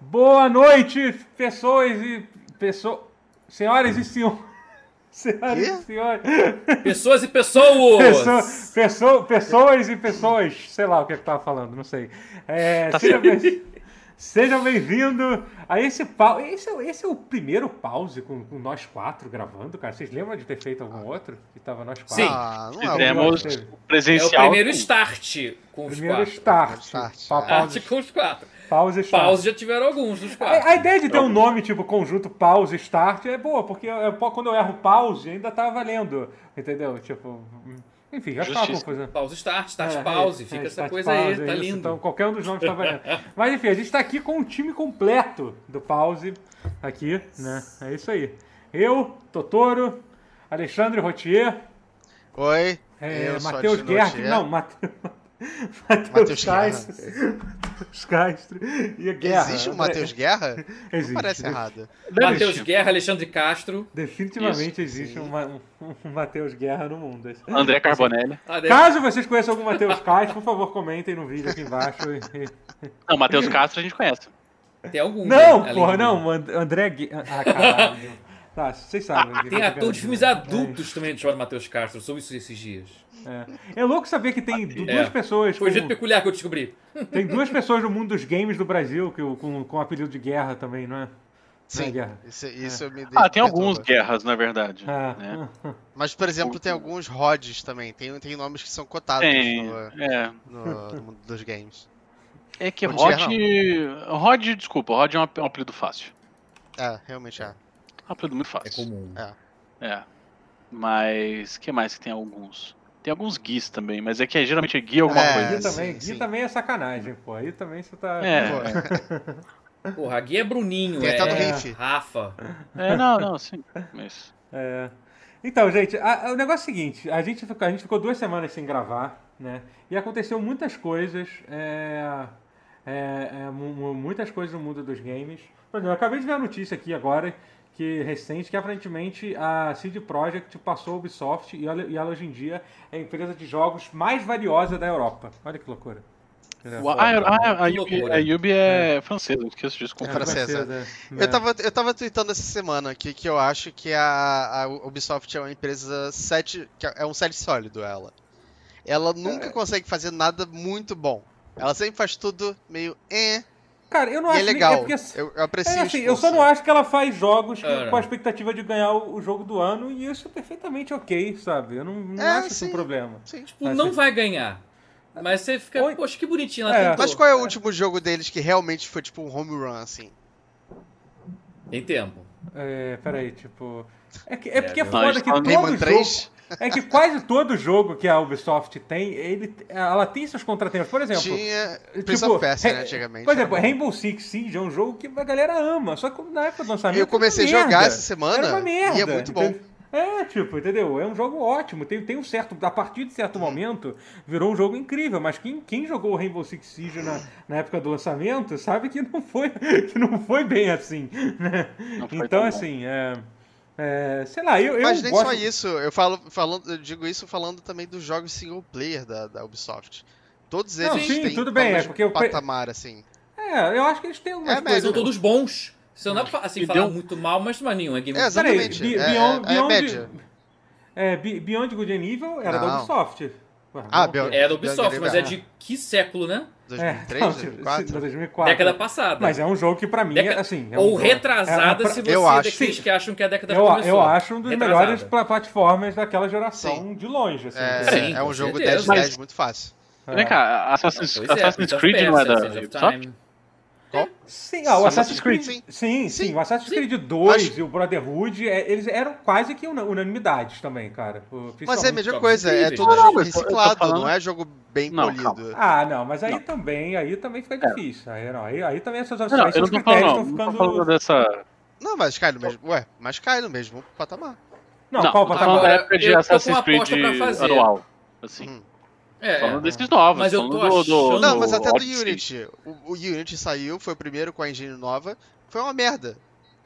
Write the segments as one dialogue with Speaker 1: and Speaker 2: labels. Speaker 1: Boa noite, pessoas e pessoas, senhoras e senhores. Senhoras e senhores.
Speaker 2: Pessoas e pessoas!
Speaker 1: Pessoa, pessoa- pessoas e pessoas. Sei lá o que eu tava falando, não sei. É,
Speaker 2: Tá
Speaker 1: seja bem- seja bem-vindo a esse pau. Esse, é- esse é o primeiro pause com, com nós quatro gravando, cara. Vocês lembram de ter feito algum outro? Que tava nós quatro?
Speaker 2: Sim.
Speaker 3: Ah, não é o
Speaker 1: Fizemos Temos
Speaker 3: primeiro.
Speaker 4: Fizemos
Speaker 2: É o
Speaker 4: presencial.
Speaker 2: primeiro start com os
Speaker 1: Primeiro
Speaker 2: quatro.
Speaker 1: start.
Speaker 3: Start,
Speaker 1: Pa-
Speaker 3: é.
Speaker 1: Pause,
Speaker 2: Start com os quatro.
Speaker 1: pause, start.
Speaker 2: Pause já tiveram alguns dos quatro.
Speaker 1: A, a ideia de ter um nome tipo conjunto pause start é boa, porque eu- eu- quando eu erro pause ainda tá valendo, entendeu? Tipo, enfim, já tá
Speaker 4: Justiça.
Speaker 1: confusa.
Speaker 2: Pause start, start
Speaker 1: É,
Speaker 2: pause.
Speaker 1: é,
Speaker 2: Fica
Speaker 1: é,
Speaker 2: essa
Speaker 1: start
Speaker 2: coisa
Speaker 1: pause,
Speaker 2: aí, tá
Speaker 1: isso.
Speaker 2: lindo.
Speaker 1: Então qualquer um dos nomes tá valendo. Mas enfim, a gente tá aqui com o time completo do pause aqui, né? É isso aí. Eu, Totoro, Alexandre Rotier,
Speaker 3: Oi.
Speaker 1: é,
Speaker 3: eu sou é?
Speaker 1: Matheus
Speaker 3: Adino
Speaker 1: Guerra,
Speaker 3: Otier.
Speaker 1: não, Matheus
Speaker 3: Matheus Guerra.
Speaker 1: Matheus Castro e Guerra.
Speaker 3: Existe um
Speaker 1: André-
Speaker 3: Matheus Guerra?
Speaker 1: Existe.
Speaker 3: Parece errado.
Speaker 4: Deve
Speaker 2: Matheus
Speaker 4: existir.
Speaker 2: Guerra, Alexandre Castro.
Speaker 1: Definitivamente existe um, Ma- um Matheus Guerra no mundo. é
Speaker 4: André Carbonelli.
Speaker 2: Ah, deve-
Speaker 1: Caso vocês conheçam algum Matheus Castro, por favor, comentem no vídeo aqui embaixo. e- e-
Speaker 4: Não, Matheus Castro a gente conhece.
Speaker 2: Tem algum.
Speaker 1: Não,
Speaker 2: né, além
Speaker 1: porra,
Speaker 2: do-
Speaker 1: não. And- André Guerra. Ah, caralho. Tá, vocês sabem. o que
Speaker 2: Ah, Tem
Speaker 1: eu tô
Speaker 2: ator de
Speaker 1: querendo
Speaker 2: filmes
Speaker 1: dizer.
Speaker 2: adultos também chamado Matheus Castro. Eu soube isso esses dias.
Speaker 1: É, É louco saber que tem du- duas
Speaker 2: É.
Speaker 1: pessoas.
Speaker 2: Foi um jeito
Speaker 1: com-
Speaker 2: peculiar que eu descobri.
Speaker 1: Tem duas pessoas no mundo dos games do Brasil que, o- com, com apelido de guerra também, não é? Não é
Speaker 3: Sim.
Speaker 1: guerra.
Speaker 3: Isso, isso me
Speaker 4: Ah, tem
Speaker 3: perturba.
Speaker 4: alguns guerras, na verdade. né?
Speaker 1: Ah,
Speaker 2: É.
Speaker 3: Mas, por exemplo, tem alguns Rods também. Tem, tem nomes que são cotados
Speaker 4: Tem.
Speaker 3: no,
Speaker 4: É,
Speaker 3: no- no mundo dos games.
Speaker 4: é que
Speaker 3: Não
Speaker 4: Rod.
Speaker 3: tinha,
Speaker 4: Rod, desculpa, Rod é um ap- um apelido fácil.
Speaker 3: É, realmente é.
Speaker 4: É um apelido muito
Speaker 2: É
Speaker 4: fácil.
Speaker 2: comum.
Speaker 4: É. Mas, que mais que tem alguns? Tem alguns guis também, mas é que é, geralmente é gui alguma
Speaker 3: É,
Speaker 1: Gui,
Speaker 4: coisa.
Speaker 1: também,
Speaker 3: sim,
Speaker 1: Gui
Speaker 3: sim.
Speaker 1: também é sacanagem, pô. Aí também você tá.
Speaker 4: É,
Speaker 3: né?
Speaker 2: Porra, Gui é Bruninho,
Speaker 3: Tem
Speaker 2: é,
Speaker 3: até no Riff.
Speaker 2: Rafa.
Speaker 4: é, não, não, sim. Mas,
Speaker 1: É. Então, gente, a- a- o negócio é o seguinte: a gente, ficou, a gente ficou duas semanas sem gravar, né? E aconteceu muitas coisas, é, é, é, mu- mu- muitas coisas no mundo dos games. Por exemplo, eu acabei de ver a notícia aqui agora, que recente, que aparentemente a CD Projekt passou a Ubisoft e ela, e ela hoje em dia é a empresa de jogos mais valiosa da Europa. Olha que loucura.
Speaker 4: O- ah, é- ah, a,
Speaker 2: Que
Speaker 4: Yubi,
Speaker 2: loucura.
Speaker 4: a Yubi é, francesa, eu esqueço disso.
Speaker 3: É
Speaker 4: desculpa.
Speaker 3: francesa.
Speaker 1: né?
Speaker 3: Eu tava, eu tava tweetando essa semana que, que eu acho que a, a Ubisoft é uma empresa sete, que é um sete sólido ela. Ela
Speaker 1: É.
Speaker 3: nunca consegue fazer nada muito bom. Ela sempre faz tudo meio eh,
Speaker 1: Cara, eu não
Speaker 3: e
Speaker 1: acho
Speaker 3: é
Speaker 1: nem-
Speaker 3: legal.
Speaker 1: porque-
Speaker 3: eu, eu aprecio
Speaker 1: É
Speaker 3: o
Speaker 1: assim, eu só
Speaker 3: esforço.
Speaker 1: não acho que ela faz jogos que-
Speaker 2: É.
Speaker 1: com a expectativa de ganhar o, o jogo do ano, e isso é perfeitamente ok, sabe? Eu não, não
Speaker 3: É,
Speaker 1: acho isso um
Speaker 3: sim.
Speaker 1: problema.
Speaker 3: Sim.
Speaker 2: Tipo, não vai ganhar. Mas você fica,
Speaker 1: Assim. Oi.
Speaker 2: poxa, que bonitinho. Ela
Speaker 1: É.
Speaker 2: tentou.
Speaker 3: Mas qual é o último jogo deles que realmente foi tipo um home run, assim?
Speaker 2: Tem tempo.
Speaker 1: É, peraí, tipo. É, que- é porque é
Speaker 2: não,
Speaker 1: foda
Speaker 4: eles
Speaker 1: que
Speaker 4: falam
Speaker 1: todo
Speaker 3: Rayman
Speaker 1: jogo.
Speaker 3: 3?
Speaker 1: É que quase todo jogo que a Ubisoft tem, ele, ela tem seus contratempos. Por exemplo.
Speaker 3: Tinha
Speaker 1: tipo,
Speaker 3: Prince of Persia, né,
Speaker 1: Ra-
Speaker 3: antigamente.
Speaker 1: Por exemplo,
Speaker 3: Era bom.
Speaker 1: Rainbow Six Siege é um jogo que a galera ama, só que na época do lançamento.
Speaker 3: Eu comecei a
Speaker 1: era uma
Speaker 3: jogar
Speaker 1: merda.
Speaker 3: essa semana
Speaker 1: Era uma merda.
Speaker 3: e é muito bom.
Speaker 1: entende? É, tipo, entendeu? É um jogo ótimo. Tem, tem um certo. A partir de certo
Speaker 3: Uhum.
Speaker 1: momento, virou um jogo incrível. Mas quem, quem jogou o Rainbow Six Siege na, na época do lançamento sabe que não foi, que não foi bem assim. né?
Speaker 4: Não foi tão
Speaker 1: Então,
Speaker 4: bom.
Speaker 1: assim, é, é, sei lá, eu, eu
Speaker 3: Mas nem
Speaker 1: gosto...
Speaker 3: só isso, eu falo falando, eu digo isso falando também dos jogos single player da, da Ubisoft. Todos eles
Speaker 1: Não, sim,
Speaker 3: têm
Speaker 1: tudo
Speaker 3: pelo
Speaker 1: bem, é
Speaker 3: menos
Speaker 1: porque o
Speaker 3: um
Speaker 1: pre-
Speaker 3: patamar assim.
Speaker 1: É, eu acho que eles têm algumas
Speaker 3: É, mas
Speaker 1: coisas.
Speaker 2: São todos bons. Você não dá pra assim,
Speaker 4: Me
Speaker 2: falar
Speaker 1: um
Speaker 4: deu-
Speaker 2: muito mal, mas não é nenhum. É game
Speaker 3: É,
Speaker 2: of-
Speaker 1: Peraí,
Speaker 3: exatamente.
Speaker 1: Bi-
Speaker 3: é, é-
Speaker 1: Beyond-
Speaker 3: é
Speaker 1: Beyond-
Speaker 3: média.
Speaker 1: É, Be- Beyond Good and Evil era da
Speaker 3: Não.
Speaker 1: Ubisoft. Ué,
Speaker 3: Ah,
Speaker 1: não?
Speaker 3: Beyond-
Speaker 2: É da
Speaker 3: Beyond
Speaker 2: Ubisoft,
Speaker 3: Good
Speaker 2: mas
Speaker 3: and
Speaker 2: é
Speaker 3: Evil.
Speaker 2: de que século, né?
Speaker 1: É,
Speaker 3: 2003,
Speaker 1: não, tipo,
Speaker 3: 2004.
Speaker 1: 2004.
Speaker 2: Década passada.
Speaker 1: Mas é um jogo que pra mim, é,
Speaker 2: Década-
Speaker 1: assim... é um
Speaker 2: Ou
Speaker 1: jogo- é uma
Speaker 2: retrasada,
Speaker 1: pra-
Speaker 2: se você
Speaker 3: Eu
Speaker 2: é
Speaker 3: acho.
Speaker 2: daqueles
Speaker 3: Sim.
Speaker 2: que acham que a década
Speaker 1: Eu,
Speaker 2: começou.
Speaker 1: eu acho um dos
Speaker 2: Retrasada.
Speaker 1: melhores pla- plataformas daquela geração de longe, assim. é.
Speaker 3: É,
Speaker 2: Sim,
Speaker 3: é
Speaker 2: com
Speaker 3: um jogo 10
Speaker 2: certeza.
Speaker 3: 10
Speaker 4: Mas-
Speaker 3: muito fácil. é
Speaker 4: Vem cá, Assassin's,
Speaker 2: Pois
Speaker 4: Assassin's
Speaker 2: Prince of
Speaker 4: Creed não Ah, é
Speaker 2: Persia,
Speaker 4: da
Speaker 2: Sands of
Speaker 4: Ubisoft?
Speaker 2: Time.
Speaker 1: Sim, ah, o
Speaker 4: Assassin's
Speaker 1: Assassin's Creed. Sim,
Speaker 3: Creed, sim.
Speaker 1: sim,
Speaker 3: Sim,
Speaker 1: O Assassin's
Speaker 3: sim.
Speaker 1: Creed 2
Speaker 3: Mas-
Speaker 1: e o Brotherhood, é, eles eram quase que una- unanimidades também, cara. O-
Speaker 3: Mas é a
Speaker 1: principalmente-
Speaker 3: mesma
Speaker 2: jogos
Speaker 3: coisa, é
Speaker 2: incríveis,
Speaker 3: tudo
Speaker 2: né?
Speaker 4: Não, mas eu tô
Speaker 3: reciclado,
Speaker 4: falando-
Speaker 3: não é jogo bem
Speaker 4: Não,
Speaker 3: polido.
Speaker 1: Ah, não, mas aí
Speaker 4: Não. É.
Speaker 1: também, aí também fica difícil. Aí, não, aí, aí também essas
Speaker 4: Não, não,
Speaker 1: opções,
Speaker 4: eu não
Speaker 1: seus
Speaker 4: tô
Speaker 1: critérios
Speaker 4: falando,
Speaker 1: estão
Speaker 4: não. Não tô
Speaker 1: ficando...
Speaker 4: falando dessa.
Speaker 3: Não, mas cai no mesmo. Ué, mas cai no mesmo patamar.
Speaker 1: Não,
Speaker 4: não, é
Speaker 1: qual
Speaker 4: tô
Speaker 1: patamar?
Speaker 4: falando da
Speaker 2: Agora,
Speaker 4: época
Speaker 2: tá é, eu tô
Speaker 4: de
Speaker 2: com
Speaker 4: Assassin's
Speaker 2: uma
Speaker 4: Creed
Speaker 2: aposta pra fazer.
Speaker 4: anual. Assim,
Speaker 3: Hum.
Speaker 2: É,
Speaker 4: falando desses novos.
Speaker 2: Mas eu
Speaker 4: falando
Speaker 2: tô
Speaker 4: do- do,
Speaker 2: achando-
Speaker 4: do,
Speaker 3: Não, mas até do
Speaker 4: Odyssey.
Speaker 3: Unity. O, o Unity saiu, foi o primeiro com a engine nova, foi uma merda.
Speaker 1: Sim,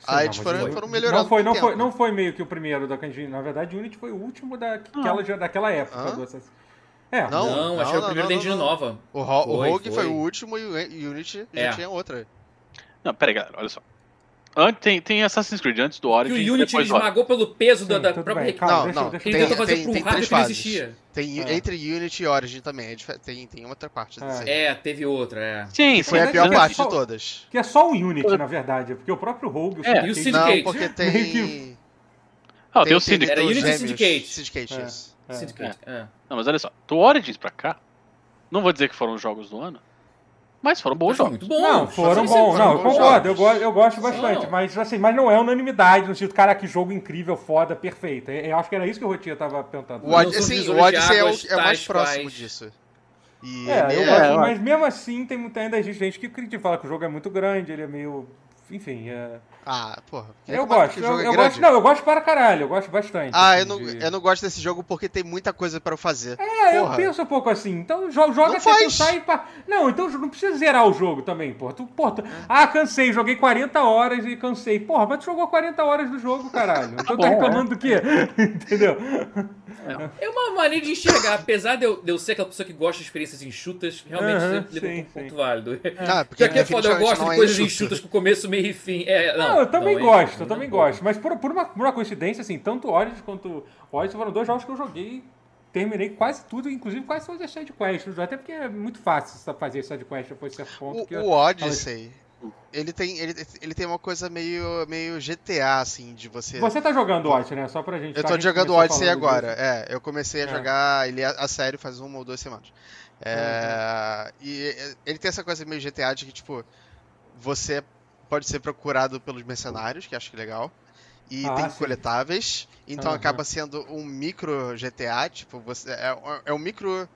Speaker 3: Aí
Speaker 1: não,
Speaker 3: eles
Speaker 1: mas
Speaker 3: foram,
Speaker 1: foi-
Speaker 3: foram melhorando.
Speaker 1: Não foi,
Speaker 3: com o
Speaker 1: não, foi,
Speaker 3: tempo.
Speaker 1: não foi meio que o primeiro da Kanji. Na verdade, o Unity foi o último daquela, já- daquela época.
Speaker 3: Ah. Hã?
Speaker 1: do Assassin's- É,
Speaker 3: Não,
Speaker 2: Não, achei
Speaker 3: não,
Speaker 2: o primeiro
Speaker 3: não,
Speaker 2: da
Speaker 3: não,
Speaker 2: Engine
Speaker 3: não.
Speaker 2: nova.
Speaker 3: O, Ro- o
Speaker 2: Foi,
Speaker 3: Rogue foi.
Speaker 2: foi.
Speaker 3: o último e o Unity já
Speaker 2: É.
Speaker 3: tinha outra.
Speaker 4: Não, pera aí, galera, olha só. Antes, tem, tem Assassin's Creed antes do
Speaker 2: Que
Speaker 4: Origins
Speaker 2: o
Speaker 4: e
Speaker 2: Unity
Speaker 4: depois do Origins.
Speaker 2: esmagou pelo peso da,
Speaker 1: Sim,
Speaker 2: da
Speaker 1: tudo
Speaker 2: própria
Speaker 1: bem,
Speaker 2: equipe.
Speaker 1: calma,
Speaker 3: Não,
Speaker 1: deixa,
Speaker 3: não,
Speaker 1: deixa
Speaker 2: Ele
Speaker 1: eu
Speaker 3: tem-
Speaker 2: tentou
Speaker 1: terminar.
Speaker 2: fazer por um
Speaker 3: tem
Speaker 2: hardware
Speaker 3: três
Speaker 2: que não
Speaker 3: fases.
Speaker 2: existia.
Speaker 3: Tem,
Speaker 1: É.
Speaker 3: Entre Unity e Origin também, é dife- tem, tem outra parte.
Speaker 1: É.
Speaker 3: disso aí.
Speaker 2: É, teve outra, é.
Speaker 4: Sim, sim.
Speaker 3: Foi a
Speaker 1: mas
Speaker 4: mas
Speaker 1: antes-
Speaker 3: pior
Speaker 4: antes-
Speaker 3: parte
Speaker 1: só-
Speaker 3: de todas.
Speaker 1: Que é só o Unity, na verdade, porque o próprio Rogue... o
Speaker 4: É,
Speaker 1: Syndicate-
Speaker 2: e o Syndicate.
Speaker 3: Não,
Speaker 2: Syndicate.
Speaker 3: porque
Speaker 1: Meio
Speaker 3: tem.
Speaker 4: Ah, tem o
Speaker 3: tem-
Speaker 4: Syndicate.
Speaker 2: Era
Speaker 3: tem os
Speaker 2: Unity e
Speaker 3: gêmeos.
Speaker 2: Syndicate.
Speaker 3: Syndicate,
Speaker 1: É.
Speaker 3: isso.
Speaker 1: É.
Speaker 2: Syndicate, é.
Speaker 4: Não, mas olha só. Do Origins pra cá, não vou dizer que foram os jogos do ano, mas foram bons
Speaker 2: Mas foi
Speaker 4: jogos.
Speaker 2: Muito bom.
Speaker 1: Não, foram
Speaker 2: Sim, sim,
Speaker 1: bons. Não, eu
Speaker 3: foram bons
Speaker 1: concordo. Eu,
Speaker 3: jogos.
Speaker 1: go- eu gosto bastante.
Speaker 2: Não.
Speaker 1: Mas, assim, mas não é unanimidade no sentido, cara, que jogo incrível, foda, perfeito. É, Eu, eu acho que era isso que o Rotinha tava perguntando. né?
Speaker 3: O, Od
Speaker 2: são
Speaker 3: assim, o
Speaker 2: divisores de
Speaker 3: Odyssey é, o,
Speaker 2: águas
Speaker 3: é o mais
Speaker 2: tais
Speaker 3: próximo
Speaker 2: quais.
Speaker 3: disso. E
Speaker 1: É,
Speaker 3: ele
Speaker 1: eu
Speaker 3: é-
Speaker 1: gosto,
Speaker 4: eu
Speaker 1: mas mesmo assim tem muita ainda gente que critica, fala que o jogo é muito grande, ele é meio. Enfim, é...
Speaker 3: Ah, porra. quem é
Speaker 1: eu
Speaker 3: que fala
Speaker 1: gosto.
Speaker 3: que o
Speaker 1: Eu,
Speaker 3: jogo é
Speaker 1: eu
Speaker 3: grande?
Speaker 1: gosto. Não, eu gosto para caralho, eu gosto bastante.
Speaker 3: Ah,
Speaker 1: assim,
Speaker 3: eu não,
Speaker 1: de-
Speaker 3: eu não gosto desse jogo porque tem muita coisa pra eu fazer.
Speaker 1: É, eu
Speaker 3: Porra.
Speaker 1: penso um pouco assim. Então jo- joga
Speaker 3: Não
Speaker 1: até
Speaker 3: faz.
Speaker 1: pensar e pá. Não, então não precisa zerar o jogo também, porra. Tu, porra, tu- Ah, cansei, joguei 40 horas e cansei. Porra, mas tu jogou 40 horas do jogo, caralho. Então tá
Speaker 3: é.
Speaker 4: bom,
Speaker 1: reclamando do quê? Entendeu?
Speaker 2: É uma maneira de enxergar, apesar de eu, de eu ser aquela pessoa que gosta de experiências enxutas, realmente
Speaker 1: Aham,
Speaker 2: leva
Speaker 1: sim,
Speaker 2: um
Speaker 1: sim.
Speaker 2: ponto válido.
Speaker 3: Ah,
Speaker 2: Porque aqui é foda, eu
Speaker 3: definitivamente
Speaker 2: gosto
Speaker 3: não
Speaker 2: de
Speaker 3: é
Speaker 2: coisas
Speaker 3: enxuto.
Speaker 2: enxutas com começo, meio e fim. É, não,
Speaker 1: Não, eu também
Speaker 2: não, é-
Speaker 1: gosto, eu
Speaker 2: não,
Speaker 1: também
Speaker 2: não.
Speaker 1: gosto. Mas por, por uma, por uma coincidência, assim, tanto Origins quanto Origins foram dois jogos que eu joguei. Terminei quase tudo, inclusive quase todas as sidequests. Até porque é muito fácil sa- fazer sidequest depois de certo ponto. que
Speaker 3: O, o Odyssey, ele tem, ele, ele tem uma coisa meio, meio GTA, assim, de você.
Speaker 1: Você tá jogando Odyssey, né? Só pra gente...
Speaker 3: Eu
Speaker 1: tá?
Speaker 3: tô
Speaker 1: A gente
Speaker 3: jogando
Speaker 1: começou
Speaker 3: Odyssey
Speaker 1: falando
Speaker 3: agora.
Speaker 1: disso.
Speaker 3: É, eu comecei a
Speaker 1: É.
Speaker 3: jogar ele a, a sério faz uma ou duas semanas. É, e é, ele tem essa coisa meio GTA de que, tipo, você pode ser procurado pelos mercenários, que eu acho que é legal. E
Speaker 1: Ah,
Speaker 3: tem
Speaker 1: sim.
Speaker 3: coletáveis. Então
Speaker 1: Aham.
Speaker 3: acaba sendo um micro GTA, tipo, você. É, um- é um micro.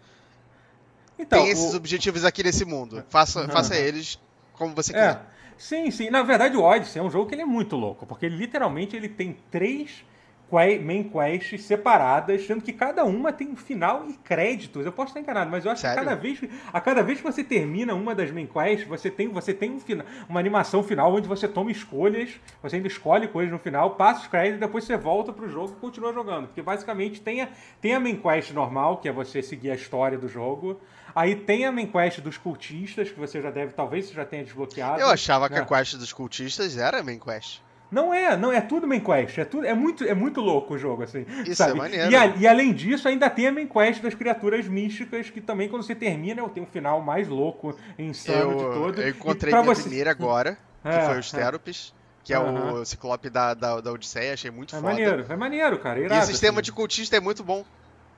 Speaker 1: Então,
Speaker 3: tem esses
Speaker 1: o-
Speaker 3: objetivos aqui nesse mundo. Faça,
Speaker 1: Aham.
Speaker 3: faça eles como você
Speaker 1: É.
Speaker 3: quiser.
Speaker 1: Sim, sim. Na verdade, o Odyssey é um jogo que ele é muito louco, porque ele, literalmente ele tem três que- main quests separadas, sendo que cada uma tem um final e créditos. Eu posso estar enganado, mas eu acho
Speaker 3: Sério?
Speaker 1: que cada vez, a cada vez que você termina uma das main quests, você tem, você tem um fina- uma animação final onde você toma escolhas, você ainda escolhe coisas no final, passa os créditos, depois você volta pro jogo e continua jogando. Porque basicamente tem a, tem a main quest normal, que é você seguir a história do jogo. Aí tem a main quest dos cultistas, que você já deve, talvez você já tenha desbloqueado.
Speaker 3: Eu achava que
Speaker 1: É.
Speaker 3: a quest dos cultistas era a main quest.
Speaker 1: Não é, não é tudo main quest, é tudo, é muito, é muito louco o jogo assim.
Speaker 3: Isso
Speaker 1: sabe?
Speaker 3: é maneiro.
Speaker 1: E, a- e além disso, ainda tem a main quest das criaturas místicas que também quando você termina, eu tenho um final mais louco, insano
Speaker 3: eu,
Speaker 1: de todo.
Speaker 3: eu
Speaker 1: E
Speaker 3: encontrei
Speaker 1: pra
Speaker 3: minha primeira agora, que
Speaker 1: É,
Speaker 3: foi os
Speaker 1: é.
Speaker 3: Teropes, que é
Speaker 1: Aham.
Speaker 3: o ciclope da, da, da Odisseia, achei muito
Speaker 1: É
Speaker 3: foda.
Speaker 1: maneiro, é maneiro, cara. é
Speaker 3: E
Speaker 1: irado,
Speaker 3: o sistema
Speaker 1: assim.
Speaker 3: de cultista é muito bom.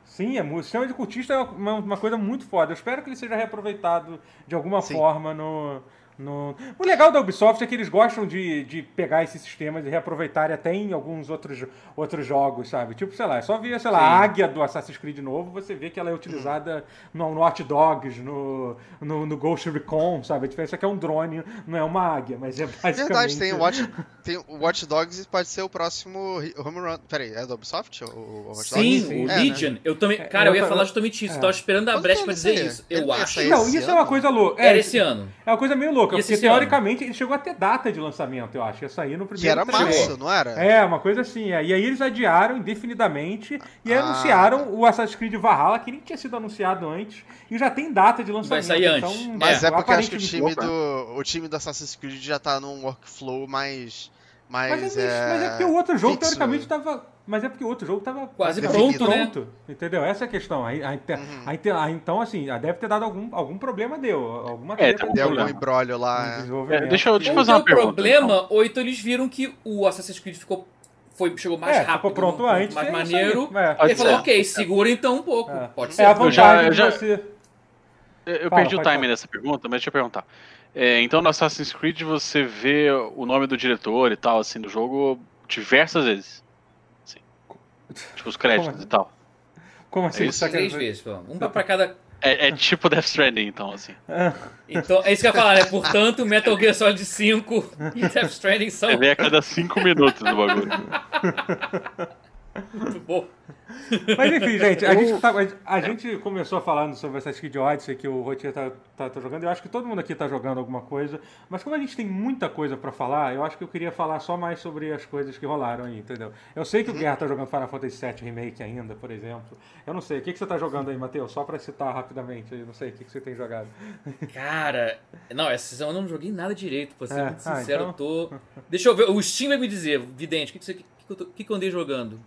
Speaker 1: Sim, é, mu- o sistema de cultista é uma, uma coisa muito foda. Eu espero que ele seja reaproveitado de alguma
Speaker 3: Sim.
Speaker 1: forma no, no. O legal da Ubisoft é que eles gostam de, de pegar esses sistemas e reaproveitarem até em alguns outros, jo- outros jogos, sabe? Tipo, sei lá, é só ver, sei lá, a águia do Assassin's Creed novo, você vê que ela é
Speaker 3: Hum.
Speaker 1: utilizada no, no Hot Dogs, no, no, no Ghost Recon, sabe? A diferença é que é um drone, não é uma águia, mas é
Speaker 3: É
Speaker 1: basicamente.
Speaker 3: verdade, tem o, Watch, tem o Watch Dogs e pode ser o próximo hi- home run. Peraí, é do Ubisoft? O, o o Watch
Speaker 2: Sim,
Speaker 3: Dogs?
Speaker 1: sim.
Speaker 2: o
Speaker 3: É, né?
Speaker 2: Legion. Eu também. Cara,
Speaker 1: eu
Speaker 2: eu ia
Speaker 1: tava-
Speaker 2: falar justamente isso.
Speaker 1: é.
Speaker 2: Eu Tava esperando a
Speaker 3: Quando
Speaker 2: brecha
Speaker 3: que vai
Speaker 2: pra dizer
Speaker 3: sair?
Speaker 2: isso. Eu
Speaker 3: Ele ia
Speaker 2: acho.
Speaker 3: sair?
Speaker 1: Não,
Speaker 3: esse
Speaker 1: isso é uma
Speaker 3: ano?
Speaker 1: coisa louca.
Speaker 2: Era esse ano.
Speaker 1: É uma coisa meio louca,
Speaker 2: E esse
Speaker 1: porque
Speaker 2: esse ano?
Speaker 1: teoricamente ele chegou até data de lançamento, eu acho. Ia sair no primeiro
Speaker 3: Que era
Speaker 1: trailer.
Speaker 3: março, não era?
Speaker 1: É, uma coisa assim. é. E aí eles adiaram indefinidamente e aí
Speaker 3: Ah,
Speaker 1: anunciaram o Assassin's Creed Valhalla, que nem tinha sido anunciado antes, e já tem data de lançamento.
Speaker 2: sair
Speaker 1: então,
Speaker 2: antes.
Speaker 3: Mas é,
Speaker 1: é,
Speaker 3: porque acho que o
Speaker 1: aparentemente-
Speaker 3: time, do, o time do Assassin's Creed já tá num workflow mais. mais
Speaker 1: Mas é, isso, mas é porque o outro jogo,
Speaker 3: fixo.
Speaker 1: teoricamente, tava. Mas é porque o outro jogo tava
Speaker 2: Quase né?
Speaker 1: tava
Speaker 3: pronto,
Speaker 1: Entendeu? Essa é a questão. Aí, aí te-
Speaker 3: Uhum.
Speaker 1: aí te- aí, então, assim, aí deve ter dado algum, algum problema, deu. né? Alguma
Speaker 4: É,
Speaker 1: treta
Speaker 4: tem
Speaker 3: Deu algum
Speaker 4: Problema.
Speaker 3: embrolho lá.
Speaker 1: no
Speaker 3: é.
Speaker 4: É,
Speaker 1: desenvolvimento.
Speaker 4: deixa eu deixa eu
Speaker 2: Ou
Speaker 4: fazer
Speaker 2: deu
Speaker 4: uma pergunta. então.
Speaker 2: problema, ou então eles viram que o Assassin's Creed ficou, foi, chegou mais
Speaker 1: É, ficou
Speaker 2: rápido,
Speaker 1: pronto
Speaker 2: um-
Speaker 1: antes,
Speaker 2: mais
Speaker 1: é isso aí.
Speaker 2: maneiro.
Speaker 1: É.
Speaker 2: E ele
Speaker 4: Pode
Speaker 2: falou,
Speaker 4: ser.
Speaker 2: ok, segura então um pouco.
Speaker 1: É.
Speaker 2: Pode ser.
Speaker 1: É a
Speaker 4: Eu
Speaker 1: vantagem
Speaker 4: já- eu
Speaker 1: de
Speaker 4: já-
Speaker 1: você.
Speaker 4: Eu eu
Speaker 1: Fala,
Speaker 4: perdi o
Speaker 1: pode
Speaker 4: timing
Speaker 1: falar.
Speaker 4: dessa pergunta, mas deixa eu perguntar. É, então no Assassin's Creed você vê o nome do diretor e tal, assim, do jogo diversas vezes. Assim. Tipo os créditos
Speaker 1: Como é?
Speaker 4: e tal.
Speaker 1: Como assim?
Speaker 4: É isso?
Speaker 1: Você tá
Speaker 2: Três
Speaker 1: querendo-
Speaker 2: vezes, pelo menos. Um pra cada.
Speaker 4: É, é tipo Death Stranding, então, assim.
Speaker 1: Ah,
Speaker 2: Então, é isso que eu ia falar, né? Portanto, Metal Gear Solid
Speaker 4: É
Speaker 2: 5 e Death Stranding são.
Speaker 4: Você vê a cada cinco minutos do bagulho.
Speaker 2: Muito bom.
Speaker 1: Mas enfim, gente, a, gente, tá- a gente começou falando sobre essa Skid Odyssey que o Rotier tá, tá, tá jogando. Eu acho que todo mundo aqui tá jogando alguma coisa. Mas como a gente tem muita coisa pra falar, eu acho que eu queria falar só mais sobre as coisas que rolaram aí, entendeu? Eu sei
Speaker 2: Uhum.
Speaker 1: que o Guerra tá jogando Final Fantasy VII Remake ainda, por exemplo. Eu não sei. O que, que você tá jogando aí, Matheus? Só pra citar rapidamente aí, não sei o que, que você tem jogado.
Speaker 2: Cara, não, essa sessão eu não joguei nada direito, pra ser
Speaker 1: É,
Speaker 2: muito
Speaker 1: ah,
Speaker 2: sincero,
Speaker 1: então-
Speaker 2: eu tô. Deixa eu ver, o Steam vai me dizer, vidente, o que, que, você- que, que eu tô- que que eu andei jogando?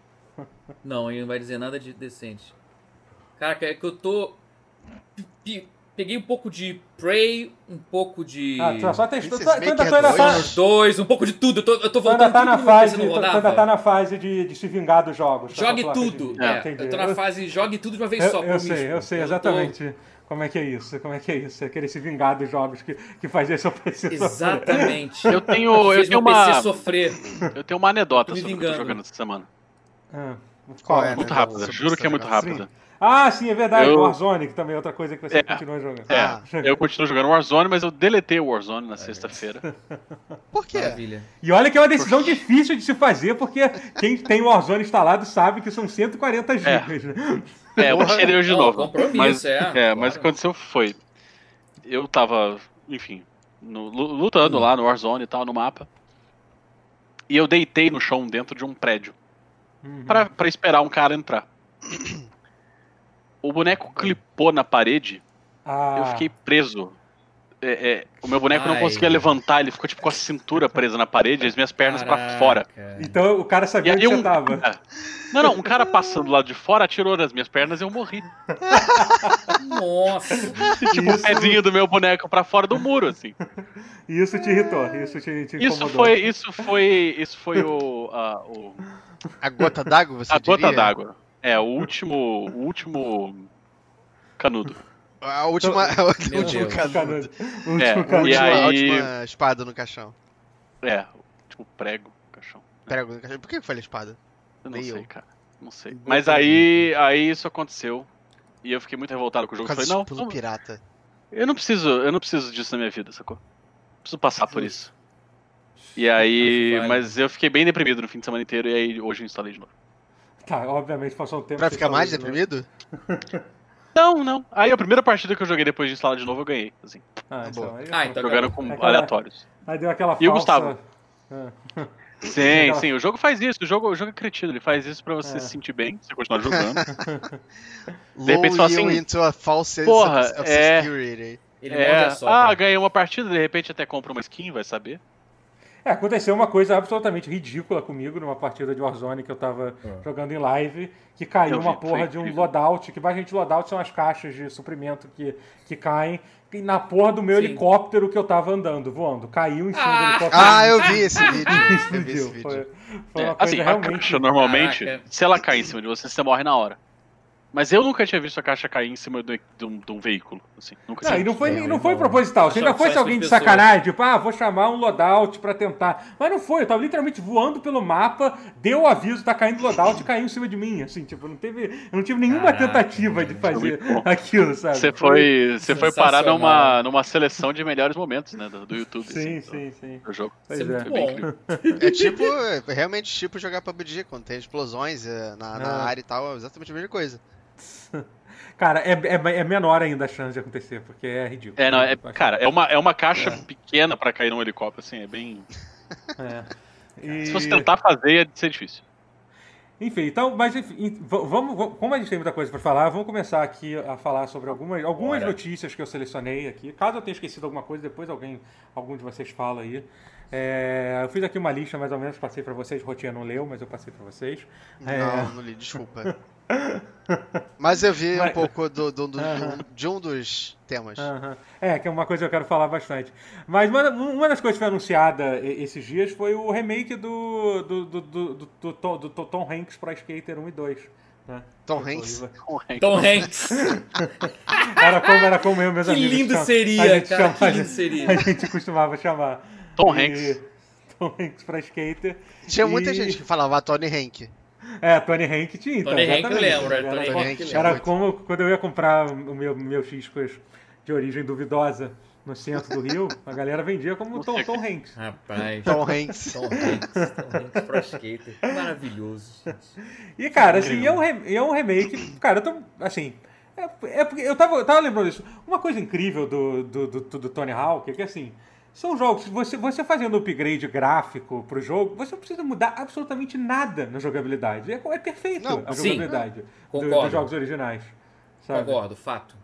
Speaker 2: Não, ele não vai dizer nada de decente. Caraca, é que eu tô. pe- pe- Peguei um pouco de Prey, um pouco de.
Speaker 1: Ah, tu só testou. Tu, tu,
Speaker 3: Princess
Speaker 1: ainda- tu,
Speaker 3: Maker
Speaker 1: ainda tá-
Speaker 3: 2.
Speaker 2: dois, um pouco de tudo. Eu tô, eu tô
Speaker 1: tu ainda
Speaker 2: voltando
Speaker 1: tá
Speaker 2: tudo
Speaker 1: na
Speaker 2: que meu PC
Speaker 1: fase.
Speaker 2: não
Speaker 1: Tu, tu ainda
Speaker 2: rodava.
Speaker 1: tá na fase de, de se vingar dos jogos. tá?
Speaker 2: Jogue
Speaker 1: Sua placa de
Speaker 2: tudo.
Speaker 1: vídeo.
Speaker 2: É,
Speaker 1: Entendi.
Speaker 2: eu tô na
Speaker 1: Eu-
Speaker 2: fase jogue tudo de uma vez
Speaker 1: Eu,
Speaker 2: só.
Speaker 1: eu
Speaker 2: por mim.
Speaker 1: sei, eu sei
Speaker 2: tô-
Speaker 1: exatamente como é que é isso, como é que é isso. É querer se vingar dos jogos que, que fazia seu PC. sofrer.
Speaker 2: Exatamente.
Speaker 4: Eu tenho, eu
Speaker 2: Fez
Speaker 4: tenho
Speaker 2: meu
Speaker 4: uma,
Speaker 2: PC sofrer.
Speaker 4: eu tenho uma anedota
Speaker 2: Tô me
Speaker 4: sobre o que eu tô
Speaker 2: vingando.
Speaker 4: jogando essa semana.
Speaker 1: Ah,
Speaker 3: Qual é?
Speaker 4: Muito
Speaker 3: Anedota
Speaker 4: rápida,
Speaker 3: sobre
Speaker 4: juro
Speaker 3: esse
Speaker 4: que é muito
Speaker 3: negócio.
Speaker 4: rápida.
Speaker 1: Ah, sim, é verdade.
Speaker 4: Eu-
Speaker 1: Warzone, que também é outra coisa que você
Speaker 4: É.
Speaker 1: continua jogando.
Speaker 4: É,
Speaker 3: Ah.
Speaker 4: eu continuo jogando Warzone, mas eu deletei o Warzone
Speaker 3: É
Speaker 4: na sexta-feira.
Speaker 3: Por quê?
Speaker 2: Maravilha.
Speaker 1: E olha que é uma decisão difícil de se fazer, porque quem tem o Warzone instalado sabe que são 140 gigas. né?
Speaker 4: É, eu baixei ele hoje de
Speaker 2: Não,
Speaker 4: novo.
Speaker 2: compromisso,
Speaker 4: Mas,
Speaker 2: é,
Speaker 4: é,
Speaker 2: claro.
Speaker 4: mas o que aconteceu foi. Eu tava, enfim, no- lu- lutando
Speaker 1: Hum.
Speaker 4: lá no Warzone e tal, no mapa. E eu deitei no chão dentro de um prédio.
Speaker 1: Uhum.
Speaker 4: pra, pra esperar um cara entrar. O boneco clipou na parede,
Speaker 1: Ah,
Speaker 4: eu fiquei preso. É, é, o meu boneco não
Speaker 2: Ai.
Speaker 4: conseguia levantar, ele ficou tipo com a cintura presa na parede, as minhas pernas pra
Speaker 2: Caraca.
Speaker 4: fora.
Speaker 1: Então o cara
Speaker 4: E
Speaker 1: sabia onde
Speaker 4: aí um
Speaker 1: você tava.
Speaker 4: cara, Não, não, um cara passando lá de fora atirou nas minhas pernas e eu morri.
Speaker 2: Nossa.
Speaker 4: E, tipo, o
Speaker 1: Isso.
Speaker 4: pezinho do meu boneco pra fora do muro, assim.
Speaker 1: E isso te irritou, isso te, te
Speaker 4: Isso
Speaker 1: incomodou.
Speaker 4: foi, isso foi, isso foi o, a, o-
Speaker 3: A gota d'água, você
Speaker 4: a gota
Speaker 3: diria?
Speaker 4: d'água. É, o último, o último canudo.
Speaker 3: A última... a última-
Speaker 2: Meu
Speaker 3: o último
Speaker 2: Deus.
Speaker 3: canudo.
Speaker 1: O último
Speaker 4: É,
Speaker 1: canudo.
Speaker 4: E
Speaker 3: Última-
Speaker 4: aí-
Speaker 3: A última espada no caixão.
Speaker 4: É, tipo prego, caixão.
Speaker 3: Prego no caixão. Por que foi a espada?
Speaker 4: Eu não
Speaker 3: Nem
Speaker 4: sei,
Speaker 3: eu.
Speaker 4: cara. Não sei.
Speaker 3: Igual
Speaker 4: Mas
Speaker 3: todo
Speaker 4: aí, aí isso aconteceu. E eu fiquei muito revoltado com
Speaker 3: Por
Speaker 4: o jogo. Eu
Speaker 3: causa
Speaker 4: falei,
Speaker 3: do
Speaker 4: não,
Speaker 3: pulo
Speaker 4: não,
Speaker 3: pirata.
Speaker 4: eu não preciso, eu não preciso disso na minha vida, sacou? Preciso passar
Speaker 3: Uhum.
Speaker 4: por isso. E aí,
Speaker 2: Vale.
Speaker 4: mas eu fiquei bem deprimido no fim de semana inteiro e aí hoje eu instalei de novo.
Speaker 1: Tá, obviamente passou um tempo.
Speaker 3: Pra
Speaker 1: você
Speaker 3: ficar mais
Speaker 1: instalou de novo.
Speaker 3: deprimido?
Speaker 4: Não, não. Aí a primeira partida que eu joguei depois de instalar de novo eu ganhei, assim,
Speaker 1: Ah,
Speaker 3: Tá
Speaker 1: então,
Speaker 3: bom.
Speaker 1: aí-
Speaker 2: Ah, então
Speaker 4: jogando com
Speaker 1: Aquela-
Speaker 4: aleatórios.
Speaker 1: Aí deu aquela
Speaker 4: E o
Speaker 1: falsa-
Speaker 4: Gustavo?
Speaker 1: Ah.
Speaker 4: Sim,
Speaker 1: Aquela-
Speaker 4: sim, o jogo faz isso, o jogo, o jogo é cretino, ele faz isso pra você
Speaker 1: É.
Speaker 4: se sentir bem, você continuar jogando.
Speaker 3: De
Speaker 4: repente
Speaker 3: you
Speaker 4: só assim,
Speaker 3: into a false sense
Speaker 4: porra,
Speaker 3: of- of
Speaker 4: é.
Speaker 3: security.
Speaker 2: Ele
Speaker 4: É,
Speaker 2: morde a sopa.
Speaker 4: ah, ganhei uma partida, de repente até compra uma skin, vai saber.
Speaker 1: É, aconteceu uma coisa absolutamente ridícula comigo numa partida de Warzone que eu tava
Speaker 3: Ah.
Speaker 1: jogando em live, que caiu
Speaker 4: Eu vi,
Speaker 1: uma
Speaker 4: foi
Speaker 1: porra de um
Speaker 4: incrível.
Speaker 1: loadout, que basicamente loadout são as caixas de suprimento que, que caem, e na porra do meu
Speaker 2: Sim.
Speaker 1: helicóptero que eu tava andando, voando. Caiu em cima do
Speaker 2: Ah!
Speaker 1: helicóptero.
Speaker 3: Ah, eu vi esse vídeo. Eu vi esse
Speaker 1: explodiu. Foi,
Speaker 3: vídeo.
Speaker 1: foi
Speaker 4: É,
Speaker 1: uma coisa
Speaker 4: assim, a
Speaker 1: realmente.
Speaker 4: caixa normalmente,
Speaker 2: Caraca.
Speaker 4: se ela cair em cima de você, você morre na hora. Mas eu nunca tinha visto a caixa cair em cima do- de um, de um veículo. Assim, nunca
Speaker 1: Não,
Speaker 4: tinha
Speaker 1: e não
Speaker 4: visto.
Speaker 1: foi,
Speaker 2: Não,
Speaker 1: não
Speaker 2: não.
Speaker 1: foi proposital. Se ainda
Speaker 2: Só- só
Speaker 1: fosse
Speaker 2: essas
Speaker 1: alguém de
Speaker 2: pessoas.
Speaker 1: sacanagem, tipo, ah, vou chamar um loadout pra tentar. Mas não foi, eu tava literalmente voando pelo mapa, deu o aviso, tá caindo loadout e caiu em cima de mim. Assim, tipo, não teve. Eu não tive nenhuma
Speaker 2: Caraca,
Speaker 1: tentativa de fazer
Speaker 4: Foi muito bom.
Speaker 1: aquilo, sabe?
Speaker 4: Você foi, você foi parar
Speaker 2: Sensacional.
Speaker 4: numa, numa seleção de melhores momentos né, do, do YouTube.
Speaker 1: Sim,
Speaker 4: assim, do-
Speaker 1: sim, sim.
Speaker 4: Do jogo.
Speaker 1: Pois
Speaker 2: Isso é
Speaker 1: é.
Speaker 2: muito
Speaker 4: Foi bem
Speaker 2: bom.
Speaker 4: incrível.
Speaker 3: É tipo, é realmente tipo jogar PUBG, quando tem explosões é, na, na
Speaker 1: Ah.
Speaker 3: área e tal, é exatamente a mesma coisa.
Speaker 1: Cara, é, é, é menor ainda a chance de acontecer, porque é ridículo.
Speaker 4: É, não, é,
Speaker 1: Eu acho.
Speaker 4: cara, é uma, é uma caixa pequena pra cair num helicóptero, assim, é bem.
Speaker 1: É. E-
Speaker 4: Se você tentar fazer, ia ser difícil.
Speaker 1: Enfim, então, mas enfim, v- vamos, vamos- como a gente tem muita coisa para falar, vamos começar aqui a falar sobre algumas, algumas
Speaker 2: Bora.
Speaker 1: notícias que eu selecionei aqui. Caso eu tenha esquecido alguma coisa, depois alguém, algum de vocês fala aí. É, eu fiz aqui uma lista mais ou menos, passei para vocês, Rotinha não leu, mas eu passei para vocês. É,
Speaker 3: Não, não li, desculpa. Mas eu vi um
Speaker 1: Mas- Ah.
Speaker 3: pouco do, do- do- de um dos temas.
Speaker 1: Aham. É, que é uma coisa que eu quero falar bastante. Mas uma, uma das coisas que foi anunciada e- esses dias foi o remake do, do, do, do, do- do Tom- do Tom Hanks para Skater 1 e 2. né?
Speaker 3: Tom
Speaker 1: Que
Speaker 3: Hanks?
Speaker 1: foi-
Speaker 2: Tom Hanks.
Speaker 1: Era como, era como eu, meus
Speaker 2: Que
Speaker 1: amigos.
Speaker 2: lindo
Speaker 1: cham-
Speaker 2: seria,
Speaker 1: a gente
Speaker 2: cara,
Speaker 1: chamava-
Speaker 2: que lindo seria.
Speaker 1: A gente costumava chamar.
Speaker 4: Tom
Speaker 1: E-
Speaker 4: Hanks.
Speaker 1: Tom Hanks pra skater.
Speaker 3: Tinha
Speaker 1: E-
Speaker 3: muita gente que falava Tony Hank.
Speaker 1: É, Tony Hank tinha. então,
Speaker 2: Tony Hank eu
Speaker 1: exatamente.
Speaker 2: lembro, é,
Speaker 1: Era,
Speaker 2: Tony
Speaker 1: como-
Speaker 3: Hank,
Speaker 1: era
Speaker 3: muito.
Speaker 1: como quando eu ia comprar o meu, meus discos de origem duvidosa. no centro do Rio, a galera vendia como Tom, Tom Hanks.
Speaker 2: Rapaz.
Speaker 3: Tom Hanks.
Speaker 2: Tom Hanks, Tom Hanks Pro Skater. Maravilhoso. gente.
Speaker 1: E, cara, assim, é
Speaker 4: Incrível.
Speaker 1: um, re- é um remake. Cara, eu tô. Assim. É, é porque eu tava, eu tava lembrando isso. Uma coisa incrível do, do, do, do Tony Hawk é que, assim. São jogos. Você, você fazendo upgrade gráfico pro jogo, você não precisa mudar absolutamente nada na jogabilidade. É, é perfeito
Speaker 3: Não,
Speaker 1: a
Speaker 2: sim.
Speaker 1: jogabilidade do-
Speaker 2: Concordo.
Speaker 1: dos jogos originais. Sabe?
Speaker 2: Concordo, fato.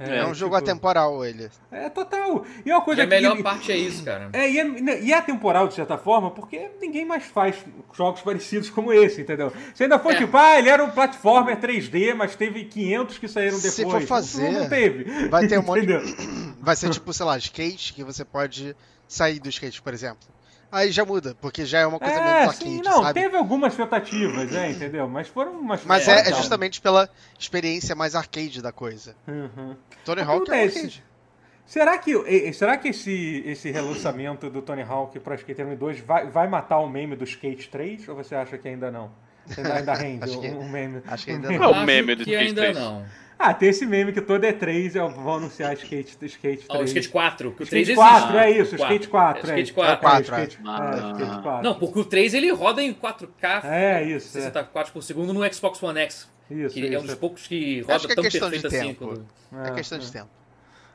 Speaker 3: É, um jogo
Speaker 1: tipo,
Speaker 3: atemporal ele.
Speaker 1: É total. E é uma
Speaker 2: E
Speaker 1: coisa
Speaker 2: a melhor
Speaker 1: que.
Speaker 2: parte é isso, cara.
Speaker 1: É, e, é, né, e é atemporal, de certa forma, porque ninguém mais faz jogos parecidos como esse, entendeu? Se ainda for
Speaker 2: É.
Speaker 1: tipo, ah, ele era um platformer 3D, mas teve 500 que saíram depois.
Speaker 3: Se for fazer,
Speaker 1: Não, não teve.
Speaker 3: vai ter um monte de-
Speaker 1: Entendeu?
Speaker 3: Vai ser tipo, sei lá, skate, que você pode sair do skate, por exemplo. Aí já muda, porque já é uma coisa meio
Speaker 1: É,
Speaker 3: menos
Speaker 1: sim,
Speaker 3: arcade,
Speaker 1: não,
Speaker 3: sabe?
Speaker 1: teve algumas tentativas, é, entendeu? Mas foram umas...
Speaker 3: Mas
Speaker 2: É,
Speaker 3: é, é
Speaker 2: então.
Speaker 3: justamente pela experiência mais arcade da coisa.
Speaker 1: Uhum.
Speaker 3: Tony
Speaker 1: Mas
Speaker 3: Hawk é um
Speaker 1: acontece.
Speaker 3: arcade.
Speaker 1: Será que, eh, eh, será que esse, esse relançamento do Tony Hawk para Skate 1 e 2 vai, vai matar o meme do Skate 3? Ou você acha que ainda não? Ainda, ainda rende
Speaker 3: Acho que-
Speaker 1: um, um meme.
Speaker 3: Acho que ainda
Speaker 1: Não,
Speaker 4: É o
Speaker 2: Acho
Speaker 4: meme do
Speaker 2: que ainda
Speaker 4: 3.
Speaker 2: não.
Speaker 1: Ah, tem esse meme que todo é 3 e vão anunciar Skate, skate 3.
Speaker 2: Ah, o Skate 4, que o 3
Speaker 1: Skate
Speaker 2: existe. Ah,
Speaker 1: 4, é isso, Skate 4.
Speaker 2: É, Skate
Speaker 1: é,
Speaker 2: 4.
Speaker 1: é,
Speaker 3: Ah,
Speaker 1: skate,
Speaker 4: ah.
Speaker 1: é, skate 4.
Speaker 2: Não, porque o 3 ele roda em 4K,
Speaker 1: É, isso. É,
Speaker 2: 60 quadros por segundo no Xbox One X,
Speaker 1: isso,
Speaker 2: que
Speaker 1: isso.
Speaker 2: é um dos poucos que roda
Speaker 3: Acho que é
Speaker 2: tão
Speaker 3: questão de
Speaker 2: perfeito assim.
Speaker 3: tempo.
Speaker 2: quando-
Speaker 1: Ah,
Speaker 3: É questão de tempo.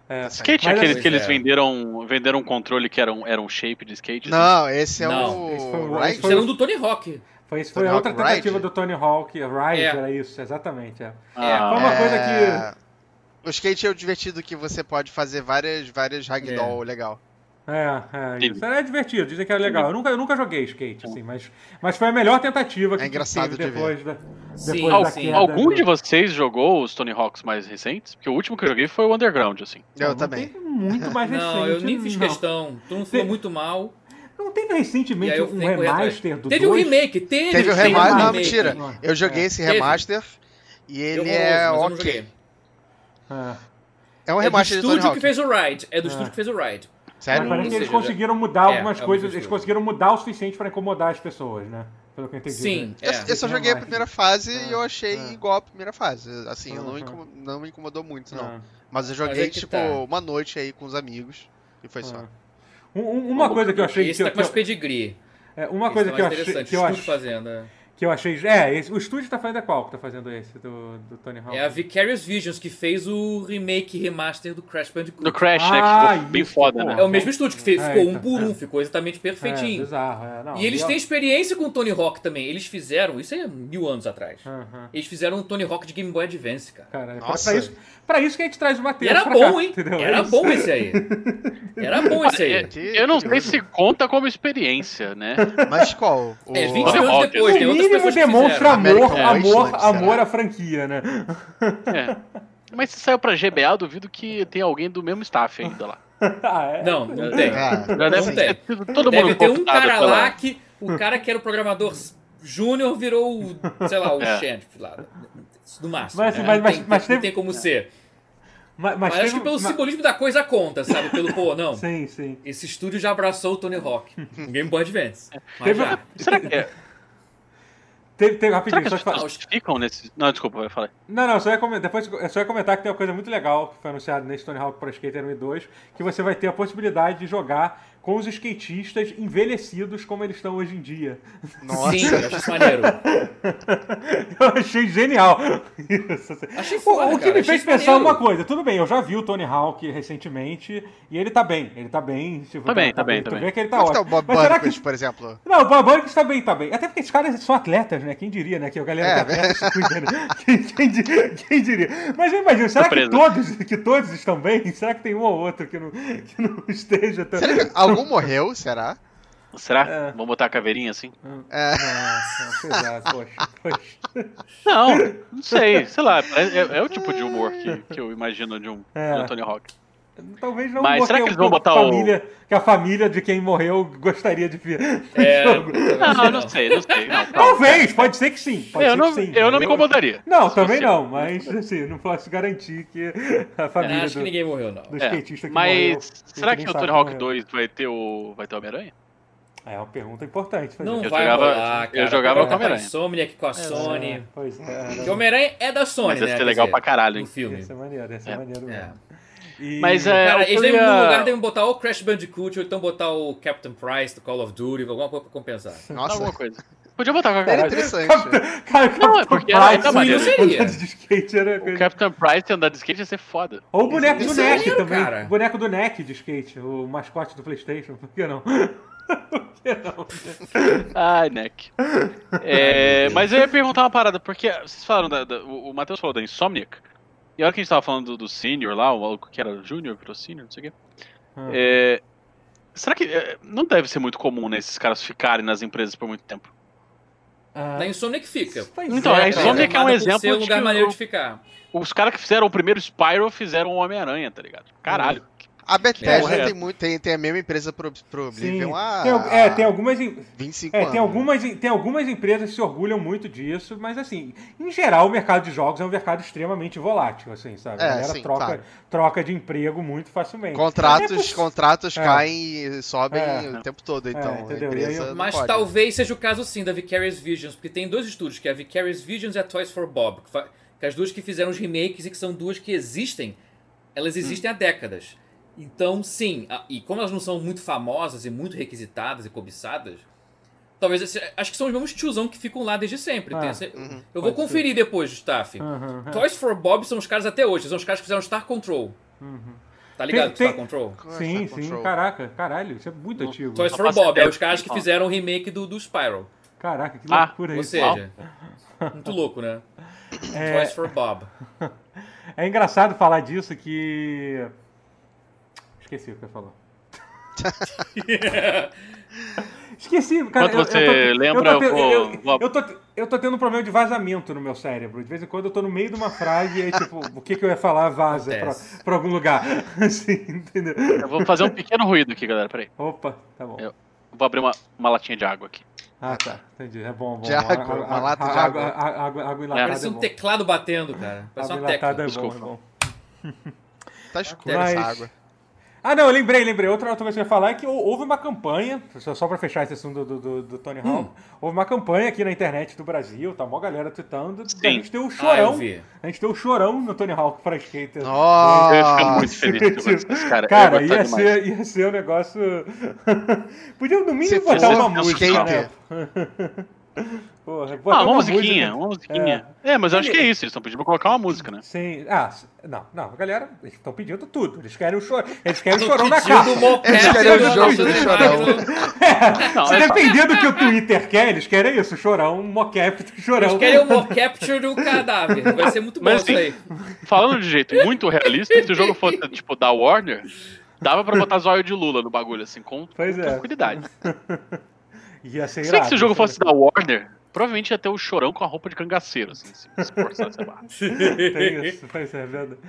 Speaker 1: É.
Speaker 4: Skate é
Speaker 1: Mas
Speaker 4: aquele
Speaker 1: assim-
Speaker 4: que eles
Speaker 2: é.
Speaker 4: venderam, venderam um controle que era um, era um shape de skate? assim?
Speaker 3: Não, esse é
Speaker 2: Não,
Speaker 3: o.
Speaker 1: esse foi o-
Speaker 3: Right?
Speaker 1: esse
Speaker 2: Isso era um do Tony Hawk.
Speaker 1: Foi, isso foi
Speaker 3: Tony
Speaker 1: outra
Speaker 3: Hawk
Speaker 1: tentativa
Speaker 3: Ride?
Speaker 1: do Tony Hawk Ride,
Speaker 2: É.
Speaker 1: era isso, exatamente. É.
Speaker 4: Ah,
Speaker 1: Foi
Speaker 3: assim?
Speaker 1: uma coisa que-
Speaker 3: O skate é o divertido que você pode fazer várias, várias ragdoll legal.
Speaker 1: É, é, isso
Speaker 4: Entendi.
Speaker 1: era divertido, dizem que era legal. Eu nunca, eu nunca joguei skate, assim, mas, mas foi a melhor tentativa que
Speaker 3: É engraçado
Speaker 1: teve
Speaker 3: de ver.
Speaker 1: depois da.
Speaker 2: Sim,
Speaker 1: Depois da
Speaker 4: Al-
Speaker 2: sim.
Speaker 1: queda
Speaker 4: algum
Speaker 1: do-
Speaker 4: de vocês jogou os Tony Hawks mais recentes? Porque o último que eu joguei foi o Underground, assim.
Speaker 1: Não,
Speaker 3: Eu
Speaker 1: não
Speaker 3: também.
Speaker 1: Teve muito mais recente.
Speaker 2: Não, eu nem fiz
Speaker 1: não.
Speaker 2: questão. Todo mundo falou muito mal.
Speaker 1: Não teve
Speaker 2: E aí
Speaker 1: recentemente
Speaker 2: eu
Speaker 1: um
Speaker 2: fui correr atrás.
Speaker 1: remaster do
Speaker 2: Teve um
Speaker 1: 2?
Speaker 2: remake, teve.
Speaker 3: Teve o
Speaker 2: um
Speaker 3: remaster. Não,
Speaker 2: remake.
Speaker 3: mentira.
Speaker 1: Não,
Speaker 3: Eu joguei esse
Speaker 2: Teve.
Speaker 3: remaster e
Speaker 2: É
Speaker 3: ele
Speaker 2: horroroso,
Speaker 3: é
Speaker 2: mas eu não
Speaker 3: ok.
Speaker 2: joguei.
Speaker 1: É.
Speaker 3: É um
Speaker 2: É do
Speaker 3: remaster de Tony
Speaker 2: estúdio
Speaker 3: Hawk.
Speaker 2: que fez o Ride. É do
Speaker 1: Ah.
Speaker 2: estúdio que fez o Ride.
Speaker 1: Mas
Speaker 3: Sério?
Speaker 1: parece que
Speaker 2: Ou
Speaker 1: eles
Speaker 2: seja,
Speaker 1: conseguiram mudar
Speaker 2: é,
Speaker 1: algumas
Speaker 2: é um
Speaker 1: coisas,
Speaker 2: absurdo.
Speaker 1: eles conseguiram mudar o suficiente para incomodar as pessoas, né? Pelo que eu entendi.
Speaker 2: Sim,
Speaker 1: né?
Speaker 2: é.
Speaker 3: Eu, eu só joguei a primeira fase e eu achei
Speaker 1: É.
Speaker 3: igual a primeira fase. Assim, eu não,
Speaker 1: Uhum.
Speaker 3: incomo- não me incomodou muito, não.
Speaker 1: Ah,
Speaker 3: Mas eu
Speaker 2: Mas
Speaker 3: joguei,
Speaker 2: é que
Speaker 3: tipo,
Speaker 2: tá.
Speaker 3: uma noite aí com os amigos. E foi só.
Speaker 1: ah. Um- um- uma coisa que eu achei
Speaker 2: Esse
Speaker 1: que,
Speaker 2: tá
Speaker 1: eu-
Speaker 2: com
Speaker 1: que eu-
Speaker 2: mais pedigree.
Speaker 1: é, uma
Speaker 2: Esse
Speaker 1: coisa
Speaker 2: tá
Speaker 1: que eu
Speaker 2: mais
Speaker 1: achei
Speaker 2: interessante,
Speaker 1: que eu
Speaker 2: o estúdio
Speaker 1: achei
Speaker 2: fazendo. é.
Speaker 1: que eu achei é esse- o estúdio tá fazendo é qual que tá fazendo esse do, do Tony Hawk
Speaker 2: É a Vicarious Visions que fez o remake remaster do Crash Bandicoot.
Speaker 4: Do Crash,
Speaker 1: Ah,
Speaker 4: né? Que ficou bem
Speaker 1: isso,
Speaker 4: foda,
Speaker 1: pô.
Speaker 4: né?
Speaker 2: É o mesmo estúdio que fez,
Speaker 1: É,
Speaker 2: ficou um
Speaker 1: então,
Speaker 2: por
Speaker 1: é.
Speaker 2: um, ficou exatamente
Speaker 1: É,
Speaker 2: perfeitinho.
Speaker 1: bizarro, é, não,
Speaker 2: e eles
Speaker 1: eu-
Speaker 2: têm experiência com o Tony Hawk também. Eles fizeram, isso é mil anos atrás.
Speaker 1: Aham.
Speaker 2: Eles fizeram um Tony Hawk de Game Boy Advance, cara.
Speaker 1: Caralho, pra-
Speaker 3: Nossa.
Speaker 1: pra isso, pra isso que a gente traz o
Speaker 2: E
Speaker 1: Matheus.
Speaker 2: era
Speaker 1: pra
Speaker 2: bom,
Speaker 1: cá,
Speaker 2: hein?
Speaker 1: entendeu? É
Speaker 2: Era
Speaker 1: isso.
Speaker 2: bom esse aí. Era bom esse aí.
Speaker 3: Que-
Speaker 4: É, Eu não sei
Speaker 3: curioso.
Speaker 4: se conta como experiência, né?
Speaker 3: Mas qual? O...
Speaker 2: É, 20
Speaker 4: Tony
Speaker 2: anos
Speaker 4: Hawk, né?
Speaker 2: depois,
Speaker 4: no
Speaker 2: tem
Speaker 1: no
Speaker 2: outras
Speaker 1: mínimo
Speaker 2: pessoas que
Speaker 1: demonstra
Speaker 2: fizeram.
Speaker 1: amor,
Speaker 3: American
Speaker 1: amor,
Speaker 3: Wasteland, será?
Speaker 1: amor à franquia, né?
Speaker 4: É. Mas se saiu pra GBA, eu duvido que tem alguém do mesmo staff ainda lá.
Speaker 1: Ah, é?
Speaker 2: Não, não tem.
Speaker 3: Ah,
Speaker 4: Já deve
Speaker 3: sim.
Speaker 4: ter sido todo
Speaker 2: Deve
Speaker 4: mundo
Speaker 2: ter um
Speaker 4: cooptado
Speaker 2: cara
Speaker 4: pela-
Speaker 2: lá que o cara que era o programador júnior virou, o, sei lá, o
Speaker 4: É.
Speaker 2: chefe lá. No máximo.
Speaker 1: Mas, assim,
Speaker 2: né?
Speaker 1: mas-
Speaker 2: não,
Speaker 1: mas-
Speaker 2: tem,
Speaker 1: mas
Speaker 2: não
Speaker 1: teve-
Speaker 2: tem como ser.
Speaker 1: Mas, mas
Speaker 2: Mas,
Speaker 1: teve
Speaker 2: acho que pelo
Speaker 1: uma-
Speaker 2: simbolismo da coisa conta, sabe? Pelo, pô, não.
Speaker 1: Sim, sim.
Speaker 2: Esse estúdio já abraçou o Tony Hawk. Um Game Boy Advance.
Speaker 4: É.
Speaker 2: Mas
Speaker 1: Teve-
Speaker 2: já.
Speaker 4: Será que, é?
Speaker 1: Teve, teve,
Speaker 4: será
Speaker 1: rapidinho,
Speaker 4: que
Speaker 1: só
Speaker 4: as
Speaker 1: te falar.
Speaker 4: pessoas ficam nesse... Não, desculpa, vai falar.
Speaker 1: Não, não, só ia, comentar, depois, eu só ia comentar que tem uma coisa muito legal que foi anunciada nesse Tony Hawk Pro Skater 1 e 2, que você vai ter a possibilidade de jogar com os skatistas envelhecidos como eles estão hoje em dia.
Speaker 3: assim, Nossa.
Speaker 2: Sim, eu achei isso maneiro.
Speaker 1: Eu achei genial. Isso, assim.
Speaker 2: Achei foda,
Speaker 1: O, o que
Speaker 2: cara,
Speaker 1: me
Speaker 2: achei
Speaker 1: fez pensar
Speaker 2: maneiro.
Speaker 1: uma coisa, tudo bem, eu já vi o Tony Hawk recentemente e ele tá bem, ele tá bem. Tipo,
Speaker 4: Tá bem, tá bem,
Speaker 1: tu
Speaker 4: tá
Speaker 1: vê
Speaker 4: bem.
Speaker 1: que ele tá
Speaker 3: Como é que tá o
Speaker 1: ótimo.
Speaker 3: Bob
Speaker 1: Mas será
Speaker 3: Burns,
Speaker 1: que.
Speaker 3: por exemplo?
Speaker 1: Não, o Bob Burns tá bem, tá bem. Até porque esses caras são atletas, né? Quem diria, né? Que a galera
Speaker 3: É,
Speaker 1: que é atleta se cuida, né? quem, quem di- quem diria? Mas eu imagino, será que
Speaker 4: Surpresa.
Speaker 1: todos, que todos estão bem? Será que tem um ou outro que não, que não esteja tão.
Speaker 3: Será que algum morreu? Será?
Speaker 4: Será?
Speaker 1: É.
Speaker 4: Vamos botar a caveirinha assim?
Speaker 3: É.
Speaker 1: Nossa, um pesado, poxa, poxa.
Speaker 4: Não, não sei. Sei lá, é, é- é o tipo de humor que, que eu imagino de um,
Speaker 1: É.
Speaker 4: de um Tony Hawk.
Speaker 1: Talvez não
Speaker 4: Mas
Speaker 1: bote
Speaker 4: será que
Speaker 1: o-
Speaker 4: eles vão botar
Speaker 1: a
Speaker 4: o-
Speaker 1: família, que a família de quem morreu gostaria de ver no
Speaker 2: É,
Speaker 1: jogo.
Speaker 4: Não, não sei, não sei. Não, calma.
Speaker 1: Talvez, pode ser que sim. Pode
Speaker 4: Eu
Speaker 1: ser
Speaker 4: não,
Speaker 1: que sim.
Speaker 4: eu não me incomodaria.
Speaker 1: Não,
Speaker 4: Se
Speaker 1: também
Speaker 4: você-
Speaker 1: não, mas assim, não posso garantir que a família
Speaker 2: É, Acho que
Speaker 1: do,
Speaker 2: ninguém morreu, não.
Speaker 1: do
Speaker 4: É,
Speaker 1: skatista que
Speaker 4: mas
Speaker 1: morreu,
Speaker 4: será
Speaker 1: nem
Speaker 4: que o
Speaker 1: sabe
Speaker 4: Tony Hawk
Speaker 1: morreu.
Speaker 4: 2 vai ter o vai ter o Homem-Aranha?
Speaker 1: É uma pergunta importante. fazer.
Speaker 2: Não
Speaker 4: Eu
Speaker 2: vai
Speaker 4: jogava-
Speaker 2: rolar,
Speaker 4: eu
Speaker 2: cara.
Speaker 4: jogava
Speaker 2: Vai
Speaker 4: com
Speaker 2: botar
Speaker 4: Homem-Aranha.
Speaker 2: Insomniac né, com a
Speaker 1: É,
Speaker 2: Sony.
Speaker 1: Pois é.
Speaker 4: um
Speaker 2: Que Homem-Aranha é da Sony,
Speaker 4: Mas
Speaker 2: né?
Speaker 4: ia ser
Speaker 2: Quer
Speaker 4: legal
Speaker 2: dizer,
Speaker 4: pra caralho, hein?
Speaker 2: No filme.
Speaker 1: Ia ser é maneiro, ia ser
Speaker 4: É.
Speaker 1: maneiro
Speaker 2: É.
Speaker 1: mesmo. E-
Speaker 4: Mas é.
Speaker 2: Cara,
Speaker 4: eu
Speaker 2: eles devem,
Speaker 4: queria-
Speaker 2: no lugar devem botar o Crash Bandicoot ou então botar o Captain Price do Call of Duty, alguma coisa pra compensar.
Speaker 3: Nossa,
Speaker 4: Alguma Tá coisa. Podia botar qualquer
Speaker 3: era
Speaker 4: coisa.
Speaker 3: interessante.
Speaker 1: Cara, o
Speaker 4: Não, é
Speaker 1: Capitão
Speaker 4: porque era ainda
Speaker 1: Price
Speaker 4: maneiro.
Speaker 2: Seria.
Speaker 1: andando de skate era
Speaker 4: O
Speaker 1: coisa-
Speaker 4: Captain Price andar de skate ia ser foda.
Speaker 1: Ou o boneco do
Speaker 3: Isso é
Speaker 1: Neck
Speaker 2: maneiro,
Speaker 1: também.
Speaker 2: cara.
Speaker 1: O boneco do Neck de skate, o mascote do PlayStation. Por que não? Por que não?
Speaker 4: Ai, Neck. É, mas eu ia perguntar uma parada, porque vocês falaram, da, da- o, o Matheus falou da Insomniac, e a hora que a gente tava falando do, do Senior lá, o maluco que era Junior, virou Senior, não sei o quê.
Speaker 1: Ah.
Speaker 4: É, será que. é, não deve ser muito comum, né, esses caras ficarem nas empresas por muito tempo.
Speaker 1: Ah,
Speaker 2: Na Insomniac fica.
Speaker 1: pois
Speaker 4: Então, a
Speaker 1: cara.
Speaker 4: Insomniac é
Speaker 2: Chamada
Speaker 4: um
Speaker 2: por
Speaker 4: exemplo
Speaker 2: ser um
Speaker 4: de
Speaker 2: lugar
Speaker 4: que
Speaker 2: maneiro
Speaker 4: o-
Speaker 2: de ficar.
Speaker 4: Os caras que fizeram o primeiro Spyro fizeram o Homem-Aranha, tá ligado? Caralho.
Speaker 3: A Bethesda
Speaker 4: É.
Speaker 3: tem muito, tem, tem a mesma empresa pro, pro
Speaker 1: Sim.
Speaker 3: Oblivion Ah, há
Speaker 1: Tem, al- é, tem algumas, em-
Speaker 3: 25
Speaker 1: é,
Speaker 3: anos. né?
Speaker 1: tem, algumas, em- tem algumas empresas que se orgulham muito disso, mas assim, em geral o mercado de jogos é um mercado extremamente volátil, assim, sabe?
Speaker 3: É,
Speaker 1: a galera
Speaker 3: sim,
Speaker 1: troca,
Speaker 3: claro.
Speaker 1: troca de emprego muito facilmente. É
Speaker 3: Contratos,
Speaker 1: poss-
Speaker 3: contratos
Speaker 1: É.
Speaker 3: caem e sobem
Speaker 1: É.
Speaker 3: o tempo todo,
Speaker 1: É,
Speaker 3: então a
Speaker 1: entendeu? E aí
Speaker 3: empresa
Speaker 1: eu-
Speaker 3: não
Speaker 2: Mas
Speaker 3: pode. né?
Speaker 2: talvez seja o caso sim da Vicarious Visions, porque tem dois estúdios, que é a Vicarious Visions e a Toys for Bob, que, fa- que as duas que fizeram os remakes e que são duas que existem,
Speaker 3: Hum.
Speaker 2: elas existem há décadas. Então, sim, a- e como elas não são muito famosas e muito requisitadas e cobiçadas, talvez esse- acho que são os mesmos tiozão que ficam lá desde sempre.
Speaker 1: Ah,
Speaker 2: tem essa-
Speaker 3: uhum,
Speaker 2: eu vou
Speaker 1: pode ser.
Speaker 2: conferir depois, Staff.
Speaker 1: Aham, é.
Speaker 2: Toys for Bob são os caras até hoje, são os caras que fizeram Star Control.
Speaker 1: Uhum.
Speaker 2: Tá ligado?
Speaker 1: Tem-
Speaker 2: Star Control?
Speaker 3: Uhum.
Speaker 1: Sim,
Speaker 3: Control.
Speaker 1: sim, caraca, caralho, isso é muito antigo.
Speaker 2: Toys
Speaker 4: Só
Speaker 2: for
Speaker 4: faço
Speaker 2: Bob, é
Speaker 4: ideia
Speaker 2: os
Speaker 4: do
Speaker 2: caras
Speaker 4: que
Speaker 2: que
Speaker 4: falam.
Speaker 2: fizeram o remake do, do Spiral.
Speaker 1: Caraca, que
Speaker 4: Ah,
Speaker 1: loucura
Speaker 2: Ou
Speaker 1: isso.
Speaker 2: seja, muito louco, né?
Speaker 1: É.
Speaker 2: Toys for Bob.
Speaker 1: É engraçado falar disso que. Esqueci o que eu ia falar. Esqueci, cara.
Speaker 4: Enquanto você lembra,
Speaker 1: eu,
Speaker 4: eu
Speaker 1: tô,
Speaker 4: vou-
Speaker 1: eu-
Speaker 4: vou-
Speaker 1: eu tô- eu tô tendo um problema de vazamento no meu cérebro. De vez em quando eu tô no meio de uma frase e aí, tipo, o que, que eu ia falar vaza pra,
Speaker 2: Acontece.
Speaker 1: pra algum lugar. Assim, entendeu?
Speaker 4: Eu vou fazer um pequeno ruído aqui, galera, peraí.
Speaker 1: Opa, tá bom.
Speaker 4: Eu- Vou abrir uma, uma latinha de água aqui.
Speaker 1: Ah, tá. Entendi. É bom, bom.
Speaker 3: De água,
Speaker 1: A- a-
Speaker 3: uma lata
Speaker 1: a-
Speaker 3: de
Speaker 1: água-
Speaker 3: água.
Speaker 1: a- a- Água água enlatada.
Speaker 2: Parece
Speaker 1: é
Speaker 2: um
Speaker 1: bom.
Speaker 2: teclado batendo, cara. Parece
Speaker 1: Água
Speaker 2: uma
Speaker 1: enlatada
Speaker 2: Tá tecla.
Speaker 1: é bom,
Speaker 4: Desculpa.
Speaker 1: é bom.
Speaker 3: Tá escuro
Speaker 1: Mas-
Speaker 3: essa água.
Speaker 1: Ah, não, eu lembrei, lembrei. Outra, outra coisa que eu ia falar é que hou- houve uma campanha, só, só pra fechar esse assunto do, do, do Tony Hawk, houve uma campanha aqui na internet do Brasil, tá mó galera tweetando, a gente deu o
Speaker 2: Ah, eu
Speaker 1: chorão,
Speaker 2: vi.
Speaker 1: a gente deu o chorão no Tony Hawk pra skater.
Speaker 3: Ah,
Speaker 4: Eu ia ficar
Speaker 3: Nossa!
Speaker 4: muito feliz se eu fosse esses caras. eu
Speaker 1: Cara,
Speaker 4: ia gostar
Speaker 1: ia
Speaker 4: demais. Ah,
Speaker 1: ser, ia ser um negócio... Podia no mínimo
Speaker 3: Se
Speaker 1: botar
Speaker 3: fosse
Speaker 1: uma
Speaker 4: um
Speaker 1: música, né?
Speaker 3: skater.
Speaker 1: Porra,
Speaker 4: Ah,
Speaker 1: botar
Speaker 4: uma musiquinha,
Speaker 1: música.
Speaker 4: uma musiquinha. É, mas eu acho que é isso, eles estão pedindo pra colocar uma música, né?
Speaker 1: Sim. Ah, s- não, não, a galera, eles estão pedindo tudo. Eles querem o chorão, eles querem o
Speaker 2: Tô
Speaker 1: chorão na
Speaker 2: pedindo
Speaker 1: capa.
Speaker 2: o mocap
Speaker 3: Eles querem o
Speaker 2: do
Speaker 3: jogo
Speaker 2: Monster
Speaker 3: do
Speaker 2: Hunter.
Speaker 3: chorão.
Speaker 4: Não,
Speaker 1: Se
Speaker 4: é fácil.
Speaker 1: depender do que o Twitter quer, eles querem isso, chorão, um mocap do chorão.
Speaker 2: Eles querem o
Speaker 4: um
Speaker 2: mocapture do cadáver. Vai ser muito bom
Speaker 4: Mas
Speaker 2: isso aí.
Speaker 4: Falando de jeito muito realista, se o jogo fosse, tipo, da Warner, dava pra botar zóio de Lula no bagulho, assim, com
Speaker 1: Pois é.
Speaker 4: tranquilidade.
Speaker 1: Ia ser
Speaker 4: Se bem que
Speaker 1: irado,
Speaker 4: se
Speaker 1: é
Speaker 4: o jogo
Speaker 1: ia ser
Speaker 4: fosse da Warner, provavelmente ia ter o chorão com a roupa de cangaceiro, assim, se esforçasse a barra.
Speaker 1: irado, tem isso, pois é, verdade.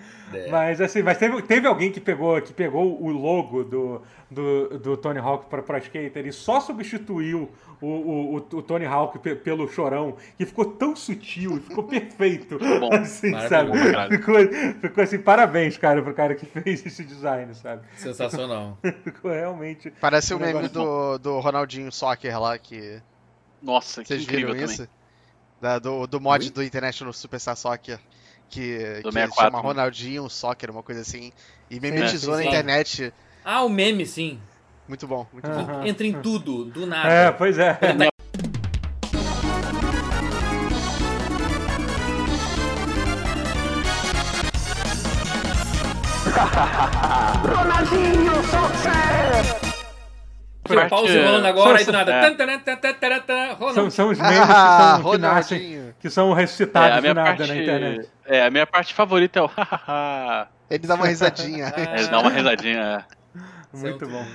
Speaker 1: Mas assim, mas teve, teve alguém que pegou, que pegou o logo do, do, do Tony Hawk para Pro Skater e só substituiu o, o, o, o Tony Hawk pe- pelo chorão, que ficou tão sutil, e ficou perfeito.
Speaker 4: bom,
Speaker 1: assim, sabe?
Speaker 2: maravilhoso,
Speaker 4: cara.
Speaker 1: Ficou, ficou assim, parabéns, cara, pro cara que fez esse design, sabe?
Speaker 2: Sensacional.
Speaker 1: Ficou realmente.
Speaker 3: Parece o
Speaker 1: Um
Speaker 3: meme
Speaker 1: negócio
Speaker 3: do, do Ronaldinho Soccer lá, que
Speaker 4: Nossa, que
Speaker 3: vocês
Speaker 4: incrível
Speaker 3: viram
Speaker 4: também.
Speaker 3: isso? Da- do, do mod do International Superstar Soccer, que,
Speaker 4: Do
Speaker 3: que
Speaker 4: 64,
Speaker 3: chama
Speaker 4: né?
Speaker 3: Ronaldinho Soccer, uma coisa assim, e memetizou na
Speaker 2: sim, sim.
Speaker 3: internet.
Speaker 2: Ah, o meme, sim.
Speaker 3: Muito bom, muito bom.
Speaker 1: Aham.
Speaker 2: Entra em tudo, do
Speaker 1: É,
Speaker 2: nada.
Speaker 1: pois é.
Speaker 2: Porque o pause rolando agora e do nada.
Speaker 4: É.
Speaker 2: Tan, tan, tan, tan, tan, tan,
Speaker 1: São,
Speaker 2: Ronald.
Speaker 1: são os memes
Speaker 3: Ah,
Speaker 1: que, são, que nascem,
Speaker 3: Ronaldinho!
Speaker 1: que são
Speaker 4: É,
Speaker 1: ressuscitados
Speaker 4: a
Speaker 1: do
Speaker 4: minha
Speaker 1: nada
Speaker 4: parte,
Speaker 1: na internet.
Speaker 4: é, a minha parte favorita é o hahaha.
Speaker 3: Ele dá uma risadinha.
Speaker 2: Ah.
Speaker 4: É, dá uma risadinha.
Speaker 1: Muito
Speaker 2: Certo.
Speaker 1: bom.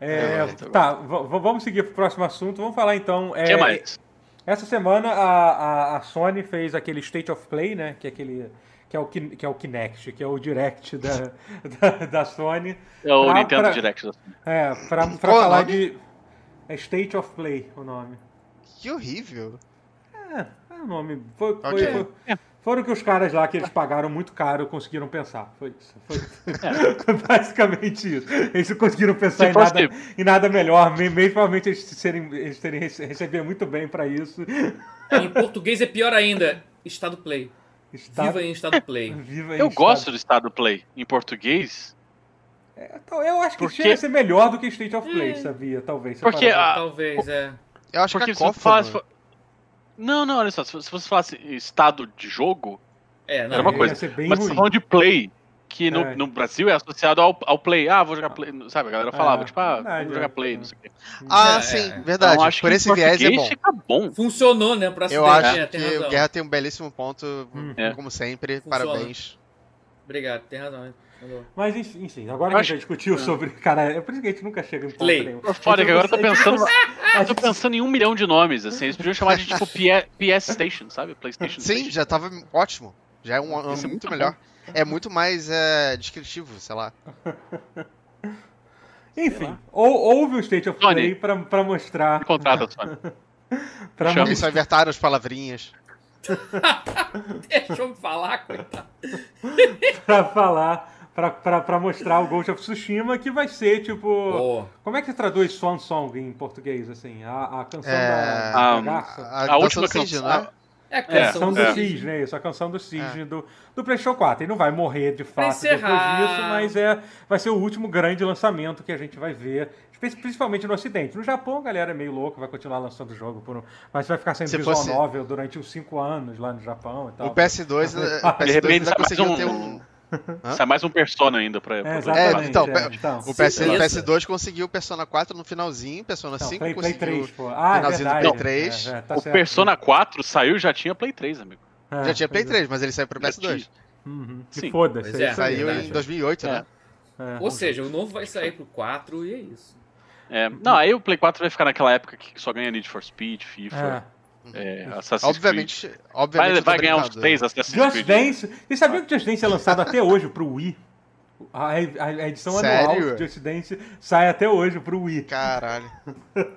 Speaker 1: É,
Speaker 4: É, muito
Speaker 1: tá, v- v- vamos seguir pro próximo assunto. Vamos falar então.
Speaker 4: O
Speaker 1: É,
Speaker 4: que mais?
Speaker 1: Essa semana a, a, a Sony fez aquele State of Play, né? Que é aquele. Que é, o, Kin- que é o Kinect, que é o Direct da, da, da Sony.
Speaker 4: É o
Speaker 1: pra-
Speaker 4: Nintendo
Speaker 1: pra-
Speaker 4: Direct.
Speaker 1: É, pra, pra
Speaker 3: Qual é o
Speaker 1: falar
Speaker 3: nome?
Speaker 1: de. É State of Play o nome.
Speaker 3: Que horrível.
Speaker 1: É, é o nome. Foi, foi-
Speaker 3: Ok.
Speaker 1: foi-
Speaker 4: É.
Speaker 1: foram que os caras lá que eles pagaram muito caro conseguiram pensar. Foi isso. Foi,
Speaker 4: É.
Speaker 1: basicamente isso. Eles não conseguiram pensar
Speaker 4: Se
Speaker 1: em nada,
Speaker 4: fosse-
Speaker 1: em nada melhor. me- Mesmo provavelmente eles, serem, eles terem rece- receber muito bem pra isso.
Speaker 2: Em português é pior ainda. Estado play.
Speaker 1: Estado-
Speaker 2: Viva em estado play.
Speaker 1: Viva em
Speaker 4: Eu
Speaker 1: estado-
Speaker 4: gosto do estado play em português,
Speaker 1: Então, eu acho que
Speaker 4: Porque-
Speaker 1: chega a ser melhor do que State of Play, sabia? Talvez. se eu
Speaker 4: Porque
Speaker 1: parar.
Speaker 4: Ah,
Speaker 2: Talvez, é.
Speaker 3: Eu acho
Speaker 4: porque
Speaker 3: que
Speaker 4: se
Speaker 3: é
Speaker 4: você falasse.
Speaker 3: cófono.
Speaker 4: Não, não, olha só, se se você falasse estado de jogo,
Speaker 2: É, não.
Speaker 4: era uma
Speaker 1: Ia
Speaker 4: coisa.
Speaker 1: ser bem
Speaker 4: mas
Speaker 1: ruim.
Speaker 4: você tá falando de play, que no,
Speaker 1: É.
Speaker 4: no Brasil é associado ao, ao play. Ah, vou jogar play, sabe? A galera falava,
Speaker 1: É,
Speaker 4: tipo, ah,
Speaker 1: verdade,
Speaker 4: vou
Speaker 1: é.
Speaker 4: jogar play, não sei o quê.
Speaker 3: Ah,
Speaker 2: É,
Speaker 3: sim,
Speaker 2: é.
Speaker 3: verdade.
Speaker 4: Então, acho
Speaker 3: Por
Speaker 4: que em
Speaker 3: esse viés é
Speaker 4: português
Speaker 3: bom.
Speaker 4: fica assim, bom.
Speaker 2: Funcionou, né? Pra
Speaker 3: Eu
Speaker 2: acidente,
Speaker 3: acho
Speaker 2: é,
Speaker 3: que
Speaker 2: tem razão.
Speaker 3: o Guerra tem um belíssimo ponto,
Speaker 1: Hum.
Speaker 4: É.
Speaker 3: como sempre.
Speaker 2: Funciona.
Speaker 3: Parabéns.
Speaker 2: Obrigado, tem razão. né? Mandou.
Speaker 1: Mas enfim, enfim, agora que
Speaker 4: Eu
Speaker 1: a gente já discutiu sobre. Cara, é por isso que a gente nunca chega em ponto
Speaker 2: Play.
Speaker 1: nenhum.
Speaker 4: Foda que agora eu tô pensando.
Speaker 1: A
Speaker 4: Eu tô
Speaker 1: gente-
Speaker 4: pensando em um milhão de nomes, assim. Eles podiam chamar de tipo PS, PS Station, sabe? PlayStation
Speaker 3: Sim,
Speaker 4: Station.
Speaker 3: já tava ótimo. Já é um ano
Speaker 4: Isso é
Speaker 3: muito
Speaker 4: muito
Speaker 3: melhor. É muito mais é, descritivo, sei lá.
Speaker 4: Tá
Speaker 1: Enfim, ou, houve o State of
Speaker 4: Sony.
Speaker 1: Play pra, pra mostrar.
Speaker 4: Me contrata, Sony.
Speaker 1: Pra
Speaker 4: Chama.
Speaker 3: Eles só invertaram as palavrinhas.
Speaker 2: Deixa eu falar, coitado.
Speaker 1: pra falar, pra, pra, pra mostrar o Ghost of Tsushima, que vai ser tipo.
Speaker 2: Boa.
Speaker 1: Como é que se traduz Swan Song em português, assim? A, a canção
Speaker 3: É,
Speaker 1: da, da
Speaker 4: a-
Speaker 1: garça?
Speaker 3: A,
Speaker 4: A última
Speaker 3: canção do Cid,
Speaker 4: canção-
Speaker 3: né?
Speaker 2: É a
Speaker 1: A
Speaker 2: Ah, canção
Speaker 1: canção
Speaker 2: do
Speaker 1: do
Speaker 4: é.
Speaker 2: cisne.
Speaker 1: Cisne, isso, a canção
Speaker 3: É.
Speaker 1: do Cisne do, do PlayStation 4. Ele não vai morrer de
Speaker 2: Pra
Speaker 1: fato depois
Speaker 2: encerrar.
Speaker 1: disso, mas é, vai ser o último grande lançamento que a gente vai ver, espe- principalmente no Ocidente. No Japão, a galera é meio louca, vai continuar lançando o jogo, por um- mas vai ficar sendo
Speaker 3: Se
Speaker 1: visual
Speaker 3: fosse-
Speaker 1: novel durante uns 5 anos lá no Japão e tal.
Speaker 3: O PS2, né, o
Speaker 4: Tá De
Speaker 3: PS2
Speaker 4: repente
Speaker 3: ainda
Speaker 4: sai mais
Speaker 3: conseguiu
Speaker 4: um.
Speaker 3: ter um. Hã?
Speaker 4: Sai mais um Persona ainda pra. pra-
Speaker 1: É,
Speaker 4: pra-
Speaker 1: exatamente.
Speaker 3: É, então,
Speaker 1: é,
Speaker 3: pe-
Speaker 1: então.
Speaker 3: O PS,
Speaker 2: Sim,
Speaker 3: o
Speaker 2: essa.
Speaker 3: PS2 conseguiu Persona 4 no finalzinho, Persona
Speaker 1: Não,
Speaker 3: 5
Speaker 1: Play, Play
Speaker 3: conseguiu.
Speaker 1: 3, pô. Ah, é
Speaker 3: finalzinho do
Speaker 1: verdade.
Speaker 3: Play 3.
Speaker 1: É, é, tá
Speaker 4: o
Speaker 1: certo.
Speaker 4: Persona 4 saiu já tinha Play 3, amigo.
Speaker 1: É,
Speaker 3: Já tinha Play
Speaker 1: pois é.
Speaker 3: 3, mas ele saiu pro
Speaker 4: Já
Speaker 3: PS2.
Speaker 1: Uhum. Que
Speaker 4: Sim.
Speaker 1: foda-se.
Speaker 2: Pois é.
Speaker 1: isso aí,
Speaker 3: Saiu
Speaker 1: verdade.
Speaker 3: em 2008, né?
Speaker 1: É.
Speaker 2: Ou seja, o novo vai sair pro 4 e é isso.
Speaker 4: É, não, aí o Play 4 vai ficar naquela época que só ganha Need for Speed, FIFA,
Speaker 1: É.
Speaker 4: é, Assassin's Creed.
Speaker 3: Uhum. Obviamente, obviamente.
Speaker 4: Vai,
Speaker 3: eu tô
Speaker 4: vai ganhar uns
Speaker 3: brincando.
Speaker 4: 3 Assassin's
Speaker 1: Just
Speaker 4: Creed.
Speaker 1: Dance. Vocês sabiam que Just Dance é lançado até hoje pro Wii? A, a- a edição anual
Speaker 3: Sério?
Speaker 1: de Just Dance sai até hoje pro Wii.
Speaker 3: Caralho.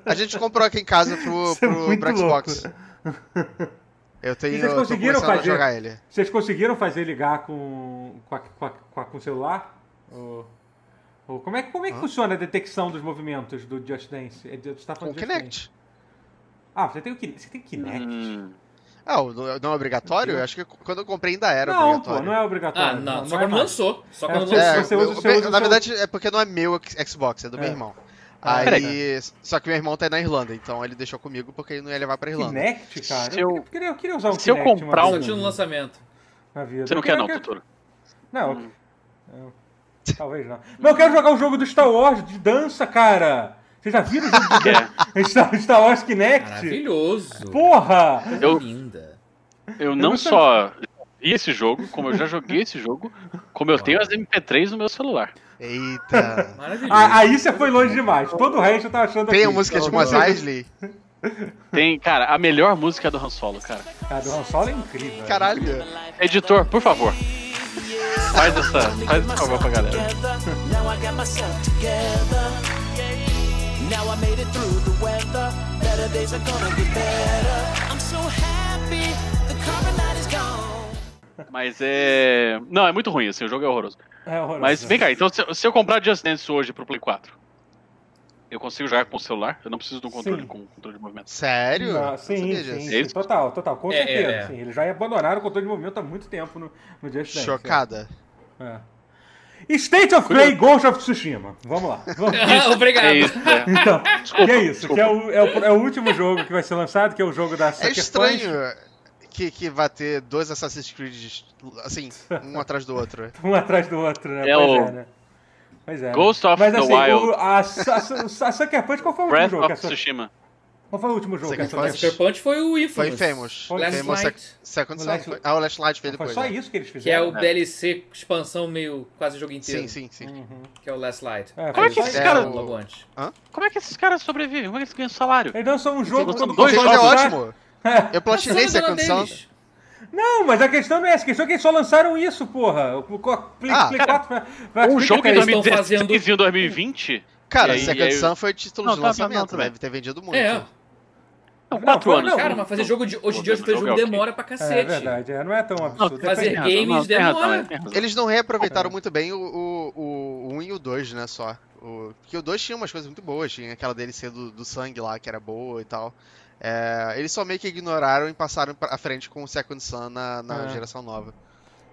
Speaker 3: A gente comprou aqui em casa pro,
Speaker 1: Isso é
Speaker 3: pro,
Speaker 1: muito
Speaker 3: pro Xbox. Eu tenho.
Speaker 1: E vocês
Speaker 3: eu tô
Speaker 1: conseguiram
Speaker 3: começando a
Speaker 1: fazer?
Speaker 3: jogar ele.
Speaker 1: Vocês conseguiram fazer ligar com com, a- com, a- com, a- com o celular? Ou, ou como é, que- como é que
Speaker 3: Hã?
Speaker 1: funciona a detecção dos movimentos do Just Dance? É, de- você tá
Speaker 3: Com
Speaker 1: falando
Speaker 3: o
Speaker 1: de Just Dance.
Speaker 3: Kinect.
Speaker 1: Ah, você tem o Kinect. Você tem Kinect?
Speaker 4: Hum,
Speaker 3: Ah, o- não não é obrigatório? Eu acho que quando eu comprei ainda era
Speaker 1: não, pô,
Speaker 3: obrigatório.
Speaker 1: não é obrigatório.
Speaker 2: Ah, não. Só
Speaker 1: é
Speaker 2: quando
Speaker 1: mais.
Speaker 2: lançou. Só
Speaker 1: É,
Speaker 2: quando
Speaker 1: você-
Speaker 3: É,
Speaker 2: lançou.
Speaker 1: você usa-
Speaker 3: eu-
Speaker 1: você usa o
Speaker 3: na
Speaker 1: seu-
Speaker 3: verdade, é porque não é meu Xbox, é do meu
Speaker 1: É.
Speaker 3: irmão.
Speaker 1: Ah,
Speaker 3: Aí, só que meu irmão tá na Irlanda, então ele deixou comigo porque ele não ia levar pra Irlanda.
Speaker 1: Kinect, cara?
Speaker 4: Se
Speaker 1: eu,
Speaker 4: eu-
Speaker 1: queria- queria, eu queria usar um
Speaker 4: se eu
Speaker 1: Kinect uma
Speaker 4: comprar
Speaker 1: vez
Speaker 2: Só tinha no
Speaker 1: na-
Speaker 2: lançamento.
Speaker 1: na vida.
Speaker 4: você não
Speaker 1: Eu
Speaker 4: quer
Speaker 1: queria-
Speaker 4: não,
Speaker 1: eu-
Speaker 4: Totoro?
Speaker 1: Não. eu- eu- Talvez não. Mas eu quero jogar o jogo do Star Wars de dança, cara. Vocês já viram o jogo de
Speaker 4: É,
Speaker 1: dança? Star, Star Wars Kinect?
Speaker 2: É. Maravilhoso.
Speaker 1: Porra!
Speaker 2: Coisa
Speaker 4: Eu-
Speaker 2: Linda.
Speaker 4: Eu não
Speaker 1: não
Speaker 4: só vi esse jogo, como eu já joguei esse jogo, como eu tenho as MP3 no meu celular.
Speaker 3: Eita!
Speaker 2: Maravilhoso.
Speaker 1: Ah, aí você foi longe demais. Todo o resto eu tava achando
Speaker 3: Tem a
Speaker 1: aqui.
Speaker 3: música de
Speaker 1: Então,
Speaker 3: Mos Eisley?
Speaker 4: Tem, cara, a melhor música é do Han Solo, cara.
Speaker 1: Cara, do Han Solo é incrível.
Speaker 3: Caralho!
Speaker 1: Ah,
Speaker 4: Editor, por favor. Faz essa, faz esse favor pra galera.
Speaker 5: Now I got myself together. Now I made it through the weather. Better days are gonna get better. I'm so happy the carbon night is gone.
Speaker 4: Mas é. Não, é muito ruim, assim, o jogo é horroroso.
Speaker 1: É horroroso.
Speaker 4: Mas vem cá, então se eu, se eu comprar Just Dance hoje pro Play 4, eu consigo jogar com o celular? Eu não preciso de um controle
Speaker 1: Sim.
Speaker 4: com controle de movimento.
Speaker 3: Sério?
Speaker 1: Não,
Speaker 3: Não
Speaker 1: sim,
Speaker 3: sabia
Speaker 1: sim,
Speaker 3: disso.
Speaker 1: sim, total, total, com
Speaker 2: É, é,
Speaker 1: certeza.
Speaker 2: é.
Speaker 1: sim. Eles já abandonaram o controle de movimento há muito tempo no, no Just Dance.
Speaker 3: Chocada.
Speaker 1: É. State of Play Ghost of Tsushima. Vamos lá. Vamos.
Speaker 2: Ah,
Speaker 4: É
Speaker 2: Obrigado.
Speaker 4: isso, é.
Speaker 1: Então, que é isso,
Speaker 4: desculpa.
Speaker 1: que é o, é, o, é o último jogo que vai ser lançado, que é o jogo da
Speaker 3: É
Speaker 1: Sucker
Speaker 3: estranho que, que vai ter dois Assassin's Creed, assim, um atrás do outro.
Speaker 1: Punch, um atrás do outro, né?
Speaker 4: É
Speaker 1: pois
Speaker 4: o
Speaker 1: é, né? Pois é.
Speaker 4: Ghost of
Speaker 1: Mas,
Speaker 4: the
Speaker 1: assim,
Speaker 4: Wild.
Speaker 1: O, a, Su- a, Su- a Sucker Punch, qual foi o último
Speaker 4: Breath
Speaker 1: jogo? que
Speaker 4: of
Speaker 1: a Sucker-
Speaker 4: Tsushima.
Speaker 1: qual foi o último jogo?
Speaker 3: Sucker
Speaker 1: que a Sucker
Speaker 3: Punch.
Speaker 2: Super Punch foi o Infamous.
Speaker 3: Foi Infamous.
Speaker 1: Foi
Speaker 2: Last
Speaker 3: Infamous é.
Speaker 2: Night.
Speaker 3: Sec- Second
Speaker 1: O
Speaker 3: Son.
Speaker 1: Last-
Speaker 3: foi- Ah, o Last Light veio
Speaker 1: Foi
Speaker 3: depois.
Speaker 1: só
Speaker 3: né?
Speaker 1: isso que eles
Speaker 2: Que é
Speaker 1: fizeram.
Speaker 2: o DLC expansão meio quase o jogo inteiro.
Speaker 3: Sim, sim, sim.
Speaker 2: Que é o Last Light.
Speaker 1: É, Como é que
Speaker 2: Aí
Speaker 1: esse
Speaker 2: saiu
Speaker 4: cara-
Speaker 2: o logo antes.
Speaker 4: Como é que esses caras sobrevivem? Como é que eles ganham salário?
Speaker 1: Eles lançam um jogo quando
Speaker 4: lançam dois
Speaker 1: quando
Speaker 3: Second Son é
Speaker 4: jogos,
Speaker 1: lançar-
Speaker 3: ótimo. Eu platinei
Speaker 2: Mas só na
Speaker 3: Second
Speaker 2: zona
Speaker 3: Son.
Speaker 2: deles.
Speaker 1: Não, mas a questão não é essa. A questão é que eles só lançaram isso, porra. O co- Play,
Speaker 3: Ah,
Speaker 1: Play
Speaker 4: cara,
Speaker 1: 4 vai- vai-
Speaker 4: Um
Speaker 1: fica
Speaker 4: jogo
Speaker 1: até
Speaker 4: em
Speaker 1: isso.
Speaker 2: estão
Speaker 4: 2016
Speaker 2: fazendo-
Speaker 4: e um 2020?
Speaker 3: Cara,
Speaker 4: E aí-
Speaker 3: Second
Speaker 4: e aí-
Speaker 3: Sun foi título
Speaker 4: Não,
Speaker 3: de
Speaker 4: tá, tá, não,
Speaker 3: lançamento, né?
Speaker 4: tudo bem.
Speaker 3: deve ter vendido muito.
Speaker 2: É,
Speaker 4: Não,
Speaker 1: Não,
Speaker 4: 4 anos.
Speaker 1: não,
Speaker 2: cara, mas fazer jogo de hoje em dia
Speaker 4: Jogo
Speaker 2: hoje fazer jogo
Speaker 4: é ok.
Speaker 2: demora pra
Speaker 1: É
Speaker 2: cacete.
Speaker 1: verdade, é, não é tão absurdo.
Speaker 4: Não,
Speaker 2: Fazer
Speaker 4: tem razão,
Speaker 2: games
Speaker 4: não, tem razão,
Speaker 2: demora.
Speaker 4: é, tem razão.
Speaker 3: Eles não
Speaker 1: É.
Speaker 3: reaproveitaram muito bem o, o, o 1 e o 2, né, só. O, porque o 2 tinha umas coisas muito boas, tinha aquela DLC do, do sangue lá, que era boa e tal. É, eles só meio que ignoraram e passaram pra frente com o Second Sun na, na
Speaker 1: É.
Speaker 3: geração nova.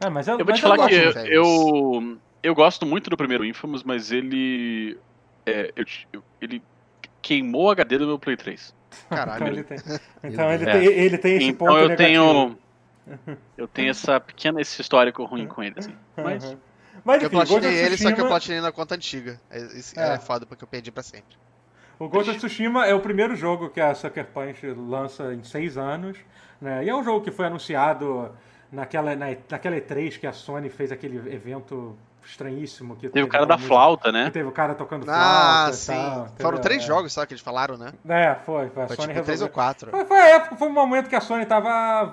Speaker 1: Ah, mas eu,
Speaker 4: Eu vou
Speaker 1: mas
Speaker 4: te falar
Speaker 1: gosto
Speaker 4: que eu,
Speaker 1: do-
Speaker 3: velhos.
Speaker 4: eu, eu gosto muito do primeiro Infamous, mas ele. é, eu te- eu- ele queimou o HD do meu Play 3.
Speaker 1: Então ele
Speaker 3: Caralho.
Speaker 1: tem, então ele
Speaker 4: É.
Speaker 1: tem, ele tem esse
Speaker 4: então
Speaker 1: ponto
Speaker 4: eu
Speaker 1: negativo.
Speaker 4: tenho. Eu tenho essa pequena, esse histórico ruim com ele, assim.
Speaker 1: Aham.
Speaker 4: Mas.
Speaker 1: Mas
Speaker 3: eu
Speaker 1: enfim, o Ghost
Speaker 3: platinei
Speaker 1: of
Speaker 3: ele, só que eu
Speaker 1: Tsushima-
Speaker 3: platinei na conta antiga. É, isso é.
Speaker 1: É.
Speaker 3: foda porque eu perdi pra sempre.
Speaker 1: O Ghost of Tsushima é o primeiro jogo que a Sucker Punch lança em seis anos, né? E é um jogo que foi anunciado naquela, na, naquela E3 que a Sony fez aquele evento estranhíssimo que
Speaker 4: Teve o cara da
Speaker 1: música-
Speaker 4: flauta,
Speaker 1: que
Speaker 4: né?
Speaker 1: teve o cara tocando flauta
Speaker 3: Ah,
Speaker 1: e
Speaker 3: sim.
Speaker 1: tal, entendeu?
Speaker 3: Foram três
Speaker 1: É.
Speaker 3: jogos só que eles falaram, né?
Speaker 1: É, foi, foi. A
Speaker 3: Foi
Speaker 1: Sony
Speaker 3: tipo três
Speaker 1: resolveu-
Speaker 3: ou quatro.
Speaker 1: Foi, foi a época, foi um momento que a Sony tava. "Ah,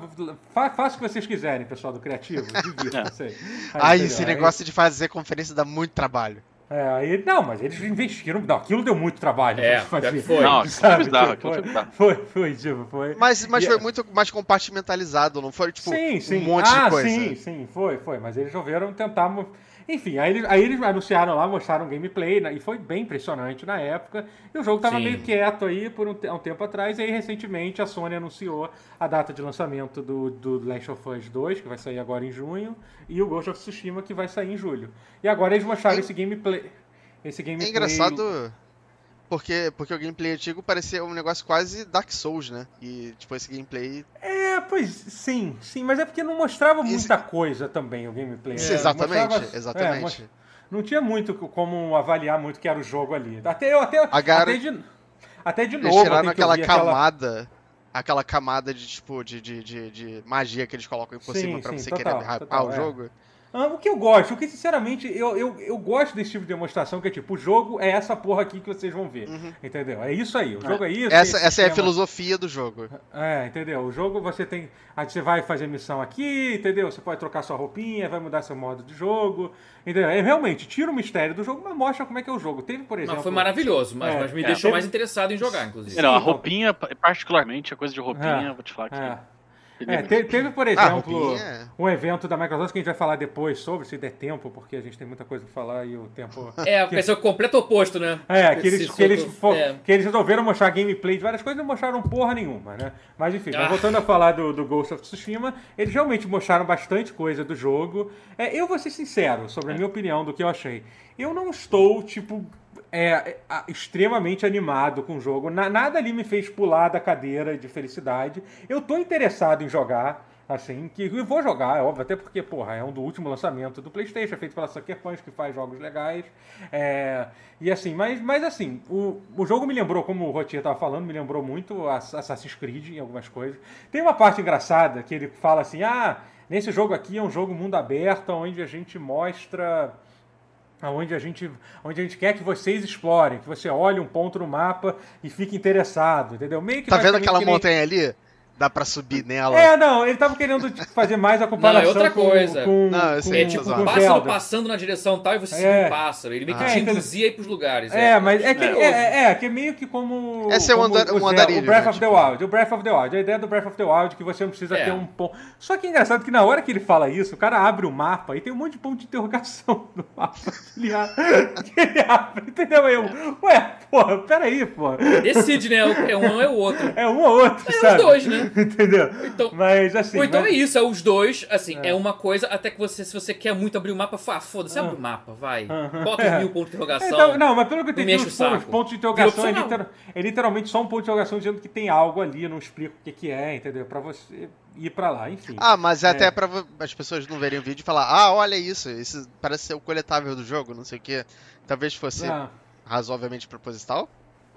Speaker 1: fa- Faça o que vocês quiserem, pessoal do Criativo. Divirtam-se. Aí,
Speaker 3: Ai,
Speaker 1: Ah, entendeu?
Speaker 3: esse
Speaker 1: Aí-
Speaker 3: negócio de fazer conferência dá muito trabalho.
Speaker 1: É, aí, não, mas eles investiram. Não, aquilo deu muito trabalho.
Speaker 2: É,
Speaker 1: pra fazer,
Speaker 2: pior que foi.
Speaker 4: Não, aquilo foi
Speaker 1: sabe?
Speaker 4: bizarro,
Speaker 1: Tipo,
Speaker 4: aquilo foi bizarro.
Speaker 1: Foi, foi, tipo, foi.
Speaker 3: Mas, mas
Speaker 1: E-
Speaker 3: foi muito mais compartimentalizado, não foi tipo
Speaker 1: sim, sim.
Speaker 3: um monte
Speaker 1: ah,
Speaker 3: de coisa.
Speaker 1: Sim, sim, foi, foi. Mas eles resolveram tentar. mo- Enfim, aí eles, aí eles anunciaram lá, mostraram gameplay, né, e foi bem impressionante na época. E o jogo tava
Speaker 2: Sim.
Speaker 1: meio quieto aí por um, te- há um tempo atrás, e aí recentemente a Sony anunciou a data de lançamento do, do Last of Us 2, que vai sair agora em junho, e o Ghost of Tsushima, que vai sair em julho. E agora eles mostraram
Speaker 3: É-
Speaker 1: esse gameplay. Esse gameplay.
Speaker 3: É engraçado porque, porque o gameplay antigo parecia um negócio quase Dark Souls, né? E tipo, esse gameplay.
Speaker 1: É, pois sim, sim, mas é porque não mostrava
Speaker 3: Esse-
Speaker 1: muita coisa também o gameplay.
Speaker 3: Sim,
Speaker 1: É,
Speaker 3: exatamente,
Speaker 1: mostrava-
Speaker 3: exatamente.
Speaker 1: é, mostra- não tinha muito co- como avaliar muito o que era o jogo ali. Até eu até
Speaker 3: A gar-
Speaker 1: até de, até de
Speaker 3: Eles
Speaker 1: novo.
Speaker 3: tiraram
Speaker 1: tem que ouvir
Speaker 3: aquela camada. Aquela... camada de, tipo, de, de, de, de magia que eles colocam por
Speaker 1: Sim,
Speaker 3: cima pra
Speaker 1: sim,
Speaker 3: você
Speaker 1: total,
Speaker 3: querer hypar
Speaker 1: total,
Speaker 3: o
Speaker 1: é.
Speaker 3: jogo.
Speaker 1: Ah, o que eu gosto, o que sinceramente eu, eu, eu gosto desse tipo de demonstração que é tipo o jogo é essa porra aqui que vocês vão ver, entendeu? É isso aí, o jogo é, isso.
Speaker 3: Uhum.
Speaker 1: esse
Speaker 3: Essa, essa é a
Speaker 1: sistema-
Speaker 3: filosofia do jogo.
Speaker 1: É, entendeu? O jogo você tem. Aí você vai fazer missão aqui, entendeu? Você pode trocar sua roupinha, vai mudar seu modo de jogo. Entendeu? É, realmente, tira o mistério do jogo, mas mostra como é que é o jogo. Teve, por exemplo.
Speaker 2: Mas foi maravilhoso, mas,
Speaker 1: É,
Speaker 2: mas me
Speaker 1: é.
Speaker 2: deixou
Speaker 1: Teve-
Speaker 2: mais interessado em jogar, inclusive.
Speaker 4: Não, a
Speaker 1: então-
Speaker 4: roupinha, particularmente, a coisa de roupinha,
Speaker 1: É,
Speaker 4: vou te falar que.
Speaker 1: É.
Speaker 4: ele
Speaker 1: É, te- teve, por exemplo,
Speaker 3: roupinha.
Speaker 1: um evento da Microsoft que a gente vai falar depois sobre, se der tempo, porque a gente tem muita coisa pra falar e o tempo.
Speaker 2: É, vai ser o completo oposto, né?
Speaker 1: É, que
Speaker 2: Esse
Speaker 1: eles, que, eles
Speaker 2: soco-
Speaker 1: fo-
Speaker 2: é.
Speaker 1: que eles resolveram mostrar gameplay de várias coisas e não mostraram porra nenhuma, né? Mas enfim, mas
Speaker 2: Ah.
Speaker 1: voltando a falar do, do Ghost of Tsushima, eles realmente mostraram bastante coisa do jogo. É, eu vou ser sincero sobre
Speaker 2: É.
Speaker 1: a minha opinião do que eu achei. Eu não estou, tipo, é, é, a- extremamente animado com o jogo. Na- nada ali me fez pular da cadeira de felicidade. Eu tô interessado em jogar. Assim, que eu vou jogar, é óbvio, até porque, porra, é um do último lançamento do PlayStation, é feito pela Sucker Punch, que faz jogos legais. É, e assim, mas, mas assim, o, o jogo me lembrou, como o Rotier tava falando, me lembrou muito Ass- Assassin's Creed em algumas coisas. Tem uma parte engraçada que ele fala assim: ah, nesse jogo aqui é um jogo mundo aberto, onde a gente mostra onde a gente, onde a gente quer que vocês explorem, que você olhe um ponto no mapa e fique interessado, entendeu? Meio é que
Speaker 3: Tá vendo
Speaker 1: basicamente
Speaker 3: aquela
Speaker 1: que nem-
Speaker 3: montanha ali? Dá pra subir nela.
Speaker 1: É, não, ele tava querendo tipo, fazer mais a comparação
Speaker 2: é outra
Speaker 1: com-
Speaker 2: coisa.
Speaker 1: com,
Speaker 3: Não, eu
Speaker 1: com-
Speaker 3: sei,
Speaker 2: É tipo
Speaker 3: Exato.
Speaker 2: um
Speaker 1: com
Speaker 2: pássaro
Speaker 1: Zelda.
Speaker 2: passando na direção tal e você seguir
Speaker 1: É.
Speaker 2: um pássaro. Ele meio que
Speaker 1: Ah,
Speaker 2: te
Speaker 1: entendeu?
Speaker 2: induzia aí pros lugares.
Speaker 1: É, mas é que é,
Speaker 4: É,
Speaker 1: é, é, que é meio que como.
Speaker 3: Esse é um
Speaker 1: como
Speaker 3: andar-
Speaker 1: o
Speaker 3: um
Speaker 1: Zelda-
Speaker 3: andarilho,
Speaker 1: O Breath
Speaker 3: né,
Speaker 1: of the
Speaker 3: tipo.
Speaker 1: Wild. O Breath of the Wild. A ideia do Breath of the Wild é que você não precisa
Speaker 2: É.
Speaker 1: ter um ponto. Só que é engraçado que na hora que ele fala isso, o cara abre o mapa e tem um monte de ponto de interrogação no mapa. que Ele abre, que ele abre entendeu? Aí Eu, ué, porra, peraí, porra.
Speaker 2: Decide, né? É um é o outro.
Speaker 1: É um ou outro,
Speaker 2: É os
Speaker 1: sabe?
Speaker 2: dois, né?
Speaker 1: Entendeu?
Speaker 2: Então-
Speaker 1: mas assim.
Speaker 2: Ou então
Speaker 1: mas-
Speaker 2: é isso, é os dois, assim, é, uma coisa, até que você, se você quer muito abrir o mapa, fala, ah, foda-se, abre o mapa, vai.
Speaker 1: Aham.
Speaker 2: Bota
Speaker 1: É.
Speaker 2: os mil pontos de interrogação.
Speaker 1: Então, não, mas pelo que eu
Speaker 2: não me
Speaker 1: entendi,
Speaker 2: enche
Speaker 1: os,
Speaker 2: o
Speaker 1: pon- os
Speaker 2: saco.
Speaker 1: pontos de interrogação é,
Speaker 2: Virou
Speaker 1: liter- é literalmente só um ponto de interrogação dizendo que tem algo ali, não explica o que, que é, entendeu? Pra você ir pra lá, enfim.
Speaker 3: Ah, mas é até
Speaker 1: É.
Speaker 3: pra vo- as pessoas não verem o vídeo e falar, ah, olha isso, isso parece ser o coletável do jogo, não sei o quê. Talvez fosse
Speaker 1: Ah,
Speaker 3: razoavelmente proposital?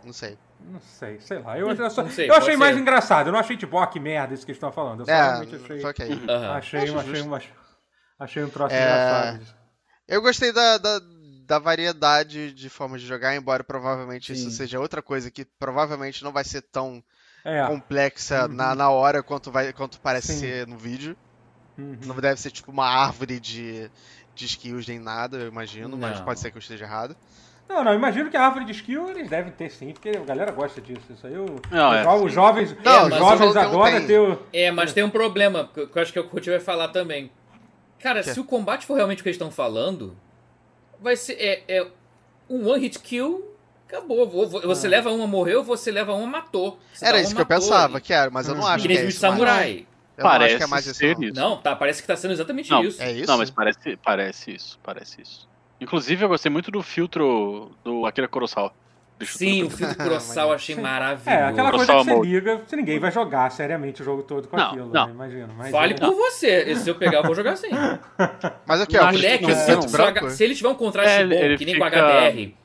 Speaker 3: Não sei.
Speaker 1: não sei, sei lá. Eu, eu só-
Speaker 2: não sei,
Speaker 1: eu achei
Speaker 2: pode
Speaker 1: mais
Speaker 2: ser.
Speaker 1: engraçado. Eu não achei tipo, ó, que merda isso que eles estão falando. Eu só realmente
Speaker 3: É,
Speaker 1: achei.
Speaker 3: foi ok.
Speaker 2: Aham.
Speaker 1: Achei,
Speaker 3: Acho
Speaker 1: achei,
Speaker 3: justo.
Speaker 1: uma- achei um troço
Speaker 3: É.
Speaker 1: engraçado.
Speaker 3: Eu gostei da, da, da variedade de formas de jogar, embora provavelmente isso
Speaker 2: Sim.
Speaker 3: seja outra coisa que provavelmente não vai ser tão
Speaker 1: É.
Speaker 3: complexa na, na hora quanto, vai, quanto parece
Speaker 1: Sim.
Speaker 3: ser no vídeo.
Speaker 1: Uhum.
Speaker 3: Não deve ser tipo uma árvore de, de skills nem nada, eu imagino, mas
Speaker 2: Não.
Speaker 3: pode ser que eu esteja errado.
Speaker 1: Não, não, imagino que a árvore de skill eles devem ter sim, porque a galera gosta disso. Isso aí eu,
Speaker 4: Não,
Speaker 1: os
Speaker 4: é,
Speaker 1: jo- os jovens,
Speaker 3: Não,
Speaker 1: os
Speaker 3: mas eu tô falando
Speaker 1: jovens
Speaker 3: que não
Speaker 1: agora
Speaker 3: tem.
Speaker 1: têm o.
Speaker 2: É,
Speaker 3: Hum.
Speaker 2: mas tem um problema, que eu que eu acho que o Coutinho vai falar também. Cara,
Speaker 3: Quê?
Speaker 2: se o combate for realmente o que eles estão falando, vai ser é, é um one é hit kill Acabou. Vou- vou- Você leva uma, morreu, você leva uma, matou. Você
Speaker 3: Ah. Era
Speaker 2: dá
Speaker 3: isso
Speaker 2: uma,
Speaker 3: que eu
Speaker 2: matou,
Speaker 3: pensava
Speaker 2: e-
Speaker 3: que era, mas eu não
Speaker 1: Uhum.
Speaker 3: acho
Speaker 2: Que
Speaker 3: que
Speaker 2: nem
Speaker 3: é
Speaker 2: filme de
Speaker 3: isso. não.
Speaker 2: samurai.
Speaker 3: Eu não acho que é
Speaker 4: Parece
Speaker 3: mais isso.
Speaker 4: ser
Speaker 3: não.
Speaker 4: isso.
Speaker 2: Não, tá, parece que tá sendo exatamente
Speaker 4: Não,
Speaker 2: isso.
Speaker 3: É isso?
Speaker 4: Não, mas parece, parece isso, parece isso. Inclusive, eu gostei muito do filtro do Akira Kurosawa. Deixa eu-
Speaker 2: Sim, o filme do Kurosawa eu achei maravilhoso.
Speaker 1: É, aquela coisa que
Speaker 4: Kurosawa
Speaker 1: você
Speaker 4: Mode.
Speaker 1: liga, você ninguém vai jogar seriamente o jogo todo com
Speaker 4: Não,
Speaker 1: aquilo,
Speaker 4: não.
Speaker 1: né? Imagino. mas
Speaker 2: Vale
Speaker 1: é-
Speaker 2: por você. Se eu pegar, eu vou jogar sim.
Speaker 3: Mas o que é? O
Speaker 2: Moleque,
Speaker 3: filme
Speaker 2: se, eu-
Speaker 4: preto
Speaker 3: preto
Speaker 4: e
Speaker 2: se eu-
Speaker 3: branco?
Speaker 2: se ele tiver um contraste
Speaker 4: É, ele-
Speaker 2: bom,
Speaker 4: ele
Speaker 2: que nem com
Speaker 4: fica-
Speaker 2: HDR.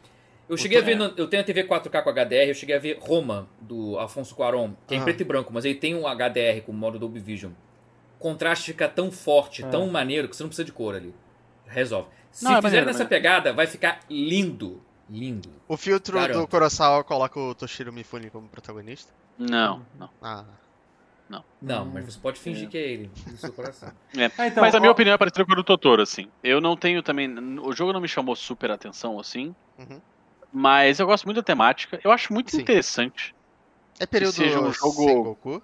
Speaker 2: Eu cheguei a
Speaker 4: É.
Speaker 2: ver. no- eu tenho a TV 4K com HDR, eu cheguei a ver Roma, do Afonso Cuaron, que é em
Speaker 3: Ah.
Speaker 2: preto e branco, mas ele tem um HDR com o modo Dolby Vision. O contraste fica tão forte,
Speaker 1: É. tão
Speaker 2: tão maneiro, que você não precisa de cor ali. Resolve. Se
Speaker 4: Não, é
Speaker 2: fizer
Speaker 4: maneiro,
Speaker 2: nessa
Speaker 4: maneiro.
Speaker 2: pegada, vai ficar lindo. Lindo.
Speaker 3: O filtro do
Speaker 2: Garanto.
Speaker 3: Kurosawa coloca o Toshiro Mifune como protagonista?
Speaker 4: Não, não.
Speaker 3: Ah.
Speaker 2: Não,
Speaker 1: Hum.
Speaker 2: mas você pode fingir que é ele, no seu coração.
Speaker 1: Ah, então,
Speaker 4: mas a
Speaker 1: ó,
Speaker 4: minha opinião é parecida com a do Totoro, assim. Eu não tenho também. O jogo não me chamou super atenção, assim.
Speaker 3: Uhum.
Speaker 4: Mas eu gosto muito da temática. Eu acho muito
Speaker 3: Sim.
Speaker 4: interessante.
Speaker 3: É período
Speaker 4: seja um jogo-
Speaker 3: sem Goku?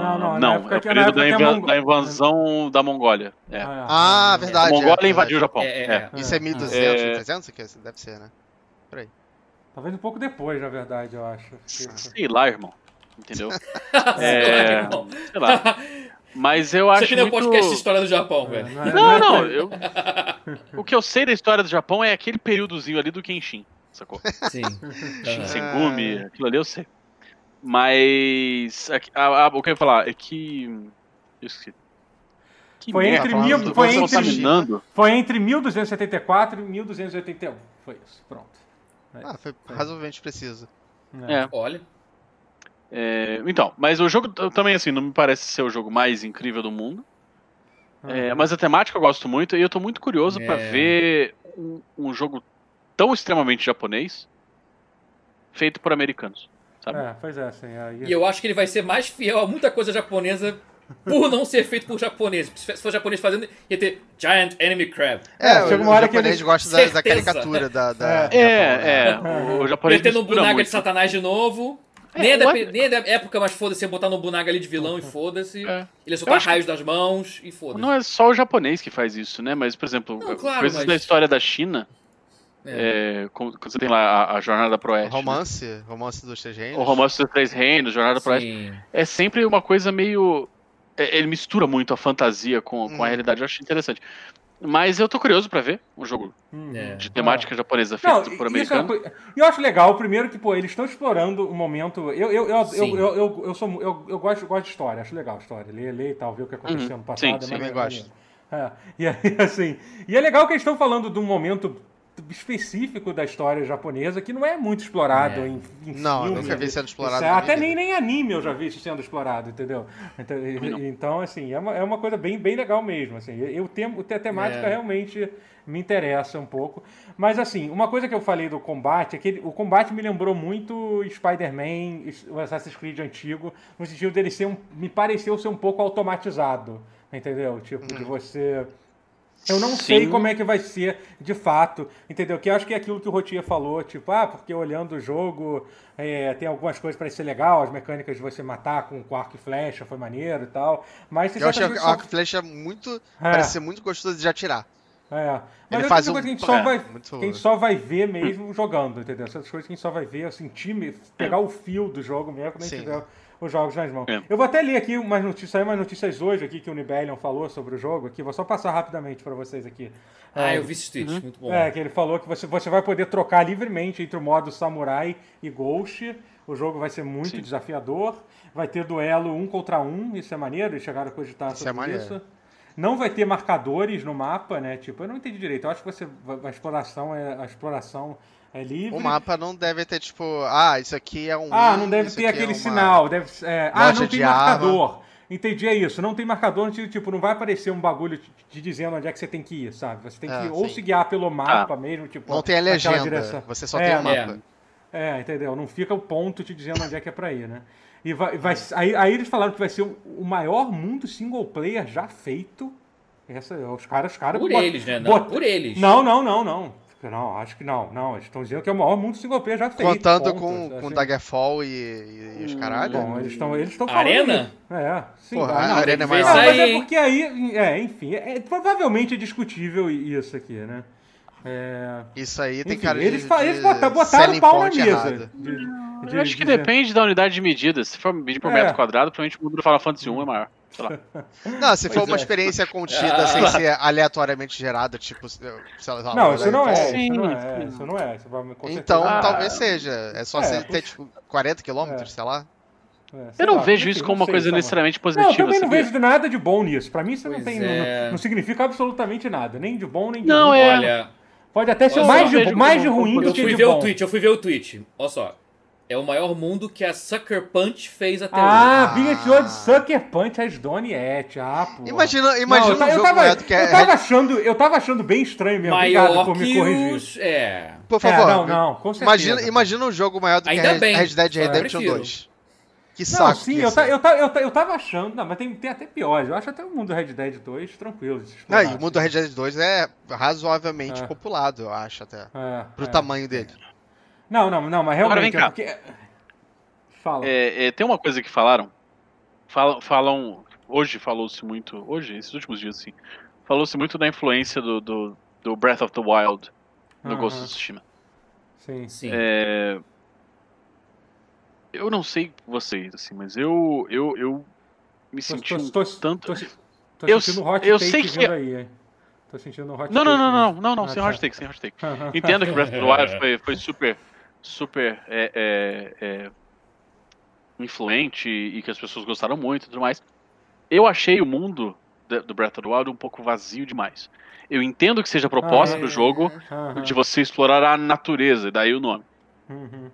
Speaker 1: Não,
Speaker 4: Não,
Speaker 1: não, na época
Speaker 4: É o
Speaker 1: que- na
Speaker 4: período
Speaker 1: época
Speaker 4: da,
Speaker 1: que a
Speaker 4: inva-
Speaker 1: Mongo-
Speaker 4: da invasão da Mongólia.
Speaker 3: Ah,
Speaker 4: É.
Speaker 1: é.
Speaker 2: Ah,
Speaker 4: a
Speaker 3: verdade.
Speaker 4: Mongólia
Speaker 3: é,
Speaker 4: invadiu
Speaker 3: verdade.
Speaker 4: o Japão.
Speaker 2: É, é,
Speaker 4: é.
Speaker 2: é.
Speaker 3: Isso é
Speaker 1: Ah.
Speaker 3: 1200, 1300? Que isso deve ser, né?
Speaker 1: Talvez um pouco depois, na verdade, eu acho. Porque-
Speaker 4: Sei lá, irmão. Entendeu? É,
Speaker 2: Sei lá, irmão.
Speaker 4: Sei
Speaker 3: É.
Speaker 4: lá. Mas eu acho
Speaker 2: Isso aqui não é o
Speaker 4: muito... né?
Speaker 2: podcast de História do Japão, velho.
Speaker 1: é-
Speaker 4: Não,
Speaker 1: é-
Speaker 4: não. Eu... o que eu sei da história do Japão é aquele períodozinho ali do Kenshin, sacou?
Speaker 2: Sim.
Speaker 4: Kenshin
Speaker 2: Aham.
Speaker 4: Sengumi, aquilo ali eu sei. Mas aqui- a- a- o que eu ia falar é que. Eu esqueci. Que
Speaker 1: Foi
Speaker 4: merda,
Speaker 1: entre
Speaker 4: falando
Speaker 1: mil-
Speaker 4: do-
Speaker 1: foi
Speaker 4: você tá
Speaker 1: entre-
Speaker 4: contaminando.
Speaker 1: Foi entre 1274 e 1281. Foi isso, pronto. É.
Speaker 3: Ah, foi razoavelmente preciso.
Speaker 4: É.
Speaker 2: Ah. Olha.
Speaker 4: É, então, mas o jogo t- também, assim, não me parece ser o jogo mais incrível do mundo.
Speaker 1: Uhum.
Speaker 4: É, mas a temática eu gosto muito e eu tô muito curioso pra
Speaker 2: É.
Speaker 4: ver um, um jogo tão extremamente japonês feito por americanos. Sabe?
Speaker 1: É, pois é, assim. Aí...
Speaker 2: E eu acho que ele vai ser mais fiel a muita coisa japonesa por não ser feito por japoneses. Se fosse japonês fazendo, ia ter Giant Enemy Crab.
Speaker 1: É, chega
Speaker 3: o,
Speaker 1: uma hora que
Speaker 3: japonês
Speaker 1: eles-
Speaker 3: gosta da, da
Speaker 2: Certeza.
Speaker 3: caricatura da, da
Speaker 1: É.
Speaker 3: do Japão, né?
Speaker 4: É, é. O, o japonês
Speaker 2: ia ter
Speaker 4: mistura
Speaker 2: Nobunaga de
Speaker 4: muito.
Speaker 2: Satanás de novo.
Speaker 4: É,
Speaker 2: nem, é da,
Speaker 4: eu acho-
Speaker 2: nem é da época, mas foda-se, ia botar Nobunaga ali de vilão e foda-se.
Speaker 4: É.
Speaker 2: Ele ia soltar
Speaker 4: acho que-
Speaker 2: raios das mãos e foda-se.
Speaker 4: Não é só o japonês que faz isso, né? Mas, por exemplo,
Speaker 2: Não, claro,
Speaker 4: coisas
Speaker 2: mas-
Speaker 4: da história da China,
Speaker 2: É.
Speaker 4: é, com- quando você tem lá a, a Jornada pro
Speaker 3: O
Speaker 4: Oeste,
Speaker 3: romance, romance dos três
Speaker 4: né?
Speaker 3: gêneros.
Speaker 4: o Romance dos Três Reinos, Jornada pro Oeste,
Speaker 2: Sim.
Speaker 4: é sempre uma coisa meio... é, ele mistura muito a fantasia com, com
Speaker 1: Uhum.
Speaker 3: Hum.
Speaker 4: a realidade, eu acho interessante. Mas eu tô curioso pra ver um jogo
Speaker 1: Uhum.
Speaker 2: É.
Speaker 4: de temática japonesa
Speaker 1: Não,
Speaker 4: feito por
Speaker 1: isso é uma
Speaker 4: americano.
Speaker 1: coi- eu acho legal, primeiro que, pô, eles estão explorando o momento. Eu, eu, eu, eu,
Speaker 2: Sim.
Speaker 1: eu, eu, eu sou, mu- eu, eu gosto, gosto de história, acho legal a história. Ler, ler e tal, ver o que aconteceu
Speaker 4: Uhum.
Speaker 1: no passado.
Speaker 4: Sim, sim,
Speaker 1: é
Speaker 3: também
Speaker 1: maneiro,
Speaker 3: gosto.
Speaker 1: maneiro. É, E aí, assim. E é legal que eles estão falando de um momento específico da história japonesa que não é muito explorado
Speaker 2: É.
Speaker 1: em, em
Speaker 3: Não, eu
Speaker 1: filme,
Speaker 3: nunca vi
Speaker 1: né?
Speaker 3: sendo explorado
Speaker 1: Isso é-
Speaker 3: na minha
Speaker 1: até nem,
Speaker 3: vida.
Speaker 1: nem anime eu já vi isso sendo explorado, entendeu? Então,
Speaker 4: Também não.
Speaker 1: então, assim, é uma, é uma coisa bem, bem legal mesmo. Assim. Eu- Eu temo, a temática
Speaker 2: É.
Speaker 1: realmente me interessa um pouco. Mas, assim, uma coisa que eu falei do combate é que ele- o combate me lembrou muito Spider-Man, o Assassin's Creed antigo, no sentido dele ser um, me pareceu ser um pouco automatizado, entendeu? Tipo,
Speaker 4: Uhum.
Speaker 1: de você. Eu não sei
Speaker 4: Sim.
Speaker 1: como é que vai ser de fato, entendeu? Que eu acho que é aquilo que o Rotier falou, tipo, ah, porque olhando o jogo é, tem algumas coisas para ser legal, as mecânicas de você matar com, com arco e flecha foi maneiro e tal, mas tem
Speaker 3: Eu achei
Speaker 1: certas
Speaker 3: o
Speaker 1: coisas
Speaker 3: arco e flecha muito.
Speaker 1: É.
Speaker 3: Parece ser muito gostoso de atirar.
Speaker 1: que são- é. Mas
Speaker 3: Ele
Speaker 1: é
Speaker 3: faz
Speaker 1: coisa
Speaker 3: um-
Speaker 1: que a gente só
Speaker 3: é,
Speaker 1: vai,
Speaker 3: muito-
Speaker 1: que a gente só vai ver mesmo jogando, entendeu? Essas coisas que a gente só vai ver, sentir, me- pegar o fio do jogo mesmo quando a gente
Speaker 3: Sim.
Speaker 1: tiver os jogos nas mãos.
Speaker 4: É.
Speaker 1: Eu vou até ler aqui umas notícias, saiu umas notícias hoje aqui que o Nibelion falou sobre o jogo aqui, vou só passar rapidamente para vocês aqui.
Speaker 2: Ah,
Speaker 1: É,
Speaker 2: eu vi esse tweet,
Speaker 4: Uhum.
Speaker 2: muito bom.
Speaker 1: É, que ele falou que você, você vai poder trocar livremente entre o modo samurai e ghost. O jogo vai ser muito
Speaker 4: Sim.
Speaker 1: desafiador. Vai ter duelo um contra um, isso é maneiro, eles chegaram a cogitar
Speaker 3: Isso é
Speaker 1: sobre
Speaker 3: maneiro.
Speaker 1: isso. Não vai ter marcadores no mapa, né? Tipo, eu não entendi direito. Eu acho que você, a exploração é, a exploração é livre.
Speaker 3: O mapa não deve ter, tipo, ah, isso aqui é um.
Speaker 1: Ah, não deve
Speaker 3: isso
Speaker 1: ter
Speaker 3: aqui é
Speaker 1: aquele
Speaker 3: uma-
Speaker 1: sinal. Deve, é, ah,
Speaker 3: loja
Speaker 1: não tem
Speaker 3: de arma.
Speaker 1: marcador. Entendi, é isso. Não tem marcador, no sentido, tipo, não vai aparecer um bagulho te, te dizendo onde é que você tem que ir, sabe? Você tem que
Speaker 3: Ah,
Speaker 1: ou
Speaker 3: sim.
Speaker 1: se guiar pelo
Speaker 2: Tá.
Speaker 1: mapa mesmo, tipo.
Speaker 3: Não tem a
Speaker 1: naquela
Speaker 3: legenda.
Speaker 1: direção.
Speaker 3: Você só
Speaker 1: É,
Speaker 3: tem o
Speaker 1: né?
Speaker 3: mapa.
Speaker 1: É, entendeu? Não fica o ponto te dizendo onde é que é pra ir, né? E vai, vai- aí, aí eles falaram que vai ser o, o maior mundo single player já feito. Essa, os caras, os caras
Speaker 2: Por
Speaker 1: bot-
Speaker 2: eles, né? Não,
Speaker 1: bot-
Speaker 2: por eles.
Speaker 1: Não, não, não, não. Não, acho que não, não. Eles estão dizendo que é o maior mundo single player já feito.
Speaker 3: Contando
Speaker 1: ponto,
Speaker 3: com, com
Speaker 1: assim.
Speaker 3: Daggerfall e, e, e os caralho.
Speaker 1: Hum, Bom, eles estão eles estão falando.
Speaker 2: Arena?
Speaker 1: isso. É, sim.
Speaker 3: Porra,
Speaker 1: ah,
Speaker 3: a
Speaker 1: não,
Speaker 3: arena é
Speaker 2: tem que ver
Speaker 1: não,
Speaker 3: maior.
Speaker 2: isso
Speaker 1: mas é
Speaker 2: hein?
Speaker 1: porque aí, é, enfim, é, provavelmente é discutível isso aqui, né? É,
Speaker 3: Isso aí tem
Speaker 1: enfim,
Speaker 3: cara de.
Speaker 1: eles, fa- eles
Speaker 3: de
Speaker 1: bota- botaram
Speaker 3: selling
Speaker 1: o pau na
Speaker 3: point
Speaker 1: mesa.
Speaker 3: errado.
Speaker 1: De- de-
Speaker 4: Eu acho que
Speaker 1: de-
Speaker 4: depende da unidade de medida. Se for medir por
Speaker 1: É.
Speaker 4: metro quadrado, provavelmente o mundo do Final Fantasy 1 é maior. Sei lá.
Speaker 3: Não, se for
Speaker 1: Pois
Speaker 3: uma
Speaker 1: é.
Speaker 3: experiência contida sem ser aleatoriamente gerada, tipo. se- sei lá,
Speaker 1: Não, isso não é.
Speaker 3: Então,
Speaker 1: Isso não é.
Speaker 4: Sim,
Speaker 1: Isso não é. Isso vai, com
Speaker 3: Então,
Speaker 1: certeza.
Speaker 4: Ah.
Speaker 3: talvez seja. É só
Speaker 1: É,
Speaker 3: você
Speaker 1: puxa.
Speaker 3: ter, tipo, 40 quilômetros, sei lá.
Speaker 1: É, sei
Speaker 4: Eu não
Speaker 1: lá,
Speaker 4: vejo
Speaker 1: enfim,
Speaker 4: isso
Speaker 1: não
Speaker 4: como uma
Speaker 1: sei,
Speaker 4: coisa
Speaker 1: sei lá.
Speaker 4: necessariamente
Speaker 1: Não, eu
Speaker 4: positiva. assim.
Speaker 1: também não
Speaker 4: sabia?
Speaker 1: vejo de nada de bom nisso. Pra mim isso não
Speaker 2: Pois
Speaker 1: tem.
Speaker 2: é.
Speaker 1: Não, não significa absolutamente nada. Nem de bom, nem de
Speaker 4: Não,
Speaker 1: ruim.
Speaker 4: é.
Speaker 2: Olha,
Speaker 1: Pode até ser
Speaker 2: Eu
Speaker 1: mais,
Speaker 2: só
Speaker 1: de,
Speaker 4: vejo
Speaker 1: mais de
Speaker 4: como-
Speaker 1: ruim
Speaker 4: como-
Speaker 1: do
Speaker 2: eu
Speaker 1: que
Speaker 2: fui
Speaker 1: de
Speaker 2: ver
Speaker 1: bom.
Speaker 2: o tweet, eu fui ver o tweet. Olha só. É o maior mundo que a Sucker Punch fez até hoje.
Speaker 1: Ah, Big
Speaker 3: Ah.
Speaker 1: de Sucker Punch as Doniette. Ah, pô.
Speaker 3: Imagina, imagina
Speaker 1: eu, ta-
Speaker 3: um
Speaker 1: eu
Speaker 3: jogo
Speaker 1: tava,
Speaker 3: maior do que
Speaker 1: eu
Speaker 3: é.
Speaker 1: tava achando, eu tava achando bem estranho mesmo. Obrigado
Speaker 2: Maior
Speaker 1: por me
Speaker 2: que
Speaker 1: corrigir.
Speaker 2: os... É.
Speaker 3: Por
Speaker 1: É,
Speaker 3: favor,
Speaker 1: não, não, com certeza. né?
Speaker 3: imagina, imagina um jogo maior do que
Speaker 2: Ainda
Speaker 3: Red,
Speaker 2: bem.
Speaker 3: Red Dead
Speaker 2: Eu
Speaker 3: Redemption
Speaker 2: prefiro.
Speaker 3: 2. Que
Speaker 1: Não,
Speaker 3: saco.
Speaker 1: sim,
Speaker 3: que
Speaker 1: eu,
Speaker 3: isso
Speaker 1: ta-
Speaker 3: é.
Speaker 1: eu, ta- eu, ta- eu tava achando. Não, mas tem, tem até piores. Eu acho até o mundo Red Dead 2 tranquilo. de se
Speaker 3: Não,
Speaker 1: explorar, assim.
Speaker 3: e o mundo do Red Dead 2 é razoavelmente
Speaker 1: É.
Speaker 3: populado, eu acho até.
Speaker 1: assim. É,
Speaker 3: Pro
Speaker 1: é.
Speaker 3: tamanho dele.
Speaker 1: Não, não, não, mas
Speaker 4: Agora
Speaker 1: realmente.
Speaker 4: vem cá.
Speaker 1: é porque- Fala.
Speaker 4: É, é, tem uma coisa que falaram. Falam. falam hoje falou-se muito. Hoje, esses últimos dias, assim. Falou-se muito da influência do, do, do Breath of the Wild no
Speaker 1: Aham,
Speaker 4: Ghost of Tsushima.
Speaker 1: Sim.
Speaker 2: Sim.
Speaker 4: É, Eu não sei vocês, assim, mas eu. Eu, eu me
Speaker 1: Tô,
Speaker 4: senti
Speaker 1: tô,
Speaker 4: um
Speaker 1: tô,
Speaker 4: tanto.
Speaker 1: tô, tô
Speaker 4: Eu
Speaker 1: sentindo
Speaker 4: s-
Speaker 1: hot
Speaker 4: eu
Speaker 1: take
Speaker 4: sei que- é.
Speaker 1: vindo aí, hein? Tô sentindo um hot take
Speaker 4: Não, não, não,
Speaker 1: vindo.
Speaker 4: não, não, não,
Speaker 1: Ah,
Speaker 4: sem
Speaker 1: tá.
Speaker 4: hot take, sem hot take. Entendo que Breath of the Wild foi, foi super, super é, é, é, influente e que as pessoas gostaram muito e tudo mais. Eu achei o mundo da- do Breath of the Wild um pouco vazio demais. Eu entendo que seja a proposta
Speaker 1: Ah, é.
Speaker 4: do jogo
Speaker 1: Aham,
Speaker 4: de você explorar a natureza, daí o nome.
Speaker 1: uhum.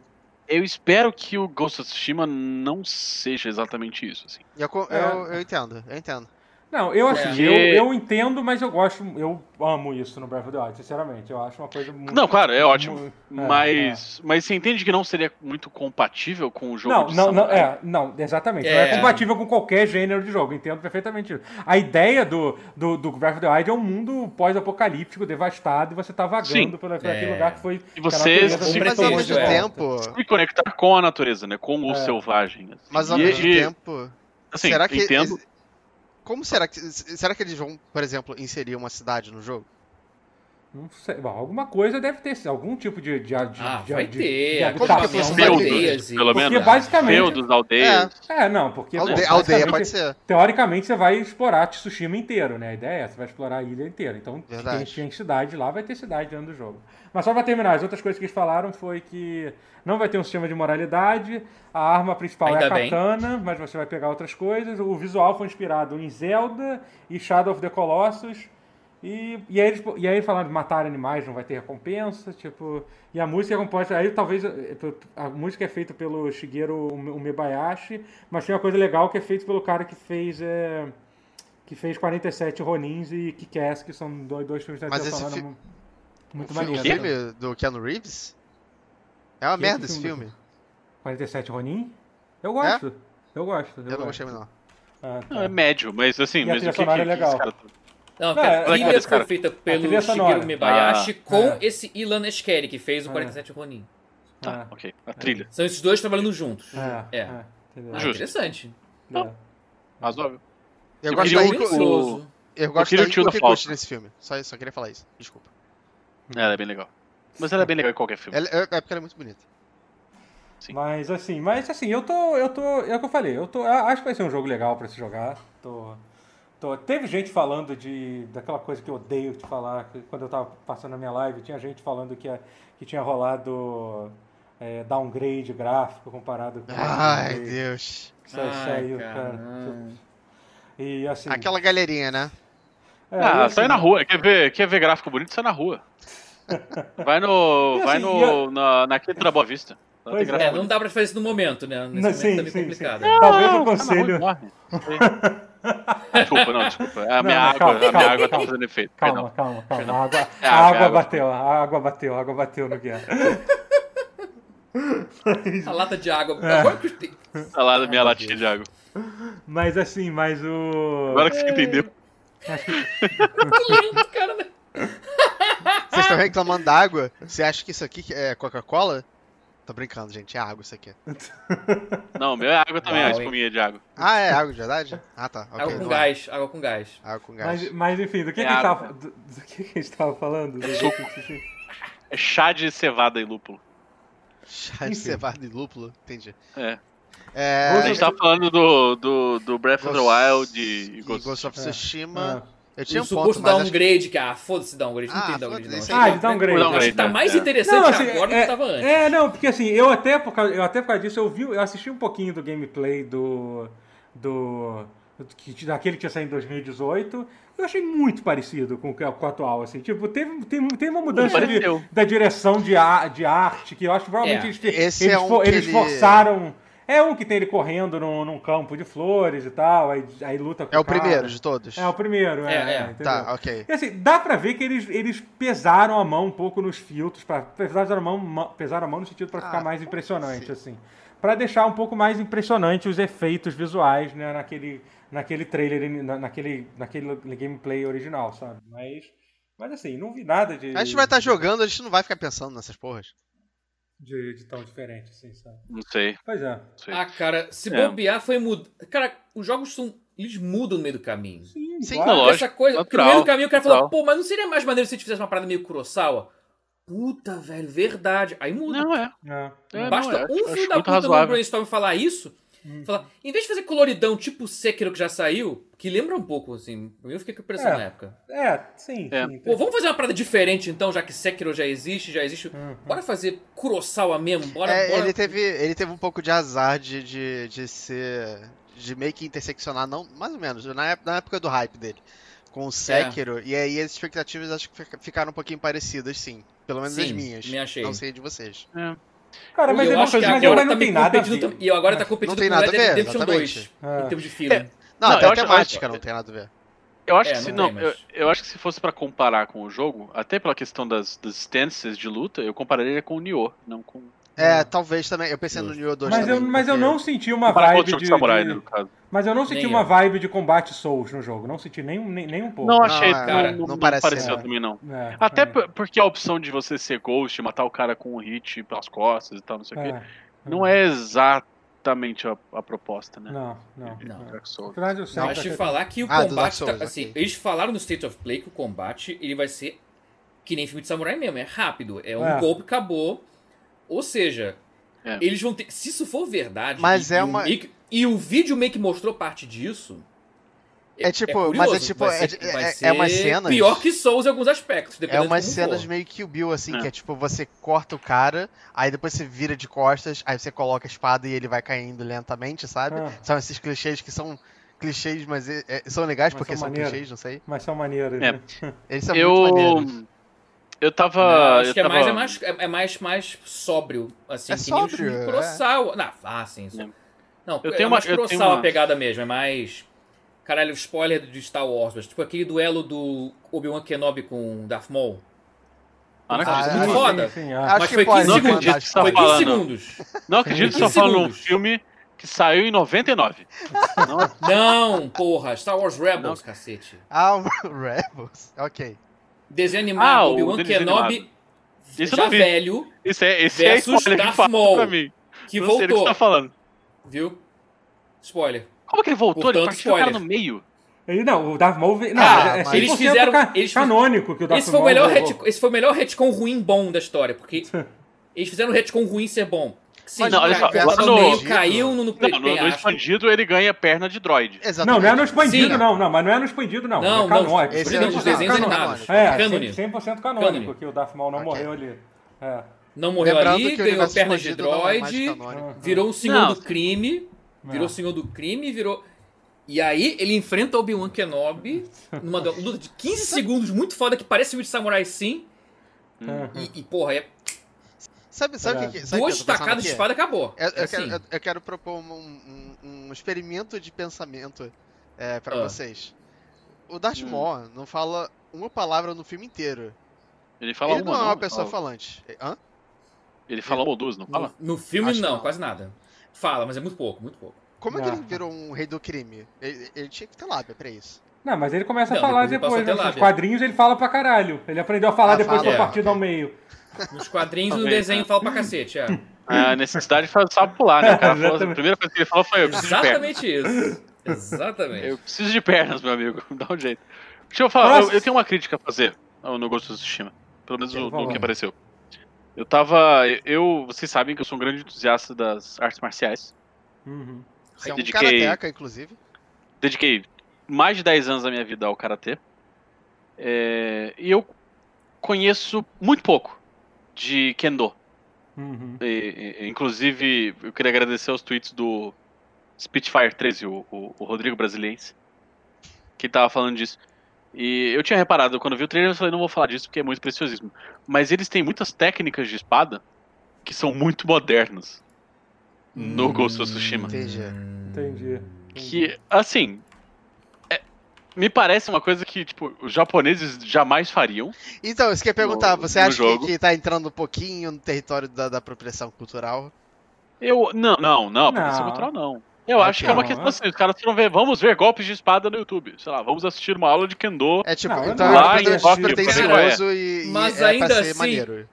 Speaker 4: Eu espero que o Ghost of Tsushima não seja exatamente isso, assim.
Speaker 3: E Eu, co-
Speaker 1: É.
Speaker 3: eu, eu entendo, eu entendo.
Speaker 1: Não, eu assim,
Speaker 4: Porque-
Speaker 1: eu, eu entendo, mas eu gosto, eu amo isso no Breath of the Wild, sinceramente. Eu acho uma coisa muito.
Speaker 4: Não, claro, é ótimo.
Speaker 1: mu- é,
Speaker 4: Mas, mas você entende que não seria muito compatível com o
Speaker 1: é.
Speaker 4: jogo
Speaker 1: Não,
Speaker 4: de
Speaker 1: não, não,
Speaker 4: samurai?
Speaker 1: é, não, exatamente. Não é
Speaker 2: É.
Speaker 1: compatível com qualquer gênero de jogo, entendo perfeitamente isso. A ideia do, do, do Breath of the Wild é um mundo pós-apocalíptico, devastado, e você tá vagando
Speaker 4: Sim.
Speaker 1: pela, por aquele
Speaker 2: É.
Speaker 1: lugar que foi.
Speaker 4: E
Speaker 1: que a
Speaker 4: você
Speaker 1: natureza
Speaker 4: se-
Speaker 1: tomou
Speaker 3: Mas
Speaker 1: de
Speaker 3: ao
Speaker 2: pretende,
Speaker 3: mesmo
Speaker 1: volta.
Speaker 2: é.
Speaker 3: tempo.
Speaker 4: me conectar com a natureza, né? Com o
Speaker 1: É.
Speaker 4: selvagem. assim.
Speaker 3: Mas ao
Speaker 4: E-
Speaker 3: mesmo
Speaker 4: e,
Speaker 3: tempo.
Speaker 4: assim,
Speaker 3: será que.
Speaker 4: entendo.
Speaker 3: eles- Como será que. Será que eles vão, por exemplo, inserir uma cidade no jogo?
Speaker 1: Não sei. Bom, alguma coisa deve ter, sido, algum tipo de. de, de
Speaker 2: Ah,
Speaker 1: de-
Speaker 2: vai
Speaker 1: de-
Speaker 2: ter.
Speaker 1: de
Speaker 2: a
Speaker 1: habitação,
Speaker 2: construção de
Speaker 1: vai ter.
Speaker 2: aldeias e-
Speaker 4: Pelo
Speaker 1: Porque
Speaker 4: menos.
Speaker 1: basicamente.
Speaker 4: Feudos, aldeias.
Speaker 1: É, não, porque.
Speaker 3: Alde-
Speaker 1: bom,
Speaker 3: aldeia
Speaker 1: basicamente,
Speaker 3: pode ser.
Speaker 1: Teoricamente, você vai explorar Tsushima inteiro, né? A ideia é essa, você vai explorar a ilha inteira. Então,
Speaker 3: Verdade.
Speaker 1: tem, tem cidade lá, vai ter cidade dentro do jogo. Mas só pra terminar, as outras coisas que eles falaram foi que não vai ter um sistema de moralidade, a arma principal é a
Speaker 2: Ainda bem.
Speaker 1: katana, mas você vai pegar outras coisas. O visual foi inspirado em Zelda e Shadow of the Colossus. E, e, aí, eles, e aí falando de matar animais, não vai ter recompensa, tipo... E a música é composta... Aí talvez... eh, A música é feita pelo Shigeru Umebayashi, mas tem uma coisa legal que é feita pelo cara que fez... eh, que fez 47 Ronins e Kick-Ass, que são dois, dois filmes da
Speaker 3: Mas
Speaker 1: trilha
Speaker 3: esse
Speaker 1: sonora
Speaker 3: fi-
Speaker 1: mu- muito
Speaker 3: o, fi- o
Speaker 1: maneiro. né?
Speaker 3: um filme do Keanu Reeves? É uma
Speaker 1: Que
Speaker 3: merda
Speaker 1: que
Speaker 3: esse
Speaker 1: filme?
Speaker 3: filme.
Speaker 1: 47 Ronin? Eu gosto. Eu gosto.
Speaker 3: É? Eu
Speaker 1: gosto.
Speaker 3: não gostei, não.
Speaker 1: Ah,
Speaker 4: Não,
Speaker 1: tá.
Speaker 4: é médio, mas assim,
Speaker 1: a
Speaker 4: mas
Speaker 1: trilha
Speaker 4: o que,
Speaker 1: sonora é
Speaker 4: que- que
Speaker 1: legal.
Speaker 4: esse cara tá-
Speaker 2: Não,
Speaker 1: Não,
Speaker 2: a
Speaker 4: é-
Speaker 2: trilha
Speaker 4: é-
Speaker 2: foi feita pelo
Speaker 1: trilha sonora.
Speaker 2: Shigeru Mibayashi
Speaker 4: Ah.
Speaker 2: com
Speaker 1: É.
Speaker 2: esse Ilan Esqueri, que fez o
Speaker 1: É.
Speaker 2: 47 Ronin.
Speaker 1: Ah,
Speaker 4: Tá, Ok, a trilha.
Speaker 2: São esses dois trabalhando juntos.
Speaker 1: é, é, entendeu?
Speaker 2: Ah,
Speaker 4: Justo.
Speaker 2: interessante.
Speaker 1: É.
Speaker 4: Razoável.
Speaker 3: Eu,
Speaker 4: Eu
Speaker 3: gosto
Speaker 4: queria
Speaker 3: da
Speaker 4: o-
Speaker 3: Ico,
Speaker 2: Curioso.
Speaker 3: eu gosto
Speaker 4: queria
Speaker 3: da
Speaker 4: o tio
Speaker 3: Ico
Speaker 4: da
Speaker 3: Kikuchi
Speaker 4: Fausta.
Speaker 3: nesse filme. Só, só queria falar isso, desculpa.
Speaker 4: Ela é bem legal. Mas ela é bem legal em qualquer filme.
Speaker 3: Ela- é é porque ela é muito bonita.
Speaker 1: Mas assim, mas assim, eu tô, eu tô, é o que eu falei, eu tô, a- acho que vai ser um jogo legal pra se jogar. Tô, tô- teve gente falando de daquela coisa que eu odeio de falar, que quando eu tava passando a minha live, tinha gente falando que, a- que tinha rolado é, downgrade gráfico comparado com
Speaker 3: Ai, Deus.
Speaker 1: Isso aí saiu, cara.
Speaker 2: caramba.
Speaker 1: E assim,
Speaker 3: Aquela galerinha, né?
Speaker 1: é, e,
Speaker 4: Ah,
Speaker 1: assim,
Speaker 4: sai na rua. Quer ver, quer ver gráfico bonito? Sai na rua. Vai
Speaker 1: E
Speaker 4: no.
Speaker 1: assim,
Speaker 4: vai
Speaker 1: e
Speaker 4: no. Na, na quinta da Boa Vista. Lá
Speaker 1: Pois
Speaker 4: tem
Speaker 1: é,
Speaker 2: É,
Speaker 4: gráfico
Speaker 2: não dá pra fazer isso no momento, né? Nesse
Speaker 1: Não,
Speaker 2: momento
Speaker 1: sim,
Speaker 4: é
Speaker 2: tá meio
Speaker 1: sim,
Speaker 2: complicado.
Speaker 1: sim. Talvez o
Speaker 4: bonito. Sai na rua e
Speaker 1: conselho.
Speaker 4: morre. Desculpa, não, desculpa. A minha
Speaker 1: não,
Speaker 4: água,
Speaker 1: calma,
Speaker 4: a minha
Speaker 1: calma,
Speaker 4: água
Speaker 1: calma.
Speaker 4: tá fazendo efeito.
Speaker 1: Calma, calma, calma. A água,
Speaker 4: É,
Speaker 1: a água
Speaker 4: água.
Speaker 1: bateu, a água bateu, a água bateu no guia. É.
Speaker 2: A lata de água. Agora que eu te-
Speaker 4: Perdão. Tá lá na minha latinha de água.
Speaker 1: Mas assim, mas o.
Speaker 4: Agora que você entendeu.
Speaker 2: Lento, cara, né?
Speaker 3: Ah! Vocês estão reclamando da água? Você acha que isso aqui é Coca-Cola? Tô brincando, gente. É água isso aqui.
Speaker 4: Não, o meu é água também,
Speaker 2: Uau,
Speaker 4: a
Speaker 2: hein?
Speaker 4: espuminha de água.
Speaker 3: Ah, é água de verdade? Ah, tá. ok,
Speaker 2: água com
Speaker 3: não é.
Speaker 2: gás, água com gás.
Speaker 3: Água com gás.
Speaker 1: Mas, mas enfim, do que,
Speaker 4: É
Speaker 1: que, a gente
Speaker 4: água.
Speaker 1: tava, do, do que, que a gente tava falando? Do- do-
Speaker 4: É chá de cevada e lúpulo.
Speaker 3: Chá de
Speaker 1: Enfim.
Speaker 3: cevada e lúpulo. Entendi.
Speaker 4: É.
Speaker 3: É,
Speaker 4: A gente tava falando do, do, do Breath of the Wild e, e
Speaker 3: e
Speaker 4: Ghost.
Speaker 3: Ghost of
Speaker 1: É,
Speaker 3: Tsushima.
Speaker 1: é.
Speaker 3: Eu tinha
Speaker 2: O
Speaker 3: um ponto,
Speaker 2: suposto
Speaker 3: mas acho que
Speaker 2: downgrade, cara. Foda-se downgrade. Não
Speaker 3: Ah,
Speaker 2: tem downgrade, não.
Speaker 3: foda-se.
Speaker 1: Ah, ele dá um grade. assim,
Speaker 4: Dá um
Speaker 2: Eu acho que tá mais
Speaker 4: grade, é.
Speaker 2: interessante agora do que tava antes.
Speaker 1: É, não, porque assim, eu até por causa, eu até por causa disso, eu vi, eu assisti um pouquinho do gameplay do. do. que- daquele que tinha saído em 2018. Eu achei muito parecido com o que- com o atual, assim. Tipo, teve, tem, tem uma mudança de-
Speaker 4: pareceu.
Speaker 1: da direção de, a- de arte, que eu acho que provavelmente
Speaker 2: É,
Speaker 1: eles,
Speaker 3: esse
Speaker 1: eles,
Speaker 3: é um
Speaker 1: fo-
Speaker 3: que
Speaker 1: eles
Speaker 3: ele-
Speaker 1: forçaram. É um que tem ele correndo num, num campo de flores e tal, aí, aí luta com
Speaker 3: é o
Speaker 1: cara.
Speaker 3: primeiro de todos.
Speaker 1: É o primeiro, é.
Speaker 2: É, é.
Speaker 1: é, entendeu?
Speaker 3: Tá, ok.
Speaker 1: E assim, dá pra ver que eles, eles pesaram a mão um pouco nos filtros, pra, pesaram, a mão, ma- pesaram a mão no sentido pra
Speaker 3: Ah,
Speaker 1: ficar mais impressionante, assim. Pra deixar um pouco mais impressionante os efeitos visuais, né, naquele, naquele trailer, ini- na- naquele, naquele gameplay original, sabe? Mas, mas assim, não vi nada de...
Speaker 3: A gente vai tá- estar jogando, a gente não vai ficar pensando nessas porras.
Speaker 1: De, de tão diferente, assim, sabe?
Speaker 4: Não sei.
Speaker 1: Pois é.
Speaker 4: não sei.
Speaker 2: Ah, cara, se
Speaker 4: É.
Speaker 2: bobear foi mudar. Cara, os jogos são. Eles mudam no meio do caminho.
Speaker 1: Sim,
Speaker 3: Sim,
Speaker 1: claro.
Speaker 4: não, lógico.
Speaker 2: Essa coisa, porque no
Speaker 4: natural,
Speaker 2: meio do caminho o cara falou,
Speaker 4: natural.
Speaker 2: pô, mas não seria mais maneiro se a gente fizesse uma parada meio Kurosawa? Puta, velho, verdade. Aí muda.
Speaker 4: Não, é.
Speaker 1: É.
Speaker 4: é
Speaker 2: Basta
Speaker 4: não, é.
Speaker 2: um
Speaker 4: Acho
Speaker 2: filho da
Speaker 4: muito
Speaker 2: puta no
Speaker 4: razoável.
Speaker 2: brainstorm falar isso.
Speaker 1: Hum.
Speaker 2: Falar, em vez de fazer coloridão tipo Sekiro que já saiu, que lembra um pouco, assim. Eu fiquei com a impressão
Speaker 1: É.
Speaker 2: na época.
Speaker 1: É, sim.
Speaker 4: É.
Speaker 1: sim,
Speaker 2: Pô, vamos fazer uma parada diferente então, já que Sekiro já existe, já existe.
Speaker 1: Uhum.
Speaker 2: Bora fazer Kurosawa mesmo, bora.
Speaker 3: É,
Speaker 2: bora...
Speaker 3: ele, teve, ele teve um pouco de azar de, de, de ser. de meio que interseccionar, não, mais ou menos, na, ép- na época do hype dele,
Speaker 2: É.
Speaker 3: com o Sekiro. E aí as expectativas acho que fica- ficaram um pouquinho parecidas, sim. Pelo menos as
Speaker 2: Sim,
Speaker 3: minhas.
Speaker 2: me achei.
Speaker 3: Não sei de vocês.
Speaker 1: Cara,
Speaker 2: E
Speaker 1: mas,
Speaker 2: eu
Speaker 1: ele, não-
Speaker 2: acho que
Speaker 1: mas
Speaker 2: agora
Speaker 1: agora
Speaker 2: tá
Speaker 1: não
Speaker 2: me
Speaker 1: tem nada a ver. É.
Speaker 2: competindo tam- E agora tá competindo
Speaker 3: Não tem
Speaker 2: com
Speaker 3: nada
Speaker 2: Red
Speaker 3: a ver,
Speaker 2: Dead Redemption 2,
Speaker 1: exatamente.
Speaker 2: em termos de fila.
Speaker 3: Não,
Speaker 4: Não,
Speaker 3: até a
Speaker 4: eu É, acho- eu
Speaker 3: temática
Speaker 4: acho-
Speaker 3: não tem nada a ver.
Speaker 4: Eu acho
Speaker 2: É,
Speaker 4: que se,
Speaker 2: não
Speaker 4: não,
Speaker 2: tem,
Speaker 4: eu,
Speaker 2: mas-
Speaker 4: eu acho que se fosse pra comparar com o jogo, até pela questão das, das stances de luta, eu compararia com o Nioh, não com.
Speaker 3: É, talvez também. Eu pensei no Nioh 2
Speaker 1: Mas eu,
Speaker 3: também.
Speaker 1: mas eu
Speaker 3: porque-
Speaker 1: não senti uma
Speaker 4: comparar com
Speaker 1: vibe
Speaker 4: outro jogo de
Speaker 1: de-
Speaker 4: samurai,
Speaker 1: de-
Speaker 4: né, no caso.
Speaker 1: Mas eu não senti
Speaker 2: Nem
Speaker 1: uma
Speaker 2: eu.
Speaker 1: vibe de combate Souls no jogo. Não senti nem, nem, nem um pouco.
Speaker 4: Não achei,
Speaker 3: é,
Speaker 4: não,
Speaker 2: cara,
Speaker 4: não,
Speaker 3: não
Speaker 4: não
Speaker 3: parece,
Speaker 4: pareceu
Speaker 1: é.
Speaker 4: também não.
Speaker 1: É,
Speaker 4: Até
Speaker 1: é,
Speaker 4: p- porque a opção de você ser ghost, matar o cara com um hit pelas costas e tal, não sei o quê,
Speaker 1: é,
Speaker 4: não é exatamente a, a proposta, né?
Speaker 1: Não, não.
Speaker 2: Não.
Speaker 4: Dark Souls.
Speaker 1: Apesar de eu ser-
Speaker 3: Não,
Speaker 2: Mas te falar que o
Speaker 3: Ah, do Dark
Speaker 2: combate.
Speaker 3: Souls,
Speaker 2: tá, assim,
Speaker 3: ok.
Speaker 2: Eles falaram no State of Play que o combate ele vai ser que nem filme de samurai mesmo. É rápido. É um
Speaker 1: É.
Speaker 2: golpe, acabou. Ou seja,
Speaker 4: É.
Speaker 2: eles vão ter. Se isso for verdade.
Speaker 3: Mas
Speaker 2: e,
Speaker 3: é
Speaker 2: e o
Speaker 3: uma-
Speaker 2: meio que- e o vídeo meio que mostrou parte disso.
Speaker 3: É tipo,
Speaker 2: curioso,
Speaker 3: mas é tipo,
Speaker 2: vai
Speaker 3: é-
Speaker 2: ser-
Speaker 3: é-
Speaker 2: vai
Speaker 3: é
Speaker 2: ser
Speaker 3: umas cenas-
Speaker 2: Pior que Souls em alguns aspectos.
Speaker 3: É
Speaker 2: Dependendo
Speaker 3: umas
Speaker 2: de como
Speaker 3: cenas
Speaker 2: for.
Speaker 3: meio Kill Bill, assim,
Speaker 4: É.
Speaker 3: que é tipo, você corta o cara, aí depois você vira de costas, aí você coloca a espada e ele vai caindo lentamente, sabe?
Speaker 1: Ah.
Speaker 3: São esses clichês que são clichês, mas é- é- são legais
Speaker 1: Mas
Speaker 3: porque
Speaker 1: são
Speaker 3: são,
Speaker 1: maneiros.
Speaker 3: clichês, não sei.
Speaker 1: Mas são maneiras,
Speaker 4: É.
Speaker 1: né?
Speaker 3: Eles são muito
Speaker 4: Eu.
Speaker 3: maneiros.
Speaker 4: Eu tava.
Speaker 2: Não, acho
Speaker 4: Ah, eu
Speaker 2: que é
Speaker 4: tava-
Speaker 2: mais, é mais, é- é mais, mais sóbrio, assim.
Speaker 3: É
Speaker 2: que nem os
Speaker 3: sóbrio,
Speaker 2: de
Speaker 3: é.
Speaker 2: Kurosawa. Não, ah, sim. isso.
Speaker 4: É.
Speaker 2: Não,
Speaker 4: Eu
Speaker 2: eu
Speaker 4: tenho
Speaker 2: tenho é
Speaker 4: uma-
Speaker 2: mais
Speaker 4: eu tenho
Speaker 2: Kurosawa
Speaker 4: uma-
Speaker 2: a pegada mesmo, é mais... Caralho, spoiler de Star Wars, mas tipo aquele duelo do Obi-Wan Kenobi com Darth Maul.
Speaker 4: Ah, não
Speaker 3: Ah,
Speaker 2: muito
Speaker 4: acredito,
Speaker 1: Sim,
Speaker 4: não,
Speaker 2: é foda.
Speaker 1: sim, sim, ah.
Speaker 3: Acho
Speaker 2: mas
Speaker 3: que
Speaker 2: foi
Speaker 3: pode
Speaker 2: 15
Speaker 3: ser
Speaker 4: segundos,
Speaker 3: fantástico.
Speaker 4: tá
Speaker 2: Foi 15
Speaker 4: falando.
Speaker 2: segundos.
Speaker 4: não acredito que só
Speaker 2: 15
Speaker 4: falam um
Speaker 2: Ah, é. segundos.
Speaker 4: filme que saiu em 99.
Speaker 2: Não, porra, Star Wars Rebels, cacete.
Speaker 3: Ah, o Rebels? Ok.
Speaker 2: Desenho animado,
Speaker 4: Ah, o
Speaker 2: Obi-Wan
Speaker 4: desenho
Speaker 2: Kenobi
Speaker 4: Isso eu
Speaker 2: já
Speaker 4: não vi.
Speaker 2: velho,
Speaker 4: Isso é, esse é
Speaker 2: Versus
Speaker 4: spoiler
Speaker 2: Darth
Speaker 4: de fato
Speaker 2: Maul,
Speaker 4: pra mim.
Speaker 2: que
Speaker 4: não sei do que você
Speaker 2: voltou,
Speaker 4: tá falando.
Speaker 2: viu? Spoiler.
Speaker 4: Como que ele voltou? ele
Speaker 2: Portanto,
Speaker 4: partiu o cara
Speaker 2: spoiler.
Speaker 4: no meio.
Speaker 1: Ele, não, o Darth Maul... Não,
Speaker 3: Ah,
Speaker 1: é
Speaker 3: mas
Speaker 1: 100%
Speaker 2: eles fizeram-
Speaker 1: ca-
Speaker 2: eles fiz-
Speaker 1: canônico que o Darth
Speaker 2: Esse foi, o
Speaker 1: Maul
Speaker 2: melhor
Speaker 1: voltou.
Speaker 2: retcon, esse foi o melhor retcon ruim bom da história, porque eles fizeram o retcon ruim ser bom. Sim,
Speaker 3: Mas não, olha
Speaker 2: cara,
Speaker 3: só, lá
Speaker 2: o
Speaker 3: no-
Speaker 2: meio caiu no, no,
Speaker 4: Não, no, no
Speaker 2: penhasco.
Speaker 4: expandido ele ganha perna de droid.
Speaker 3: Exatamente.
Speaker 1: Não, não é no expandido,
Speaker 2: Sim.
Speaker 1: não, não. Mas não é no expandido, não.
Speaker 2: Não,
Speaker 1: é
Speaker 2: não,
Speaker 1: canônico.
Speaker 3: esse é
Speaker 2: Esse é
Speaker 3: original,
Speaker 2: dos desenhos
Speaker 3: canônico.
Speaker 2: animados.
Speaker 1: É,
Speaker 2: Cânone.
Speaker 1: 100% canônico
Speaker 2: Cânone.
Speaker 1: que o Darth Maul não
Speaker 3: Ok.
Speaker 1: morreu ali. É.
Speaker 2: Não morreu
Speaker 3: Lembrando
Speaker 2: ali,
Speaker 3: que o
Speaker 2: ganhou
Speaker 3: universo
Speaker 2: pernas de
Speaker 3: expandido não é mais
Speaker 2: droid,
Speaker 3: canônico.
Speaker 2: virou o senhor
Speaker 4: Não.
Speaker 2: do crime, virou o senhor do crime, virou... E aí ele enfrenta Obi-Wan Kenobi numa do- luta de 15
Speaker 3: é
Speaker 2: segundos muito foda, que parece filme de Samurai Sim. Hum,
Speaker 1: É.
Speaker 2: E, e, porra, é
Speaker 3: Sabe, sabe o que, sabe o tá que eu
Speaker 2: duas
Speaker 3: tô pensando
Speaker 2: tacadas de
Speaker 3: aqui?
Speaker 2: espada acabou.
Speaker 3: Eu, eu
Speaker 2: É
Speaker 3: quero,
Speaker 2: assim.
Speaker 3: eu, eu quero propor um, um- um experimento de pensamento é, para
Speaker 2: Ah.
Speaker 3: vocês. O Darth
Speaker 4: Hum.
Speaker 3: Maul não fala uma palavra no filme inteiro.
Speaker 4: Ele fala
Speaker 3: ele
Speaker 4: uma,
Speaker 3: não é
Speaker 4: não,
Speaker 3: uma pessoa
Speaker 4: fala-
Speaker 3: falante. É, Hã?
Speaker 4: Ele fala uma ou duas, não fala?
Speaker 2: No, no filme,
Speaker 3: Acho que
Speaker 2: não,
Speaker 3: não.
Speaker 2: quase nada. Fala, mas é muito pouco, muito pouco.
Speaker 3: Como é que
Speaker 1: Ah.
Speaker 3: ele virou um rei do crime? Ele, ele tinha que ter lábia pra isso.
Speaker 1: Não, mas ele começa a
Speaker 2: Não,
Speaker 1: falar
Speaker 2: depois
Speaker 1: depois.
Speaker 2: ele passou a
Speaker 1: né?
Speaker 2: ter
Speaker 1: Nos
Speaker 2: lábia.
Speaker 1: quadrinhos ele fala pra caralho. Ele aprendeu a falar
Speaker 3: Ah,
Speaker 1: depois que
Speaker 3: fala,
Speaker 1: foi
Speaker 2: é.
Speaker 1: partido ao meio.
Speaker 2: Nos quadrinhos e no
Speaker 3: Tá
Speaker 4: Talvez,
Speaker 2: desenho
Speaker 4: né?
Speaker 2: fala pra cacete, é.
Speaker 4: Ah, A necessidade faz o sapo pular, né? O cara falou, a
Speaker 1: Exatamente.
Speaker 4: primeira coisa que ele falou foi: eu preciso de pernas.
Speaker 2: Exatamente isso. Exatamente.
Speaker 4: Eu preciso de pernas, meu amigo. Dá um jeito. Deixa eu falar, eu,
Speaker 1: Nossa.
Speaker 4: eu tenho uma crítica a fazer ao- no Ghost of Tsushima. Pelo menos no, no
Speaker 1: Vamos
Speaker 4: que
Speaker 1: lá.
Speaker 4: apareceu. Eu tava. Eu. Vocês sabem que eu sou um grande entusiasta das artes marciais.
Speaker 1: Uhum.
Speaker 3: Você é um
Speaker 4: Dediquei-
Speaker 3: karateca, inclusive.
Speaker 4: Dediquei mais de 10 anos da minha vida ao karatê. É, e eu conheço muito pouco de Kendo.
Speaker 1: Uhum.
Speaker 4: E- e- inclusive, eu queria agradecer aos tweets do Spitfire 13, o, o- o Rodrigo Brasiliense, que tava falando disso. E eu tinha reparado, quando eu vi o trailer, eu falei, não vou falar disso porque é muito preciosismo. Mas eles têm muitas técnicas de espada que são muito modernas no Ghost of Tsushima.
Speaker 3: Entendi.
Speaker 1: Entendi.
Speaker 4: Que, assim, é- me parece uma coisa que, tipo, os japoneses jamais fariam.
Speaker 3: Então, isso que eu ia perguntar,
Speaker 4: No-
Speaker 3: você
Speaker 4: no
Speaker 3: acha que,
Speaker 4: jogo.
Speaker 3: que tá entrando um pouquinho no território da, da apropriação cultural?
Speaker 4: Eu. Não, não, não, apropriação
Speaker 1: Não.
Speaker 4: cultural não. Eu
Speaker 3: Ah,
Speaker 4: acho que é uma
Speaker 1: não,
Speaker 4: questão
Speaker 1: né?
Speaker 4: assim, os caras foram ver, vamos ver golpes de espada no YouTube. Sei lá, vamos assistir uma aula de Kendo.
Speaker 3: É tipo,
Speaker 1: Não, eu
Speaker 3: então
Speaker 4: não acho
Speaker 3: é
Speaker 4: que-
Speaker 3: um
Speaker 4: Cara,
Speaker 3: pretensioso e, e
Speaker 2: mas
Speaker 3: é
Speaker 2: ainda
Speaker 3: pra ser
Speaker 2: assim-
Speaker 3: maneiro.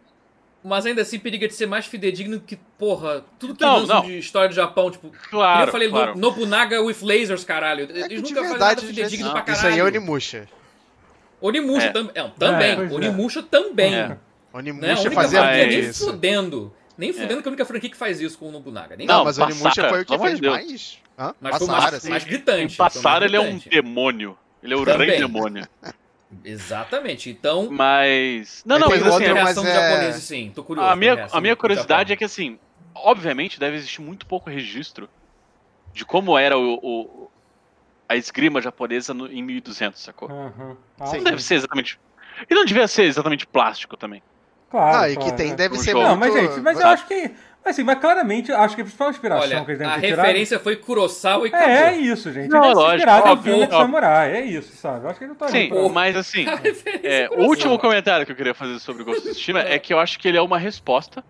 Speaker 2: Mas ainda assim periga de ser mais fidedigno que, porra, tudo que
Speaker 4: Não,
Speaker 2: lançam
Speaker 4: não.
Speaker 2: de história do Japão, tipo. que nem
Speaker 4: Claro,
Speaker 2: eu falei no-
Speaker 4: claro.
Speaker 2: Nobunaga with lasers, caralho.
Speaker 3: É que
Speaker 2: Eles
Speaker 3: de
Speaker 2: nunca fazem nada
Speaker 3: verdade,
Speaker 2: fidedigno
Speaker 3: gente,
Speaker 2: pra
Speaker 3: isso aí
Speaker 2: caralho.
Speaker 3: é Onimusha.
Speaker 2: Onimusha
Speaker 4: É.
Speaker 2: também. É, também.
Speaker 1: É, pois é.
Speaker 2: Onimusha também.
Speaker 4: É.
Speaker 2: Né? A
Speaker 3: Onimusha
Speaker 2: única
Speaker 3: fazia
Speaker 2: franquia,
Speaker 4: mais-
Speaker 3: muito
Speaker 2: nem
Speaker 3: isso.
Speaker 2: fudendo. Nem fudendo que é a única franquia que faz isso com o Nobunaga. Nem
Speaker 4: Não,
Speaker 3: Não, mas o Onimusha
Speaker 4: Massara,
Speaker 3: foi o que
Speaker 4: pelo amor
Speaker 3: fez
Speaker 4: de Deus.
Speaker 3: mais. Hã? assim?
Speaker 2: Mas foi
Speaker 3: Massara,
Speaker 2: mais,
Speaker 3: sim.
Speaker 2: mais
Speaker 4: Em
Speaker 2: gritante.
Speaker 4: passar,
Speaker 2: foi mais
Speaker 4: ele é um
Speaker 2: gritante.
Speaker 4: demônio. Ele é o
Speaker 2: Também.
Speaker 4: rei demônio.
Speaker 2: Exatamente. Então,
Speaker 4: Mas.
Speaker 3: Mas tem
Speaker 4: Não, não, mas
Speaker 2: outra
Speaker 4: assim,
Speaker 3: outro-
Speaker 4: é-
Speaker 2: reação
Speaker 3: mas
Speaker 2: dos
Speaker 3: é-
Speaker 2: japoneses, sim. Tô curioso.
Speaker 4: a minha,
Speaker 2: reação
Speaker 4: a minha
Speaker 2: do
Speaker 4: curiosidade
Speaker 2: Japão.
Speaker 4: é que, assim, obviamente deve existir muito pouco registro de como era o, o- a esgrima japonesa no- em 1200, sacou?
Speaker 1: Uhum. Ah,
Speaker 3: Sim.
Speaker 4: Não deve ser exatamente. E não devia ser exatamente plástico também.
Speaker 1: Claro.
Speaker 3: Não, Ah, e
Speaker 1: claro,
Speaker 3: que tem,
Speaker 1: é.
Speaker 3: deve
Speaker 4: Pro
Speaker 3: ser
Speaker 4: jogo.
Speaker 3: muito...
Speaker 4: Não,
Speaker 1: Não, mas gente, mas eu
Speaker 3: muito-
Speaker 1: acho que. Mas, assim, mas claramente, eu acho que a principal inspiração
Speaker 2: Olha,
Speaker 1: que eles
Speaker 2: a
Speaker 1: devem ter tirado.
Speaker 2: referência foi Kurosawa e
Speaker 1: É, é
Speaker 2: acabou.
Speaker 1: isso, gente.
Speaker 4: Não,
Speaker 1: Não,
Speaker 4: lógico,
Speaker 1: lógico. Inspirado em
Speaker 4: óbvio,
Speaker 1: filme de
Speaker 4: óbvio.
Speaker 1: samurai. É isso, sabe? Eu acho que ele não tá
Speaker 4: Sim,
Speaker 1: indo pra-
Speaker 4: mas assim.
Speaker 2: A referência
Speaker 4: É,
Speaker 2: é
Speaker 4: o
Speaker 2: Kurosawa.
Speaker 4: último comentário que eu queria fazer sobre o Ghost of Tsushima é que eu acho que ele é uma resposta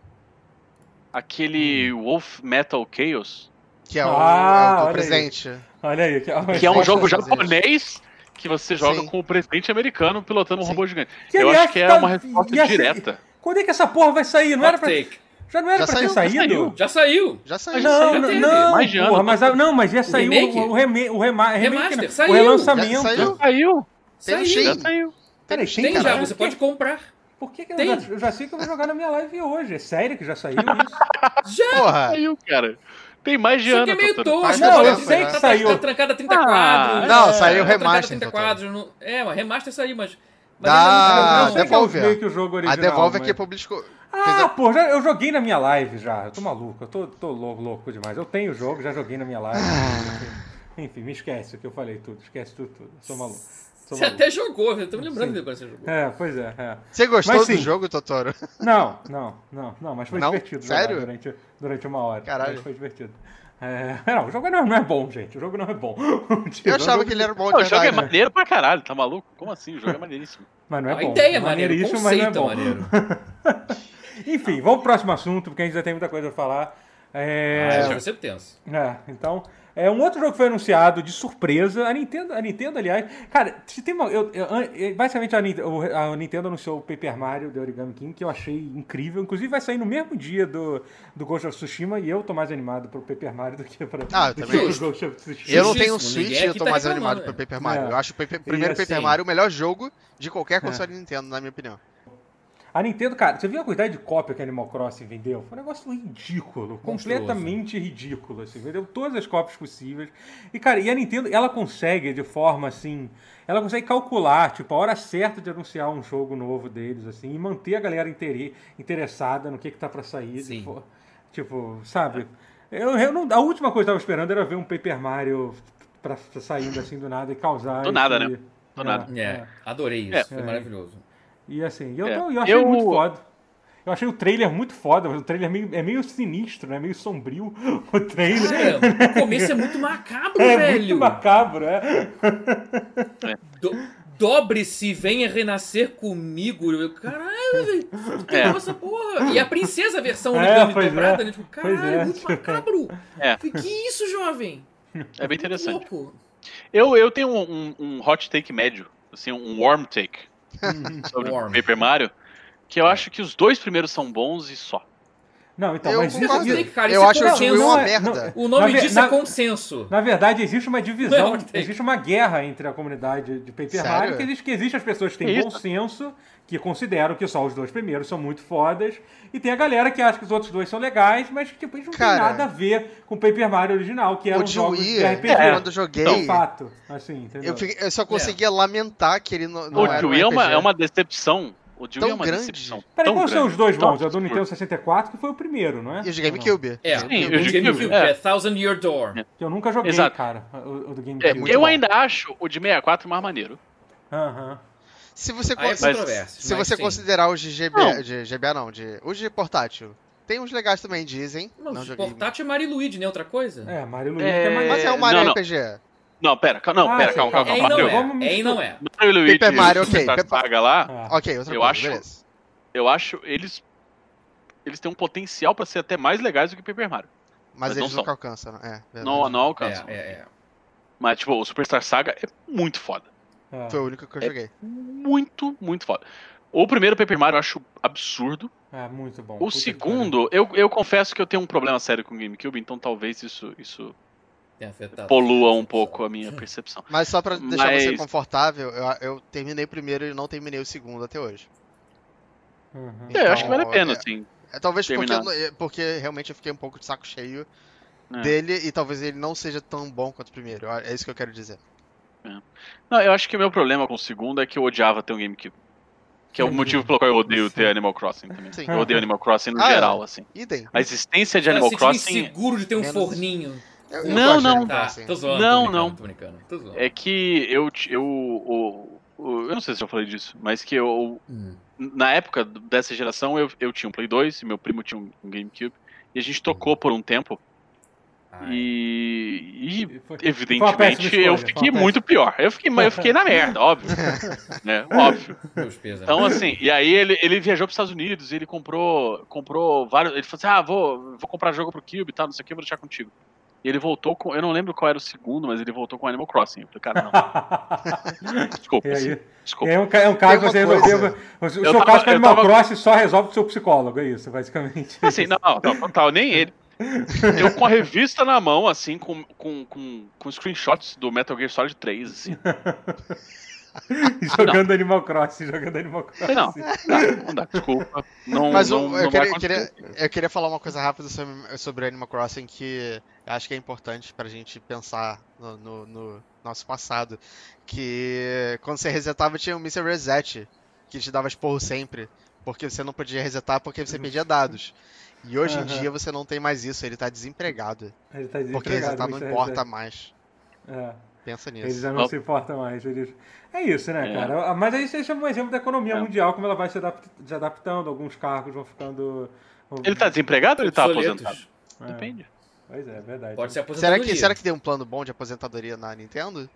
Speaker 4: àquele Wolf Metal Chaos,
Speaker 3: Que é o,
Speaker 1: Ah,
Speaker 3: é o do
Speaker 1: olha
Speaker 3: presente.
Speaker 1: Olha aí. Que,
Speaker 4: que é um
Speaker 3: Resposta
Speaker 4: jogo
Speaker 3: àquele
Speaker 4: japonês que você joga
Speaker 3: Sim.
Speaker 4: com o presidente americano pilotando um
Speaker 3: Sim.
Speaker 4: robô gigante.
Speaker 1: Que,
Speaker 4: eu
Speaker 1: aliás,
Speaker 4: acho que é
Speaker 1: tá-
Speaker 4: uma
Speaker 1: ia
Speaker 4: resposta
Speaker 1: ser-
Speaker 4: direta.
Speaker 1: Quando é que essa porra vai sair? Não era pra,
Speaker 2: Outtake.
Speaker 1: já não era
Speaker 3: Já
Speaker 1: pra ter
Speaker 3: saiu, já
Speaker 1: saído?
Speaker 4: saiu.
Speaker 2: Já saiu.
Speaker 3: Já saiu.
Speaker 1: Não,
Speaker 2: já
Speaker 1: não,
Speaker 2: teve.
Speaker 1: não,
Speaker 4: Mais de ano.
Speaker 1: porra, mas, a- não, mas já saiu
Speaker 2: Remake?
Speaker 1: o, o, reme, o, rema, remake,
Speaker 2: Remaster,
Speaker 1: não,
Speaker 2: saiu.
Speaker 1: o relançamento.
Speaker 3: Já É, saiu?
Speaker 4: Já saiu,
Speaker 3: Teve
Speaker 2: Saiu.
Speaker 4: já
Speaker 3: Sim.
Speaker 4: saiu.
Speaker 1: Peraí,
Speaker 3: Sim,
Speaker 2: Tem já,
Speaker 3: caralho.
Speaker 2: você pode comprar.
Speaker 1: Por que, que eu,
Speaker 2: Tem.
Speaker 1: já, eu já sei que eu vou jogar na minha live hoje? É sério que já saiu isso?
Speaker 2: Já!
Speaker 3: Porra.
Speaker 4: Saiu, cara. Tem mais de
Speaker 2: Só que é
Speaker 4: ano,
Speaker 2: meio
Speaker 4: Totoro.
Speaker 2: tosco.
Speaker 3: Faz
Speaker 1: não, eu
Speaker 3: tempo,
Speaker 1: sei
Speaker 3: né?
Speaker 1: que
Speaker 2: Tá,
Speaker 1: saiu.
Speaker 2: tá trancada 30
Speaker 4: Ah,
Speaker 2: quadros.
Speaker 4: não,
Speaker 2: tá
Speaker 3: saiu
Speaker 2: trancada
Speaker 3: remaster,
Speaker 2: 30
Speaker 3: doutor.
Speaker 2: quadros. não- É, mas remaster saiu, mas... mas
Speaker 3: Dá,
Speaker 2: ainda
Speaker 1: eu sei
Speaker 2: não-
Speaker 1: que é o-
Speaker 3: Ah, devolve, ó.
Speaker 1: meio que o jogo original.
Speaker 3: A Devolve é
Speaker 1: mas-
Speaker 3: aqui publicou...
Speaker 1: Ah, pô, já, eu joguei na minha live já. Eu tô maluco, eu tô, tô louco, louco demais. Eu tenho o jogo, já joguei na minha live.
Speaker 3: Ah.
Speaker 1: Enfim, Enfim, me esquece o que eu falei tudo. Esquece tudo, tudo. Sou maluco. Sou
Speaker 2: Você
Speaker 1: maluco.
Speaker 2: até jogou, eu tô me lembrando de quando você jogou.
Speaker 1: É, pois é, é.
Speaker 3: Você gostou
Speaker 1: Mas
Speaker 3: do
Speaker 1: sim.
Speaker 3: jogo, Totoro?
Speaker 1: Não, não, não, não, mas foi
Speaker 3: Não?
Speaker 1: divertido jogar
Speaker 3: Sério?
Speaker 1: durante, durante uma hora.
Speaker 3: Caralho.
Speaker 1: Mas foi divertido. É, não, o jogo não, não é bom, gente. O jogo não é bom.
Speaker 3: Eu achava que ele era bom de
Speaker 4: Não, o jogo é
Speaker 3: verdade.
Speaker 4: maneiro pra caralho, tá maluco? Como assim? O jogo é maneiríssimo.
Speaker 1: Mas não é
Speaker 2: A
Speaker 1: bom.
Speaker 2: ideia é maneira, o
Speaker 1: Maneiríssimo, mas
Speaker 2: conceito é
Speaker 1: não é bom.
Speaker 2: maneiro.
Speaker 1: Enfim, vamos pro próximo assunto, porque a gente já tem muita coisa pra falar. É,
Speaker 2: Mas vai ser tenso.
Speaker 1: É, então. É um outro jogo que foi anunciado de surpresa. A Nintendo, a Nintendo aliás. Cara, se tem uma. Eu, eu- an- basicamente, a, Nin- o- a Nintendo anunciou o Paper Mario The Origami King, que eu achei incrível. Inclusive, vai sair no mesmo dia do, do Ghost of Tsushima. E eu tô mais animado pro Paper Mario do que pra,
Speaker 3: Ah, eu
Speaker 1: do que
Speaker 3: também.
Speaker 1: pro Ghost of Tsushima.
Speaker 3: Eu não tenho
Speaker 2: Justíssimo,
Speaker 3: Switch,
Speaker 2: ninguém
Speaker 3: eu
Speaker 2: aqui
Speaker 3: tô
Speaker 2: tá
Speaker 3: mais
Speaker 2: reclamando,
Speaker 3: animado
Speaker 2: é.
Speaker 3: pro Paper Mario.
Speaker 1: É.
Speaker 3: Eu acho o Paper- primeiro
Speaker 1: assim-
Speaker 3: Paper Mario o melhor jogo de qualquer console Nintendo, na minha opinião.
Speaker 1: A Nintendo, cara, você viu a quantidade de cópia que Animal Crossing vendeu? Foi um negócio ridículo, completamente ridículo, assim, vendeu todas as cópias possíveis. E, cara, e a Nintendo, ela consegue de forma, assim, ela consegue calcular, tipo, a hora certa de anunciar um jogo novo deles, assim, e manter a galera interi- interessada no que que tá pra sair.
Speaker 2: Sim.
Speaker 1: Tipo, tipo, sabe?
Speaker 4: É.
Speaker 1: Eu, eu não- a última coisa que eu tava esperando era ver um Paper Mario pra, pra saindo, assim, do nada e causar...
Speaker 4: Do nada, né?
Speaker 1: Do
Speaker 4: nada.
Speaker 2: É, adorei isso,
Speaker 4: É.
Speaker 2: foi maravilhoso.
Speaker 1: e assim, eu,
Speaker 4: É.
Speaker 1: tô- eu achei
Speaker 4: Eu-
Speaker 1: muito foda. Eu achei o trailer muito foda, mas o trailer é meio, é meio sinistro, né? Meio sombrio o trailer.
Speaker 2: Cara, o começo é muito macabro,
Speaker 1: é
Speaker 2: velho.
Speaker 1: muito macabro, é.
Speaker 2: Do- Dobre-se, venha renascer comigo. Eu- Caralho, velho.
Speaker 4: É.
Speaker 2: Nossa, porra. E a princesa versão
Speaker 1: É,
Speaker 2: origami
Speaker 1: pois
Speaker 2: dobrada,
Speaker 1: é.
Speaker 2: né? Tipo,
Speaker 1: Pois
Speaker 2: caralho,
Speaker 1: é.
Speaker 2: muito macabro.
Speaker 4: É.
Speaker 2: Falei, Que isso, jovem?
Speaker 4: É bem interessante.
Speaker 2: Louco.
Speaker 4: Eu, eu tenho um, um- um hot take médio, assim, um warm take sobre
Speaker 3: Uhum.
Speaker 2: Warm.
Speaker 3: É.
Speaker 4: Paper Mario, que eu acho que os dois primeiros são bons e só.
Speaker 1: Não, então,
Speaker 3: Eu
Speaker 1: mas isso,
Speaker 3: concordo.
Speaker 1: isso-
Speaker 2: Tem, cara,
Speaker 3: Eu
Speaker 2: isso
Speaker 3: acho
Speaker 2: é
Speaker 3: o
Speaker 1: consenso.
Speaker 3: Tio Will
Speaker 1: Não,
Speaker 3: uma
Speaker 1: não,
Speaker 3: merda.
Speaker 2: O nome
Speaker 1: Na ve-
Speaker 2: disso é
Speaker 1: na-
Speaker 2: consenso.
Speaker 1: Na verdade, existe uma divisão,
Speaker 2: Não, tem.
Speaker 1: existe uma guerra entre a comunidade de Paper
Speaker 3: Sério?
Speaker 1: Mario, que existe, que existe as pessoas que têm
Speaker 4: É Isso.
Speaker 1: bom senso, que consideram que só os dois primeiros são muito fodas, e tem a galera que acha que os outros dois são legais, mas que tipo, isso não
Speaker 3: Cara,
Speaker 1: tem nada a ver com o Paper Mario original, que era
Speaker 3: O
Speaker 1: um
Speaker 3: de
Speaker 1: jogo de
Speaker 3: Wii,
Speaker 1: RPG.
Speaker 4: É.
Speaker 1: É.
Speaker 3: quando eu joguei,
Speaker 1: um fato, assim, entendeu?
Speaker 3: eu, fiquei- eu só conseguia lamentar que ele não, não
Speaker 4: O
Speaker 3: era um
Speaker 4: Dewey é uma,
Speaker 3: RPG.
Speaker 4: é uma decepção. O Dewey
Speaker 3: Tão
Speaker 4: é uma
Speaker 3: grande.
Speaker 4: decepção.
Speaker 1: Peraí,
Speaker 4: tão
Speaker 1: quais são
Speaker 4: grande,
Speaker 1: os dois
Speaker 4: tão
Speaker 1: bons? É o do
Speaker 4: absurdo.
Speaker 1: Nintendo 64, que foi o primeiro, não é?
Speaker 3: E o de GameCube.
Speaker 2: É,
Speaker 4: Sim,
Speaker 2: o
Speaker 4: eu digo-
Speaker 2: GameCube,
Speaker 4: é.
Speaker 2: é Thousand Year Door.
Speaker 1: Que eu nunca joguei,
Speaker 4: Exato.
Speaker 1: cara, o, o do GameCube.
Speaker 4: É,
Speaker 3: muito
Speaker 4: eu
Speaker 3: bom.
Speaker 4: ainda acho o de 64 mais maneiro.
Speaker 1: Aham.
Speaker 3: Se você,
Speaker 2: Aí é
Speaker 3: con-
Speaker 4: mas-
Speaker 2: controverso.
Speaker 3: se
Speaker 2: mas
Speaker 3: você
Speaker 2: sim.
Speaker 3: considerar os de GBA,
Speaker 4: Não.
Speaker 3: de GBA não, de, os de portátil, tem uns legais também, dizem. Não,
Speaker 2: Não, o
Speaker 3: joguei.
Speaker 2: portátil é Mario e Luigi, né? Outra coisa?
Speaker 1: É, Mario Luigi é, é
Speaker 4: É,
Speaker 3: Mas é um
Speaker 4: não,
Speaker 3: Mario
Speaker 4: não.
Speaker 3: RPG.
Speaker 4: Não, pera, cal- não,
Speaker 1: Ah,
Speaker 4: pera,
Speaker 1: sim,
Speaker 4: calma, calma,
Speaker 2: É e
Speaker 4: calma.
Speaker 2: não
Speaker 1: Mario.
Speaker 4: Mario,
Speaker 1: Vamos
Speaker 2: é. É e não é.
Speaker 4: Mario e Luigi,
Speaker 3: Paper Mario, ok,
Speaker 4: essa
Speaker 3: Paper-
Speaker 4: saga lá,
Speaker 1: Ah.
Speaker 3: Ok, outra
Speaker 4: Eu
Speaker 3: coisa,
Speaker 4: acho-
Speaker 3: beleza.
Speaker 4: eu acho eles eles têm um potencial pra ser até mais legais do que Paper Mario.
Speaker 3: Mas,
Speaker 4: Mas não
Speaker 3: eles
Speaker 4: são.
Speaker 3: nunca alcançam, né? É, verdade.
Speaker 4: Não, não alcança.
Speaker 2: É, é, é.
Speaker 4: Mas tipo, o Superstar Saga é muito foda.
Speaker 1: É.
Speaker 3: Foi o único que eu joguei.
Speaker 4: Muito, muito foda. O primeiro Paper Mario eu acho absurdo.
Speaker 1: É, muito bom.
Speaker 4: O
Speaker 1: Puta que
Speaker 4: segundo, eu, eu confesso que eu tenho um problema sério com o GameCube, então talvez isso, isso
Speaker 2: Tem afetado.
Speaker 4: polua um pouco a minha percepção.
Speaker 3: Mas só pra deixar você
Speaker 4: Mas-
Speaker 3: confortável, eu, eu terminei o primeiro e não terminei o segundo até hoje.
Speaker 1: pariu. Uhum.
Speaker 4: É, eu acho que vale a
Speaker 3: Então,
Speaker 4: pena,
Speaker 3: é.
Speaker 4: assim.
Speaker 3: É, talvez porque, eu
Speaker 4: Terminar.
Speaker 3: não- é, porque realmente eu fiquei um pouco de saco cheio
Speaker 4: É.
Speaker 3: dele e talvez ele não seja tão bom quanto o primeiro. É isso que eu quero dizer.
Speaker 4: Não, eu acho que o meu problema com o segundo é que eu odiava ter um GameCube. Que é o motivo pelo qual eu odeio ter Animal Crossing também.
Speaker 3: Sim.
Speaker 4: Eu odeio Animal Crossing no
Speaker 3: Ah, é.
Speaker 4: geral, assim.
Speaker 3: Idem.
Speaker 4: A existência de
Speaker 2: Cara,
Speaker 4: Animal
Speaker 2: se tiver
Speaker 4: Crossing
Speaker 2: inseguro de ter um
Speaker 3: Menos-
Speaker 2: forninho.
Speaker 3: Eu- eu gosto de assim.
Speaker 4: Não, não.
Speaker 3: Animal
Speaker 2: Tá,
Speaker 3: Crossing.
Speaker 2: tô zoando. tô
Speaker 4: Não,
Speaker 2: brincando,
Speaker 4: não.
Speaker 2: Tô brincando, tô zoando.
Speaker 4: é que eu, t- eu, o- o- eu não sei se eu falei disso, mas que eu
Speaker 2: Hum.
Speaker 4: na época dessa geração eu, eu tinha um Play 2 e meu primo tinha um, um GameCube e a gente tocou por um tempo
Speaker 2: Ai.
Speaker 4: e,
Speaker 1: Ah, Foi- foi
Speaker 4: e
Speaker 1: uma péssima
Speaker 4: evidentemente
Speaker 1: escolha,
Speaker 4: eu
Speaker 1: foi uma
Speaker 4: fiquei
Speaker 1: péssima-
Speaker 4: muito pior. Eu fiquei, mas eu fiquei na merda, óbvio. né? Óbvio.
Speaker 2: Meus né? pesos.
Speaker 4: Então, assim, e aí ele, ele viajou para os Estados Unidos e ele comprou, comprou vários. Ele falou assim: ah, vou, vou comprar jogo pro Cube e tal, não sei o que, vou deixar contigo. E ele voltou com. Eu não lembro qual era o segundo, mas ele voltou com Animal Crossing. Eu falei, cara, não,
Speaker 1: E
Speaker 4: desculpa.
Speaker 1: aí?
Speaker 4: assim, desculpa.
Speaker 1: É um, ca- é um caso que
Speaker 3: Tem
Speaker 1: você
Speaker 3: uma
Speaker 1: resolveu. O seu
Speaker 4: Eu tava-
Speaker 1: caso com
Speaker 4: eu
Speaker 1: Animal
Speaker 4: tava-
Speaker 1: Crossing só resolve com o seu psicólogo, é isso, basicamente.
Speaker 4: Assim, não, não, não, total, nem ele. Eu com a revista na mão, assim, com, com, com, com screenshots do Metal Gear Solid 3, assim.
Speaker 1: jogando Animal Crossing, jogando Animal Crossing.
Speaker 4: Falei, não, não, não dá, desculpa. Não,
Speaker 3: Mas
Speaker 4: não,
Speaker 3: um-
Speaker 4: não
Speaker 3: eu,
Speaker 4: vai
Speaker 3: queria, eu,
Speaker 4: acontecer.
Speaker 3: queria, eu queria falar uma coisa rápida sobre, sobre Animal Crossing que eu acho que é importante pra gente pensar no, no- no nosso passado. Que quando você resetava tinha o Mr. Reset, que te dava esporro sempre, porque você não podia resetar porque você perdia dados. E hoje em
Speaker 1: Uhum. Aham.
Speaker 3: dia você não tem mais isso, ele tá desempregado.
Speaker 1: Ele tá
Speaker 3: Porque
Speaker 1: desempregado,
Speaker 3: resetar não
Speaker 1: isso é-
Speaker 3: importa mais.
Speaker 1: É,
Speaker 3: Pensa
Speaker 1: ele
Speaker 3: nisso.
Speaker 1: já não se importa mais. ele- É isso, né,
Speaker 4: É.
Speaker 1: cara? Mas aí você chama um exemplo da economia
Speaker 4: É.
Speaker 1: mundial, como ela vai se, adap- se adaptando, alguns cargos vão ficando.
Speaker 4: Ele tá desempregado ou ele tá
Speaker 2: Obsoletos.
Speaker 4: aposentado?
Speaker 1: É,
Speaker 4: Depende.
Speaker 1: Pois é, é verdade.
Speaker 2: Pode ser
Speaker 3: Será
Speaker 2: aposentado.
Speaker 3: que, será que tem um plano bom de aposentadoria na Nintendo?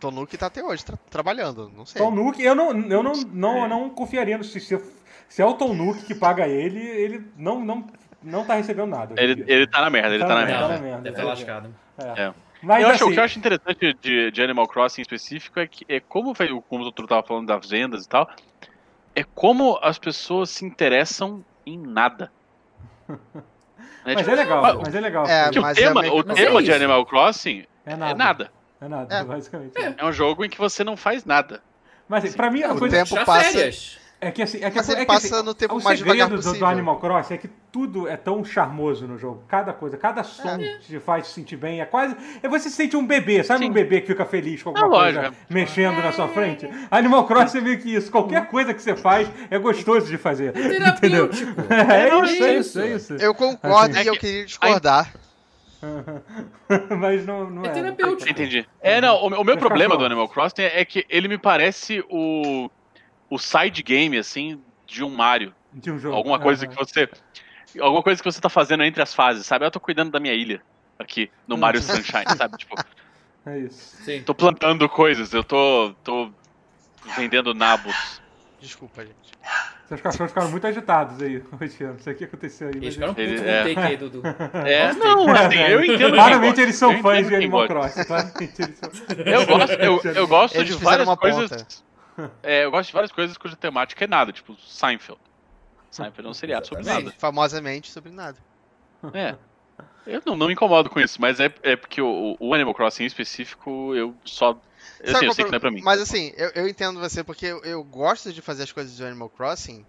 Speaker 3: Tonuki tá até hoje tra- trabalhando, não sei.
Speaker 1: Tom Nook, eu não, eu não, não, eu não confiaria no se, se, se é o Tom Nook que paga ele, ele não, não, não tá recebendo nada. hoje em
Speaker 4: Ele,
Speaker 1: dia.
Speaker 4: ele tá na merda, ele tá na
Speaker 1: Não,
Speaker 4: merda.
Speaker 1: tá na
Speaker 2: Não,
Speaker 1: merda,
Speaker 2: né? deve estar
Speaker 1: é.
Speaker 2: lascado.
Speaker 1: É.
Speaker 4: É.
Speaker 1: Mas,
Speaker 4: eu acho,
Speaker 1: assim,
Speaker 4: o que eu acho interessante de, de Animal Crossing em específico é que é como foi- como o doutor tava falando das vendas e tal, é como as pessoas se interessam em nada. Né,
Speaker 1: mas
Speaker 4: tipo,
Speaker 1: é legal,
Speaker 4: ah,
Speaker 1: mas é legal.
Speaker 3: É,
Speaker 4: que
Speaker 1: porque
Speaker 4: o
Speaker 3: mas
Speaker 4: tema,
Speaker 3: meio que-
Speaker 4: o
Speaker 2: mas
Speaker 4: tema
Speaker 2: é
Speaker 4: de
Speaker 2: isso.
Speaker 4: Animal Crossing
Speaker 1: é
Speaker 4: é nada.
Speaker 1: É nada,
Speaker 3: É.
Speaker 1: basicamente.
Speaker 4: É um jogo em que você não faz nada.
Speaker 1: Mas assim, pra mim a
Speaker 3: O
Speaker 1: coisa
Speaker 3: tempo
Speaker 2: Tirar
Speaker 3: passa-
Speaker 2: férias.
Speaker 1: é que assim, é que
Speaker 3: Mas
Speaker 1: a-
Speaker 3: ele
Speaker 1: é que,
Speaker 3: passa
Speaker 1: assim,
Speaker 3: no tempo
Speaker 1: o
Speaker 3: mais devagar
Speaker 1: segredo do- do,
Speaker 3: possível.
Speaker 1: Animal Crossing é que tudo é tão charmoso no jogo. Cada coisa, cada som te faz se sentir bem. É quase. É você se sente um bebê, sabe
Speaker 4: Sim.
Speaker 1: um bebê que fica feliz com
Speaker 4: É
Speaker 1: alguma coisa
Speaker 4: lógico.
Speaker 1: mexendo na sua frente? Animal Crossing é meio que isso. Qualquer coisa que você faz é gostoso de fazer. Entendeu?
Speaker 2: Terapêutico.
Speaker 1: É isso, é
Speaker 2: É
Speaker 1: isso, é isso.
Speaker 3: Eu concordo
Speaker 4: Assim,
Speaker 3: e
Speaker 4: é
Speaker 3: eu
Speaker 4: que-
Speaker 3: queria discordar.
Speaker 1: Mas não, não
Speaker 2: É
Speaker 1: é.
Speaker 2: terapêutico.
Speaker 4: Entendi. É, não, o, meu- o meu
Speaker 1: Os
Speaker 4: problema
Speaker 1: cachorros.
Speaker 4: do Animal Crossing é, é que ele me parece o, o side game, assim, de um Mario.
Speaker 1: De um jogo.
Speaker 4: Alguma coisa
Speaker 1: Aham.
Speaker 4: que você. Alguma coisa que você tá fazendo entre as fases, sabe? Eu tô cuidando da minha ilha aqui no Mario Sunshine, sabe? Tipo,
Speaker 1: É isso.
Speaker 2: Sim.
Speaker 4: tô plantando coisas, eu tô. tô vendendo nabos.
Speaker 3: Desculpa, gente.
Speaker 1: Seus cachorros ficaram muito agitados aí hoje. Não sei o que aconteceu aí. mas
Speaker 2: Eles ficaram
Speaker 4: Ele-
Speaker 2: putos com
Speaker 4: é.
Speaker 2: o take aí, Dudu.
Speaker 4: É, não, assim, eu entendo. quem
Speaker 1: Claramente
Speaker 4: gosta,
Speaker 1: eles
Speaker 4: eu
Speaker 1: são
Speaker 4: entendo
Speaker 1: fãs de
Speaker 4: quem
Speaker 1: Animal
Speaker 4: gosta.
Speaker 1: Crossing. Claramente eles são.
Speaker 4: Eu gosto, eu, eu gosto
Speaker 3: Eles
Speaker 4: de
Speaker 3: fizeram
Speaker 4: várias
Speaker 3: uma
Speaker 4: coisas.
Speaker 3: ponta.
Speaker 4: É, eu gosto de várias coisas cuja temática é nada, tipo Seinfeld. Seinfeld é um seriado sobre
Speaker 2: Exatamente.
Speaker 4: nada.
Speaker 3: Famosamente sobre nada.
Speaker 4: É. Eu não, não me incomodo com isso, mas é, é porque o, o Animal Crossing em específico, eu só. Eu,
Speaker 3: Sabe
Speaker 4: sei, eu
Speaker 3: qual
Speaker 4: sei
Speaker 3: o
Speaker 4: que não é pra
Speaker 3: problema?
Speaker 4: mim.
Speaker 3: Mas assim, eu, eu entendo você, porque eu, eu gosto de fazer as coisas do Animal Crossing,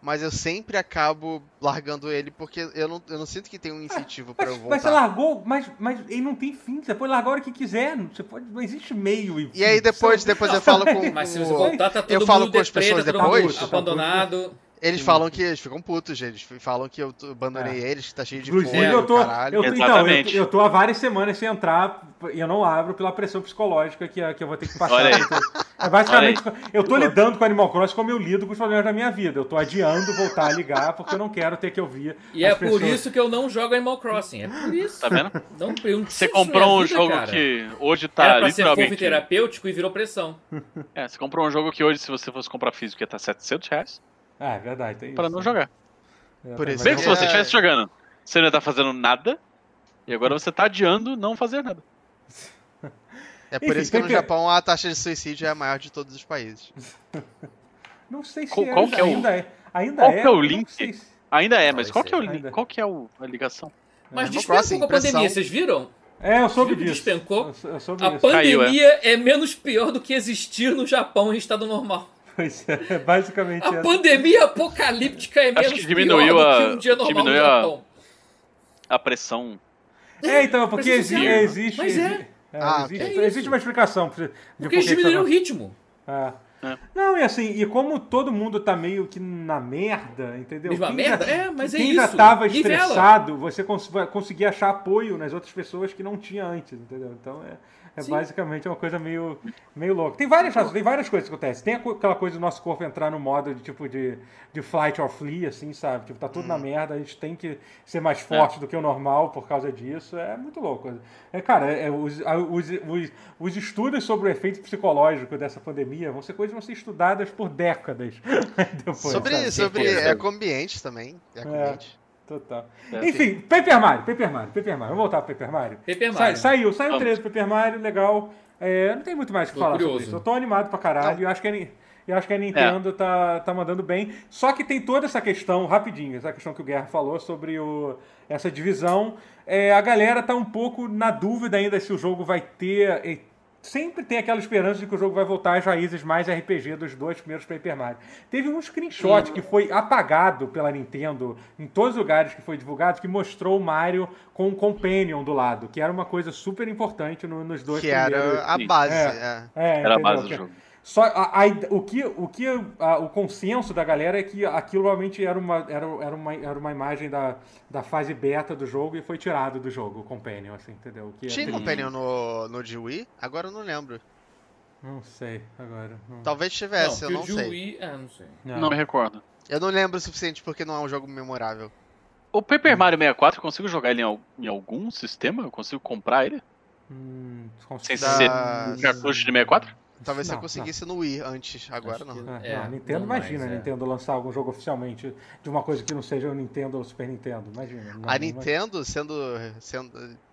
Speaker 3: mas eu sempre acabo largando ele, porque eu não, eu não sinto que tem um incentivo pra eu
Speaker 1: Mas,
Speaker 3: voltar.
Speaker 1: mas você largou, mas, mas ele não tem fim. Você pode largar a hora que quiser. Você pode, não existe meio.
Speaker 3: E aí depois,
Speaker 1: é
Speaker 3: depois eu falo com.
Speaker 2: Mas se
Speaker 3: com
Speaker 2: você
Speaker 3: o-
Speaker 2: voltar, tá todo
Speaker 3: Eu
Speaker 2: mundo
Speaker 3: falo com as
Speaker 2: deprê, tá
Speaker 3: pessoas
Speaker 2: todo mundo
Speaker 3: depois.
Speaker 2: abandonado.
Speaker 3: Eles falam que eles ficam putos, eles falam que eu t- abandonei
Speaker 2: É.
Speaker 3: eles, que tá cheio de
Speaker 1: Inclusive,
Speaker 3: fome,
Speaker 1: eu tô,
Speaker 3: caralho.
Speaker 1: eu, tô- então, eu,
Speaker 4: Exatamente.
Speaker 1: eu tô há várias semanas sem entrar e eu não abro pela pressão psicológica que, que eu vou ter que passar.
Speaker 4: Olha aí.
Speaker 1: É basicamente, eu tô lidando com Animal Crossing como eu lido com os problemas da minha vida. Eu tô adiando voltar a ligar porque eu não quero ter que ouvir
Speaker 2: E
Speaker 1: as
Speaker 2: é por
Speaker 1: pessoas.
Speaker 2: isso que eu não jogo Animal Crossing. É por isso.
Speaker 4: Tá vendo?
Speaker 2: Não, eu não preciso
Speaker 4: Você
Speaker 2: na
Speaker 4: comprou um
Speaker 2: é vida,
Speaker 4: jogo
Speaker 2: cara.
Speaker 4: que hoje
Speaker 2: Era
Speaker 4: tá
Speaker 2: pra ser fofo e
Speaker 4: literalmente.
Speaker 2: terapêutico e virou pressão.
Speaker 4: É, você comprou um jogo que hoje, se você fosse comprar físico, ia estar 700 reais
Speaker 1: Ah, é verdade. Tem
Speaker 4: pra
Speaker 1: isso.
Speaker 4: não jogar.
Speaker 1: É,
Speaker 3: Por
Speaker 1: tá-
Speaker 3: isso
Speaker 4: Mesmo
Speaker 1: mas
Speaker 4: se
Speaker 1: eu-
Speaker 4: você estivesse jogando, você não ia estar fazendo nada. E agora você tá adiando não fazer nada.
Speaker 3: É por
Speaker 1: Enfim,
Speaker 3: isso que no
Speaker 1: tem que-
Speaker 3: Japão a taxa de suicídio é a maior de todos os países.
Speaker 1: Não sei se
Speaker 4: Qual- qual que é o-
Speaker 1: ainda é. Ainda
Speaker 4: qual
Speaker 1: é,
Speaker 4: que é o
Speaker 1: não
Speaker 4: link?
Speaker 1: sei se-
Speaker 4: Ainda é,
Speaker 2: Não,
Speaker 4: mas
Speaker 2: isso
Speaker 4: qual que é, o,
Speaker 1: aí ainda.
Speaker 4: li- qual que é o- a ligação?
Speaker 2: Mas
Speaker 3: É, Animal
Speaker 2: despencou
Speaker 3: Crossing,
Speaker 2: com a pandemia,
Speaker 3: pressão.
Speaker 2: vocês viram?
Speaker 1: É, eu soube
Speaker 2: Despencou.
Speaker 1: disso. Eu, sou- eu soube
Speaker 2: A
Speaker 1: disso.
Speaker 4: Caiu, é.
Speaker 2: pandemia é. menos pior do que existir no Japão em estado normal.
Speaker 1: Pois é, basicamente
Speaker 2: A
Speaker 1: é.
Speaker 2: pandemia apocalíptica é menos
Speaker 4: que diminuiu
Speaker 2: pior do
Speaker 4: a-
Speaker 2: que um dia normal no
Speaker 4: diminuiu a-
Speaker 2: Japão.
Speaker 4: A pressão.
Speaker 1: É, então, porque
Speaker 2: Precisa
Speaker 1: exi-
Speaker 2: ser.
Speaker 1: existe.
Speaker 2: Mas é.
Speaker 1: é,
Speaker 3: Ah,
Speaker 1: existe,
Speaker 2: ok. É
Speaker 1: existe uma explicação. pra- de por
Speaker 2: Porque
Speaker 1: que
Speaker 2: eles
Speaker 1: que isso
Speaker 2: diminuíram o
Speaker 1: acontece.
Speaker 2: ritmo.
Speaker 1: É.
Speaker 4: É.
Speaker 1: Não, e assim, e como todo mundo tá meio que na merda, entendeu?
Speaker 2: Mesma merda? É, mas é
Speaker 1: quem já
Speaker 2: isso.
Speaker 1: tava
Speaker 2: Nivela.
Speaker 1: estressado, você cons vai conseguir achar apoio nas outras pessoas que não tinha antes, entendeu? Então é, é
Speaker 2: Sim.
Speaker 1: basicamente uma coisa meio, meio louca. Tem várias, tem várias coisas que acontecem. Tem a co- aquela coisa do nosso corpo entrar no modo de tipo de, de flight or flee, assim, sabe? Tipo, tá tudo na merda, a gente tem que ser mais forte do que o normal por causa disso. É muito louco. É, cara, é, os, a- os, os, os estudos sobre o efeito psicológico dessa pandemia vão ser coisas que vão ser estudadas por décadas depois.
Speaker 3: sobre
Speaker 1: sabe?
Speaker 3: sobre
Speaker 4: certeza.
Speaker 3: é com ambiente também. É com
Speaker 1: É.
Speaker 3: ambiente.
Speaker 1: Total.
Speaker 2: assim.
Speaker 4: É,
Speaker 1: Enfim, Paper Mario, Paper Mario, Paper Mario. Vamos voltar pro Paper Mario?
Speaker 2: Paper
Speaker 1: Sai-
Speaker 2: Mario.
Speaker 1: saiu, saiu o
Speaker 4: Vamos.
Speaker 1: trailer do Paper Mario, legal. É, não tem muito mais o que
Speaker 2: Tô
Speaker 1: falar sobre
Speaker 2: curioso.
Speaker 1: isso. Eu tô animado pra caralho. Eu acho que a, Ni- eu
Speaker 3: É.
Speaker 1: acho que a Nintendo tá, tá mandando bem. Só que tem toda essa questão, rapidinho, essa questão que o Guerra falou sobre o, essa divisão. É, a galera tá um pouco na dúvida ainda se o jogo vai ter... e Sempre tem aquela esperança de que o jogo vai voltar às raízes mais RPG dos dois primeiros Paper Mario. Teve um screenshot que foi apagado pela Nintendo em todos os lugares que foi divulgado, que mostrou o Mario com o Companion do lado, que era uma coisa super importante no- nos dois
Speaker 3: Que
Speaker 1: primeiros.
Speaker 3: era a
Speaker 4: Sim.
Speaker 3: base.
Speaker 1: É.
Speaker 3: É.
Speaker 1: É,
Speaker 4: Era a
Speaker 1: entendeu?
Speaker 4: base do
Speaker 1: Que-
Speaker 4: jogo.
Speaker 1: Só a- a ide- o que, o, que a- o consenso da galera é que aquilo realmente era uma, era, era uma, era uma imagem da, da fase beta do jogo e foi tirado do jogo, o Companion, assim, entendeu? O que é
Speaker 3: Tinha
Speaker 1: triste.
Speaker 3: Companion no, no Dewey? Agora eu não lembro.
Speaker 1: Não sei agora. não-
Speaker 3: Talvez tivesse, eu
Speaker 2: que
Speaker 3: não
Speaker 2: o
Speaker 3: sei.
Speaker 2: Dewey- Ah, não sei.
Speaker 1: não.
Speaker 4: Não me recordo.
Speaker 3: Eu não lembro o suficiente porque não é um jogo memorável.
Speaker 4: O
Speaker 1: Hum.
Speaker 4: Paper Mario 64, eu consigo jogar ele em, al- em algum sistema? Eu consigo comprar ele?
Speaker 1: Hum,
Speaker 4: Sem
Speaker 1: consigo-
Speaker 3: Da-
Speaker 4: ser um cartucho de 64?
Speaker 3: Talvez
Speaker 1: Não,
Speaker 3: eu
Speaker 1: não.
Speaker 3: conseguisse no Wii antes, agora
Speaker 2: Acho
Speaker 3: não.
Speaker 2: que-
Speaker 1: É,
Speaker 2: É,
Speaker 1: não, Nintendo,
Speaker 2: não
Speaker 1: imagina
Speaker 2: mais,
Speaker 1: a
Speaker 2: é.
Speaker 1: Nintendo lançar algum jogo oficialmente de uma coisa que não seja o Nintendo ou o Super Nintendo. Imagina. não,
Speaker 3: A
Speaker 1: não
Speaker 3: Nintendo sendo, sendo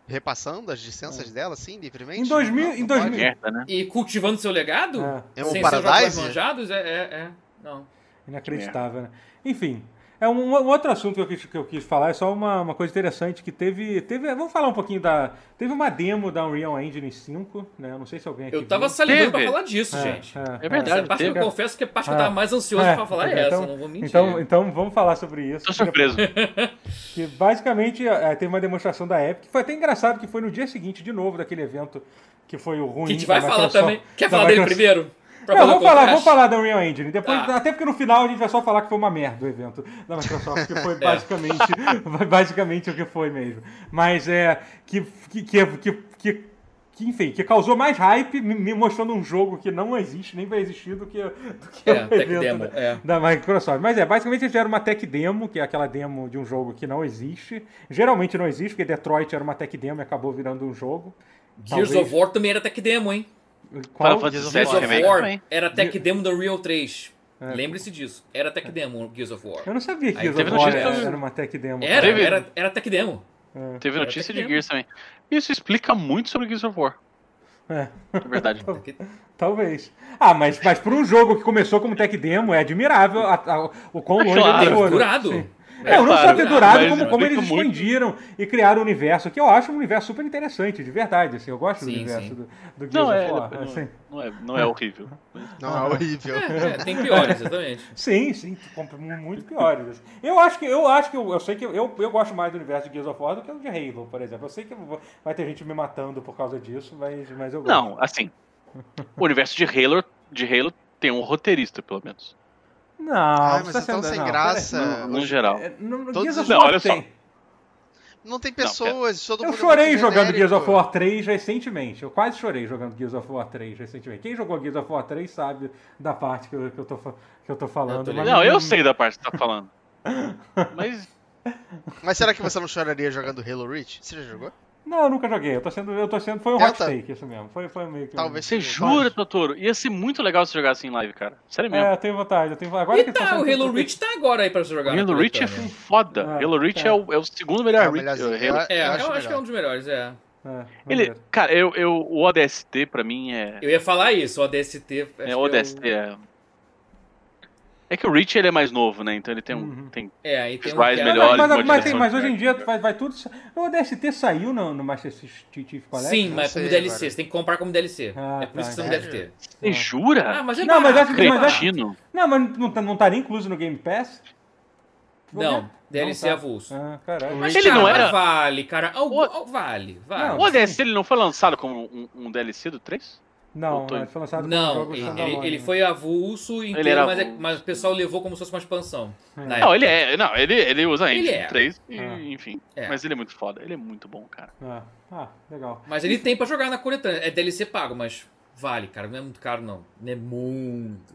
Speaker 3: repassando as licenças dela assim livremente?
Speaker 1: É. Em 2000
Speaker 3: Não,
Speaker 1: em
Speaker 3: não
Speaker 1: 2000
Speaker 3: pode.
Speaker 4: Merda, né?
Speaker 2: E cultivando seu legado?
Speaker 1: É.
Speaker 3: É um
Speaker 2: Sem ser jogos
Speaker 3: Paradise?
Speaker 2: manjados? É, é, é. Não.
Speaker 1: Inacreditável, né? Enfim, é um, um outro assunto que eu quis, que eu quis falar, é só uma, uma coisa interessante que teve, teve. Vamos falar um pouquinho da. Teve uma demo da Unreal Engine 5, né? Eu não sei se alguém aqui.
Speaker 2: Eu tava
Speaker 1: viu.
Speaker 2: salivando pra
Speaker 4: Teve.
Speaker 2: falar disso, gente.
Speaker 4: É verdade,
Speaker 2: Essa parte eu
Speaker 4: teve.
Speaker 2: confesso que é a parte que eu tava mais ansioso
Speaker 1: É,
Speaker 2: pra falar é
Speaker 1: entendeu?
Speaker 2: essa,
Speaker 1: então,
Speaker 2: não vou mentir.
Speaker 1: Então, então vamos falar sobre isso.
Speaker 4: Tô surpreso.
Speaker 1: Que basicamente eh, teve uma demonstração da Epic. Foi até engraçado que foi no dia seguinte, de novo, daquele evento que foi o ruim.
Speaker 2: que a gente
Speaker 1: da
Speaker 2: vai falar
Speaker 1: Microsoft-
Speaker 2: também. Quer
Speaker 1: da
Speaker 2: falar dele
Speaker 1: Microsoft.
Speaker 2: primeiro? Pra
Speaker 1: Não,
Speaker 2: falar
Speaker 1: vamos
Speaker 2: com o
Speaker 1: falar,
Speaker 2: Crash?
Speaker 1: vamos falar da Unreal Engine. Depois,
Speaker 2: Tá.
Speaker 1: Até porque no final a gente vai só falar que foi uma merda o evento da Microsoft, que
Speaker 2: É.
Speaker 1: foi basicamente, basicamente o que foi mesmo. Mas é. Que, que, que, que, que- que, enfim, que causou mais hype me- me mostrando um jogo que não existe, nem vai existir do que, do que
Speaker 2: É,
Speaker 1: o
Speaker 2: tech
Speaker 1: evento
Speaker 2: demo,
Speaker 1: da,
Speaker 2: é.
Speaker 1: da Microsoft. Mas é, basicamente eles fizeram uma tech demo, que é aquela demo de um jogo que não existe. Geralmente não existe, porque Detroit era uma tech demo e acabou virando um jogo.
Speaker 2: Gears
Speaker 1: Talvez-
Speaker 2: of War também era tech demo, hein?
Speaker 1: Qual-
Speaker 4: Final Fantasy
Speaker 2: Gears
Speaker 4: VII
Speaker 2: of
Speaker 4: Remake
Speaker 2: War
Speaker 4: também.
Speaker 2: era tech demo do Real 3. Lembre-se disso. Era tech demo Gears of War.
Speaker 1: Eu não sabia que
Speaker 2: Aí
Speaker 1: Gears
Speaker 4: teve
Speaker 1: of War
Speaker 4: notícia
Speaker 1: era,
Speaker 4: sobre-
Speaker 1: era uma tech demo.
Speaker 2: Era,
Speaker 4: Teve-
Speaker 2: era, era tech demo.
Speaker 4: Teve
Speaker 2: Era
Speaker 1: É,
Speaker 4: notícia
Speaker 2: tech
Speaker 4: de
Speaker 2: demo.
Speaker 4: Gears também. Isso explica muito sobre Gears of War.
Speaker 1: É.
Speaker 4: na verdade.
Speaker 1: Talvez. Ah, mas, mas para um jogo que começou como tech demo, é admirável a- a- o quão longe
Speaker 4: Ah, claro,
Speaker 1: ele foi.
Speaker 2: durado.
Speaker 1: Sim.
Speaker 4: É,
Speaker 1: não, não só
Speaker 4: claro,
Speaker 1: ter durado,
Speaker 4: mas
Speaker 1: como, como eles
Speaker 4: explica muito.
Speaker 1: expandiram e criaram o universo, que eu acho um universo super interessante, de verdade. Assim, eu gosto do
Speaker 2: Sim,
Speaker 1: universo
Speaker 2: sim.
Speaker 1: do, do Gears
Speaker 4: Não
Speaker 1: of
Speaker 4: é,
Speaker 1: War,
Speaker 4: não,
Speaker 1: assim.
Speaker 4: não é, não é horrível.
Speaker 3: Não, é horrível.
Speaker 2: É, tem piores, exatamente.
Speaker 1: Sim, sim, com- muito piores. assim. Eu acho que eu acho que eu, eu sei que eu, eu gosto mais do universo de Gears of War do que o de Halo, por exemplo. Eu sei que eu vou- vai ter gente me matando por causa disso, mas, mas eu gosto.
Speaker 4: Não, assim. O universo de Halo, de Halo tem um roteirista, pelo menos.
Speaker 1: Não,
Speaker 3: Ai,
Speaker 1: você
Speaker 3: mas
Speaker 1: tá
Speaker 3: então
Speaker 1: sendo-
Speaker 3: sem
Speaker 1: não,
Speaker 3: graça.
Speaker 4: No, no geral.
Speaker 1: peraí. É, não,
Speaker 3: Todos
Speaker 1: Gears
Speaker 3: os-
Speaker 1: of War
Speaker 4: Não, olha só.
Speaker 1: tem.
Speaker 3: Não tem pessoas, todo
Speaker 1: Eu
Speaker 3: mundo é
Speaker 1: chorei
Speaker 3: muito
Speaker 1: jogando
Speaker 3: genérico. né?
Speaker 1: Gears of War 3 recentemente. Eu quase chorei jogando Gears of War 3 recentemente. Quem jogou Gears of War 3 sabe da parte que eu, que eu, tô, fa- que eu tô falando. né?
Speaker 2: tô
Speaker 1: mas
Speaker 4: Não, eu sei da parte que você tá falando. Mas
Speaker 3: Mas será que você não choraria jogando Halo Reach? Você já jogou?
Speaker 1: Não, eu nunca joguei. Eu tô sendo. Eu tô sendo foi um
Speaker 3: Eu
Speaker 1: hot
Speaker 3: ta-
Speaker 1: take, isso mesmo. Foi, foi meio que. um-
Speaker 3: Talvez
Speaker 4: você
Speaker 3: sim,
Speaker 4: jura,
Speaker 3: pode.
Speaker 4: Totoro? Ia ser muito legal se jogasse em live, cara. Sério mesmo.
Speaker 1: É, eu tenho vontade. Eu tenho... Agora
Speaker 2: E
Speaker 1: que eu tô
Speaker 2: tá, o
Speaker 1: sendo-
Speaker 2: Halo Reach tá agora aí pra você jogar. né, na
Speaker 4: Halo Reach é
Speaker 2: coletânea.
Speaker 4: foda.
Speaker 1: Ah,
Speaker 4: Halo Reach
Speaker 1: tá.
Speaker 4: é o, é o segundo melhor
Speaker 3: É o
Speaker 4: Reach.
Speaker 3: melhorzinho.
Speaker 4: Halo-
Speaker 3: É,
Speaker 2: É, eu
Speaker 3: Eu
Speaker 2: acho,
Speaker 3: acho
Speaker 2: que é
Speaker 3: melhor.
Speaker 2: um dos melhores, é.
Speaker 1: É, vamos
Speaker 4: Ele,
Speaker 1: ver.
Speaker 4: cara, eu, eu, o ODST pra mim é.
Speaker 2: Eu ia falar isso, o ADST. acho que um
Speaker 4: É ODST. É... é que o Reach ele é mais novo, né? Então ele tem um. Tem...
Speaker 2: É, aí tem um
Speaker 4: Visuais
Speaker 2: que é-
Speaker 1: Mas-
Speaker 4: melhores,
Speaker 1: mas, mas, mas,
Speaker 4: modificações
Speaker 1: tem- mas hoje em dia
Speaker 4: gráficas.
Speaker 1: vai, vai tudo. sa- O DST saiu no, no Master Chief Collection?
Speaker 2: Sim, mas
Speaker 3: sei
Speaker 2: como DLC,
Speaker 3: agora.
Speaker 2: você tem que comprar como DLC.
Speaker 1: é? Ah,
Speaker 2: é por isso que você
Speaker 1: tá,
Speaker 2: não deve ter.
Speaker 4: Você jura?
Speaker 2: Ah, mas é
Speaker 1: Não, mas
Speaker 2: barato,
Speaker 1: acho que-
Speaker 2: é
Speaker 1: mas acho-
Speaker 2: barato.
Speaker 4: Cretino.
Speaker 1: Não, mas não, tá- não estaria incluso no Game Pass?
Speaker 2: Não, DLC
Speaker 1: tá.
Speaker 2: avulso.
Speaker 1: Ah, caralho.
Speaker 2: Mas,
Speaker 4: Ele
Speaker 2: cara,
Speaker 4: não era-
Speaker 2: Vale, cara. Al-
Speaker 4: O-
Speaker 2: al- Vale, vale.
Speaker 4: O ODST ele não foi lançado como um, um DLC do 3?
Speaker 1: Não,
Speaker 4: Eu tô-
Speaker 1: ele foi lançado como um
Speaker 2: Não,
Speaker 1: jogo
Speaker 2: ele,
Speaker 1: standalone,
Speaker 2: ele- ele
Speaker 1: né?
Speaker 2: foi avulso inteiro,
Speaker 4: era
Speaker 2: mas, é-
Speaker 4: avulso.
Speaker 2: mas o pessoal levou como se fosse uma expansão. Na
Speaker 4: Não,
Speaker 2: época.
Speaker 4: ele é. Não, ele, ele usa a
Speaker 2: Ele
Speaker 4: engine
Speaker 2: é.
Speaker 4: do 3, e,
Speaker 1: Ah.
Speaker 4: enfim.
Speaker 2: É.
Speaker 4: Mas ele é muito foda, ele é muito bom, cara.
Speaker 1: Ah, ah, legal.
Speaker 2: Mas ele tem pra jogar na coletânea. É DLC pago, mas vale, cara. Não é muito caro, não. Não é muito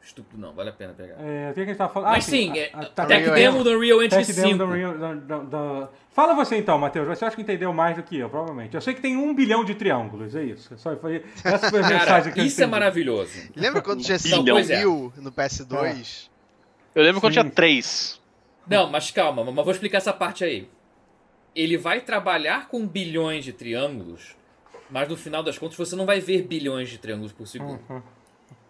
Speaker 2: estúpido, não. Vale a pena pegar.
Speaker 1: É, o que a gente tava falando?
Speaker 2: Mas
Speaker 1: Ah,
Speaker 2: sim,
Speaker 1: a-
Speaker 2: é,
Speaker 1: a- tá-
Speaker 2: Tech
Speaker 3: Unreal
Speaker 2: Demo do Unreal Engine
Speaker 1: Tech
Speaker 2: 5.
Speaker 1: Demo da Unreal- da- da- da- Fala você então, Matheus. Você acha que entendeu mais do que eu, provavelmente. Eu sei que tem um bilhão de triângulos, é isso. Só foi... Essa foi a mensagem que
Speaker 2: Cara,
Speaker 1: eu
Speaker 2: isso é
Speaker 1: entendi.
Speaker 2: maravilhoso.
Speaker 3: Lembra quando tinha
Speaker 4: Bilhão.
Speaker 3: 5
Speaker 2: Pois é.
Speaker 3: mil no PS2?
Speaker 4: Eu lembro quando
Speaker 1: Sim.
Speaker 4: tinha 3.
Speaker 2: Não, mas calma, mas vou explicar essa parte aí. Ele vai trabalhar com bilhões de triângulos, mas no final das contas você não vai ver bilhões de triângulos por
Speaker 1: Hum.
Speaker 2: segundo.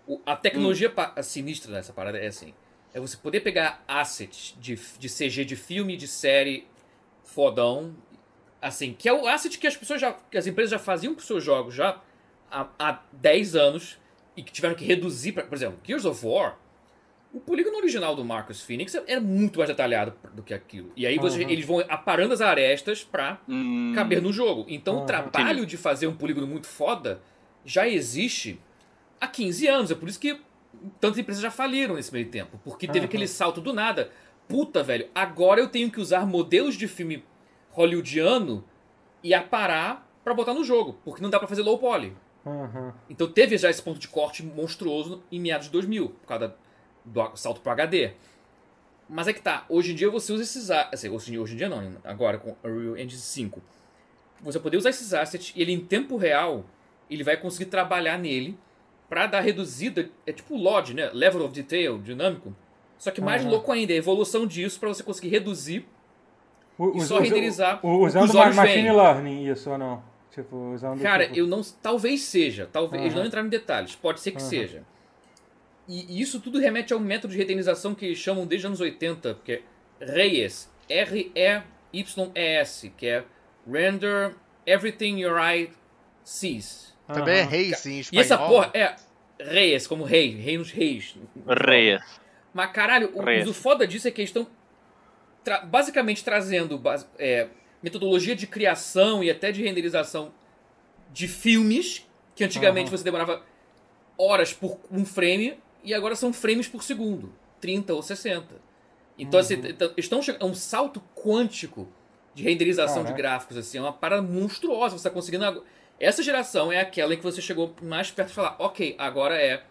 Speaker 2: O- a tecnologia pa- a sinistra nessa parada é assim: é você poder pegar assets de, f- de CG de filme, de série, fodão, assim, que é o asset que as pessoas já, que as empresas já faziam com seus jogos já há, há 10 anos e que tiveram que reduzir, pra, por exemplo, Gears of War. O polígono original do Marcus Phoenix é- era muito mais detalhado do que aquilo. E aí você-
Speaker 1: Uhum.
Speaker 2: eles vão aparando as arestas pra
Speaker 4: Hum,
Speaker 2: caber no jogo. Então
Speaker 1: Ah,
Speaker 2: o trabalho de fazer um polígono muito foda já existe há 15 anos. É por isso que tantas empresas já faliram nesse meio tempo. Porque teve
Speaker 1: Aham.
Speaker 2: aquele salto do nada. Puta, velho, agora eu tenho que usar modelos de filme hollywoodiano e aparar pra botar no jogo. Porque não dá pra fazer low poly.
Speaker 1: Aham.
Speaker 2: Então teve já esse ponto de corte monstruoso em meados de 2000, por causa do salto pro HD. Mas é que tá, hoje em dia você usa esses assets, hoje em dia- hoje em dia não, agora com Unreal Engine 5. Você poder usar esses assets e ele em tempo real, ele vai conseguir trabalhar nele pra dar reduzida, é tipo o LOD, né? Level of Detail, dinâmico. Só que mais
Speaker 1: Aham.
Speaker 2: louco ainda, é a evolução disso pra você conseguir reduzir
Speaker 1: Uhum. O-
Speaker 2: e
Speaker 1: us-
Speaker 2: só
Speaker 1: us-
Speaker 2: renderizar
Speaker 1: o-
Speaker 2: o que os
Speaker 1: Usando ma-
Speaker 2: olhos
Speaker 1: machine
Speaker 2: veem.
Speaker 1: learning, isso ou não? Tipo, usando...
Speaker 2: Cara,
Speaker 1: tipo...
Speaker 2: eu não. Talvez seja. Talvez. Eles
Speaker 1: Aham.
Speaker 2: não entraram em detalhes. Pode ser que
Speaker 1: Aham.
Speaker 2: seja. E, e isso tudo remete a um método de retenização que eles chamam desde os anos 80, que é REYES. R-E-Y-E-S. Que é Render Everything Your Eye Sees.
Speaker 3: Também é
Speaker 1: Aham.
Speaker 3: rei, sim, em
Speaker 2: E essa
Speaker 3: espanhol.
Speaker 2: porra é REYES, como rei. Rei nos reis.
Speaker 4: Reia.
Speaker 2: Mas caralho, o,
Speaker 4: Reis.
Speaker 2: mas o foda disso é que eles estão tra- basicamente trazendo bas- é, metodologia de criação e até de renderização de filmes, que antigamente
Speaker 1: Aham.
Speaker 2: você demorava horas por um frame, e agora são frames por segundo 30 ou 60. Então, assim,
Speaker 1: Uhum.
Speaker 2: t- t- estão che- é um salto quântico de renderização
Speaker 1: Caraca.
Speaker 2: de gráficos, assim, é uma parada monstruosa. Você está conseguindo. agora- Essa geração é aquela em que você chegou mais perto de falar, ok, agora é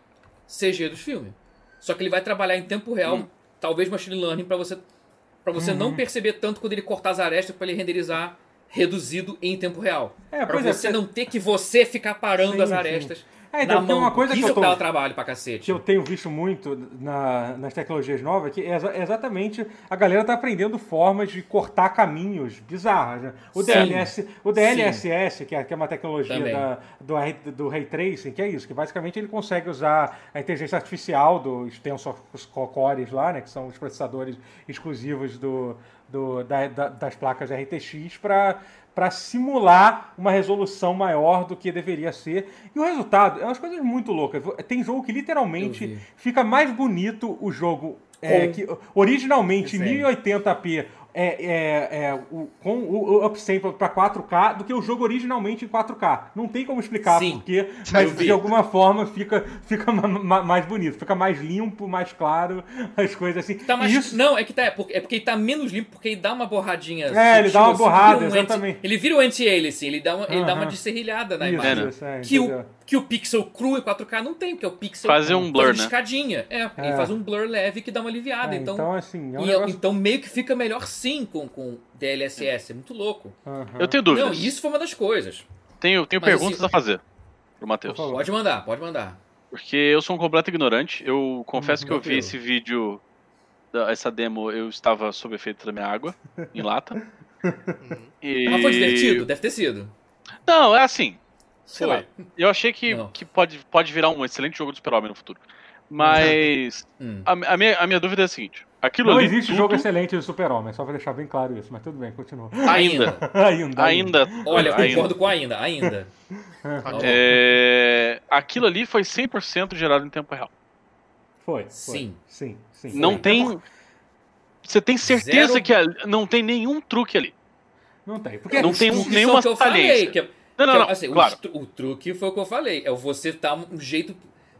Speaker 2: CG dos filmes. Só que ele vai trabalhar em tempo real,
Speaker 4: Hum.
Speaker 2: talvez machine learning, pra você para você
Speaker 1: Hum.
Speaker 2: não perceber tanto quando ele cortar as arestas pra ele renderizar reduzido em tempo real.
Speaker 1: É,
Speaker 2: Pra
Speaker 1: pois
Speaker 2: para
Speaker 1: é,
Speaker 2: você
Speaker 1: porque-
Speaker 2: não ter que você ficar parando
Speaker 1: Sim,
Speaker 2: as
Speaker 1: sim.
Speaker 2: arestas.
Speaker 1: É, então,
Speaker 2: na
Speaker 1: porque
Speaker 2: mão.
Speaker 1: uma coisa que
Speaker 2: Isso
Speaker 1: eu tô-
Speaker 2: dá trabalho pra cacete.
Speaker 1: que eu tenho visto muito na- nas tecnologias novas, que é exa- exatamente a galera tá aprendendo formas de cortar caminhos bizarras. né? O,
Speaker 2: Sim.
Speaker 1: DLS, o DLSS, que é, que é uma tecnologia
Speaker 2: Também.
Speaker 1: da- do, ray- do Ray Tracing, que é isso, que basicamente ele consegue usar a inteligência artificial dos tensor cores lá, né, que são os processadores exclusivos do, do- da- da- das placas RTX, para para simular uma resolução maior do que deveria ser. E o resultado é umas coisas muito loucas. Tem jogo que
Speaker 2: Eu vi.
Speaker 1: literalmente fica mais bonito o jogo é,
Speaker 2: Com-
Speaker 1: que originalmente
Speaker 2: Desenho.
Speaker 1: 1080p é, é, é, o, com o, o upsample para 4K do que o jogo originalmente em 4K. Não tem como explicar
Speaker 2: Sim.
Speaker 1: porque,
Speaker 3: Eu
Speaker 1: mas
Speaker 3: vi.
Speaker 1: de alguma forma fica, fica ma- ma- mais bonito, fica mais limpo, mais claro, as coisas assim.
Speaker 2: Tá mais-
Speaker 1: E isso
Speaker 2: Não, é que tá. É porque, é porque ele tá menos limpo, porque ele dá uma borradinha.
Speaker 1: É, ele dá uma
Speaker 2: assim,
Speaker 1: borrada,
Speaker 2: vira um anti-
Speaker 1: exatamente.
Speaker 2: ele vira o anti-aliasing, assim, ele dá uma, ele dá uma
Speaker 1: Aham.
Speaker 2: desserrilhada na
Speaker 1: Isso,
Speaker 2: imagem.
Speaker 1: isso, é,
Speaker 2: que, o,
Speaker 1: entendeu?
Speaker 2: que o pixel cru em 4K não tem, porque o pixel
Speaker 4: Fazer um blur, né?
Speaker 2: escadinha. É, ele
Speaker 1: É.
Speaker 2: faz um blur leve que dá uma aliviada.
Speaker 1: É,
Speaker 2: então,
Speaker 1: então, assim, é um
Speaker 2: e-
Speaker 1: negócio...
Speaker 2: então meio que fica melhor sim com, com DLSS. É muito louco.
Speaker 1: Aham.
Speaker 4: Eu tenho
Speaker 2: Não,
Speaker 4: dúvidas.
Speaker 2: isso foi uma das coisas.
Speaker 4: Tenho, tenho
Speaker 2: Mas
Speaker 4: perguntas
Speaker 2: assim-
Speaker 4: a fazer pro Matheus.
Speaker 1: Por favor.
Speaker 2: Pode mandar, pode mandar.
Speaker 4: Porque eu sou um completo ignorante. Eu confesso que eu vi
Speaker 2: tranquilo.
Speaker 4: esse vídeo, da- essa demo, eu estava sob efeito da minha água, em lata. E-
Speaker 2: Ah, Mas foi divertido? Deve ter sido.
Speaker 4: Não, é assim. Sei
Speaker 2: Foi.
Speaker 4: lá. Eu achei que,
Speaker 2: Não.
Speaker 4: que pode, pode virar um excelente jogo do Super-Homem no futuro. Mas
Speaker 2: Hum.
Speaker 4: a, a minha, a minha dúvida é a seguinte: aquilo
Speaker 1: Não
Speaker 4: ali.
Speaker 1: existe
Speaker 4: tudo
Speaker 1: jogo excelente do Super-Homem, é só pra deixar bem claro isso, mas tudo bem, continua.
Speaker 4: Ainda.
Speaker 1: ainda.
Speaker 4: Ainda.
Speaker 2: Olha, eu
Speaker 4: ainda.
Speaker 2: concordo com ainda, ainda.
Speaker 3: Ok.
Speaker 4: É, aquilo ali foi 100% gerado em tempo real.
Speaker 1: Foi, foi.
Speaker 2: Sim.
Speaker 1: Sim, sim.
Speaker 4: Não
Speaker 1: Foi.
Speaker 4: tem. Então, Você tem certeza
Speaker 2: Zero-
Speaker 4: que ali- não tem nenhum truque ali.
Speaker 1: Não tem. Porque é
Speaker 4: Não tem um-
Speaker 2: Isso
Speaker 4: nenhuma
Speaker 2: que eu falei,
Speaker 4: falência.
Speaker 2: que é-
Speaker 4: Não, não,
Speaker 2: Que é,
Speaker 4: não.
Speaker 2: assim, o
Speaker 4: claro.
Speaker 2: tru- o, truque foi o que eu falei. É você dar um jeito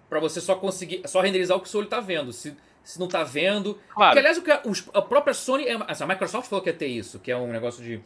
Speaker 2: pra você só conseguir, só renderizar o que o seu olho tá vendo. Se, se não tá vendo. Porque,
Speaker 4: Claro.
Speaker 2: aliás, o que é a, os- a própria Sony. é- assim, a Microsoft falou que ia ter isso, que é um negócio de.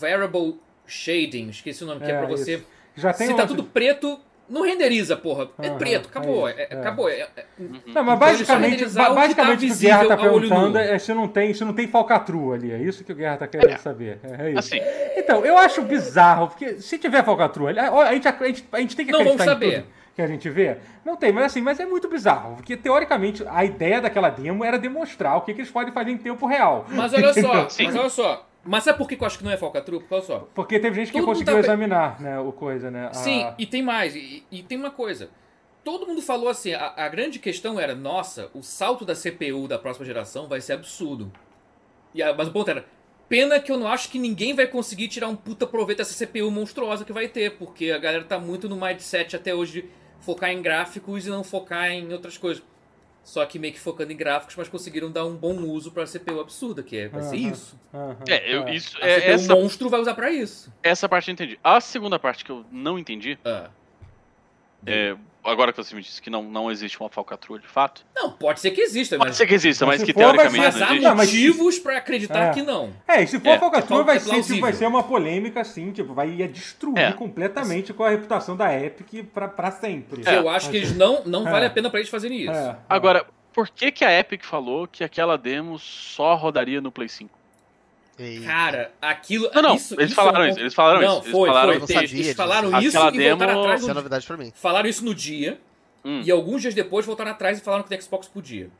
Speaker 2: Variable shading, esqueci o nome, que é,
Speaker 1: É,
Speaker 2: pra você.
Speaker 1: isso. Já tem
Speaker 2: Se
Speaker 1: um
Speaker 2: tá
Speaker 1: lance
Speaker 2: tudo preto, não renderiza, porra. É
Speaker 1: Aham,
Speaker 2: preto, acabou.
Speaker 1: é isso,
Speaker 2: é-
Speaker 1: é.
Speaker 2: acabou. é- é-
Speaker 1: de-
Speaker 4: Hum.
Speaker 1: Não, mas
Speaker 2: Então,
Speaker 1: basicamente,
Speaker 2: eles só renderizar
Speaker 1: ba-
Speaker 2: o que
Speaker 1: basicamente
Speaker 2: tá
Speaker 1: o que o Guerra tá
Speaker 2: visível a olho
Speaker 1: perguntando
Speaker 2: nu.
Speaker 1: é se não tem, se não tem falcatrua ali. É isso que o Guerra tá querendo saber. É, é isso.
Speaker 4: Assim.
Speaker 1: Então, eu acho bizarro, porque se tiver falcatrua, ele- a, a gente, ac- a gente- a gente tem que
Speaker 2: Não vamos
Speaker 1: acreditar em
Speaker 2: saber.
Speaker 1: tudo que a gente vê. Não tem, mas assim, mas é muito bizarro, porque teoricamente a ideia daquela demo era demonstrar o que, que eles podem fazer em tempo real.
Speaker 2: Mas olha só,
Speaker 4: Sim.
Speaker 2: mas olha só. Mas sabe por que que eu acho que não é falcatrua? Porque olha só.
Speaker 1: Porque teve gente que
Speaker 2: Todo mundo
Speaker 1: conseguiu
Speaker 2: tá pe-
Speaker 1: examinar, né, o coisa, né? a-
Speaker 2: Sim, e tem mais. E, e tem uma coisa. Todo mundo falou assim, a, a grande questão era, nossa, o salto da CPU da próxima geração vai ser absurdo. E a- mas o ponto era, pena que eu não acho que ninguém vai conseguir tirar um puta proveito dessa CPU monstruosa que vai ter, porque a galera tá muito no mindset até hoje de focar em gráficos e não focar em outras coisas. Só que meio que focando em gráficos, mas conseguiram dar um bom uso pra CPU absurda, que é, vai ser
Speaker 1: Aham.
Speaker 2: isso.
Speaker 1: Aham,
Speaker 4: É, eu- isso,
Speaker 1: ah,
Speaker 2: A
Speaker 4: é,
Speaker 1: um
Speaker 2: CPU
Speaker 4: essa,
Speaker 2: monstro vai usar pra isso.
Speaker 4: essa parte eu entendi. A segunda parte que eu não entendi,
Speaker 2: Ah.
Speaker 4: é, agora que você me disse que não, não existe uma falcatrua de fato.
Speaker 2: Não, pode ser que exista,
Speaker 4: Pode
Speaker 2: mas...
Speaker 4: ser que exista,
Speaker 1: Mas
Speaker 4: mas,
Speaker 1: se
Speaker 4: que
Speaker 1: for, vai
Speaker 4: teoricamente
Speaker 2: Mas
Speaker 1: ser
Speaker 4: não
Speaker 2: há
Speaker 1: existe.
Speaker 4: existe.
Speaker 1: azar, mas-
Speaker 2: motivos pra acreditar
Speaker 1: É.
Speaker 2: que não.
Speaker 1: É, e se for
Speaker 4: É,
Speaker 1: falcatrua,
Speaker 2: é
Speaker 1: vai,
Speaker 2: plausível.
Speaker 1: ser, tipo, vai ser uma polêmica, assim, tipo, vai ia destruir
Speaker 4: É.
Speaker 1: completamente com a reputação da Epic pra, pra sempre.
Speaker 4: É.
Speaker 2: Que eu acho que eles não, não
Speaker 1: É.
Speaker 2: vale a pena pra eles fazerem isso.
Speaker 1: É.
Speaker 4: Agora, por que, que a Epic falou que aquela demo só rodaria no Play 5?
Speaker 3: Ei.
Speaker 2: Cara, aquilo.
Speaker 4: Não, não,
Speaker 2: isso-
Speaker 4: eles
Speaker 2: é um
Speaker 4: falaram
Speaker 2: ponto-
Speaker 4: isso, eles falaram
Speaker 2: não,
Speaker 4: isso, eles
Speaker 2: Foi,
Speaker 4: falaram
Speaker 2: foi,
Speaker 3: isso.
Speaker 2: tem-
Speaker 3: Eu não
Speaker 2: eles
Speaker 3: sabia
Speaker 2: falaram
Speaker 4: disso.
Speaker 2: isso
Speaker 4: Aquela
Speaker 2: e voltaram
Speaker 4: demo-
Speaker 2: atrás.
Speaker 3: Isso é
Speaker 2: No,
Speaker 3: novidade pra mim.
Speaker 2: falaram isso no dia
Speaker 4: Hum,
Speaker 2: e alguns dias depois voltaram atrás e falaram que o Xbox podia.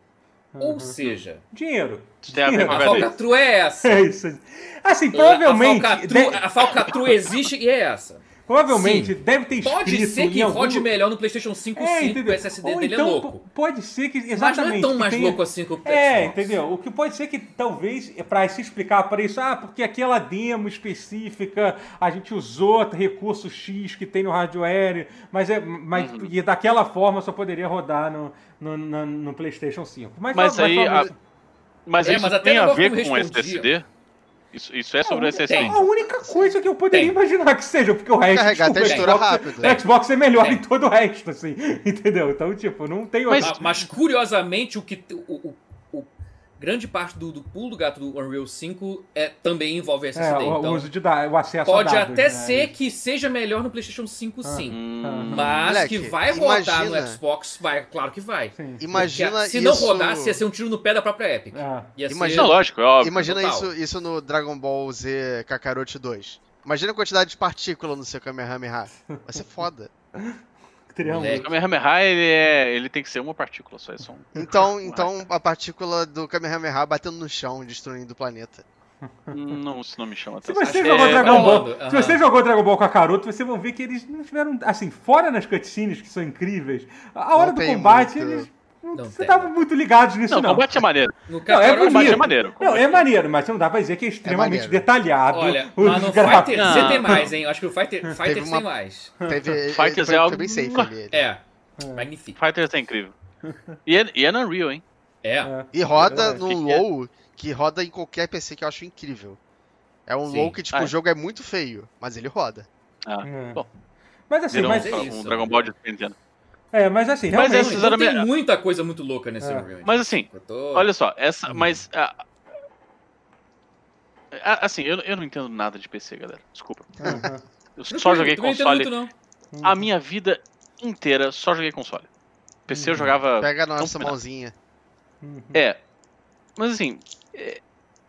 Speaker 2: Ou
Speaker 1: Uhum.
Speaker 2: seja,
Speaker 1: Dinheiro.
Speaker 4: isso tem a ver com a
Speaker 2: a
Speaker 4: verdade.
Speaker 2: falcatrua é essa.
Speaker 1: É isso. Assim, provavelmente. né?
Speaker 2: A falcatrua,
Speaker 1: de-
Speaker 2: a falcatrua existe e é essa.
Speaker 1: provavelmente
Speaker 2: sim.
Speaker 1: deve ter escrito.
Speaker 2: Pode ser que
Speaker 1: em algum-
Speaker 2: rode melhor no PlayStation 5
Speaker 1: É,
Speaker 2: sim, porque o
Speaker 1: entendeu?
Speaker 2: SSD
Speaker 1: Ou
Speaker 2: dele
Speaker 1: então,
Speaker 2: é louco.
Speaker 1: po- Pode ser que.
Speaker 2: Mas
Speaker 1: Exatamente.
Speaker 2: não é tão
Speaker 1: que
Speaker 2: mais
Speaker 1: tenha-
Speaker 2: louco assim que o Xbox.
Speaker 1: É, entendeu? O que pode ser que talvez, para se explicar para isso, ah, porque aquela demo específica, a gente usou recurso X que tem no hardware, mas é mas
Speaker 2: Uhum.
Speaker 1: e daquela forma só poderia rodar no, no, na- no PlayStation 5.
Speaker 4: Mas aí,
Speaker 1: talvez-
Speaker 4: Mas
Speaker 2: É,
Speaker 4: isso
Speaker 2: mas até
Speaker 4: tem a
Speaker 2: agora
Speaker 4: ver
Speaker 2: como
Speaker 4: com o
Speaker 2: respondia.
Speaker 4: SSD? Isso, isso é sobre o
Speaker 1: a,
Speaker 4: SSD.
Speaker 1: a única coisa que eu poderia
Speaker 2: Tem.
Speaker 1: imaginar que seja, porque o resto.
Speaker 3: Carregar
Speaker 1: desculpa,
Speaker 3: textura
Speaker 1: o Xbox-
Speaker 3: rápido. né?
Speaker 1: O Xbox é melhor
Speaker 2: Tem.
Speaker 1: em todo o resto, assim. Entendeu? Então, tipo, não tem
Speaker 4: Mas-
Speaker 1: outra.
Speaker 2: Ma- Ah, Mas curiosamente, o que o, o- o- grande parte do, do pulo do gato do Unreal 5 é, também envolve SSD.
Speaker 1: É, o, o
Speaker 2: então,
Speaker 1: uso de da- o acesso a
Speaker 2: pode
Speaker 1: dados,
Speaker 2: até
Speaker 1: né? Ah.
Speaker 2: ser que seja melhor no PlayStation 5, sim.
Speaker 4: Hum,
Speaker 2: Mas
Speaker 3: Moleque,
Speaker 2: que vai rodar no
Speaker 3: imagina.
Speaker 2: Xbox, vai, claro que vai.
Speaker 1: Sim.
Speaker 3: Imagina
Speaker 2: Porque se
Speaker 3: isso...
Speaker 2: não rodasse, ia ser um tiro no pé da própria Epic.
Speaker 1: É.
Speaker 2: Ia ser-
Speaker 4: Isso é lógico, é óbvio.
Speaker 3: Imagina
Speaker 2: total.
Speaker 3: isso, isso no Dragon Ball Z Kakarot 2. Imagina a quantidade de partícula no seu Kamehameha. Vai ser foda.
Speaker 1: Triângulo.
Speaker 4: O Kamehameha, ele, é, ele tem que ser uma partícula só, é só um.
Speaker 3: Então, então a partícula do Kamehameha batendo no chão, destruindo o planeta.
Speaker 4: Não, isso não me chama
Speaker 1: Se
Speaker 4: atenção.
Speaker 1: você
Speaker 2: É,
Speaker 1: jogou Dragon
Speaker 2: não,
Speaker 1: Ball,
Speaker 2: aham.
Speaker 1: se você jogou Dragon Ball com a Karuto, você vão ver que eles não tiveram assim, fora nas cutscenes que são incríveis. A hora
Speaker 3: Não
Speaker 1: do
Speaker 3: tem
Speaker 1: combate
Speaker 3: muito.
Speaker 1: eles não,
Speaker 2: Não
Speaker 1: você
Speaker 2: tem. né?
Speaker 1: estavam muito ligados nisso
Speaker 4: Não,
Speaker 1: não.
Speaker 4: combate é maneiro.
Speaker 2: No
Speaker 1: Não, é
Speaker 2: Kakarot,
Speaker 1: bonito.
Speaker 4: combate é maneiro.
Speaker 1: Não,
Speaker 4: combate
Speaker 1: é maneiro, mas não dá pra dizer que é extremamente
Speaker 3: maneiro.
Speaker 1: detalhado.
Speaker 2: Olha,
Speaker 1: os
Speaker 2: mas no
Speaker 1: gráficos. Ah.
Speaker 2: Fighter
Speaker 4: Não.
Speaker 2: Z tem mais, hein? Eu acho que o Fighter, Fighters
Speaker 3: uma-
Speaker 2: tem mais.
Speaker 3: Teve, ele-
Speaker 4: Fighters
Speaker 3: foi,
Speaker 4: é
Speaker 3: foi bem
Speaker 4: algo-
Speaker 3: safe ali. ele.
Speaker 2: É. Magnífico.
Speaker 4: Fighters é incrível. E é, e é no Unreal, hein?
Speaker 2: É.
Speaker 3: E roda
Speaker 1: Verdade.
Speaker 3: num
Speaker 4: Que que é?
Speaker 3: low que roda em qualquer PC que eu acho incrível. É um
Speaker 2: Sim.
Speaker 3: low que, tipo,
Speaker 4: Ah, é.
Speaker 3: o jogo é muito feio, mas ele roda.
Speaker 4: Ah,
Speaker 1: É.
Speaker 4: Bom,
Speaker 1: Mas assim,
Speaker 4: virou
Speaker 1: mas,
Speaker 2: é
Speaker 4: um, um
Speaker 2: isso.
Speaker 4: Dragon Ball de Super Nintendo.
Speaker 1: é, mas assim,
Speaker 4: Mas
Speaker 1: realmente,
Speaker 2: Não,
Speaker 4: esses
Speaker 2: então
Speaker 4: eram
Speaker 2: tem
Speaker 4: minha-
Speaker 2: muita coisa muito louca nesse
Speaker 1: É.
Speaker 2: Unreal.
Speaker 4: Mas assim,
Speaker 2: Eu tô-
Speaker 4: olha só, essa. Mas. ah, ah, assim, eu, eu não entendo nada de PC, galera. Desculpa.
Speaker 1: aham.
Speaker 4: Eu
Speaker 2: Não
Speaker 4: só
Speaker 2: tem-
Speaker 4: joguei
Speaker 2: também
Speaker 4: console.
Speaker 2: Não tem muito,
Speaker 4: A minha vida inteira só joguei console. PC eu jogava.
Speaker 3: Pega a nossa
Speaker 4: combinar.
Speaker 3: mãozinha.
Speaker 4: É. Mas assim. é,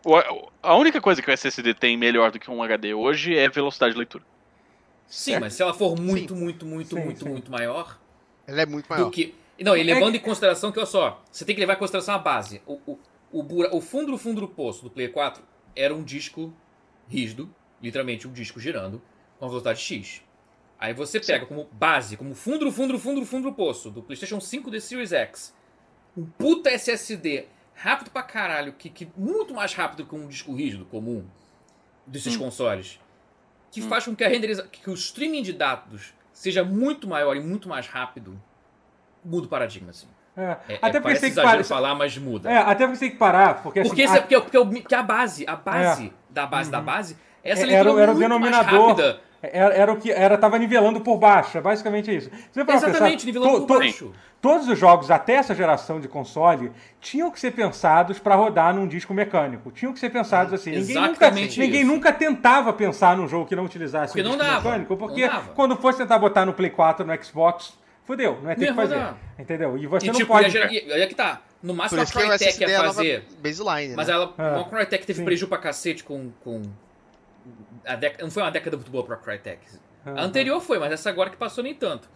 Speaker 4: o- a única coisa que o SSD tem melhor do que um HD hoje é velocidade de leitura.
Speaker 2: não.
Speaker 4: É.
Speaker 2: Sim, mas se ela for muito, muito, muito,
Speaker 1: Sim,
Speaker 2: muito,
Speaker 1: sim.
Speaker 2: muito maior
Speaker 3: Ela é muito
Speaker 2: do
Speaker 3: maior.
Speaker 2: que. Não, e
Speaker 1: É
Speaker 2: levando
Speaker 1: que-
Speaker 2: em consideração que, olha só, você tem que levar em consideração a base. O, o, o, bura- o fundo do fundo do poço do Play 4 era um disco rígido, literalmente um disco girando, com a velocidade X. Aí você pega como base, como fundo do fundo do fundo do fundo do poço do PlayStation 5 The Series X, um puta SSD rápido pra caralho, que, que muito mais rápido que um disco rígido comum desses
Speaker 1: Hum.
Speaker 2: consoles, que
Speaker 4: Hum.
Speaker 2: faz com que, a renderiza- que o streaming de dados seja muito maior e muito mais rápido, muda o paradigma, assim.
Speaker 1: É,
Speaker 2: É, é,
Speaker 1: até porque você
Speaker 2: parece
Speaker 1: tem que parar.
Speaker 2: exagero falar, mas muda.
Speaker 1: É, até porque você tem que parar, porque assim.
Speaker 2: porque, esse- é
Speaker 1: a-
Speaker 2: porque, porque, o- porque a base, a base da base da base, essa
Speaker 1: É,
Speaker 2: leitura
Speaker 1: era o-
Speaker 2: é
Speaker 1: era o
Speaker 2: muito
Speaker 1: denominador. É,
Speaker 2: mais rápida.
Speaker 1: Era, era o que era, tava nivelando por baixo, é basicamente isso. Você vai pensar,
Speaker 2: Exatamente, nivelando
Speaker 1: to-
Speaker 2: por
Speaker 1: to-
Speaker 2: baixo.
Speaker 1: Todos os jogos até essa geração de console tinham que ser pensados para rodar num disco mecânico. Tinham que ser pensados assim. Ninguém nunca,
Speaker 2: Exatamente
Speaker 1: ninguém
Speaker 2: isso.
Speaker 1: nunca tentava pensar num jogo que não utilizasse
Speaker 2: Porque
Speaker 1: um
Speaker 2: não
Speaker 1: disco
Speaker 2: dava,
Speaker 1: mecânico,
Speaker 2: não
Speaker 1: porque
Speaker 2: dava.
Speaker 1: quando fosse tentar botar no Play 4, no Xbox, fudeu, não é ter
Speaker 2: Não
Speaker 1: que
Speaker 2: ia
Speaker 1: fazer.
Speaker 2: rodar.
Speaker 1: Entendeu? E você
Speaker 2: E
Speaker 1: não
Speaker 2: tipo,
Speaker 1: pode.
Speaker 2: e a- e- e aí é que tá. No
Speaker 3: Por
Speaker 2: máximo a
Speaker 3: isso que o
Speaker 2: Crytek
Speaker 3: SSD é
Speaker 2: ia
Speaker 3: a nova
Speaker 2: fazer.
Speaker 3: baseline,
Speaker 2: Mas
Speaker 3: né?
Speaker 2: ela,
Speaker 1: É,
Speaker 2: a Crytek teve
Speaker 1: sim.
Speaker 2: prejuízo pra cacete com. com a década, não foi uma década muito boa pra Crytek.
Speaker 1: Aham.
Speaker 2: A anterior foi, mas essa agora que passou nem tanto.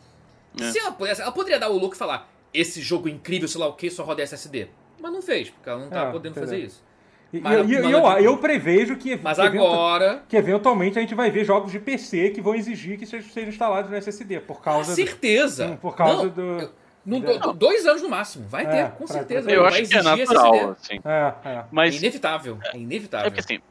Speaker 4: É.
Speaker 2: Se ela pudesse, ela poderia dar o look e falar: esse jogo incrível, sei lá o que, só roda SSD. Mas não fez, porque ela não tá
Speaker 1: É,
Speaker 2: podendo
Speaker 1: entendeu.
Speaker 2: fazer isso.
Speaker 1: E- e-
Speaker 2: mas-
Speaker 1: e-
Speaker 2: mas-
Speaker 1: eu, eu prevejo que,
Speaker 2: Mas
Speaker 1: que eventu-
Speaker 2: agora,
Speaker 1: que eventualmente a gente vai ver jogos de PC que vão exigir que sejam sejam instalados no SSD, por
Speaker 2: com
Speaker 1: causa do-
Speaker 2: certeza.
Speaker 1: Não, por causa
Speaker 2: Não,
Speaker 1: do-
Speaker 2: eu- não,
Speaker 1: do-
Speaker 2: do- dois anos no máximo. Vai
Speaker 1: É,
Speaker 2: ter, com
Speaker 1: pra-
Speaker 2: certeza.
Speaker 1: pra-
Speaker 4: Eu
Speaker 2: vai
Speaker 4: acho que é
Speaker 2: exigir
Speaker 4: natural,
Speaker 2: SSD.
Speaker 4: assim.
Speaker 1: É, é.
Speaker 2: É
Speaker 4: Mas
Speaker 2: inevitável. É inevitável.
Speaker 4: É porque assim,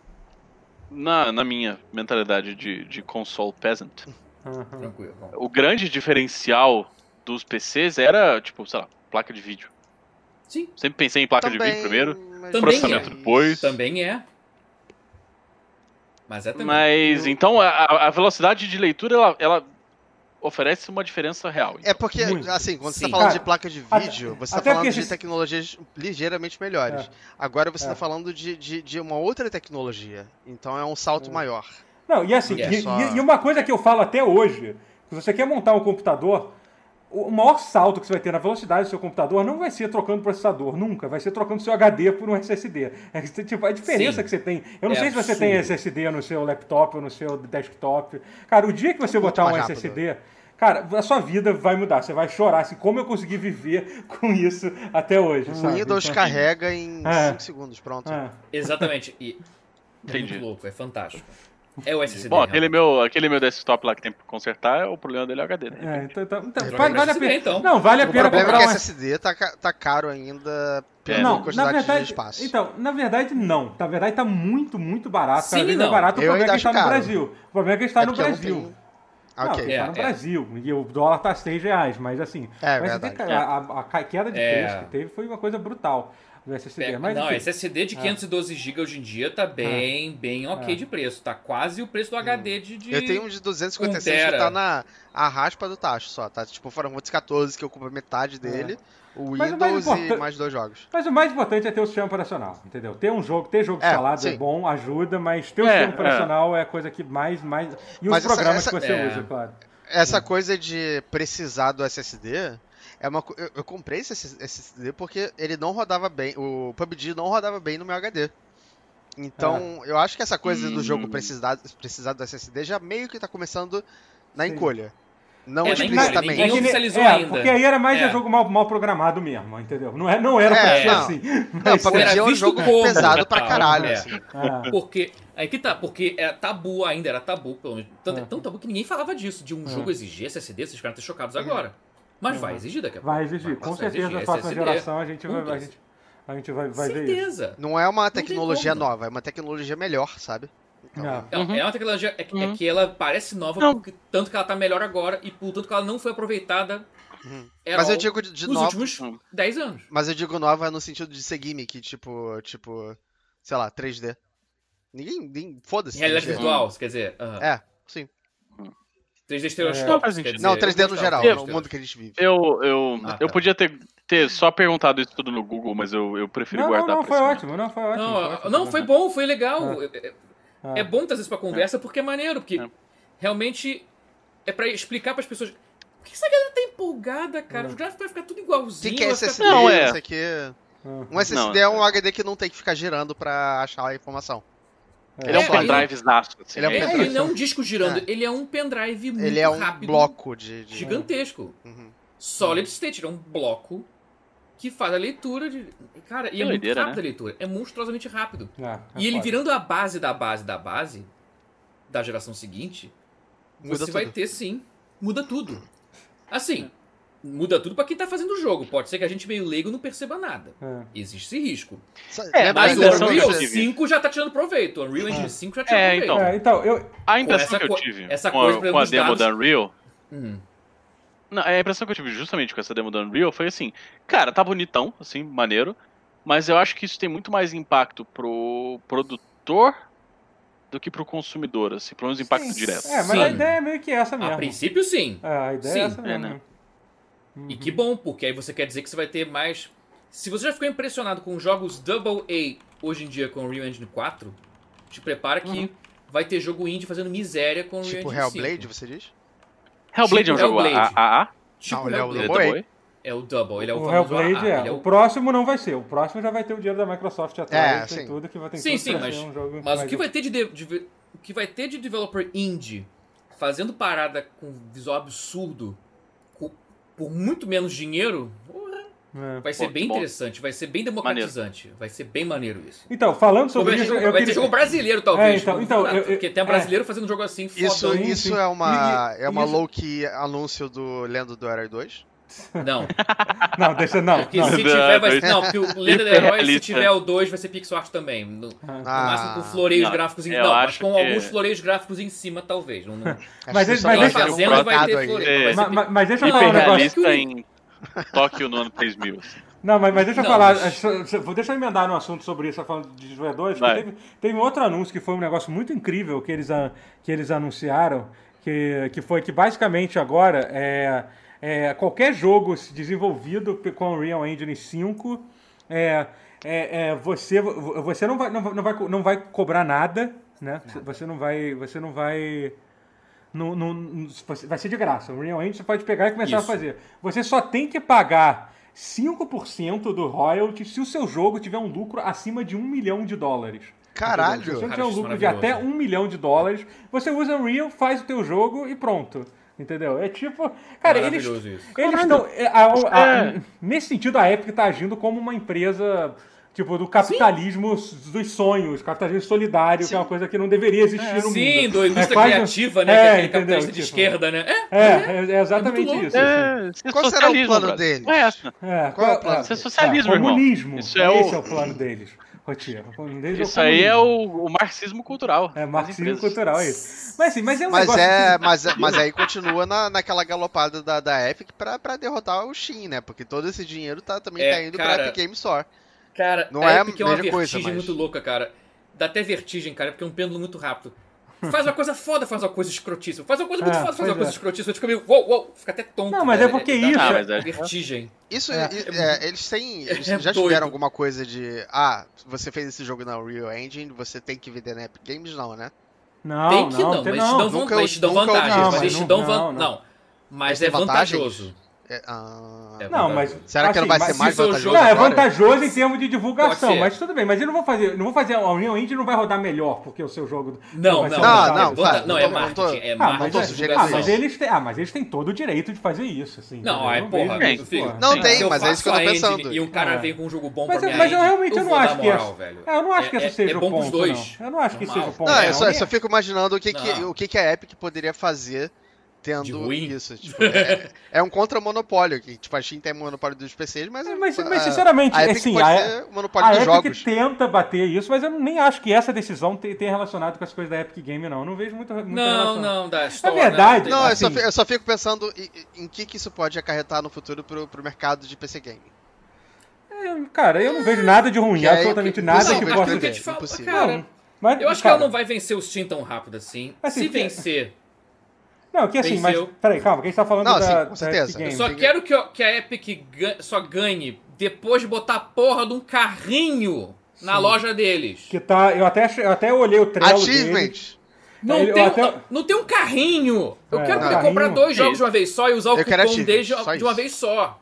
Speaker 4: na, na minha mentalidade de, de console peasant,
Speaker 1: Aham.
Speaker 2: Tranquilo. bom.
Speaker 4: o grande diferencial dos PCs era, tipo, sei lá, placa de vídeo.
Speaker 2: Sim.
Speaker 4: Sempre pensei em placa de vídeo primeiro,
Speaker 2: é.
Speaker 4: processamento depois.
Speaker 2: Também é. Mas é também.
Speaker 4: Mas
Speaker 3: Eu-
Speaker 4: então a- a, a velocidade de leitura ela, ela oferece uma diferença real.
Speaker 3: É porque,
Speaker 1: Muito.
Speaker 3: assim, quando você
Speaker 2: Sim.
Speaker 3: tá falando
Speaker 1: Cara,
Speaker 3: de placa de
Speaker 1: até-
Speaker 3: vídeo, você tá
Speaker 1: até
Speaker 3: falando
Speaker 1: porque
Speaker 3: de
Speaker 1: esses-
Speaker 3: tecnologias ligeiramente melhores.
Speaker 1: É.
Speaker 3: Agora você
Speaker 1: É.
Speaker 3: tá falando de, de, de uma outra tecnologia. Então é um salto maior.
Speaker 1: Não, e assim,
Speaker 2: Olha
Speaker 1: e,
Speaker 3: só.
Speaker 1: e- e uma coisa que eu falo até hoje, se você quer montar um computador, o o maior salto que você vai ter na velocidade do seu computador não vai ser trocando processador, nunca. Vai ser trocando seu HD por um SSD. É, que você, tipo, a diferença
Speaker 2: Sim.
Speaker 1: que você tem. Eu não
Speaker 2: É
Speaker 1: sei se você tem
Speaker 2: absurdo.
Speaker 1: SSD no seu laptop ou no seu desktop. Cara, o dia que você
Speaker 3: Muito
Speaker 1: botar um
Speaker 3: mais rápido.
Speaker 1: SSD. Cara, a sua vida vai mudar. Você vai chorar assim, como eu consegui viver com isso até hoje,
Speaker 3: O
Speaker 1: sabe?
Speaker 3: Um Windows
Speaker 1: Então,
Speaker 3: carrega em
Speaker 1: É.
Speaker 3: 5 segundos, pronto.
Speaker 1: é.
Speaker 2: Exatamente. E... É
Speaker 4: Entendi.
Speaker 2: muito louco, é fantástico. É o SSD.
Speaker 4: Bom, aquele
Speaker 2: realmente.
Speaker 4: meu, aquele meu desktop lá que tem pra consertar, o problema dele é o HD, né?
Speaker 1: É, então, então- então,
Speaker 2: Troca
Speaker 1: vale, vale
Speaker 2: o
Speaker 1: a
Speaker 2: SSD,
Speaker 1: pena.
Speaker 2: então.
Speaker 1: Não, vale a
Speaker 3: O
Speaker 1: pena
Speaker 3: problema é
Speaker 1: comprar
Speaker 3: que
Speaker 1: um
Speaker 3: SSD tá, ca- tá caro ainda pela
Speaker 4: É,
Speaker 1: Não, na
Speaker 3: quantidade
Speaker 1: verdade,
Speaker 3: de espaço.
Speaker 1: então, na verdade não. Na verdade tá muito, muito barato.
Speaker 2: Sim
Speaker 1: Cada vez
Speaker 2: e
Speaker 1: mais
Speaker 2: não.
Speaker 1: barato, o
Speaker 3: Eu
Speaker 1: problema é
Speaker 3: ainda
Speaker 1: que está
Speaker 3: acho
Speaker 1: no
Speaker 3: caro.
Speaker 1: Brasil. O problema é que está
Speaker 3: É
Speaker 1: no
Speaker 3: porque eu não
Speaker 1: Brasil.
Speaker 3: tenho- Ah,
Speaker 1: Não,
Speaker 3: ok.
Speaker 1: está no
Speaker 2: É, é.
Speaker 1: Brasil. E o dólar tá 6 reais, mas assim.
Speaker 3: É,
Speaker 1: mas
Speaker 3: verdade.
Speaker 1: tem que- a, a- a ca- queda de
Speaker 2: É.
Speaker 1: preço que teve foi uma coisa brutal do SSD.
Speaker 2: Pega-
Speaker 1: mas,
Speaker 2: não, é-
Speaker 1: enfim,
Speaker 2: SSD
Speaker 1: É.
Speaker 2: de 512 GB hoje em dia tá bem, bem ok de preço. Tá quase o preço do HD de. de-
Speaker 3: Eu tenho um de 256
Speaker 2: um
Speaker 3: que
Speaker 2: tera.
Speaker 3: tá na a raspa do tacho só. Tá tipo Fahrenheit 14 que ocupa metade dele, o
Speaker 1: É. Mas o mais
Speaker 3: Windows e
Speaker 1: importante-
Speaker 3: mais dois jogos.
Speaker 1: mas o mais importante é ter o sistema operacional, entendeu? Ter um jogo, ter jogo
Speaker 3: É,
Speaker 1: instalado é
Speaker 3: sim.
Speaker 1: bom, ajuda, mas ter o
Speaker 4: É,
Speaker 1: sistema
Speaker 4: é.
Speaker 1: operacional é a coisa que mais. mais... E os
Speaker 3: Mas essa-
Speaker 1: programas que
Speaker 3: essa-
Speaker 1: você
Speaker 2: É.
Speaker 1: usa, claro.
Speaker 3: Essa
Speaker 1: É.
Speaker 3: coisa de precisar do SSD é uma co- eu, eu comprei esse SSD porque ele não rodava bem, o PUBG não rodava bem no meu HD. Então,
Speaker 1: É.
Speaker 3: eu acho que essa coisa do jogo
Speaker 4: Hum.
Speaker 3: precisar, precisar do SSD já meio que tá começando na
Speaker 1: Sim.
Speaker 3: encolha. Não
Speaker 2: É, nem-
Speaker 3: explicitamente.
Speaker 2: ninguém oficializou
Speaker 1: é,
Speaker 2: ainda.
Speaker 1: Porque aí era mais
Speaker 2: É.
Speaker 1: é. jogo mal, mal programado mesmo, entendeu? Não, é, não era pra
Speaker 3: É,
Speaker 1: ser
Speaker 3: não.
Speaker 1: assim.
Speaker 3: Não,
Speaker 1: Mas,
Speaker 3: Paco
Speaker 2: era
Speaker 3: Dia é um
Speaker 2: visto
Speaker 3: jogo
Speaker 2: como,
Speaker 3: pesado pra
Speaker 2: tá?
Speaker 3: caralho,
Speaker 2: É.
Speaker 3: assim.
Speaker 1: é.
Speaker 2: Porque. Aí que tá, porque é tabu ainda, era tabu, pelo menos. Tanto, é
Speaker 1: É.
Speaker 2: tão tabu que ninguém falava disso,
Speaker 1: Uhum.
Speaker 2: de um jogo exigir SSD, vocês ficaram até chocados agora. Mas
Speaker 1: É.
Speaker 2: vai exigir daqui a pouco.
Speaker 1: Vai exigir, com
Speaker 2: passar a
Speaker 1: certeza, na
Speaker 2: exigir
Speaker 1: próxima
Speaker 2: SSD.
Speaker 1: geração a gente vai,
Speaker 2: Puta.
Speaker 1: a gente, a gente vai, vai ver isso.
Speaker 2: é Certeza.
Speaker 3: Não é uma
Speaker 2: tem
Speaker 3: tecnologia
Speaker 2: como.
Speaker 3: nova, é uma tecnologia melhor, sabe? Então,
Speaker 1: É.
Speaker 2: É-
Speaker 4: Uhum.
Speaker 2: É uma tecnologia é, que- é
Speaker 4: Uhum.
Speaker 2: que ela parece nova,
Speaker 4: Não.
Speaker 2: porque- tanto que ela tá melhor agora e por tanto que ela não foi aproveitada.
Speaker 3: Uhum.
Speaker 2: at
Speaker 3: Mas eu
Speaker 2: all
Speaker 3: digo de, uhum. de
Speaker 2: nos
Speaker 3: nova.
Speaker 2: últimos 10 anos.
Speaker 3: Mas eu digo nova no sentido de ser gimmick, tipo, tipo, sei lá, 3D. Ninguém, ninguém foda-se.
Speaker 2: Realidade
Speaker 3: 3D.
Speaker 2: virtual, você quer dizer. aham.
Speaker 3: É, sim.
Speaker 2: 3D
Speaker 4: Não
Speaker 2: estereoscópico.
Speaker 4: faz
Speaker 2: quer
Speaker 4: sentido.
Speaker 2: dizer,
Speaker 3: Não, 3D no
Speaker 2: gostava,
Speaker 3: geral,
Speaker 2: eu
Speaker 3: no
Speaker 2: gostava.
Speaker 3: mundo que a gente vive.
Speaker 4: Eu, eu,
Speaker 2: Ah,
Speaker 4: eu
Speaker 2: tá.
Speaker 4: podia ter, ter só perguntado isso tudo no Google, mas eu, eu preferi
Speaker 1: Não, não,
Speaker 4: guardar
Speaker 1: não,
Speaker 4: pra
Speaker 1: foi
Speaker 4: esse momento.
Speaker 1: ótimo, não, foi ótimo.
Speaker 2: Não,
Speaker 1: ótimo.
Speaker 2: não, foi bom, foi legal. É- é-
Speaker 1: Ah.
Speaker 2: É bom trazer isso pra conversa porque é maneiro, porque
Speaker 4: É.
Speaker 2: realmente é pra explicar pras pessoas. Por que essa galera tá empolgada, cara? Os gráficos vai ficar tudo
Speaker 3: O
Speaker 2: igualzinho.
Speaker 3: que, que é
Speaker 2: vai ficar
Speaker 3: SSD?
Speaker 4: Não, é.
Speaker 3: Isso aqui... Um
Speaker 1: É.
Speaker 3: SSD é um HD que não tem que ficar girando pra achar a informação.
Speaker 4: Ele é um
Speaker 2: É,
Speaker 4: pendrive zaço, assim.
Speaker 3: ele é um
Speaker 4: é
Speaker 2: É,
Speaker 4: isso.
Speaker 2: ele
Speaker 3: isso.
Speaker 2: não é um disco girando,
Speaker 3: É.
Speaker 2: ele é um pendrive muito
Speaker 3: Ele é um
Speaker 2: rápido, Tipo,
Speaker 3: bloco de... de-
Speaker 2: gigantesco.
Speaker 3: Uhum.
Speaker 2: Solid state, ele é um bloco que faz a leitura de. Cara, e é muito
Speaker 4: doideira,
Speaker 2: rápido
Speaker 4: né?
Speaker 2: a leitura. É monstruosamente rápido.
Speaker 1: É, é
Speaker 2: e ele
Speaker 1: foda.
Speaker 2: virando a base da base da base da geração seguinte,
Speaker 3: Muda
Speaker 2: você
Speaker 3: tudo.
Speaker 2: vai ter sim. Muda tudo. Assim, muda tudo pra quem tá fazendo o jogo. Pode ser que a gente meio leigo não perceba nada.
Speaker 1: É.
Speaker 2: Existe esse risco.
Speaker 3: Sa-
Speaker 4: É,
Speaker 3: lembra
Speaker 2: Mas o
Speaker 4: ainda são
Speaker 3: quando
Speaker 2: Unreal
Speaker 4: jogos-
Speaker 3: você-
Speaker 2: 5 já tá tirando proveito. O Unreal Engine 5 já tirou
Speaker 4: É,
Speaker 2: proveito.
Speaker 4: então.
Speaker 1: É, então, eu.
Speaker 4: A
Speaker 2: essa
Speaker 4: impressão assim que eu
Speaker 2: co-
Speaker 4: tive
Speaker 2: essa
Speaker 4: com
Speaker 2: coisa, por
Speaker 4: a,
Speaker 2: exemplo,
Speaker 4: com a
Speaker 2: dos
Speaker 4: demo
Speaker 2: dados-
Speaker 4: da Unreal.
Speaker 2: Hum.
Speaker 4: Não, a impressão que eu tive justamente com essa demo da Unreal foi assim, cara, tá bonitão, assim, maneiro, mas eu acho que isso tem muito mais impacto pro produtor do que pro consumidor, assim, pelo menos impacto
Speaker 1: Sim.
Speaker 4: direto.
Speaker 1: É, mas
Speaker 2: Sim.
Speaker 1: a ideia é meio que essa
Speaker 2: A
Speaker 1: mesmo.
Speaker 2: princípio, sim.
Speaker 1: É, a ideia
Speaker 2: Sim,
Speaker 1: é essa
Speaker 4: é,
Speaker 1: mesmo.
Speaker 4: né?
Speaker 3: Uhum.
Speaker 2: E que bom, porque aí você quer dizer que você vai ter mais. Se você já ficou impressionado com jogos Double A hoje em dia com o Real Engine 4, te prepara que vai ter jogo indie fazendo miséria com o Real
Speaker 3: Uhum. Tipo
Speaker 2: Engine
Speaker 3: Hellblade,
Speaker 2: 5.
Speaker 3: você diz?
Speaker 4: Hellblade é um
Speaker 2: Tipo
Speaker 4: jogo
Speaker 2: Hellblade.
Speaker 4: AAA?
Speaker 2: Tipo
Speaker 3: Não, ele é o
Speaker 2: Hellblade.
Speaker 3: Double A.
Speaker 2: É o Double, ele é o,
Speaker 1: O
Speaker 2: famoso
Speaker 1: Hellblade
Speaker 2: AA,
Speaker 1: é.
Speaker 2: ele
Speaker 1: O próximo não vai ser. O próximo já vai ter o dinheiro da Microsoft atrás.
Speaker 3: É,
Speaker 1: tem
Speaker 3: sim.
Speaker 1: tudo que vai ter
Speaker 2: Sim,
Speaker 1: tudo
Speaker 2: sim,
Speaker 1: pra
Speaker 2: mas,
Speaker 1: ser um jogo
Speaker 2: mas o
Speaker 1: mais
Speaker 2: que vai ter de, de- de- o que vai ter de developer indie fazendo parada com visual absurdo com- por muito menos dinheiro, porra,
Speaker 1: É.
Speaker 2: vai ser
Speaker 4: Pô,
Speaker 2: bem
Speaker 4: bom.
Speaker 2: interessante, vai ser bem democratizante, vai ser bem maneiro isso.
Speaker 1: Então, falando sobre
Speaker 2: Vai
Speaker 1: isso,
Speaker 2: ter jogo-
Speaker 1: eu
Speaker 2: vai
Speaker 1: queria...
Speaker 2: ter jogo brasileiro, talvez.
Speaker 1: É, então-
Speaker 2: com-
Speaker 1: então, eu- eu-
Speaker 2: porque tem um
Speaker 1: é.
Speaker 2: brasileiro fazendo jogo assim, foda.
Speaker 3: Isso,
Speaker 1: sim,
Speaker 3: isso
Speaker 1: sim.
Speaker 3: é uma,
Speaker 1: E-
Speaker 3: é uma
Speaker 1: isso-
Speaker 3: low-key anúncio do Lendo do Herói 2.
Speaker 2: Não.
Speaker 1: Não, deixa, não.
Speaker 2: Porque
Speaker 1: é não. é,
Speaker 2: se
Speaker 4: Não,
Speaker 2: tiver, vai ser.
Speaker 4: dois-
Speaker 2: Não, porque o Lenda do
Speaker 4: Hiper
Speaker 2: Herói, se
Speaker 4: realista.
Speaker 2: tiver o 2, vai ser pixel art também. No, no
Speaker 1: Ah,
Speaker 2: máximo com floreios
Speaker 4: Não,
Speaker 2: gráficos em
Speaker 4: eu
Speaker 2: Não, mas
Speaker 4: acho
Speaker 2: com
Speaker 4: que-
Speaker 2: alguns floreios gráficos em cima, talvez. Não, não-
Speaker 1: Mas
Speaker 3: eles
Speaker 1: esse- mas esse-
Speaker 2: fazendo vai ter
Speaker 3: um aí.
Speaker 2: floreio.
Speaker 4: É.
Speaker 2: Vai
Speaker 1: Ma-
Speaker 2: ser
Speaker 1: ma- mas deixa eu falar um negócio.
Speaker 4: Hiperrealista em Tóquio no ano 3000. assim.
Speaker 1: Não, mas, mas deixa eu
Speaker 2: Não,
Speaker 1: falar.
Speaker 2: mas-
Speaker 1: só- só- vou- Deixa eu emendar no assunto sobre isso, falando de jogadores.
Speaker 4: Vai.
Speaker 1: Teve, teve um outro anúncio que foi um negócio muito incrível que eles, a- que eles anunciaram, que, que foi que basicamente agora é, é, qualquer jogo desenvolvido com Unreal Engine 5, é, é, é, você, vo- você não, vai, não, vai- não, vai, co- não vai cobrar nada, né? Você não vai. Você não vai. Não- não- não- vai ser de graça. O Unreal Engine você pode pegar e começar
Speaker 2: Isso.
Speaker 1: a fazer. Você só tem que pagar 5% do royalty se o seu jogo tiver um lucro acima de 1 milhão de dólares. Entendeu? Se você
Speaker 3: Caralho!
Speaker 2: Cara,
Speaker 1: tiver um
Speaker 2: isso é
Speaker 1: lucro de
Speaker 2: maravilhoso.
Speaker 1: até 1 milhão de dólares, você usa Unreal, faz o teu jogo e pronto. Entendeu? É tipo... Cara, eles...
Speaker 2: Maravilhoso isso.
Speaker 1: Eles estão... é, a- a-
Speaker 4: É.
Speaker 1: Nesse sentido, a Epic tá agindo como uma empresa... Tipo, do capitalismo dos sonhos, capitalismo solidário, que é uma coisa que não deveria existir no mundo.
Speaker 2: Sim, do indústria
Speaker 1: É quase-
Speaker 2: criativa, né?
Speaker 1: É,
Speaker 2: que é aquele
Speaker 1: entendeu?
Speaker 2: capitalista de
Speaker 1: Tipo,
Speaker 2: esquerda, né? É,
Speaker 1: É, é, é exatamente
Speaker 2: É muito
Speaker 1: isso. assim.
Speaker 4: É, isso é
Speaker 3: Qual será o
Speaker 4: socialismo,
Speaker 3: plano
Speaker 4: brother.
Speaker 3: deles?
Speaker 4: Não é essa.
Speaker 1: É,
Speaker 3: Qual é o plano?
Speaker 4: Isso é socialismo,
Speaker 1: é,
Speaker 4: irmão.
Speaker 1: comunismo.
Speaker 4: Isso é
Speaker 1: Esse
Speaker 4: o-
Speaker 1: é o plano deles, Rotier. O plano deles
Speaker 4: Isso aí é
Speaker 1: comunismo.
Speaker 4: o, o marxismo cultural.
Speaker 1: É
Speaker 4: das
Speaker 1: marxismo
Speaker 4: empresas.
Speaker 1: cultural, é isso. Mas assim, mas é um
Speaker 3: Mas,
Speaker 1: negócio...
Speaker 3: é,
Speaker 1: que-
Speaker 3: mas, mas aí continua na, naquela galopada da, da Epic pra, pra derrotar o Shin, né? Porque todo esse dinheiro tá, também
Speaker 2: É,
Speaker 3: tá indo
Speaker 2: cara,
Speaker 3: pra Epic Games Store.
Speaker 2: cara,
Speaker 3: Não
Speaker 2: a
Speaker 3: é a
Speaker 2: Epic é uma
Speaker 3: mesma
Speaker 2: vertigem
Speaker 3: coisa, mas-
Speaker 2: muito louca, cara. Dá até vertigem, cara, porque é um pêndulo muito rápido. Faz uma coisa foda, faz uma coisa escrotíssima. Faz uma coisa muito
Speaker 1: É,
Speaker 2: foda, faz
Speaker 1: pois
Speaker 2: uma coisa
Speaker 1: é.
Speaker 2: escrotíssima. Eu fico meio, uou, uou, fica até tonto. né?
Speaker 1: Não, mas
Speaker 2: velho.
Speaker 1: é porque
Speaker 2: dá-
Speaker 1: isso-
Speaker 2: dá
Speaker 4: Ah, mas é-
Speaker 2: Vertigem.
Speaker 3: Isso,
Speaker 1: É.
Speaker 3: i- é, eles têm. Eles
Speaker 2: É
Speaker 3: já
Speaker 2: doido.
Speaker 3: tiveram alguma coisa de. Ah, você fez esse jogo na Unreal Engine, você tem que vender na Epic Games, não, né?
Speaker 1: Não,
Speaker 2: Tem que
Speaker 1: não,
Speaker 2: não,
Speaker 1: tem
Speaker 2: mas eles te dão,
Speaker 3: Nunca
Speaker 2: van- eles te dão
Speaker 3: nunca ouvi
Speaker 2: vantagem.
Speaker 3: isso.
Speaker 2: mas eles te
Speaker 1: Não,
Speaker 2: dão
Speaker 1: não,
Speaker 2: van-
Speaker 1: não.
Speaker 2: Não,
Speaker 3: Eles
Speaker 2: mas é
Speaker 3: têm vantagem?
Speaker 2: vantajoso.
Speaker 3: É, ah,
Speaker 2: É
Speaker 1: Não, mas.
Speaker 2: vantajoso.
Speaker 3: Será que
Speaker 1: assim,
Speaker 3: ela vai ser
Speaker 1: mas-
Speaker 3: mais
Speaker 2: se for
Speaker 3: vantajosa
Speaker 2: jogo-
Speaker 1: Não, é
Speaker 3: agora?
Speaker 1: vantajoso em termos de divulgação,
Speaker 2: Pode ser.
Speaker 1: mas tudo bem. Mas eu não vou fazer, não vou fazer a Unreal Engine não vai rodar melhor porque o seu jogo
Speaker 2: Não,
Speaker 1: vai
Speaker 2: não,
Speaker 1: ser
Speaker 3: não,
Speaker 1: lançado.
Speaker 3: Tá, não,
Speaker 2: Bota-
Speaker 3: claro,
Speaker 2: não, é
Speaker 3: não tô-
Speaker 2: marketing, é
Speaker 1: Ah,
Speaker 2: marketing.
Speaker 1: mas,
Speaker 3: tô
Speaker 1: é-
Speaker 3: sugerindo
Speaker 1: ah,
Speaker 2: divulgação.
Speaker 1: mas eles têm, ah, mas eles têm todo o direito de fazer isso, assim.
Speaker 2: assim. Não,
Speaker 1: Eu
Speaker 2: é porra.
Speaker 1: vejo
Speaker 4: meu
Speaker 1: isso,
Speaker 2: filho.
Speaker 1: porra.
Speaker 3: Não
Speaker 2: Se
Speaker 3: tem,
Speaker 2: eu
Speaker 3: mas é isso que eu tô
Speaker 2: faço a engine
Speaker 3: pensando.
Speaker 2: E o cara
Speaker 1: É.
Speaker 2: vem com um jogo bom
Speaker 1: Mas,
Speaker 2: pra
Speaker 1: eu-
Speaker 2: minha
Speaker 1: mas eu
Speaker 2: engine,
Speaker 1: realmente eu
Speaker 2: vou
Speaker 1: não
Speaker 2: dar
Speaker 1: acho que
Speaker 2: moral,
Speaker 1: essa,
Speaker 2: velho.
Speaker 1: É, eu não acho que
Speaker 2: É-
Speaker 1: esse
Speaker 2: é-
Speaker 1: seja
Speaker 2: é
Speaker 1: o
Speaker 2: bom
Speaker 1: ponto.
Speaker 2: pros dois.
Speaker 1: não. Eu não acho que
Speaker 2: Normal.
Speaker 1: seja o ponto.
Speaker 3: Não, eu
Speaker 1: não.
Speaker 3: só, eu
Speaker 1: Nem-
Speaker 3: só fico imaginando o que, que-
Speaker 2: Não.
Speaker 3: o que, que a Epic poderia fazer
Speaker 2: De
Speaker 3: tendo
Speaker 2: ruim?
Speaker 3: isso. Tipo, é, é um contra-monopólio. que, Tipo, a Steam tem monopólio dos PCs, mas...
Speaker 1: É, mas-
Speaker 3: a-
Speaker 1: mas, sinceramente,
Speaker 3: a Epic
Speaker 1: assim,
Speaker 3: pode
Speaker 1: a-
Speaker 3: ter o monopólio
Speaker 1: A
Speaker 3: dos
Speaker 1: Epic
Speaker 3: jogos.
Speaker 1: tenta bater isso, mas eu nem acho que essa decisão te- tenha relacionado com as coisas da Epic Game, não. Eu não vejo muito, muito
Speaker 2: Não,
Speaker 1: relação.
Speaker 2: não, da história.
Speaker 1: verdade,
Speaker 2: Não,
Speaker 3: Não, eu, só,
Speaker 1: assim-
Speaker 3: fi- eu só fico pensando em, em que, que isso pode acarretar no futuro pro, pro mercado de PC Game.
Speaker 1: É, Cara, eu não vejo nada de ruim,
Speaker 3: Que é
Speaker 1: absolutamente
Speaker 3: Epic-
Speaker 1: nada
Speaker 3: Não,
Speaker 1: que
Speaker 3: mas
Speaker 1: possa...
Speaker 3: tudo
Speaker 2: que eu
Speaker 3: bem.
Speaker 1: ter.
Speaker 2: te falo,
Speaker 3: impossível.
Speaker 2: tipo, cara.
Speaker 1: Mas,
Speaker 2: Eu acho que
Speaker 1: cara,
Speaker 2: ela não vai vencer o Steam tão rápido assim.
Speaker 1: Assim,
Speaker 2: Se
Speaker 1: que-
Speaker 2: vencer,
Speaker 1: Não, que assim, mas...
Speaker 2: Venceu.
Speaker 1: Peraí, calma, que a gente tá falando da,
Speaker 3: Não, assim, com
Speaker 1: da Epic
Speaker 3: certeza.
Speaker 1: Games.
Speaker 2: eu
Speaker 3: Sim,
Speaker 2: só
Speaker 3: tem que-
Speaker 2: quero que, ó- que a Epic gan- só ganhe depois de botar a porra de um carrinho na loja deles.
Speaker 1: Que tá... Eu até, eu até olhei o trailer
Speaker 3: Achievement!
Speaker 2: Não,
Speaker 1: Ele-
Speaker 2: tem
Speaker 1: eu
Speaker 2: um,
Speaker 1: até-
Speaker 2: não tem um carrinho. Eu
Speaker 1: É,
Speaker 2: quero
Speaker 1: um
Speaker 2: poder
Speaker 1: carrinho.
Speaker 2: comprar dois
Speaker 4: É
Speaker 2: jogos
Speaker 4: isso.
Speaker 2: de uma vez só e usar o
Speaker 3: Eu quero
Speaker 2: cupom
Speaker 3: achievement,
Speaker 2: desde
Speaker 3: só
Speaker 2: de uma
Speaker 3: isso.
Speaker 2: vez só.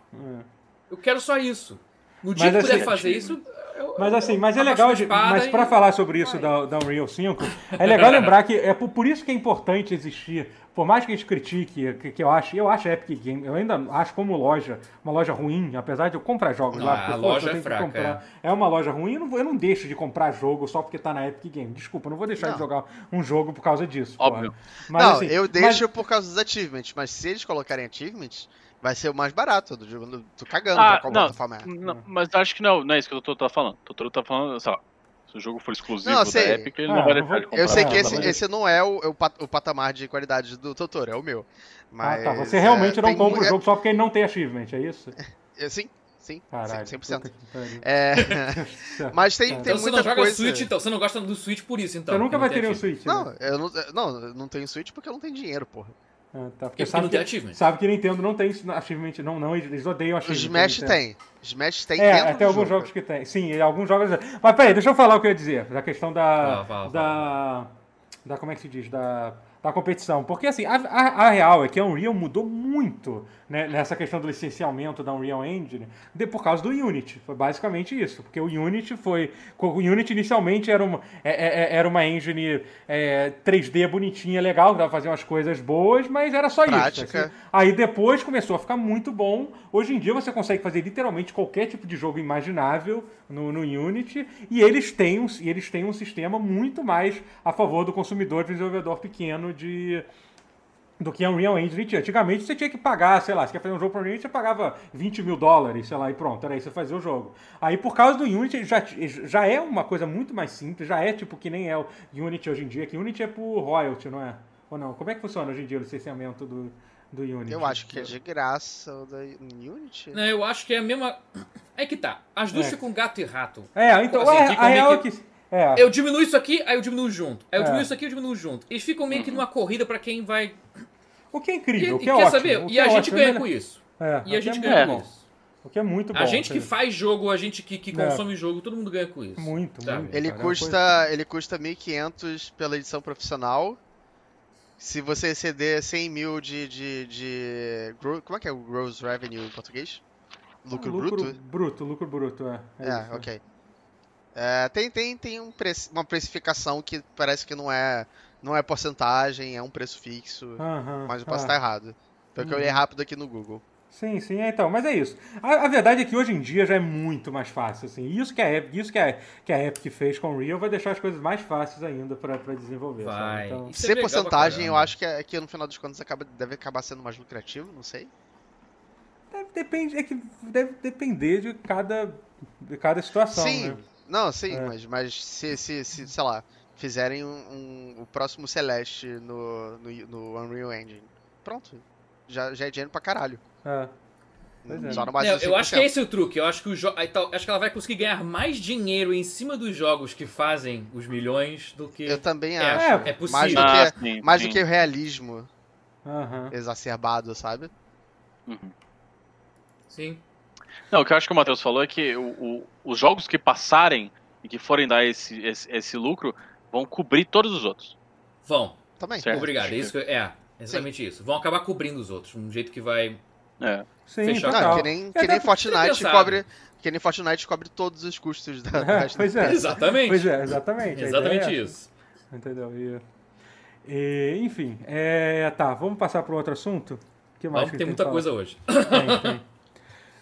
Speaker 2: Eu quero só isso. No dia
Speaker 1: É. Mas
Speaker 2: que puder
Speaker 1: assim-
Speaker 2: fazer isso. eu-
Speaker 1: Mas
Speaker 2: eu-
Speaker 1: assim,
Speaker 2: eu
Speaker 1: mas é
Speaker 2: abaixo
Speaker 1: legal,
Speaker 2: da
Speaker 1: de,
Speaker 2: espada
Speaker 1: mas
Speaker 2: e-
Speaker 1: pra falar sobre isso da, da Unreal 5, é legal lembrar que é por, por isso que é importante existir, por mais que a gente critique, que, que eu acho, eu acho a Epic Games, eu ainda acho como loja, uma loja ruim, apesar de eu comprar jogos
Speaker 2: Não,
Speaker 1: lá,
Speaker 2: a
Speaker 1: porque, pô,
Speaker 2: loja
Speaker 1: eu
Speaker 2: é
Speaker 1: tenho que
Speaker 2: fraca,
Speaker 1: comprar, é. uma loja ruim, eu não, vou- eu não deixo de comprar jogo só porque tá na Epic Games, desculpa, eu não vou deixar de
Speaker 3: Não.
Speaker 1: jogar um jogo por causa disso,
Speaker 4: Óbvio.
Speaker 1: porra. Mas,
Speaker 3: não,
Speaker 1: assim,
Speaker 3: eu
Speaker 1: mas-
Speaker 3: deixo por causa dos achievements, mas se eles colocarem achievements, vai ser o mais barato. Do, do, tô cagando
Speaker 4: Ah,
Speaker 3: pra qual
Speaker 4: não.
Speaker 3: plataforma é.
Speaker 4: Não, mas acho que não, não é isso que o Totoro tá falando. O Totoro tá falando, sei lá, se o jogo for exclusivo
Speaker 3: Não, eu
Speaker 4: da
Speaker 3: sei.
Speaker 4: Epic, ele
Speaker 1: Ah,
Speaker 4: não vai
Speaker 1: não vou-
Speaker 4: deixar de comprar.
Speaker 3: Eu sei
Speaker 1: Ah,
Speaker 3: que
Speaker 1: tá,
Speaker 3: esse,
Speaker 1: mas-
Speaker 3: esse não é o, é o pat- o patamar de qualidade do Totoro, é o meu. Mas,
Speaker 1: Ah, tá, você
Speaker 3: é,
Speaker 1: realmente não
Speaker 3: tem
Speaker 1: compra o
Speaker 3: mu-
Speaker 1: jogo só porque ele não tem achievement, é isso?
Speaker 3: É, é, sim, sim,
Speaker 1: Caralho,
Speaker 3: sim,
Speaker 1: puta
Speaker 3: 100%.
Speaker 1: que pariu.
Speaker 3: É, mas tem,
Speaker 1: Então
Speaker 3: tem
Speaker 2: Então você não
Speaker 3: muita
Speaker 2: joga
Speaker 3: coisa...
Speaker 2: Switch, então. Você não gosta do Switch por isso, então.
Speaker 1: Você nunca
Speaker 2: Não
Speaker 1: vai
Speaker 2: tem
Speaker 1: ter um
Speaker 2: achievement.
Speaker 1: Switch, né?
Speaker 3: Não, eu não, eu- não, eu não tenho Switch porque eu não tenho dinheiro, porra.
Speaker 1: Ah, tá.
Speaker 2: E
Speaker 1: Porque
Speaker 2: É porque
Speaker 1: sabe
Speaker 2: não tem
Speaker 1: que,
Speaker 2: achievement.
Speaker 1: sabe que Nintendo não tem isso- achievement, não, não, eles odeiam
Speaker 3: O
Speaker 1: achievement.
Speaker 3: Smash
Speaker 1: Nintendo.
Speaker 3: tem. Smash tem
Speaker 1: É,
Speaker 3: dentro
Speaker 1: até
Speaker 3: do
Speaker 1: alguns
Speaker 3: jogo.
Speaker 1: jogos que tem. Sim, e alguns jogos. Mas peraí, deixa eu falar o que eu ia dizer. Da questão da.
Speaker 2: Fala, fala,
Speaker 1: da. Da. Como é que se diz? Da. Da competição. Porque assim, a, a- a real é que a Unreal mudou muito né, nessa questão do licenciamento da Unreal Engine de- por causa do Unity. Foi basicamente isso. Porque o Unity foi. co- O Unity inicialmente era uma, é- é- era uma engine é, 3D bonitinha, legal, dava pra fazer umas coisas boas, mas era só isso.
Speaker 3: Prática.
Speaker 1: assim. Aí depois começou a ficar muito bom. Hoje em dia você consegue fazer literalmente qualquer tipo de jogo imaginável no, no Unity. E eles, têm um, e eles têm um sistema muito mais a favor do consumidor e do desenvolvedor pequeno de, do que a Unreal Engine tinha. Antigamente você tinha que pagar, sei lá, você quer fazer um jogo para Unity, você pagava 20 mil dólares, sei lá, e pronto, era isso, você fazia o jogo. Aí por causa do Unity já, já é uma coisa muito mais simples, já é tipo que nem é o Unity hoje em dia, que Unity é por royalty, não é? Ou não? Como é que funciona hoje em dia o licenciamento do, do Unity?
Speaker 3: Eu acho que é de graça o da Unity.
Speaker 2: Não, eu acho que é a mesma. É que tá. As duas
Speaker 1: É.
Speaker 2: ficam gato e rato.
Speaker 1: É, então,
Speaker 2: Assim,
Speaker 1: a,
Speaker 2: fica
Speaker 1: a
Speaker 2: meio
Speaker 1: real é
Speaker 2: que-
Speaker 1: que... É,
Speaker 2: Eu diminuo isso aqui, aí eu diminuo junto. Aí eu
Speaker 1: É.
Speaker 2: diminuo isso aqui, eu diminuo junto. Eles ficam meio que numa corrida pra quem vai.
Speaker 1: o que é
Speaker 2: E,
Speaker 1: incrível, o
Speaker 2: e
Speaker 1: que é
Speaker 2: quer
Speaker 1: ótimo.
Speaker 2: saber?
Speaker 1: o que
Speaker 2: E a
Speaker 1: é
Speaker 2: gente
Speaker 1: ótimo, é
Speaker 2: ganha
Speaker 1: melhor-
Speaker 2: com isso.
Speaker 1: É,
Speaker 2: E a gente
Speaker 1: até
Speaker 2: ganha
Speaker 1: muito
Speaker 2: com
Speaker 1: bom,
Speaker 2: isso.
Speaker 1: O que é muito bom.
Speaker 2: A gente que
Speaker 1: entendeu?
Speaker 2: faz jogo, a gente que, que
Speaker 1: É.
Speaker 2: consome jogo, todo mundo ganha com isso.
Speaker 1: Muito,
Speaker 2: Sabe?
Speaker 1: muito.
Speaker 3: Ele
Speaker 1: cara, é uma coisa-
Speaker 3: custa,
Speaker 2: né?
Speaker 3: ele custa 1.500 pela edição profissional. Se você exceder 100 mil de, de, de gro- Como é que é o gross revenue em português? É um Lucro, bruto?
Speaker 1: Bruto, lucro bruto, é.
Speaker 3: É,
Speaker 1: isso.
Speaker 3: ok. É, tem tem, tem um preci- uma precificação que parece que não é, não é porcentagem, é um preço fixo.
Speaker 1: Aham,
Speaker 3: Mas eu
Speaker 2: tá.
Speaker 3: posso
Speaker 1: é.
Speaker 3: estar errado. Porque eu olhei rápido aqui no Google.
Speaker 1: Sim, sim, é, então, mas é isso. A, a verdade é que hoje em dia já é muito mais fácil, assim. Isso que a Epic, isso que a, que a Epic fez com o Real vai deixar as coisas mais fáceis ainda pra pra desenvolver. sabe?
Speaker 2: Vai.
Speaker 1: Então,
Speaker 2: Isso é
Speaker 3: Ser
Speaker 2: legal pra
Speaker 3: porcentagem, eu
Speaker 2: caramba.
Speaker 3: acho que, é, que no final dos contos acaba, deve acabar sendo mais lucrativo, não sei.
Speaker 1: deve, depende, é que deve depender de cada, de cada situação,
Speaker 3: Sim,
Speaker 1: né?
Speaker 3: não, sim,
Speaker 1: É.
Speaker 3: mas, mas se, se, se, sei lá, fizerem um, um- o próximo Celeste no, no, no Unreal Engine, pronto, já, já é dinheiro pra caralho.
Speaker 1: É. Pois é.
Speaker 3: Só no base
Speaker 2: Não,
Speaker 3: do
Speaker 2: eu acho que
Speaker 3: 100%.
Speaker 2: é esse o truque. Eu acho que, o jo... aí tal- acho que ela vai conseguir ganhar mais dinheiro em cima dos jogos que fazem os milhões do que.
Speaker 3: Eu também
Speaker 2: É,
Speaker 3: acho.
Speaker 2: é possível.
Speaker 3: Mais do
Speaker 4: Ah,
Speaker 3: que,
Speaker 4: sim,
Speaker 3: mais
Speaker 4: sim.
Speaker 3: do que o realismo
Speaker 1: Aham.
Speaker 3: exacerbado, sabe?
Speaker 4: Uhum.
Speaker 2: Sim.
Speaker 4: Não, o que eu acho que o Matheus falou é que o- o- os jogos que passarem e que forem dar esse, esse, esse lucro vão cobrir todos os outros.
Speaker 2: Vão.
Speaker 3: Também.
Speaker 4: Certo.
Speaker 2: é, Obrigado. É isso que eu- É, exatamente isso. Vão acabar cobrindo os outros. Um jeito que vai
Speaker 4: É.
Speaker 1: Sim,
Speaker 2: Fechar
Speaker 1: total.
Speaker 3: Não, que nem,
Speaker 1: Eu
Speaker 3: que nem
Speaker 1: até-
Speaker 3: Fortnite
Speaker 2: pensado.
Speaker 3: cobre. Que nem Fortnite cobre todos os custos da.
Speaker 1: É,
Speaker 3: das-
Speaker 1: pois é.
Speaker 2: Exatamente.
Speaker 1: Pois é, exatamente. A
Speaker 2: Exatamente
Speaker 1: ideia é
Speaker 2: isso.
Speaker 1: essa, Entendeu? E, e, enfim, é, tá, vamos passar para outro assunto? Que mais
Speaker 2: Vamos,
Speaker 1: é que
Speaker 2: tem
Speaker 1: que
Speaker 2: muita
Speaker 1: falar?
Speaker 2: coisa hoje.
Speaker 1: Tem, tem.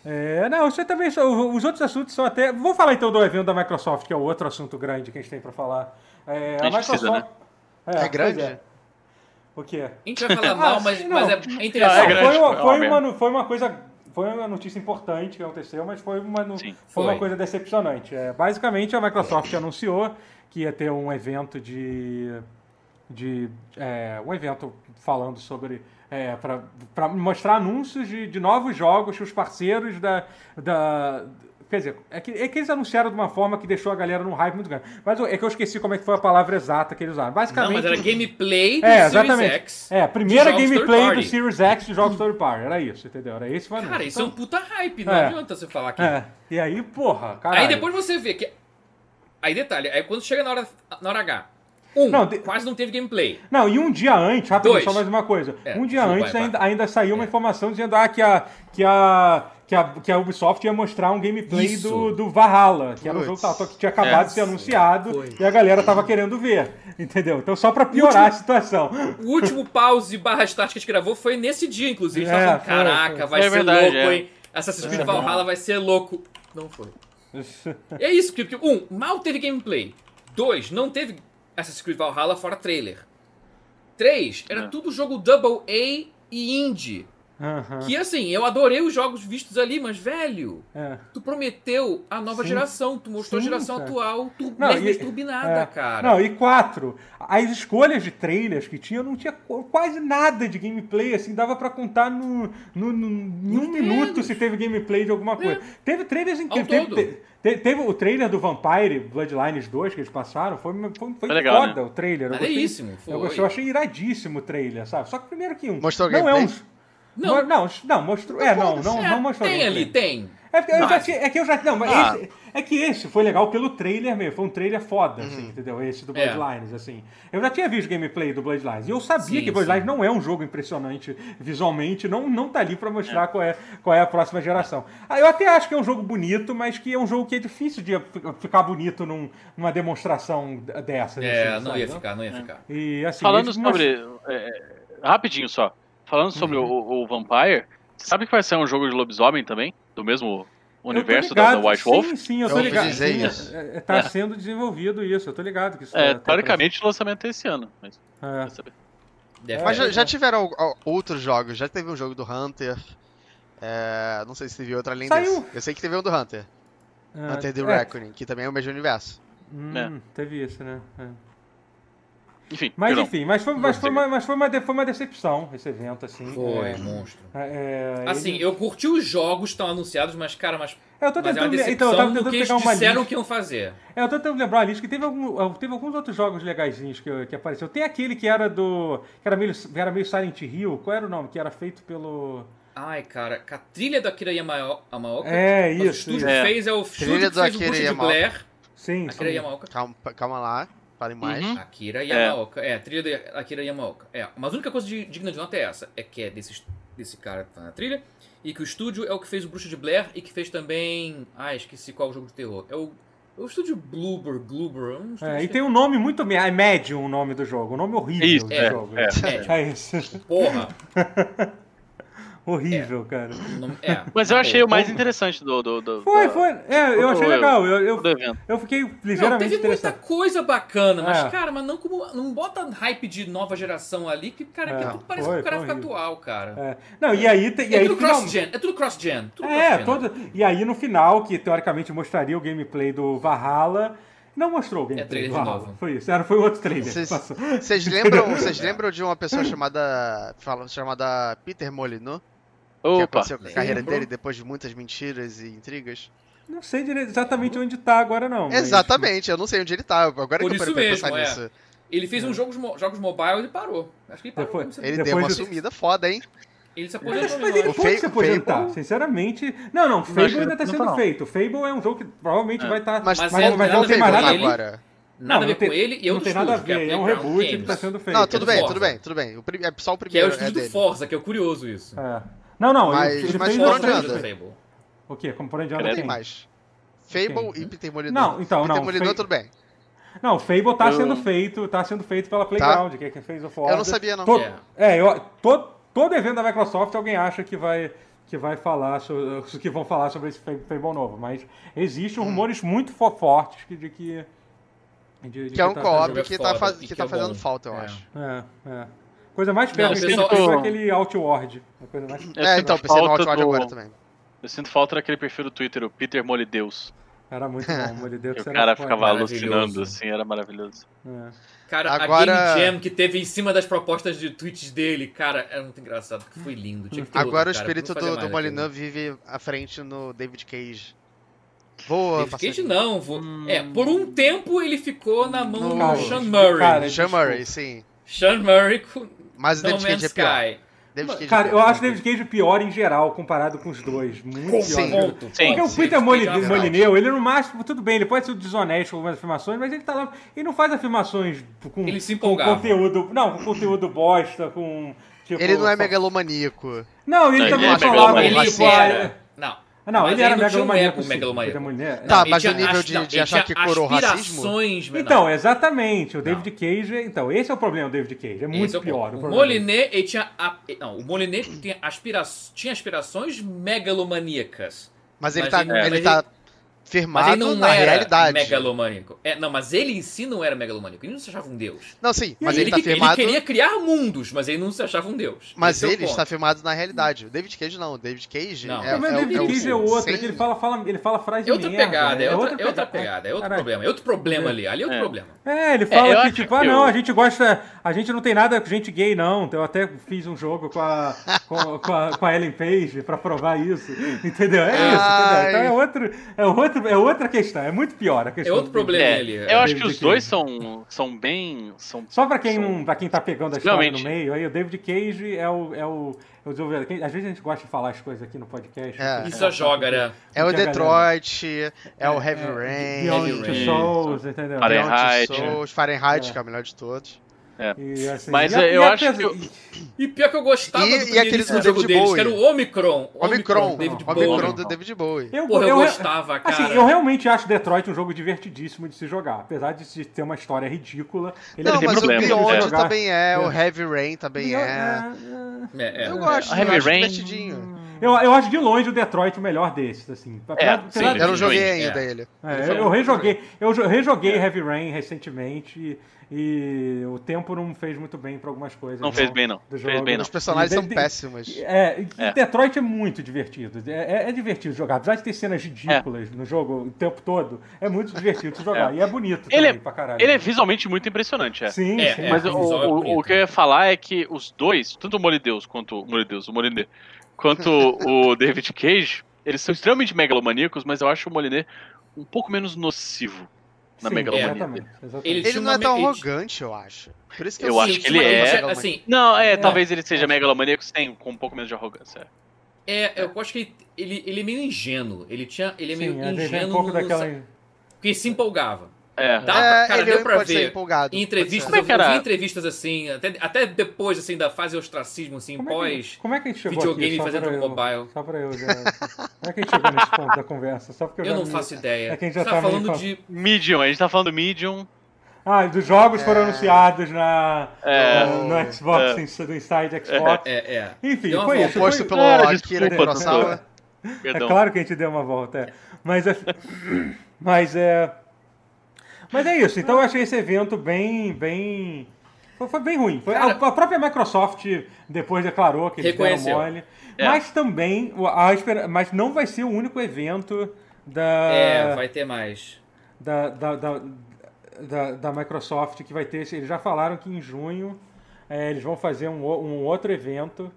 Speaker 1: É, não, isso também são- os outros assuntos são até. Vou falar então do evento da Microsoft, que é o outro assunto grande que a gente tem para falar. É,
Speaker 4: A gente precisa, né?
Speaker 1: É,
Speaker 3: É grande?
Speaker 1: pois é. O quê?
Speaker 2: A gente vai falar mal,
Speaker 1: Ah, sim,
Speaker 2: mas,
Speaker 1: não.
Speaker 2: mas é- é interessante.
Speaker 4: Ah, é
Speaker 1: Não,
Speaker 4: grande,
Speaker 1: foi, uma,
Speaker 4: foi
Speaker 1: foi,
Speaker 4: uma
Speaker 1: uma, no- foi uma coisa. Foi uma notícia importante que aconteceu, mas foi uma, no-
Speaker 4: Sim.
Speaker 1: foi uma
Speaker 2: Foi.
Speaker 1: coisa decepcionante. É, basicamente, a Microsoft anunciou que ia ter um evento de. de é, um evento falando sobre. para mostrar anúncios de, de novos jogos que os parceiros da. da Quer dizer, é que, é que eles anunciaram de uma forma que deixou a galera num hype muito grande. Mas é que eu esqueci como é que foi a palavra exata que eles usaram. Basicamente.
Speaker 2: Não, mas era gameplay do
Speaker 1: É,
Speaker 2: Series
Speaker 1: exatamente.
Speaker 2: X.
Speaker 1: É, a primeira
Speaker 2: de jogos
Speaker 1: gameplay
Speaker 2: third
Speaker 1: do
Speaker 2: party.
Speaker 1: Series X de jogos third party. Era isso, entendeu? Era esse o anúncio.
Speaker 2: Cara, isso é um puta hype, não
Speaker 1: É.
Speaker 2: adianta você falar que.
Speaker 1: Então, é. E aí, porra, cara.
Speaker 2: aí depois você vê que. Aí detalhe, aí quando chega na hora, na hora H. Um,
Speaker 1: Não, de-
Speaker 2: quase não teve gameplay.
Speaker 1: Não, e um dia antes, rapidinho,
Speaker 2: Dois.
Speaker 1: só mais uma coisa.
Speaker 2: É,
Speaker 1: um dia
Speaker 2: vai,
Speaker 1: antes
Speaker 2: vai. É.
Speaker 1: ainda, ainda saiu uma informação dizendo ah, que, a, que, a, que, a, que a Ubisoft ia mostrar um gameplay
Speaker 2: Isso.
Speaker 1: do, do Valhalla, que era um jogo
Speaker 3: Puts.
Speaker 1: que tava- que tinha acabado de ser anunciado e a galera tava querendo ver, entendeu? Então só pra piorar a situação.
Speaker 2: O último pause barra start que a gente gravou foi nesse dia, inclusive. A gente
Speaker 1: É,
Speaker 2: tava falando,
Speaker 1: foi,
Speaker 2: caraca, vai
Speaker 4: É
Speaker 2: ser
Speaker 4: verdade,
Speaker 2: louco,
Speaker 4: é.
Speaker 2: hein? Assassin's Creed Valhalla vai ser louco. Não foi. E é isso, porque, porque, um, mal teve gameplay. Dois, não teve Assassin's Creed Valhalla fora trailer. Três, era
Speaker 4: É.
Speaker 2: tudo jogo Double A e Indie.
Speaker 1: Aham,
Speaker 2: Que assim, eu adorei os jogos vistos ali, mas velho,
Speaker 1: é.
Speaker 2: tu prometeu a nova
Speaker 1: Sim.
Speaker 2: geração, tu mostrou
Speaker 1: Sim,
Speaker 2: a geração
Speaker 1: cara.
Speaker 2: atual, tu
Speaker 1: Não,
Speaker 2: mesmo
Speaker 1: e-
Speaker 2: turbinada,
Speaker 1: é.
Speaker 2: cara.
Speaker 1: Não, e quatro, as escolhas de trailers que tinha não tinha qu- quase nada de gameplay, assim, dava pra contar no, no, no- em um minuto se teve gameplay de alguma coisa. Teve trailers incríveis. Teve,
Speaker 2: É. todo.
Speaker 1: te- te- teve o trailer do Vampire Bloodlines 2 que eles passaram, foi, foi, foi
Speaker 4: Foi legal,
Speaker 1: foda o trailer. Eu
Speaker 2: Maneiríssimo,
Speaker 1: gostei- Eu,
Speaker 2: é foi.
Speaker 1: gostei, eu achei iradíssimo o trailer, sabe? Só que primeiro que um.
Speaker 3: Mostrou
Speaker 1: não é
Speaker 3: gameplay?
Speaker 1: um. Não, não, não, mostrou. É, não, não,
Speaker 2: É,
Speaker 1: não mostrou.
Speaker 2: tem
Speaker 1: gameplay.
Speaker 2: ali, tem.
Speaker 1: É, porque eu já
Speaker 2: Mas-
Speaker 1: tinha- é que eu já. Não, mas
Speaker 4: Ah.
Speaker 1: esse- é que esse foi legal pelo trailer mesmo. Foi um trailer foda, assim, entendeu? Esse do
Speaker 2: É.
Speaker 1: Bloodlines, assim. Eu já tinha visto gameplay do Bloodlines. E eu sabia
Speaker 2: Sim,
Speaker 1: que Bloodlines
Speaker 2: sim.
Speaker 1: não é um jogo impressionante visualmente, não, não tá ali pra mostrar qual, é, qual é a próxima geração. Ah, Eu até acho que é um jogo bonito, mas que é um jogo que é difícil de fi- ficar bonito num- numa demonstração d- dessas.
Speaker 2: É,
Speaker 1: assim,
Speaker 2: não
Speaker 1: sabe,
Speaker 2: ia ficar, não ia ficar.
Speaker 1: E, assim,
Speaker 4: Falando
Speaker 1: eles
Speaker 4: sobre. é, é, rapidinho só. Falando sobre
Speaker 1: Uhum.
Speaker 4: o, o Vampire, você sabe que vai ser um jogo de lobisomem também? Do mesmo
Speaker 1: Eu tô
Speaker 4: universo da, da
Speaker 1: ligado,
Speaker 4: White Wolf?
Speaker 1: Sim, sim, eu
Speaker 3: Eu
Speaker 1: tô
Speaker 3: ouvi
Speaker 1: ligado.
Speaker 3: dizer
Speaker 1: Sim,
Speaker 3: isso.
Speaker 1: é- é- tá sendo desenvolvido isso, eu tô ligado que isso
Speaker 4: É,
Speaker 1: tá- tá
Speaker 4: teoricamente, o lançamento é esse ano. Mas
Speaker 1: pra- é.
Speaker 4: vai saber.
Speaker 2: Deve
Speaker 3: Mas já,
Speaker 2: ter.
Speaker 3: já tiveram al- al- outros jogos, já teve um jogo do Hunter. é, não sei se teve outro além
Speaker 1: Saiu.
Speaker 3: desse. Eu sei que teve um do Hunter.
Speaker 1: Ah,
Speaker 3: Hunter The
Speaker 1: é,
Speaker 3: Reckoning, que também é o mesmo universo.
Speaker 1: hum,
Speaker 4: né?
Speaker 1: Teve isso, né? É.
Speaker 4: Enfim,
Speaker 1: Mas
Speaker 4: perdão.
Speaker 1: enfim, mas, foi, mas,
Speaker 4: Você.
Speaker 1: foi uma, mas foi, uma, de- foi uma decepção esse evento, assim.
Speaker 2: Foi,
Speaker 1: É,
Speaker 2: monstro.
Speaker 1: é, ele-
Speaker 2: Assim, eu curti os jogos que estão anunciados, mas, cara, mas,
Speaker 1: eu tô
Speaker 2: mas é uma
Speaker 1: tentando, le-
Speaker 2: decepção
Speaker 1: então, eu tava
Speaker 2: do
Speaker 1: tentando
Speaker 2: que
Speaker 1: pegar
Speaker 2: eles
Speaker 1: uma
Speaker 2: disseram
Speaker 1: lista.
Speaker 2: que iam fazer.
Speaker 1: É, eu tô tentando lembrar a lista que teve, algum, teve alguns outros jogos legaisinhos que, que apareceu. Tem aquele que era do. que era meio, que era meio Silent Hill. Qual era o nome? Que era feito pelo.
Speaker 2: Ai, cara, que a trilha do Akira Yamao- Yamaoka.
Speaker 1: É,
Speaker 2: mas O
Speaker 1: isso,
Speaker 2: estúdio
Speaker 4: isso.
Speaker 2: fez é o estúdio
Speaker 3: Trilha
Speaker 2: que
Speaker 3: do
Speaker 2: fez o
Speaker 3: Akira
Speaker 2: Bruxa de
Speaker 3: Yamaoka.
Speaker 2: Blair.
Speaker 1: Sim,
Speaker 2: Akira
Speaker 1: sim.
Speaker 2: Yamaoka.
Speaker 3: Calma, calma lá, fale mais.
Speaker 1: Hum?
Speaker 4: Uhum.
Speaker 2: Akira Yamaoka. É, a trilha da Akira Yamaoka. É, mas a única coisa de- digna de nota é essa. É que é desse, desse cara que tá na trilha. E que o estúdio é o que fez o Bruxa de Blair e que fez também... Ah, esqueci qual jogo de terror. É o, é o estúdio Bloober, Gloober. é um estúdio
Speaker 1: É, e
Speaker 2: esquisito.
Speaker 1: tem um nome muito. me- É Medium o nome do jogo. Um nome horrível
Speaker 4: Isso,
Speaker 1: do
Speaker 2: é,
Speaker 1: jogo.
Speaker 4: é.
Speaker 2: Medium.
Speaker 1: É isso.
Speaker 2: Porra.
Speaker 1: horrível, cara.
Speaker 2: o nome- é,
Speaker 4: Mas eu
Speaker 2: tá
Speaker 4: achei
Speaker 2: bom.
Speaker 4: o mais interessante do. do, do
Speaker 1: Foi,
Speaker 4: da-
Speaker 1: foi. É, eu
Speaker 4: do-
Speaker 1: achei legal. Eu, eu,
Speaker 4: do evento.
Speaker 1: eu fiquei
Speaker 2: Não,
Speaker 1: ligeiramente
Speaker 2: teve muita
Speaker 1: interessado.
Speaker 2: coisa bacana, mas,
Speaker 1: É.
Speaker 2: cara, mas não como. Não bota hype de nova geração ali, que, cara,
Speaker 1: É,
Speaker 2: aquilo tudo parece
Speaker 1: foi,
Speaker 2: que o cara
Speaker 1: foi
Speaker 2: fica
Speaker 1: horrível.
Speaker 2: atual, cara.
Speaker 1: É. Não, e aí. te- E
Speaker 2: É,
Speaker 1: aí
Speaker 2: tudo
Speaker 1: finalmente-
Speaker 2: cross-gen, é tudo cross-gen. tudo
Speaker 1: É,
Speaker 2: cross-gen. né?
Speaker 1: todo... e aí no final, que teoricamente mostraria o gameplay do Valhalla, não mostrou o gameplay
Speaker 2: É trailer
Speaker 1: do
Speaker 2: de
Speaker 1: Valhalla.
Speaker 2: novo.
Speaker 1: Foi isso, era, foi outro trailer. que
Speaker 3: Vocês
Speaker 1: passou.
Speaker 3: vocês lembram, vocês lembram de uma pessoa chamada fala- chamada Peter Molyneux? Que
Speaker 4: Opa,
Speaker 3: aconteceu com a carreira
Speaker 2: Lembro.
Speaker 3: dele depois de muitas mentiras e intrigas?
Speaker 1: Não sei dire- exatamente onde tá agora, não. mas- tipo,
Speaker 3: Exatamente, eu não sei onde ele tá. Agora
Speaker 2: Por
Speaker 3: que eu
Speaker 2: isso
Speaker 3: parei pra
Speaker 2: mesmo,
Speaker 3: pensar
Speaker 2: é.
Speaker 3: nisso.
Speaker 2: Ele fez uns jogos, mo- jogos mobile e parou. Acho que ele parou.
Speaker 1: Depois-
Speaker 2: não sei.
Speaker 3: Ele
Speaker 1: Depois
Speaker 3: deu uma
Speaker 1: de-
Speaker 3: sumida foda, hein?
Speaker 2: Ele se aposentou
Speaker 1: Mas, mas
Speaker 2: mesmo,
Speaker 1: ele
Speaker 2: acho.
Speaker 3: O
Speaker 1: pode
Speaker 3: Fa-
Speaker 1: se aposentar,
Speaker 3: Fable-
Speaker 1: sinceramente. Não, não, Fable
Speaker 4: acho que
Speaker 1: ainda tá
Speaker 4: não
Speaker 1: sendo
Speaker 4: tá, não.
Speaker 1: feito. Fable é um jogo que provavelmente vai estar.
Speaker 3: Mas,
Speaker 2: Mas
Speaker 3: mas,
Speaker 2: é-
Speaker 3: não vai
Speaker 2: não
Speaker 3: ter
Speaker 2: tem
Speaker 3: Fable
Speaker 2: mais nada-
Speaker 3: agora.
Speaker 2: Nada a ver
Speaker 1: tem,
Speaker 2: com ele e eu
Speaker 1: Não
Speaker 2: do
Speaker 1: tem
Speaker 2: estúdio,
Speaker 1: nada a ver,
Speaker 2: que
Speaker 1: é um
Speaker 2: Playground
Speaker 1: reboot que
Speaker 2: Games,
Speaker 1: tá sendo feito.
Speaker 3: Não, tudo
Speaker 2: do
Speaker 3: bem,
Speaker 2: Forza.
Speaker 3: tudo bem, tudo bem. O prim- É só o
Speaker 2: Que é o
Speaker 3: primeiro é
Speaker 2: estúdio do
Speaker 3: dele.
Speaker 2: Forza, que é curioso isso. é
Speaker 1: É. Não, não,
Speaker 3: Mas-
Speaker 1: ele, ele
Speaker 3: mas
Speaker 1: fez
Speaker 3: por
Speaker 1: os
Speaker 3: onde
Speaker 1: três.
Speaker 3: anda?
Speaker 2: Fable.
Speaker 1: O quê? Como por onde anda?
Speaker 4: Cadê?
Speaker 3: Não
Speaker 2: né?
Speaker 1: tem.
Speaker 3: tem mais. Fable
Speaker 1: Tem,
Speaker 3: e
Speaker 1: né?
Speaker 3: Pintermolidor.
Speaker 1: Não, então, não,
Speaker 3: Pintermolidor,
Speaker 1: Fa-
Speaker 3: tudo bem.
Speaker 1: Não, o Fable tá
Speaker 4: Eu-
Speaker 1: sendo feito, tá sendo feito pela Playground, que é quem fez o Forza.
Speaker 3: Eu não sabia, não.
Speaker 1: Todo,
Speaker 2: É.
Speaker 1: é, eu, todo, todo evento da Microsoft alguém acha que vai que vai falar sobre, que vão falar sobre esse Fa- Fable novo, mas
Speaker 3: Hum.
Speaker 1: existem rumores muito fo- fortes que- de que de- de
Speaker 3: Que é um
Speaker 1: tá-
Speaker 3: co-op
Speaker 2: jogo é
Speaker 3: que tá,
Speaker 2: foda
Speaker 3: faz-
Speaker 2: e
Speaker 3: que
Speaker 2: que
Speaker 3: tá
Speaker 2: é
Speaker 3: fazendo
Speaker 2: bom.
Speaker 3: falta, eu
Speaker 2: É.
Speaker 3: acho.
Speaker 1: É, é. Coisa mais
Speaker 2: Não,
Speaker 1: perto
Speaker 2: o
Speaker 1: que a gente
Speaker 2: pessoal-
Speaker 1: fez foi aquele Outward. A coisa mais...
Speaker 3: é,
Speaker 4: Eu sinto
Speaker 3: então, pensei no
Speaker 4: falta
Speaker 3: Outward
Speaker 4: do-
Speaker 3: agora também.
Speaker 4: Eu sinto falta daquele perfil do Twitter, o Peter Molideus.
Speaker 1: Era muito bom, amor de Deus.
Speaker 4: Que o
Speaker 1: será
Speaker 4: cara
Speaker 1: que
Speaker 4: ficava
Speaker 2: Maravilhoso.
Speaker 4: alucinando, assim, era maravilhoso.
Speaker 1: É.
Speaker 2: Cara,
Speaker 3: Agora-
Speaker 2: a Game Jam que teve em cima das propostas de tweets dele, cara, era muito engraçado, porque foi lindo. Tinha que ter
Speaker 3: Agora
Speaker 2: outro,
Speaker 3: o
Speaker 2: cara,
Speaker 3: espírito
Speaker 2: vamos fazer
Speaker 3: do, do
Speaker 2: mais né?
Speaker 3: Molineux
Speaker 2: aquilo.
Speaker 3: vive à frente no David Cage. Boa,
Speaker 2: David Cage
Speaker 3: parceiro.
Speaker 2: não. Vou... É, por um tempo ele ficou na mão
Speaker 1: Hum. Cara,
Speaker 2: do Sean
Speaker 1: cara,
Speaker 2: Murray.
Speaker 1: cara,
Speaker 3: Sean
Speaker 1: Desculpa.
Speaker 3: Murray, sim.
Speaker 2: Sean Murray com
Speaker 3: Mas o
Speaker 2: No
Speaker 3: David
Speaker 2: Man's
Speaker 3: Cage é pior.
Speaker 2: Sky.
Speaker 3: David Cage é
Speaker 1: Cara, eu
Speaker 3: pior.
Speaker 1: acho o David Cage pior em geral, comparado com os dois. Muito pior.
Speaker 3: Sim.
Speaker 1: cara.
Speaker 2: Ponto.
Speaker 4: Sim.
Speaker 1: Porque o
Speaker 2: Sim,
Speaker 1: Peter
Speaker 2: sim,
Speaker 1: Moli-
Speaker 2: sim.
Speaker 1: Molineu, ele no máximo, tudo bem, ele pode ser desonesto com algumas afirmações, mas ele tá lá. Ele não faz afirmações com,
Speaker 2: Ele se
Speaker 1: com
Speaker 2: empolgava.
Speaker 1: conteúdo. Não, com conteúdo bosta, com. tipo,
Speaker 3: Ele não é
Speaker 1: só-
Speaker 3: megalomaníaco.
Speaker 1: Não, ele tá também
Speaker 4: Não, ele
Speaker 1: não
Speaker 4: é
Speaker 1: falava.
Speaker 4: megalomaníaco.
Speaker 1: ele
Speaker 2: Ele
Speaker 1: só-
Speaker 2: era. Não.
Speaker 1: é. Não, é
Speaker 2: Mas
Speaker 1: ele era
Speaker 2: não tinha um
Speaker 1: megalomaníaco.
Speaker 2: ego
Speaker 1: sim,
Speaker 2: megalomaníaco.
Speaker 1: Peter Molineu-
Speaker 3: Tá,
Speaker 2: Ele
Speaker 3: mas o
Speaker 2: tinha
Speaker 3: nível
Speaker 2: as-
Speaker 3: de-
Speaker 2: não, é
Speaker 3: de
Speaker 2: ele
Speaker 3: achar
Speaker 2: tinha
Speaker 3: que coroa racismo?
Speaker 2: aspirações, menor.
Speaker 1: Então, exatamente. O David Cage. Então, esse é o problema do David Cage. É muito
Speaker 2: Esse é o ponto.
Speaker 1: pior.
Speaker 2: O
Speaker 1: problema dele.
Speaker 2: Molinet, ele tinha. a- Não, o Molinet tinha, aspira... tinha aspirações megalomaníacas.
Speaker 3: Mas ele
Speaker 2: Mas
Speaker 3: tá,
Speaker 2: ele não-
Speaker 3: ele
Speaker 2: mas
Speaker 3: tá
Speaker 2: Mas
Speaker 3: firmado
Speaker 2: ele não
Speaker 3: na
Speaker 2: era
Speaker 3: realidade.
Speaker 2: megalomaníaco. É, não, mas ele em si não era megalomaníaco. Ele não se achava um deus.
Speaker 3: Não, sim, mas
Speaker 2: ele,
Speaker 3: ele, tá
Speaker 2: que- ele
Speaker 3: firmado.
Speaker 2: queria criar mundos, mas ele não se achava um deus.
Speaker 3: Mas
Speaker 2: Esse é o
Speaker 3: ele
Speaker 2: ponto.
Speaker 3: está firmado na realidade. O David Cage não. O David Cage
Speaker 2: Não.
Speaker 3: é,
Speaker 1: Não, mas o
Speaker 3: é,
Speaker 1: David
Speaker 3: é,
Speaker 1: Cage é outro, é que
Speaker 3: sem-
Speaker 1: ele fala, fala, ele fala frase
Speaker 2: É outra
Speaker 1: de merda,
Speaker 2: pegada,
Speaker 1: né?
Speaker 2: é outra, é outra pegada, é outro
Speaker 1: Caralho.
Speaker 2: problema. É outro problema ali. Ali é outro
Speaker 4: É.
Speaker 2: problema.
Speaker 1: É, ele
Speaker 4: É, eu
Speaker 1: fala que,
Speaker 4: acho
Speaker 1: tipo,
Speaker 4: que
Speaker 1: ah,
Speaker 4: eu-
Speaker 1: não, a gente gosta. A gente não tem nada com gente gay, não. Então, eu até fiz um jogo com a, com, com a, com a Ellen Page pra provar isso. Entendeu? É isso,
Speaker 3: Ai.
Speaker 1: entendeu? Então é outro, é outro, é outra questão, é muito pior a
Speaker 2: É
Speaker 1: questão.
Speaker 2: outro
Speaker 1: do-
Speaker 2: problema
Speaker 4: É,
Speaker 2: ali.
Speaker 4: eu acho que
Speaker 1: David
Speaker 4: os
Speaker 1: Cage.
Speaker 4: dois são, são bem. São,
Speaker 1: Só pra quem,
Speaker 4: são-
Speaker 1: não, pra quem tá pegando a história
Speaker 4: Realmente.
Speaker 1: no meio, aí o David Cage é o, é o, é o desenvolvedor. Quem- Às vezes a gente gosta de falar as coisas aqui no podcast. tipo,
Speaker 3: É.
Speaker 1: porque-
Speaker 2: Isso é joga, né?
Speaker 3: é o
Speaker 1: porque a
Speaker 3: Detroit, é o Heavy
Speaker 1: galera-
Speaker 3: Rain,
Speaker 1: Beyond
Speaker 2: Heavy
Speaker 1: Two
Speaker 2: Rain.
Speaker 1: Souls, entendeu?
Speaker 4: Parece-
Speaker 3: Beyond Two
Speaker 4: Fahrenheit.
Speaker 3: Souls, Fahrenheit, né?
Speaker 1: É.
Speaker 3: que é o melhor de todos.
Speaker 1: E, assim,
Speaker 4: Mas
Speaker 1: e a-
Speaker 4: é, eu
Speaker 1: e a
Speaker 4: acho que
Speaker 1: pesa-
Speaker 4: eu-
Speaker 2: E pior que eu gostava
Speaker 3: E-
Speaker 2: do
Speaker 3: e aquele
Speaker 2: primeiro
Speaker 3: do
Speaker 2: jogo
Speaker 3: David
Speaker 2: deles,
Speaker 3: Bowie.
Speaker 2: que era o Omicron.
Speaker 3: Omicron,
Speaker 2: David
Speaker 3: Omicron
Speaker 2: Bowie.
Speaker 3: do David Bowie.
Speaker 1: Eu,
Speaker 2: Porra, eu
Speaker 1: re-
Speaker 2: gostava, cara.
Speaker 1: Assim, eu realmente acho Detroit um jogo divertidíssimo de se jogar. Apesar de se ter uma história ridícula. Ele
Speaker 3: Não,
Speaker 1: é
Speaker 4: tem
Speaker 3: mas o
Speaker 4: problema,
Speaker 1: de
Speaker 3: Beyond
Speaker 1: jogar.
Speaker 3: também é, o
Speaker 1: É.
Speaker 3: Heavy Rain também
Speaker 1: Beyond-
Speaker 3: é.
Speaker 1: é,
Speaker 2: É, é.
Speaker 3: Eu gosto,
Speaker 4: Heavy
Speaker 3: eu acho
Speaker 4: Rain.
Speaker 3: divertidinho.
Speaker 1: é. Eu, eu acho de longe o Detroit o melhor desses, assim. Apesar-
Speaker 4: É, sim,
Speaker 1: apesar de-
Speaker 4: Heavy
Speaker 3: Eu não joguei
Speaker 4: Rain,
Speaker 3: ainda
Speaker 2: é.
Speaker 3: ele.
Speaker 1: é, eu, eu rejoguei, eu jo- rejoguei
Speaker 4: É.
Speaker 1: Heavy Rain recentemente e, e o tempo não fez muito bem pra algumas coisas.
Speaker 4: Não fez bem, não.
Speaker 1: do
Speaker 4: Fez
Speaker 1: jogo.
Speaker 4: bem, não.
Speaker 3: Os personagens são
Speaker 1: De- de-
Speaker 3: péssimos.
Speaker 1: É, e
Speaker 4: É.
Speaker 1: Detroit é muito divertido. É, é- é divertido jogar. Apesar de ter cenas ridículas no jogo o tempo todo, é muito divertido de jogar.
Speaker 4: É.
Speaker 1: E é bonito
Speaker 4: Ele é-
Speaker 1: também pra caralho.
Speaker 4: Ele é visualmente muito impressionante, é.
Speaker 1: Sim,
Speaker 2: É,
Speaker 1: sim.
Speaker 2: é.
Speaker 4: Mas
Speaker 1: sim.
Speaker 4: o,
Speaker 2: visual é
Speaker 4: o-
Speaker 2: bonito.
Speaker 4: o que eu ia falar é que os dois, tanto o Molideus quanto o Molideus, o Moliné, quanto o David Cage, eles são extremamente megalomaníacos, mas eu acho o Moliné um pouco menos nocivo na
Speaker 1: Sim,
Speaker 4: megalomania.
Speaker 1: Exatamente. exatamente.
Speaker 2: Ele-
Speaker 3: Ele não é
Speaker 2: uma
Speaker 3: tão
Speaker 2: me- ele-
Speaker 3: arrogante, eu acho. Por isso que eu,
Speaker 4: Eu acho
Speaker 2: Sim,
Speaker 4: que ele
Speaker 2: mas
Speaker 4: é-
Speaker 2: Assim,
Speaker 4: Não, é,
Speaker 1: É.
Speaker 4: talvez ele seja megalomaníaco sem, com um pouco menos de arrogância.
Speaker 2: é, eu acho que ele, ele, ele é meio ingênuo. Ele, tinha, ele é meio
Speaker 1: Sim, às vezes é
Speaker 2: ingênuo,
Speaker 1: um pouco daquela.
Speaker 2: porque se empolgava.
Speaker 4: É.
Speaker 2: Dá pra-
Speaker 3: É,
Speaker 2: cara,
Speaker 3: ele
Speaker 2: deu pra
Speaker 3: pode ser
Speaker 2: ver.
Speaker 3: empolgado.
Speaker 2: Em entrevistas,
Speaker 4: Como é
Speaker 2: eu
Speaker 4: que era?
Speaker 2: vi entrevistas assim, até, até depois assim, da fase ostracismo, assim,
Speaker 1: Como é,
Speaker 2: pós.
Speaker 1: que, como é que a gente chegou
Speaker 2: videogame
Speaker 1: aqui? Só
Speaker 2: fazendo
Speaker 1: pra eu-
Speaker 2: mobile.
Speaker 1: Só pra eu já. Como é que a gente chegou nesse ponto da conversa? Só porque eu,
Speaker 2: Eu
Speaker 1: já
Speaker 2: não
Speaker 1: me-
Speaker 2: faço ideia.
Speaker 1: É que a gente
Speaker 2: Você
Speaker 1: já
Speaker 2: tá
Speaker 1: tá meio
Speaker 2: falando
Speaker 1: fal-
Speaker 2: de.
Speaker 4: Medium, a gente tá falando Medium.
Speaker 1: Ah, dos jogos
Speaker 2: É.
Speaker 1: foram anunciados na,
Speaker 4: É.
Speaker 1: no, no Xbox, do Inside Xbox.
Speaker 2: É, é.
Speaker 1: Enfim,
Speaker 2: Deu uma
Speaker 1: foi
Speaker 2: volta.
Speaker 1: isso.
Speaker 3: Posto
Speaker 1: foi-
Speaker 3: pelo
Speaker 2: é,
Speaker 4: Ah,
Speaker 3: Akira
Speaker 4: desculpa,
Speaker 3: Kurosawa.
Speaker 4: doutor.
Speaker 1: É
Speaker 4: Perdão.
Speaker 1: claro que a gente deu uma volta, é. Mas é. Mas é. Mas é isso. Então eu achei esse evento bem. bem. Foi, foi bem ruim. Foi- a,
Speaker 2: Cara-
Speaker 1: a própria Microsoft depois declarou que eles deram
Speaker 2: Reconheceu.
Speaker 1: mole.
Speaker 4: É.
Speaker 1: Mas também. o- a espera- mas não vai ser o único evento da.
Speaker 2: É, vai ter mais.
Speaker 1: da, da, da, da, da Microsoft que vai ter. esse- Eles já falaram que em junho eh, eles vão fazer um, o- um outro evento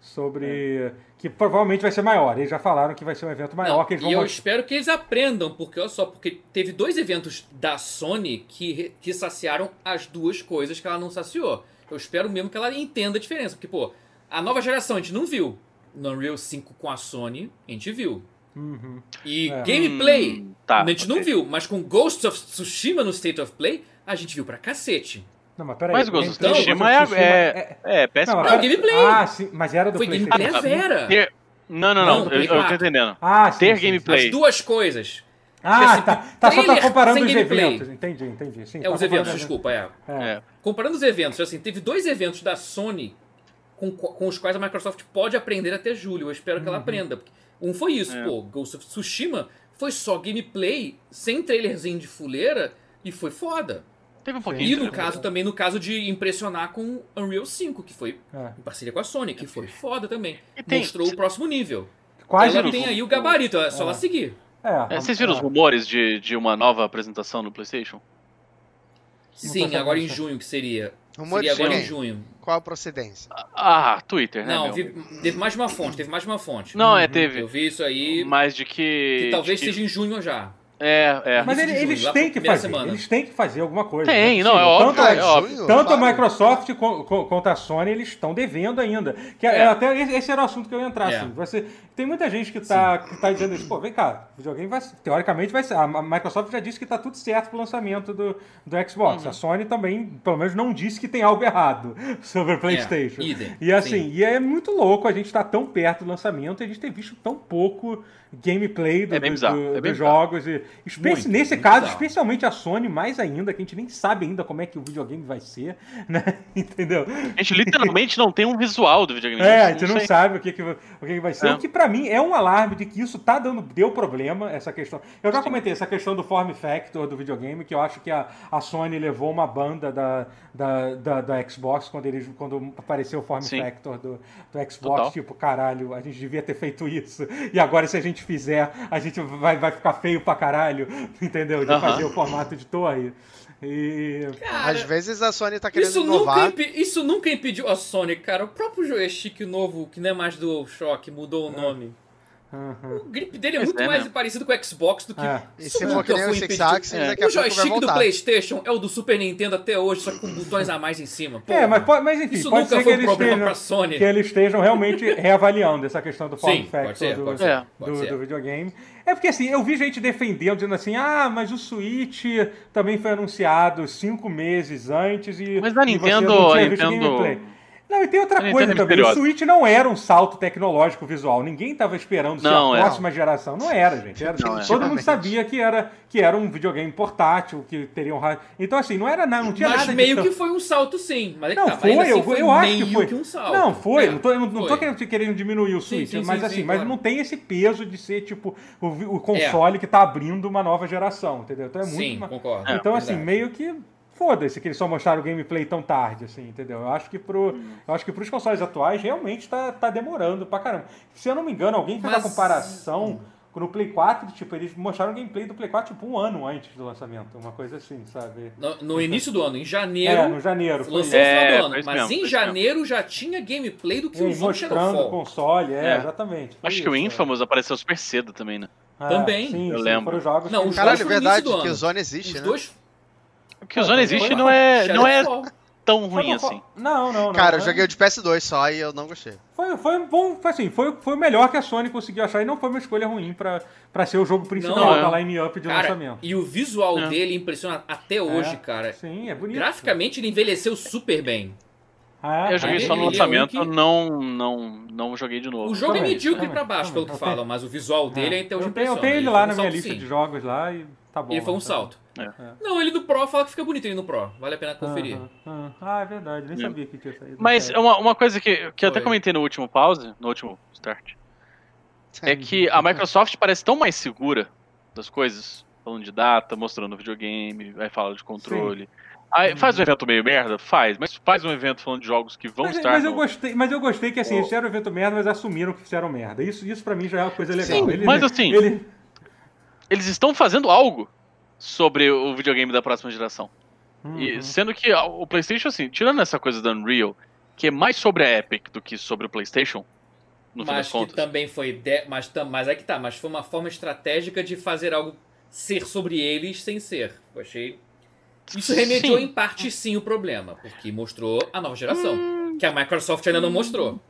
Speaker 1: sobre. que provavelmente vai ser maior. Eles já falaram que vai ser um evento maior,
Speaker 2: Não,
Speaker 1: que eles
Speaker 2: e
Speaker 1: vão
Speaker 2: eu
Speaker 1: mostrar-
Speaker 2: espero que eles aprendam, porque olha só, porque teve dois eventos da Sony que, re- que saciaram as duas coisas que ela não saciou. Eu espero mesmo que ela entenda a diferença, porque, pô, a nova geração a gente não viu. No Unreal 5 com a Sony, a gente viu.
Speaker 1: Uhum.
Speaker 2: E
Speaker 1: É.
Speaker 2: gameplay,
Speaker 4: Hum, tá,
Speaker 2: a gente não
Speaker 4: ok.
Speaker 2: viu, mas com Ghost of Tsushima no State of Play, a gente viu pra cacete.
Speaker 1: Não, mas peraí.
Speaker 4: Mas Ghost of
Speaker 1: entrou,
Speaker 4: Tsushima
Speaker 1: Ghost of
Speaker 4: é-
Speaker 1: Tsushima
Speaker 4: É, PS
Speaker 1: Não,
Speaker 4: Não,
Speaker 1: mas pera-
Speaker 2: gameplay.
Speaker 1: Ah, sim, mas era do
Speaker 2: Foi gameplay
Speaker 1: PlayStation.
Speaker 2: é fera.
Speaker 4: ter... não, não, não,
Speaker 2: Não,
Speaker 4: eu,
Speaker 2: Play
Speaker 4: eu tô
Speaker 2: 4.
Speaker 4: entendendo.
Speaker 1: Ah, sim,
Speaker 4: ter
Speaker 1: sim, sim.
Speaker 4: gameplay.
Speaker 2: As duas coisas.
Speaker 1: Ah,
Speaker 2: Esse
Speaker 1: tá. Tá só tá
Speaker 2: assim, trailer
Speaker 1: comparando
Speaker 2: sem
Speaker 1: os
Speaker 2: gameplay.
Speaker 1: eventos. Entendi, entendi. Sim,
Speaker 2: É,
Speaker 1: tá
Speaker 2: os eventos,
Speaker 1: comparando-
Speaker 2: desculpa, é.
Speaker 1: É.
Speaker 4: É.
Speaker 2: Comparando os eventos, assim, teve dois eventos da Sony com, co- com os quais a Microsoft pode aprender até julho. Eu espero que ela aprenda. porque Um foi isso,
Speaker 4: É.
Speaker 2: pô, Ghost of Tsushima foi só gameplay, sem trailerzinho de fuleira, e foi foda.
Speaker 4: Teve um
Speaker 2: E
Speaker 4: pouquinho.
Speaker 2: no caso também, no caso de impressionar com Unreal 5, que foi
Speaker 1: É.
Speaker 2: em parceria com a Sony, que foi foda também.
Speaker 4: E tem-
Speaker 2: Mostrou o próximo nível.
Speaker 1: Quase.
Speaker 2: ela
Speaker 4: viram
Speaker 2: tem
Speaker 4: o-
Speaker 2: aí o gabarito, é só ela seguir.
Speaker 1: É,
Speaker 4: É, vocês viram os
Speaker 1: é.
Speaker 4: rumores de, de uma nova apresentação no PlayStation?
Speaker 2: Sim,
Speaker 1: passar
Speaker 2: agora em
Speaker 1: isso.
Speaker 2: junho que seria.
Speaker 3: Rumor
Speaker 2: Seria
Speaker 3: de
Speaker 2: agora é em
Speaker 3: quem?
Speaker 2: junho.
Speaker 3: Qual a procedência?
Speaker 4: Ah, Twitter, né?
Speaker 2: Não,
Speaker 4: meu?
Speaker 2: vi- teve mais uma fonte, teve mais uma fonte.
Speaker 4: Não, é, teve.
Speaker 2: Eu vi isso aí,
Speaker 4: Mas de que.
Speaker 2: que talvez
Speaker 4: de que-
Speaker 2: seja em junho já.
Speaker 4: É, é.
Speaker 1: Mas
Speaker 2: Início
Speaker 1: ele-
Speaker 2: de junho,
Speaker 1: eles
Speaker 2: lá
Speaker 1: têm
Speaker 2: pra
Speaker 1: que
Speaker 2: primeira
Speaker 1: fazer.
Speaker 2: semana.
Speaker 1: Eles têm que fazer alguma coisa.
Speaker 4: Tem,
Speaker 1: é
Speaker 4: não, é
Speaker 1: possível.
Speaker 4: óbvio,
Speaker 1: Tanto,
Speaker 4: é óbvio.
Speaker 1: Tanto a
Speaker 3: Claro.
Speaker 1: Microsoft co- co- quanto a Sony, eles estão devendo ainda. Que é-
Speaker 2: É.
Speaker 1: até esse esse era o assunto que eu ia entrar.
Speaker 2: É.
Speaker 1: assim. Você, tem muita gente que está que tá dizendo isso. Pô, vem cá, o videogame vai, teoricamente vai ser. A Ma- Microsoft já disse que está tudo certo pro lançamento do, do Xbox. A Sony também, pelo menos, não disse que tem algo errado sobre o PlayStation.
Speaker 2: idem,
Speaker 1: e assim,
Speaker 2: sim.
Speaker 1: e é muito louco a gente estar tão perto do lançamento e a gente ter visto tão pouco gameplay do,
Speaker 4: É bem
Speaker 1: do-
Speaker 4: bizarro,
Speaker 1: do-
Speaker 4: é bem
Speaker 1: dos
Speaker 4: bizarro.
Speaker 1: jogos. E, espe-
Speaker 2: Muito,
Speaker 1: nesse
Speaker 2: muito
Speaker 1: caso,
Speaker 2: bizarro.
Speaker 1: especialmente a Sony, mais ainda, que a gente nem sabe ainda como é que o videogame vai ser, né? Entendeu?
Speaker 4: A gente literalmente não tem um visual do videogame.
Speaker 1: É, a gente não
Speaker 4: sei.
Speaker 1: sabe o que, que, o que, que vai ser.
Speaker 4: É.
Speaker 1: O que pra mim é um alarme de que isso tá dando, deu problema, essa questão. Eu já comentei essa questão do form factor do videogame, que eu acho que a, a Sony levou uma banda da, da, da, da Xbox quando, eles, quando apareceu o form
Speaker 4: Sim.
Speaker 1: factor do, do Xbox.
Speaker 4: Total.
Speaker 1: Tipo, caralho, a gente devia ter feito isso. E agora se a gente fizer, a gente vai, vai ficar feio pra caralho, entendeu? De
Speaker 4: Aham.
Speaker 1: fazer o formato de torre. E...
Speaker 3: Às vezes a Sony tá querendo
Speaker 2: Isso nunca, é
Speaker 3: inovar.
Speaker 2: impe- isso nunca impediu a Sony, cara. O próprio joystick novo, que não é mais do Shock, mudou
Speaker 1: É.
Speaker 2: o nome.
Speaker 1: Aham.
Speaker 2: O grip dele é
Speaker 4: Pois
Speaker 2: muito
Speaker 4: é,
Speaker 2: mais
Speaker 4: né?
Speaker 2: parecido com o Xbox do que.
Speaker 1: É.
Speaker 3: E
Speaker 2: Isso
Speaker 3: se for
Speaker 2: nunca
Speaker 3: que nem o
Speaker 2: foi
Speaker 3: Six
Speaker 2: impedido.
Speaker 1: né?
Speaker 2: É.
Speaker 3: Axis, daqui
Speaker 2: O
Speaker 3: a pouco vai
Speaker 2: joystick do
Speaker 3: voltar.
Speaker 2: PlayStation é o do Super Nintendo até hoje, só com botões a mais em cima. Pô,
Speaker 1: É, mas, pode- mas enfim,
Speaker 2: isso
Speaker 1: pode
Speaker 2: nunca
Speaker 1: ser que
Speaker 2: foi um
Speaker 1: eles,
Speaker 2: problema
Speaker 1: estejam,
Speaker 2: pra Sony.
Speaker 1: que eles estejam realmente reavaliando essa questão do form
Speaker 2: Sim,
Speaker 1: factor
Speaker 2: pode ser,
Speaker 1: do,
Speaker 2: pode ser,
Speaker 1: do-
Speaker 2: pode
Speaker 1: do
Speaker 2: ser.
Speaker 1: videogame. É porque assim, eu vi gente defendendo, dizendo assim, ah, mas o Switch também foi anunciado cinco meses antes e.
Speaker 4: Mas a
Speaker 1: e você
Speaker 4: Nintendo-
Speaker 1: não tinha
Speaker 4: a
Speaker 1: visto
Speaker 4: Nintendo-
Speaker 1: gameplay. Não, e tem outra
Speaker 4: A Nintendo
Speaker 1: coisa
Speaker 4: é
Speaker 1: também. O
Speaker 4: misteriosa.
Speaker 1: Switch não era um salto tecnológico visual. Ninguém estava esperando
Speaker 4: Não,
Speaker 1: ser a
Speaker 4: é.
Speaker 1: próxima geração. Não era, gente. Era-
Speaker 3: Não, é.
Speaker 1: todo mundo sabia que era, que era um videogame portátil, que teria um rádio. Então, assim, não era nada, não tinha
Speaker 2: Mas
Speaker 1: nada de
Speaker 2: meio
Speaker 1: tão-
Speaker 2: que foi um salto, sim. Mas é que
Speaker 1: não,
Speaker 2: tá, mas
Speaker 1: foi,
Speaker 2: ainda assim
Speaker 1: eu, eu acho
Speaker 2: meio
Speaker 1: que foi.
Speaker 2: um salto.
Speaker 1: Não, foi.
Speaker 2: É,
Speaker 1: não tô, eu não, não tô
Speaker 2: foi.
Speaker 1: querendo, querendo diminuir o Switch,
Speaker 2: sim,
Speaker 1: mas
Speaker 2: sim,
Speaker 1: assim,
Speaker 2: sim,
Speaker 1: mas
Speaker 2: claro. É.
Speaker 1: não tem esse peso de ser, tipo, o, vi- o console que tá abrindo uma nova geração, entendeu? Então é muito.
Speaker 2: Sim,
Speaker 1: ma-
Speaker 2: concordo. É
Speaker 1: então, assim,
Speaker 2: verdade.
Speaker 1: meio que. Foda-se que eles só mostraram o gameplay tão tarde, assim, entendeu? Eu acho que, pro, eu acho que pros consoles atuais realmente tá, tá demorando pra caramba. Se eu não me engano, alguém fez a
Speaker 2: Mas-
Speaker 1: comparação no Play 4, tipo, eles mostraram o gameplay do Play 4, tipo, um ano antes do lançamento, uma coisa assim, sabe?
Speaker 2: No, no início do ano, em janeiro,
Speaker 1: É, no janeiro. foi
Speaker 2: lançou
Speaker 4: É,
Speaker 2: no final do
Speaker 4: foi
Speaker 2: ano.
Speaker 4: isso
Speaker 2: Mas
Speaker 4: mesmo,
Speaker 2: em
Speaker 4: foi isso
Speaker 2: janeiro já tinha gameplay do que
Speaker 1: Sim,
Speaker 2: os outros
Speaker 1: mostrando o
Speaker 2: Shadowfall.
Speaker 1: console, é,
Speaker 4: É.
Speaker 1: exatamente. foi
Speaker 4: Acho que o
Speaker 1: isso,
Speaker 4: Infamous apareceu super cedo também, né?
Speaker 1: é. É,
Speaker 2: também.
Speaker 1: sim, sim,
Speaker 4: Eu
Speaker 1: assim,
Speaker 4: lembro.
Speaker 1: Foram jogos
Speaker 2: Não,
Speaker 1: que- Caralho,
Speaker 2: os
Speaker 3: Caralho,
Speaker 2: Os
Speaker 3: é
Speaker 2: dois
Speaker 3: verdade
Speaker 2: foi no início do
Speaker 3: que o
Speaker 2: ano.
Speaker 3: Zone existe,
Speaker 2: Os
Speaker 3: né?
Speaker 2: dois
Speaker 4: Porque o Zone existe não é, não é tão ruim assim.
Speaker 1: Não, não, não.
Speaker 3: Cara, eu
Speaker 1: né?
Speaker 3: joguei o de PS2 só e eu não gostei.
Speaker 1: Foi, foi bom, foi assim, foi, foi o melhor que a Sony conseguiu achar e não foi uma escolha ruim pra, pra ser o jogo principal
Speaker 2: Não,
Speaker 4: é.
Speaker 1: da line-up de
Speaker 2: Cara,
Speaker 1: um lançamento.
Speaker 2: e o visual
Speaker 4: É.
Speaker 2: dele impressiona até hoje, cara.
Speaker 1: Sim, é bonito.
Speaker 2: Graficamente ele envelheceu super bem.
Speaker 1: É,
Speaker 4: Eu joguei
Speaker 1: é.
Speaker 4: só
Speaker 2: ele é
Speaker 4: no
Speaker 2: um
Speaker 4: lançamento,
Speaker 2: que-
Speaker 4: não, não, não joguei de novo.
Speaker 2: O jogo é
Speaker 1: Também,
Speaker 2: medíocre
Speaker 1: também,
Speaker 2: pra baixo,
Speaker 1: também.
Speaker 2: pelo que
Speaker 1: Eu tenho-
Speaker 2: falam, mas é o visual dele
Speaker 1: É.
Speaker 2: ainda hoje
Speaker 1: eu tenho,
Speaker 2: impressiona.
Speaker 1: eu tenho ele
Speaker 2: foi
Speaker 1: lá
Speaker 2: um
Speaker 1: na minha
Speaker 2: salto,
Speaker 1: lista
Speaker 2: sim.
Speaker 1: de jogos lá e tá bom.
Speaker 2: Ele foi um
Speaker 1: né?
Speaker 2: salto.
Speaker 4: É.
Speaker 2: Não, ele do Pro fala que fica bonito ele no Pro. Vale a pena conferir.
Speaker 1: Aham, aham. Ah, é verdade, nem sabia que tinha saído. É.
Speaker 4: Mas
Speaker 1: Cara.
Speaker 4: uma, uma coisa que, que eu até
Speaker 2: Oi.
Speaker 4: comentei no último pause, no último start, é que a Microsoft parece tão mais segura das coisas, falando de data, mostrando videogame, aí fala de controle. Aí faz um evento meio merda? Faz, mas faz um evento falando de jogos que vão
Speaker 1: Uhum. Mas, é-
Speaker 4: estar
Speaker 1: mas eu
Speaker 4: no-
Speaker 1: gostei, mas eu gostei que assim,
Speaker 4: Oh.
Speaker 1: eles fizeram o evento merda, mas assumiram que fizeram merda. Isso, isso pra mim já é uma coisa legal.
Speaker 4: Sim,
Speaker 1: Ele-
Speaker 4: mas assim-
Speaker 1: ele-
Speaker 4: Eles estão fazendo algo sobre o videogame da próxima geração.
Speaker 1: Uhum.
Speaker 4: E, sendo que a- o PlayStation, assim, tirando essa coisa da Unreal, que é mais sobre a Epic do que sobre o PlayStation, no fim
Speaker 2: mas
Speaker 4: das
Speaker 2: que
Speaker 4: contas.
Speaker 2: também foi. De... Mas, tam... mas é que tá, mas foi uma forma estratégica de fazer algo ser sobre eles sem ser. Eu achei. Isso remediou
Speaker 4: Sim.
Speaker 2: em parte sim o problema, porque mostrou a nova geração.
Speaker 4: Hum.
Speaker 2: Que a Microsoft ainda não mostrou.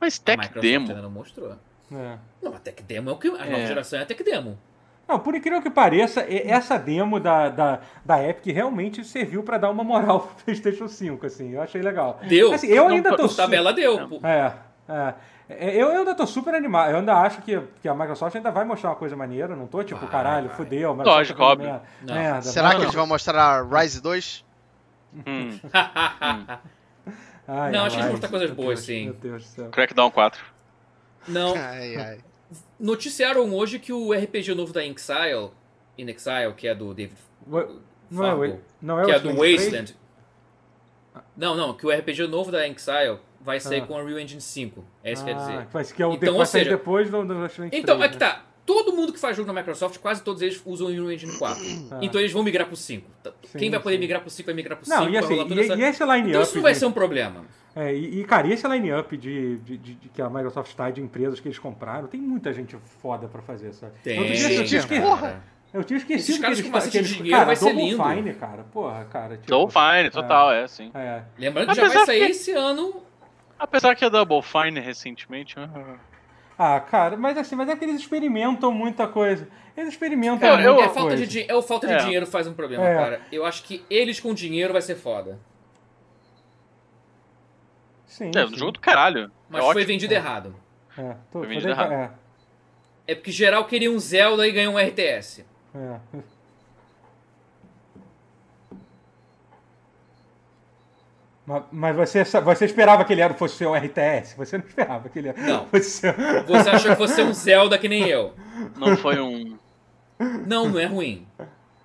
Speaker 4: Mas
Speaker 2: A
Speaker 4: tech
Speaker 2: Microsoft
Speaker 4: demo.
Speaker 2: ainda não mostrou.
Speaker 1: É.
Speaker 2: Não, a Tech Demo é o que. A nova
Speaker 4: É.
Speaker 2: geração é a Tech Demo.
Speaker 1: Não, por incrível que pareça, e- essa demo da, da, da Epic realmente serviu pra dar uma moral pro PlayStation 5, assim. Eu achei legal.
Speaker 2: Deu.
Speaker 1: Assim, eu
Speaker 2: Não,
Speaker 1: ainda tô.
Speaker 2: por tabela deu. pô.
Speaker 1: É, é. É, Eu, eu ainda tô super animado. Eu ainda acho que, que a Microsoft ainda vai mostrar uma coisa maneira. Eu Não tô tipo, caralho, fudeu. a Microsoft
Speaker 4: Lógico,
Speaker 1: tá fazendo
Speaker 4: óbvio.
Speaker 1: merda.
Speaker 2: Não.
Speaker 1: Merda,
Speaker 3: Será
Speaker 1: mas-
Speaker 3: que eles vão mostrar a Rise 2?
Speaker 4: Hum,
Speaker 1: Ai,
Speaker 2: Não, acho que eles
Speaker 1: ai,
Speaker 2: vão mostrar coisas
Speaker 1: meu
Speaker 2: boas,
Speaker 1: Deus,
Speaker 2: sim.
Speaker 1: Meu Deus do céu.
Speaker 4: Crackdown 4.
Speaker 2: Não,
Speaker 1: É.
Speaker 3: Ai, ai.
Speaker 2: noticiaram hoje que o RPG novo da Inxile, In Exile, que é do David
Speaker 1: Ué, Não é,
Speaker 2: Fargo,
Speaker 1: o- não é o
Speaker 2: que é do
Speaker 1: X-Men
Speaker 2: Wasteland. Não, não, que o RPG novo da Exile vai sair
Speaker 1: Ah.
Speaker 2: com Unreal Engine 5. É
Speaker 1: 3?
Speaker 2: isso que quer
Speaker 1: Ah,
Speaker 2: dizer.
Speaker 1: Mas que é o
Speaker 2: Então,
Speaker 1: de-
Speaker 2: ou
Speaker 1: vai sair
Speaker 2: seja-
Speaker 1: depois do, do X-Men
Speaker 2: Então,
Speaker 1: 3,
Speaker 2: é que
Speaker 1: né?
Speaker 2: tá. Todo mundo que faz jogo na Microsoft, quase todos eles usam o Unreal Engine 4. Então eles vão migrar pro 5. Tá-
Speaker 1: Ah. Sim,
Speaker 2: Quem vai poder
Speaker 1: sim.
Speaker 2: migrar pro 5 vai migrar pro 5.
Speaker 1: Não, e
Speaker 2: vai
Speaker 1: assim,
Speaker 2: rolar toda
Speaker 1: e,
Speaker 2: essa-
Speaker 1: e né? esse line-up...
Speaker 2: Então isso não vai
Speaker 1: de-
Speaker 2: ser um problema.
Speaker 1: é, e, e, cara, e esse line-up de, de- de- de que a Microsoft está de empresas que eles compraram, tem muita gente foda pra fazer, sabe?
Speaker 2: Tem,
Speaker 1: Outro dia, eu, tinha esque-
Speaker 2: cara.
Speaker 1: eu tinha esquecido
Speaker 2: Esses
Speaker 1: que
Speaker 2: caras
Speaker 1: eles...
Speaker 2: com macete
Speaker 1: que
Speaker 2: de
Speaker 1: eles
Speaker 2: dinheiro
Speaker 1: cara,
Speaker 2: vai ser
Speaker 1: Double
Speaker 2: lindo.
Speaker 1: Fine, cara. Porra, cara. Tipo,
Speaker 4: Double Fine, total, é, sim.
Speaker 1: É,
Speaker 2: Lembrando que já
Speaker 4: Apesar
Speaker 2: vai sair
Speaker 4: que-
Speaker 2: esse ano.
Speaker 4: Apesar que a Double Fine recentemente. ah,
Speaker 1: Ah, cara, mas assim, mas é que eles experimentam muita coisa. Eles experimentam
Speaker 4: Eu-
Speaker 1: muita
Speaker 4: eu-
Speaker 2: é,
Speaker 1: coisa.
Speaker 2: a falta de, di- é o falta de
Speaker 4: É.
Speaker 2: dinheiro faz um problema,
Speaker 1: É.
Speaker 2: cara. Eu acho que eles com dinheiro vai ser foda.
Speaker 1: Sim,
Speaker 4: É,
Speaker 1: sim.
Speaker 4: um jogo do caralho.
Speaker 2: Mas
Speaker 4: é
Speaker 2: foi
Speaker 4: ótimo.
Speaker 2: vendido errado.
Speaker 1: É, tô,
Speaker 4: Foi
Speaker 1: tô
Speaker 4: vendido
Speaker 1: de-
Speaker 4: errado.
Speaker 1: é,
Speaker 2: É porque geral queria um Zelda e ganhou um RTS.
Speaker 1: é. Mas, mas você, sa- você esperava que ele era, fosse ser um RTS? Você não esperava que ele era.
Speaker 2: Não.
Speaker 1: Fosse ser...
Speaker 2: Você achou que fosse um Zelda que nem eu.
Speaker 4: Não foi um.
Speaker 2: Não, não é ruim.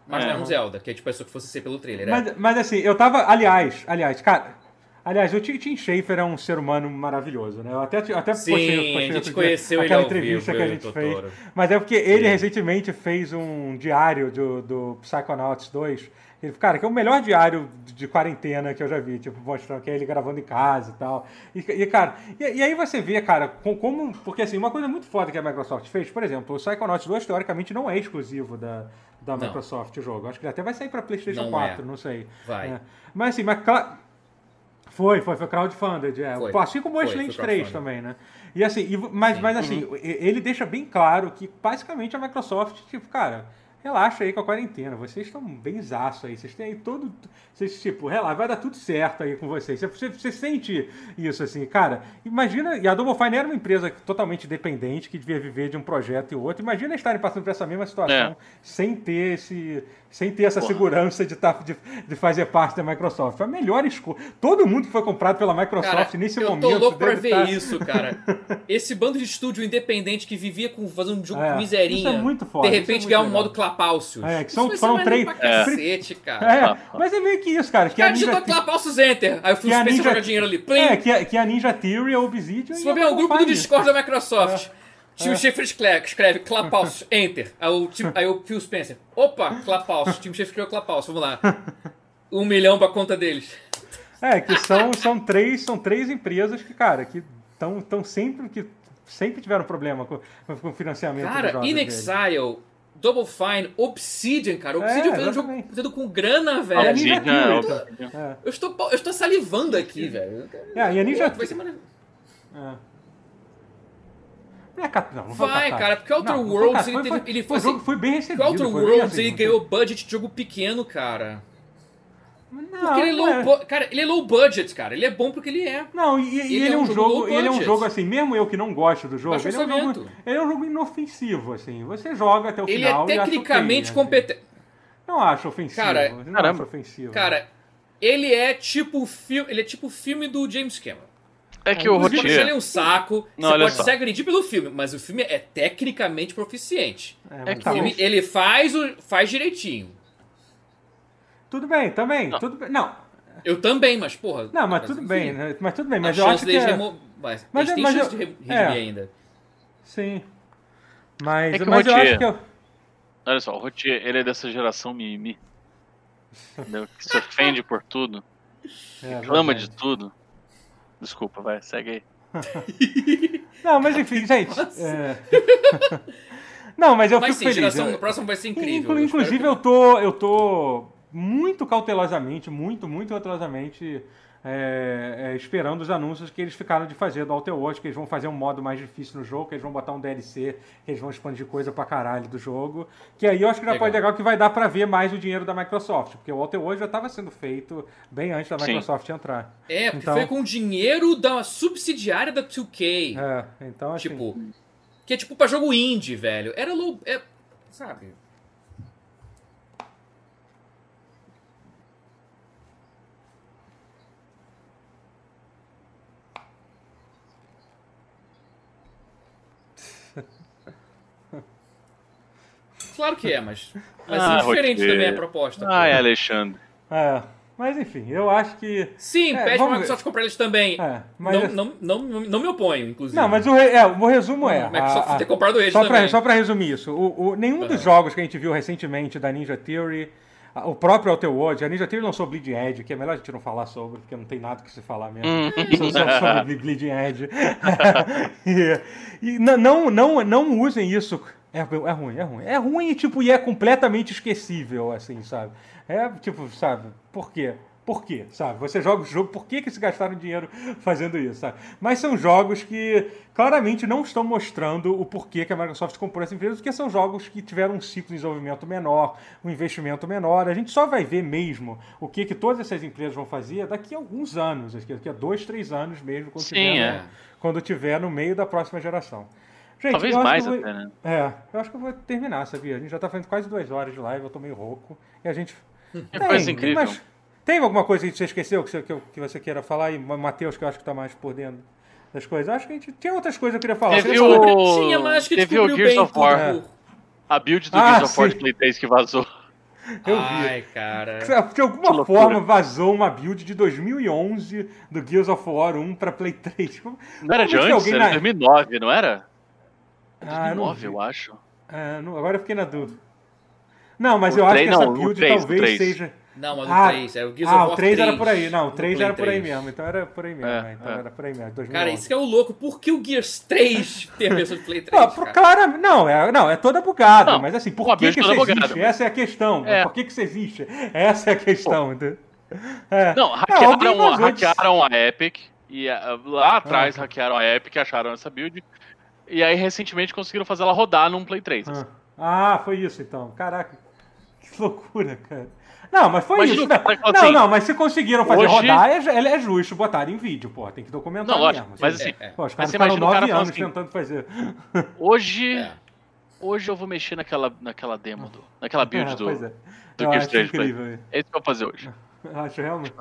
Speaker 2: Mas
Speaker 4: É.
Speaker 2: não é um Zelda, que é tipo a pessoa que fosse ser pelo trailer. é.
Speaker 1: Mas, mas assim, eu tava. Aliás, aliás, cara. Aliás, o Tim, Tim Schafer é um ser humano maravilhoso, né? Eu até, eu até
Speaker 2: Sim,
Speaker 1: postei,
Speaker 2: a gente
Speaker 1: outro dia
Speaker 2: conheceu ele
Speaker 1: aquela
Speaker 2: ao
Speaker 1: entrevista
Speaker 2: vivo,
Speaker 1: que a
Speaker 2: eu e o
Speaker 1: gente fez.
Speaker 2: Totoro.
Speaker 1: Mas é porque ele
Speaker 2: Sim.
Speaker 1: recentemente fez um diário do, do Psychonauts 2. Ele, cara, que é o melhor diário de quarentena que eu já vi, tipo, mostrando que é ele gravando em casa e tal. E, e, cara, e, e aí você vê, cara, com- como. Porque assim, uma coisa muito foda que a Microsoft fez, por exemplo, o Psychonauts 2 teoricamente não é exclusivo da, da
Speaker 2: Não.
Speaker 1: Microsoft o jogo. Acho que ele até vai sair pra PlayStation
Speaker 2: Não
Speaker 1: 4,
Speaker 2: é.
Speaker 1: não sei.
Speaker 2: Vai.
Speaker 1: É. Mas assim, mas cla- foi, foi, foi crowdfunded, é.
Speaker 2: Foi.
Speaker 1: Assim como o
Speaker 2: Foi,
Speaker 1: Wasteland
Speaker 2: foi
Speaker 1: 3
Speaker 2: crowdfunded.
Speaker 1: também, né? E assim, e, mas, mas assim,
Speaker 2: Uhum.
Speaker 1: e- ele deixa bem claro que basicamente a Microsoft, tipo, cara, relaxa aí com a quarentena, vocês estão bem zaço aí, vocês têm aí todo. Vocês, tipo, relaxa, vai dar tudo certo aí com vocês. Você, você, você sente isso, assim, cara. Imagina, e a Double Fine era uma empresa totalmente dependente, que devia viver de um projeto e outro. Imagina estarem passando por essa mesma situação
Speaker 4: É.
Speaker 1: sem ter esse. sem ter essa
Speaker 4: Porra.
Speaker 1: segurança de, tá, de, de fazer parte da Microsoft. Foi a melhor escolha. Todo mundo que foi comprado pela Microsoft
Speaker 2: Cara,
Speaker 1: nesse
Speaker 2: eu
Speaker 1: momento.
Speaker 2: tô louco pra
Speaker 1: deve
Speaker 2: ver
Speaker 1: tá-
Speaker 2: isso, cara. Esse bando de estúdio independente que vivia com fazendo um jogo
Speaker 1: É,
Speaker 2: miserinha.
Speaker 1: isso é muito foda,
Speaker 2: De
Speaker 1: isso é
Speaker 2: repente
Speaker 1: muito
Speaker 2: ganhar um
Speaker 1: legal.
Speaker 2: modo Clapalcios.
Speaker 1: É, que são-
Speaker 2: isso vai ser
Speaker 1: foram
Speaker 2: maneiro
Speaker 1: três-
Speaker 2: Pra
Speaker 1: é.
Speaker 2: cacete, cara.
Speaker 1: É, mas é meio que isso, cara. Que a
Speaker 2: Cara,
Speaker 1: Ninja,
Speaker 2: digitou Clapalcios Enter. Aí eu fui
Speaker 1: Que a
Speaker 2: Space
Speaker 1: Ninja-
Speaker 2: jogar dinheiro ali. Plim.
Speaker 1: é, que, a, que a Ninja Theory, a Obsidian
Speaker 2: Se
Speaker 1: e a
Speaker 2: for ver um grupo do
Speaker 1: Fire.
Speaker 2: Discord da Microsoft.
Speaker 1: É.
Speaker 2: Tim Schaefer escreve, escreve Clapalcios, Enter. Aí o, Tim- aí o Phil Spencer. Opa, Clapalcios. Tim Schaefer criou Clapalcios. Vamos lá. Um milhão pra conta deles.
Speaker 1: É, que são, são, três, são três empresas que, cara, que estão tão sempre que sempre tiveram problema com, com o financiamento dos
Speaker 2: Cara,
Speaker 1: jogos
Speaker 2: In
Speaker 1: deles.
Speaker 2: Exile, Double Fine, Obsidian, cara. Obsidian
Speaker 1: É,
Speaker 2: fez um jogo
Speaker 1: exatamente. né?
Speaker 2: feito com grana,
Speaker 1: E a
Speaker 2: velho.
Speaker 1: Ninja
Speaker 4: Obsidian,
Speaker 1: Theory,
Speaker 4: Obsidian.
Speaker 1: então. É.
Speaker 2: Eu estou, eu estou salivando aqui, velho.
Speaker 1: É, e a Ninja-
Speaker 2: Pô, Vai ser maravilhoso.
Speaker 1: Não é cat- não, não
Speaker 2: Vai,
Speaker 1: foi catástrofe.
Speaker 2: cara, porque Outer
Speaker 1: Não, não foi
Speaker 2: Worlds,
Speaker 1: catástrofe,
Speaker 2: ele
Speaker 1: foi-
Speaker 2: teve- ele
Speaker 1: foi,
Speaker 2: foi assim,
Speaker 1: o jogo foi bem recebido.
Speaker 2: Porque Outer
Speaker 1: foi-
Speaker 2: Worlds,
Speaker 1: assim,
Speaker 2: ele
Speaker 1: não
Speaker 2: ganhou budget de jogo pequeno, cara.
Speaker 1: foi- Não,
Speaker 2: Porque ele é
Speaker 1: não
Speaker 2: low,
Speaker 1: é.
Speaker 2: bu- cara, ele é low budget, cara. Ele é bom porque ele é.
Speaker 1: Não, e, e ele, é um jogo,
Speaker 2: low
Speaker 1: ele é um
Speaker 2: budget.
Speaker 1: jogo assim, mesmo eu que não gosto do jogo,
Speaker 2: Baixo
Speaker 1: ele é, um jogo,
Speaker 2: orçamento.
Speaker 1: ele é um jogo inofensivo assim. Você joga até o
Speaker 2: Ele
Speaker 1: final
Speaker 2: é
Speaker 1: e acha
Speaker 2: tecnicamente
Speaker 1: ok, assim.
Speaker 2: competente.
Speaker 1: Não acho ofensivo.
Speaker 2: Cara,
Speaker 1: não acho
Speaker 4: caramba.
Speaker 1: ofensivo.
Speaker 2: Cara, ele é tipo o filme, ele é tipo o filme do James Cameron.
Speaker 4: É que o
Speaker 2: O filme dele é
Speaker 4: roteiro.
Speaker 2: um saco,
Speaker 4: Não,
Speaker 2: você
Speaker 4: olha
Speaker 2: pode
Speaker 4: só.
Speaker 2: se agredir pelo filme, mas o filme é tecnicamente proficiente.
Speaker 1: é,
Speaker 4: que
Speaker 2: O
Speaker 1: tá,
Speaker 2: filme,
Speaker 1: mas-
Speaker 2: ele faz o faz direitinho.
Speaker 1: tudo bem, também, tudo bem. Não,
Speaker 2: Eu também, mas porra.
Speaker 1: não, mas
Speaker 2: mas
Speaker 1: tudo
Speaker 2: enfim.
Speaker 1: bem, né? mas tudo bem, mas
Speaker 2: a
Speaker 1: eu acho
Speaker 2: chance
Speaker 1: que
Speaker 2: deles
Speaker 1: é-
Speaker 2: remo- Mas,
Speaker 1: Mas
Speaker 2: eles
Speaker 1: é-
Speaker 2: têm
Speaker 1: mas
Speaker 2: chance
Speaker 1: eu-
Speaker 2: de re- redimir
Speaker 1: é.
Speaker 2: ainda.
Speaker 1: sim. Mas,
Speaker 4: É que o
Speaker 1: mas eu acho
Speaker 4: Rotier-
Speaker 1: que eu,
Speaker 4: Olha só, o Rotier, ele é dessa geração mimimi. Entendeu? Que se ofende por tudo,
Speaker 1: é,
Speaker 4: reclama
Speaker 1: verdade.
Speaker 4: de tudo. Desculpa, vai, segue aí.
Speaker 1: Não, mas enfim, gente. é. Não, mas eu
Speaker 2: Mas
Speaker 1: fico
Speaker 2: sim,
Speaker 1: feliz.
Speaker 2: geração
Speaker 1: eu-
Speaker 2: do próximo vai ser
Speaker 1: Inclu-
Speaker 2: incrível.
Speaker 1: inclusive,
Speaker 2: eu
Speaker 1: eu tô, eu tô muito cautelosamente, muito, muito cautelosamente, é, é, esperando os anúncios que eles ficaram de fazer do Outer Worlds, que eles vão fazer um modo mais difícil no jogo, que eles vão botar um DLC, que eles vão expandir coisa pra caralho do jogo. Que aí eu acho que já
Speaker 2: Legal.
Speaker 1: pode legal que vai dar pra ver mais o dinheiro da Microsoft, porque o Outer Worlds já estava sendo feito bem antes da
Speaker 4: Sim.
Speaker 1: Microsoft entrar.
Speaker 2: É, porque
Speaker 1: Então-
Speaker 2: foi com dinheiro da subsidiária da 2K.
Speaker 1: É, então assim,
Speaker 2: Tipo, que é tipo pra jogo indie, velho. Era low. É, sabe? Claro que é, mas vai ser
Speaker 4: Ah,
Speaker 2: diferente
Speaker 4: Rotier.
Speaker 2: também a proposta. pô.
Speaker 4: Ai, Alexandre.
Speaker 1: é, mas enfim, eu acho que.
Speaker 2: Sim,
Speaker 1: É,
Speaker 2: pede pra
Speaker 1: vamos
Speaker 2: Microsoft comprar eles também.
Speaker 1: É, mas
Speaker 2: não,
Speaker 1: assim-
Speaker 2: não, não, não me oponho, inclusive.
Speaker 1: Não, mas o, re- é, o resumo é.
Speaker 2: Microsoft
Speaker 1: a- a-
Speaker 2: ter comprado eles
Speaker 1: só pra,
Speaker 2: também.
Speaker 1: só pra resumir isso, o, o- nenhum dos jogos que a gente viu recentemente da Ninja Theory, a- o próprio Outer Worlds, a Ninja Theory lançou Bleeding Edge, que é melhor a gente não falar sobre, porque não tem nada que se falar mesmo. Só- só sobre Bleeding Edge. e e n- não, não, não usem isso. É, é ruim, é ruim. É ruim e, tipo, e é completamente esquecível, assim, sabe? É, tipo, sabe, por quê? Por quê, sabe? Você joga o jogo, por que, que se gastaram dinheiro fazendo isso, sabe? Mas são jogos que claramente não estão mostrando o porquê que a Microsoft comprou essa empresa, porque são jogos que tiveram um ciclo de desenvolvimento menor, um investimento menor. A gente só vai ver mesmo o que, que todas essas empresas vão fazer daqui a alguns anos, acho que daqui a dois, três anos mesmo, quando,
Speaker 4: Sim,
Speaker 1: tiver, no-
Speaker 4: é.
Speaker 1: quando tiver no meio da próxima geração. Gente,
Speaker 4: Talvez
Speaker 1: eu acho
Speaker 4: mais
Speaker 1: que eu vou-
Speaker 4: até, né?
Speaker 1: É, eu acho que eu vou terminar, sabia? A gente já tá fazendo quase duas horas de live, eu tô meio rouco. E a gente.
Speaker 4: Que É coisa incrível.
Speaker 1: tem alguma coisa que você esqueceu que você, que eu- que você queira falar? E Ma- Matheus, que eu acho que tá mais por dentro das coisas. Acho que a gente. Tinha outras coisas que eu queria falar.
Speaker 4: Teve
Speaker 1: Você
Speaker 4: o-
Speaker 1: falou-
Speaker 2: Tinha mais que
Speaker 4: Teve o
Speaker 2: descobriu
Speaker 4: Gears
Speaker 2: bem
Speaker 4: of War.
Speaker 2: tudo.
Speaker 4: A build do
Speaker 1: Ah,
Speaker 4: Gears of War de
Speaker 1: sim.
Speaker 4: Play 3 que vazou.
Speaker 1: Eu vi.
Speaker 2: Ai, cara.
Speaker 1: De alguma
Speaker 4: loucura.
Speaker 1: forma vazou uma build de 2011 do Gears of War 1 pra Play 3.
Speaker 4: Não era de
Speaker 1: Provavelmente
Speaker 4: antes?
Speaker 1: é alguém
Speaker 4: Era
Speaker 1: na-
Speaker 4: de 2009, não era?
Speaker 1: Ah, eu não
Speaker 4: 2009,
Speaker 1: vi.
Speaker 4: eu acho.
Speaker 1: Ah, não- agora eu fiquei na dúvida. Não, mas
Speaker 4: O
Speaker 1: eu acho
Speaker 4: três-
Speaker 1: que
Speaker 4: não,
Speaker 1: essa
Speaker 4: o
Speaker 1: build
Speaker 4: três, o
Speaker 1: talvez
Speaker 4: três.
Speaker 1: seja.
Speaker 2: Não, mas
Speaker 1: Ah,
Speaker 2: o 3, era o Gears of
Speaker 1: ah,
Speaker 2: War
Speaker 1: o 3 era
Speaker 2: 3,
Speaker 1: por aí. Não, o
Speaker 2: no
Speaker 1: 3
Speaker 2: Play
Speaker 1: era por aí
Speaker 2: 3.
Speaker 1: mesmo. Então era por aí mesmo.
Speaker 4: É,
Speaker 1: né? Então
Speaker 4: é.
Speaker 1: era por aí mesmo. 2009.
Speaker 2: Cara, isso que é o louco. Por que o Gears 3 tem a versão de Play 3?
Speaker 1: Não, pro-
Speaker 2: cara?
Speaker 1: claro, não, é, não, é toda bugada,
Speaker 4: É Não,
Speaker 1: mas assim,
Speaker 4: uma
Speaker 1: por que,
Speaker 4: build
Speaker 1: que isso
Speaker 4: toda
Speaker 1: existe?
Speaker 4: bugada, mas-
Speaker 1: Essa é a questão.
Speaker 4: É.
Speaker 1: Por que, que isso existe? Essa é a questão. entendeu? É.
Speaker 4: Não,
Speaker 1: alguém Ah,
Speaker 4: hackearam, a,
Speaker 1: vazou disso.
Speaker 4: hackearam a Epic. E a- lá atrás
Speaker 1: tá.
Speaker 4: hackearam a Epic, acharam essa build. E aí recentemente conseguiram fazer ela rodar num Play 3. assim.
Speaker 1: Ah, foi isso então. Caraca, que loucura, cara. Não, mas foi
Speaker 4: Imagina
Speaker 1: isso.
Speaker 4: o
Speaker 1: Não,
Speaker 4: cara que fala
Speaker 1: não,
Speaker 4: assim,
Speaker 1: não, mas se conseguiram fazer
Speaker 4: hoje-
Speaker 1: rodar, é, ju- ele é justo botar em vídeo, pô. Tem que documentar
Speaker 4: Não, lógico,
Speaker 1: mesmo.
Speaker 4: mas
Speaker 1: Assim,
Speaker 4: assim,
Speaker 2: É, é.
Speaker 1: Pô, os
Speaker 4: mas
Speaker 1: caras
Speaker 4: você
Speaker 1: ficaram
Speaker 4: imagina o
Speaker 1: nove
Speaker 4: cara falando
Speaker 1: anos
Speaker 4: assim,
Speaker 1: tentando fazer.
Speaker 4: Hoje,
Speaker 2: É.
Speaker 4: hoje eu vou mexer naquela, naquela demo, do, naquela build
Speaker 1: Ah,
Speaker 4: do,
Speaker 1: pois é. Ah.
Speaker 4: do
Speaker 1: Eu
Speaker 4: Gears
Speaker 1: acho
Speaker 4: 3 Play.
Speaker 1: incrível.
Speaker 4: É isso que eu vou fazer hoje.
Speaker 1: Eu Acho realmente.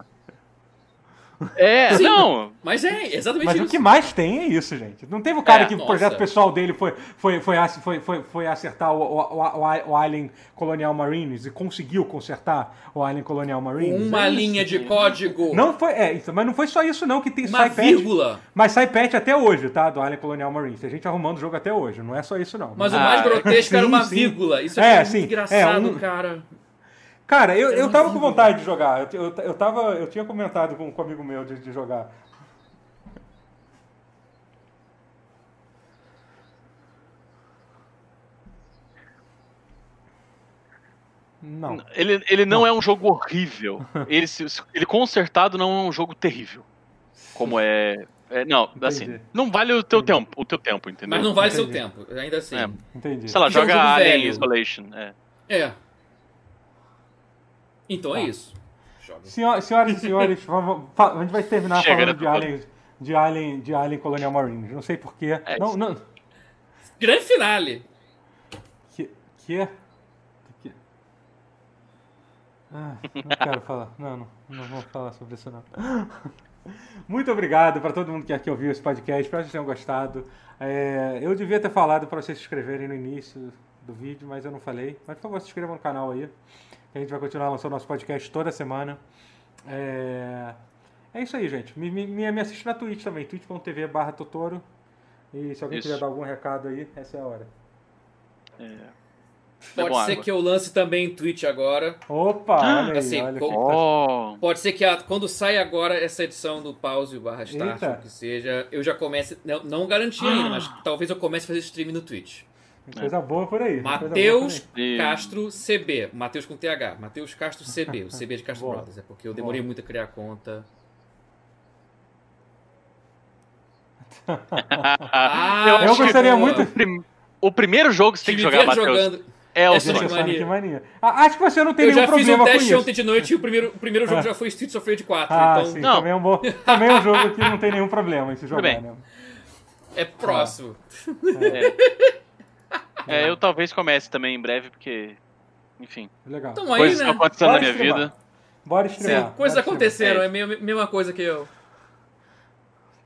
Speaker 4: É, não.
Speaker 2: Mas é, exatamente
Speaker 1: Mas
Speaker 2: isso.
Speaker 1: o que mais tem é isso, gente. Não teve o cara
Speaker 4: É,
Speaker 1: que o
Speaker 2: nossa.
Speaker 1: projeto pessoal dele foi, foi, foi, ac- foi, foi, foi acertar o, o, o, o Alien Colonial Marines e conseguiu consertar o Alien Colonial Marines.
Speaker 2: Uma
Speaker 1: É isso.
Speaker 2: linha de código.
Speaker 1: Não foi, é, isso, mas não foi só isso não que tem
Speaker 2: uma
Speaker 1: sai patch.
Speaker 2: vírgula.
Speaker 1: Mas sai patch até hoje, tá? Do Alien Colonial Marines. Tem gente arrumando o jogo até hoje, não é só isso não.
Speaker 2: Mas o
Speaker 4: Ah,
Speaker 2: mais grotesco era
Speaker 1: sim,
Speaker 2: uma
Speaker 1: sim.
Speaker 2: vírgula. Isso
Speaker 1: É,
Speaker 2: é, muito
Speaker 1: sim, é,
Speaker 2: engraçado,
Speaker 1: um-
Speaker 2: cara.
Speaker 1: Cara, eu, eu
Speaker 2: não
Speaker 1: tava
Speaker 2: vi,
Speaker 1: com vontade de jogar. Eu, eu, eu tava, eu tinha comentado com, com um amigo meu de, de jogar. Não.
Speaker 4: Ele, ele não, é um jogo horrível. Ele, se- se- ele consertado não é um jogo terrível. Como é. é, não, assim,
Speaker 1: Entendi.
Speaker 4: não vale o teu tempo, o teu tempo, entendeu?
Speaker 2: Mas não vale seu
Speaker 1: Entendi.
Speaker 2: tempo, ainda assim.
Speaker 4: É.
Speaker 1: Entendi.
Speaker 4: Sei lá,
Speaker 2: Isso é um
Speaker 4: joga
Speaker 2: jogo
Speaker 4: Alien
Speaker 2: velho.
Speaker 4: Isolation. É.
Speaker 2: É. Então
Speaker 1: Tá.
Speaker 2: é isso. Joga.
Speaker 1: Senhor- senhoras e senhores, vamos, fa- a gente vai terminar
Speaker 4: Chega, né,
Speaker 1: falando de
Speaker 4: Dudu?
Speaker 1: Alien, de, Alien, de Alien Colonial Marines. Não sei porquê.
Speaker 4: É
Speaker 1: não,
Speaker 4: isso.
Speaker 1: não.
Speaker 2: Grande finale.
Speaker 1: Que. Que? que... Ah, não quero falar. Não, não, não vou falar sobre isso não. Muito obrigado para todo mundo que aqui ouviu esse podcast. Espero que vocês tenham gostado. É, eu devia ter falado para vocês se inscreverem no início do vídeo, mas eu não falei. Mas por favor, se inscrevam no canal aí. que a gente vai continuar lançando nosso podcast toda semana. É, é isso aí, gente. Me, me, me me assiste na Twitch também, twitch.tv barra Totoro. E se alguém
Speaker 4: Isso.
Speaker 1: quiser dar algum recado aí, essa é a hora.
Speaker 2: Pode
Speaker 4: Bebam
Speaker 2: ser
Speaker 4: água.
Speaker 2: que eu lance também em Twitch agora.
Speaker 1: Opa, olha aí,
Speaker 2: assim,
Speaker 1: olha
Speaker 2: co-
Speaker 1: que tá-
Speaker 4: Oh,
Speaker 2: Pode ser que a- quando sai agora essa edição do pause barra start,
Speaker 1: Eita.
Speaker 4: Ah.
Speaker 2: o que seja, eu já comece. Não, não garanti ainda, mas talvez eu comece a fazer stream no Twitch.
Speaker 1: Coisa boa por aí. coisa boa por
Speaker 2: Matheus
Speaker 1: aí.
Speaker 4: aí.
Speaker 2: Castro CB. Matheus com TH. Matheus Castro CB. O CB de Castro
Speaker 1: Boa.
Speaker 2: Brothers. É porque eu demorei
Speaker 1: Boa.
Speaker 2: muito a criar a conta. Ah,
Speaker 1: Eu
Speaker 2: chegou.
Speaker 1: gostaria muito-
Speaker 4: Prim- O primeiro jogo que você tem que
Speaker 2: Tive
Speaker 4: jogar,
Speaker 2: ver
Speaker 4: Matheus,
Speaker 2: jogando.
Speaker 4: é o
Speaker 2: essa
Speaker 1: Sonic
Speaker 4: Sonic.
Speaker 2: semana.
Speaker 1: Sonic Mania. Ah, acho que você não tem
Speaker 2: Eu
Speaker 1: nenhum
Speaker 2: já fiz um
Speaker 1: problema com
Speaker 2: teste
Speaker 1: isso.
Speaker 2: ontem de noite e o primeiro, o primeiro jogo já foi Streets of Rage 4.
Speaker 1: Ah,
Speaker 2: então
Speaker 1: sim,
Speaker 4: Não.
Speaker 1: Também, é um bom, também é um jogo que não tem nenhum problema em se jogar,
Speaker 4: bem.
Speaker 1: né?
Speaker 2: é próximo.
Speaker 1: Ah.
Speaker 4: É, eu talvez comece também em breve, porque. Enfim.
Speaker 1: Legal.
Speaker 2: Então aí,
Speaker 4: Coisas estão
Speaker 2: né?
Speaker 4: acontecendo na
Speaker 1: Bora
Speaker 4: minha
Speaker 1: streamar.
Speaker 4: vida.
Speaker 1: Bora
Speaker 2: Sim,
Speaker 1: estrear.
Speaker 2: coisas
Speaker 1: bora estrear.
Speaker 2: aconteceram, é a mesma coisa que eu.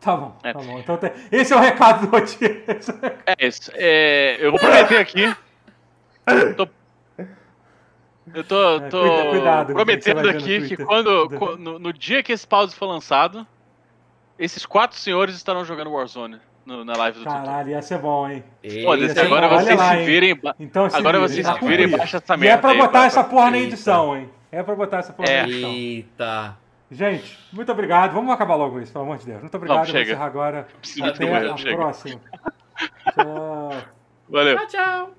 Speaker 1: Tá bom,
Speaker 4: É.
Speaker 1: tá bom. Então, tem- esse é o recado do Otis.
Speaker 4: É isso. É, eu vou prometer aqui. Tô- eu tô,
Speaker 1: É,
Speaker 4: tô
Speaker 1: cuida- cuidado com o que você
Speaker 4: prometendo
Speaker 1: vai ver no
Speaker 4: aqui que
Speaker 1: Twitter.
Speaker 4: quando, co- no, no dia que esse pause for lançado, esses quatro senhores estarão jogando Warzone no- na live do Tutu.
Speaker 1: Caralho, ia ser bom, hein?
Speaker 4: Olha,
Speaker 1: Eita,
Speaker 4: agora
Speaker 1: olha
Speaker 4: vocês
Speaker 1: lá,
Speaker 4: se
Speaker 1: hein.
Speaker 4: virem. ba-
Speaker 1: Então, se
Speaker 4: Agora
Speaker 1: vira,
Speaker 4: vocês
Speaker 1: tá
Speaker 4: se virem e
Speaker 1: cumprido.
Speaker 4: baixa
Speaker 1: E
Speaker 4: essa
Speaker 1: é
Speaker 4: merda.
Speaker 1: pra
Speaker 4: aí,
Speaker 1: botar
Speaker 4: pra-
Speaker 1: essa porra na
Speaker 2: Eita.
Speaker 1: edição, hein? É pra botar essa porra na
Speaker 4: É.
Speaker 1: edição.
Speaker 2: Eita.
Speaker 1: Gente, muito obrigado. Vamos acabar logo isso, pelo amor de Deus. Muito obrigado.
Speaker 4: Vamos,
Speaker 1: Eu
Speaker 4: chega.
Speaker 1: Vou encerrar agora.
Speaker 4: preciso de
Speaker 1: Até
Speaker 4: comer,
Speaker 1: a
Speaker 4: chega.
Speaker 1: próxima. Tchau.
Speaker 4: Valeu.
Speaker 2: Tchau, tchau.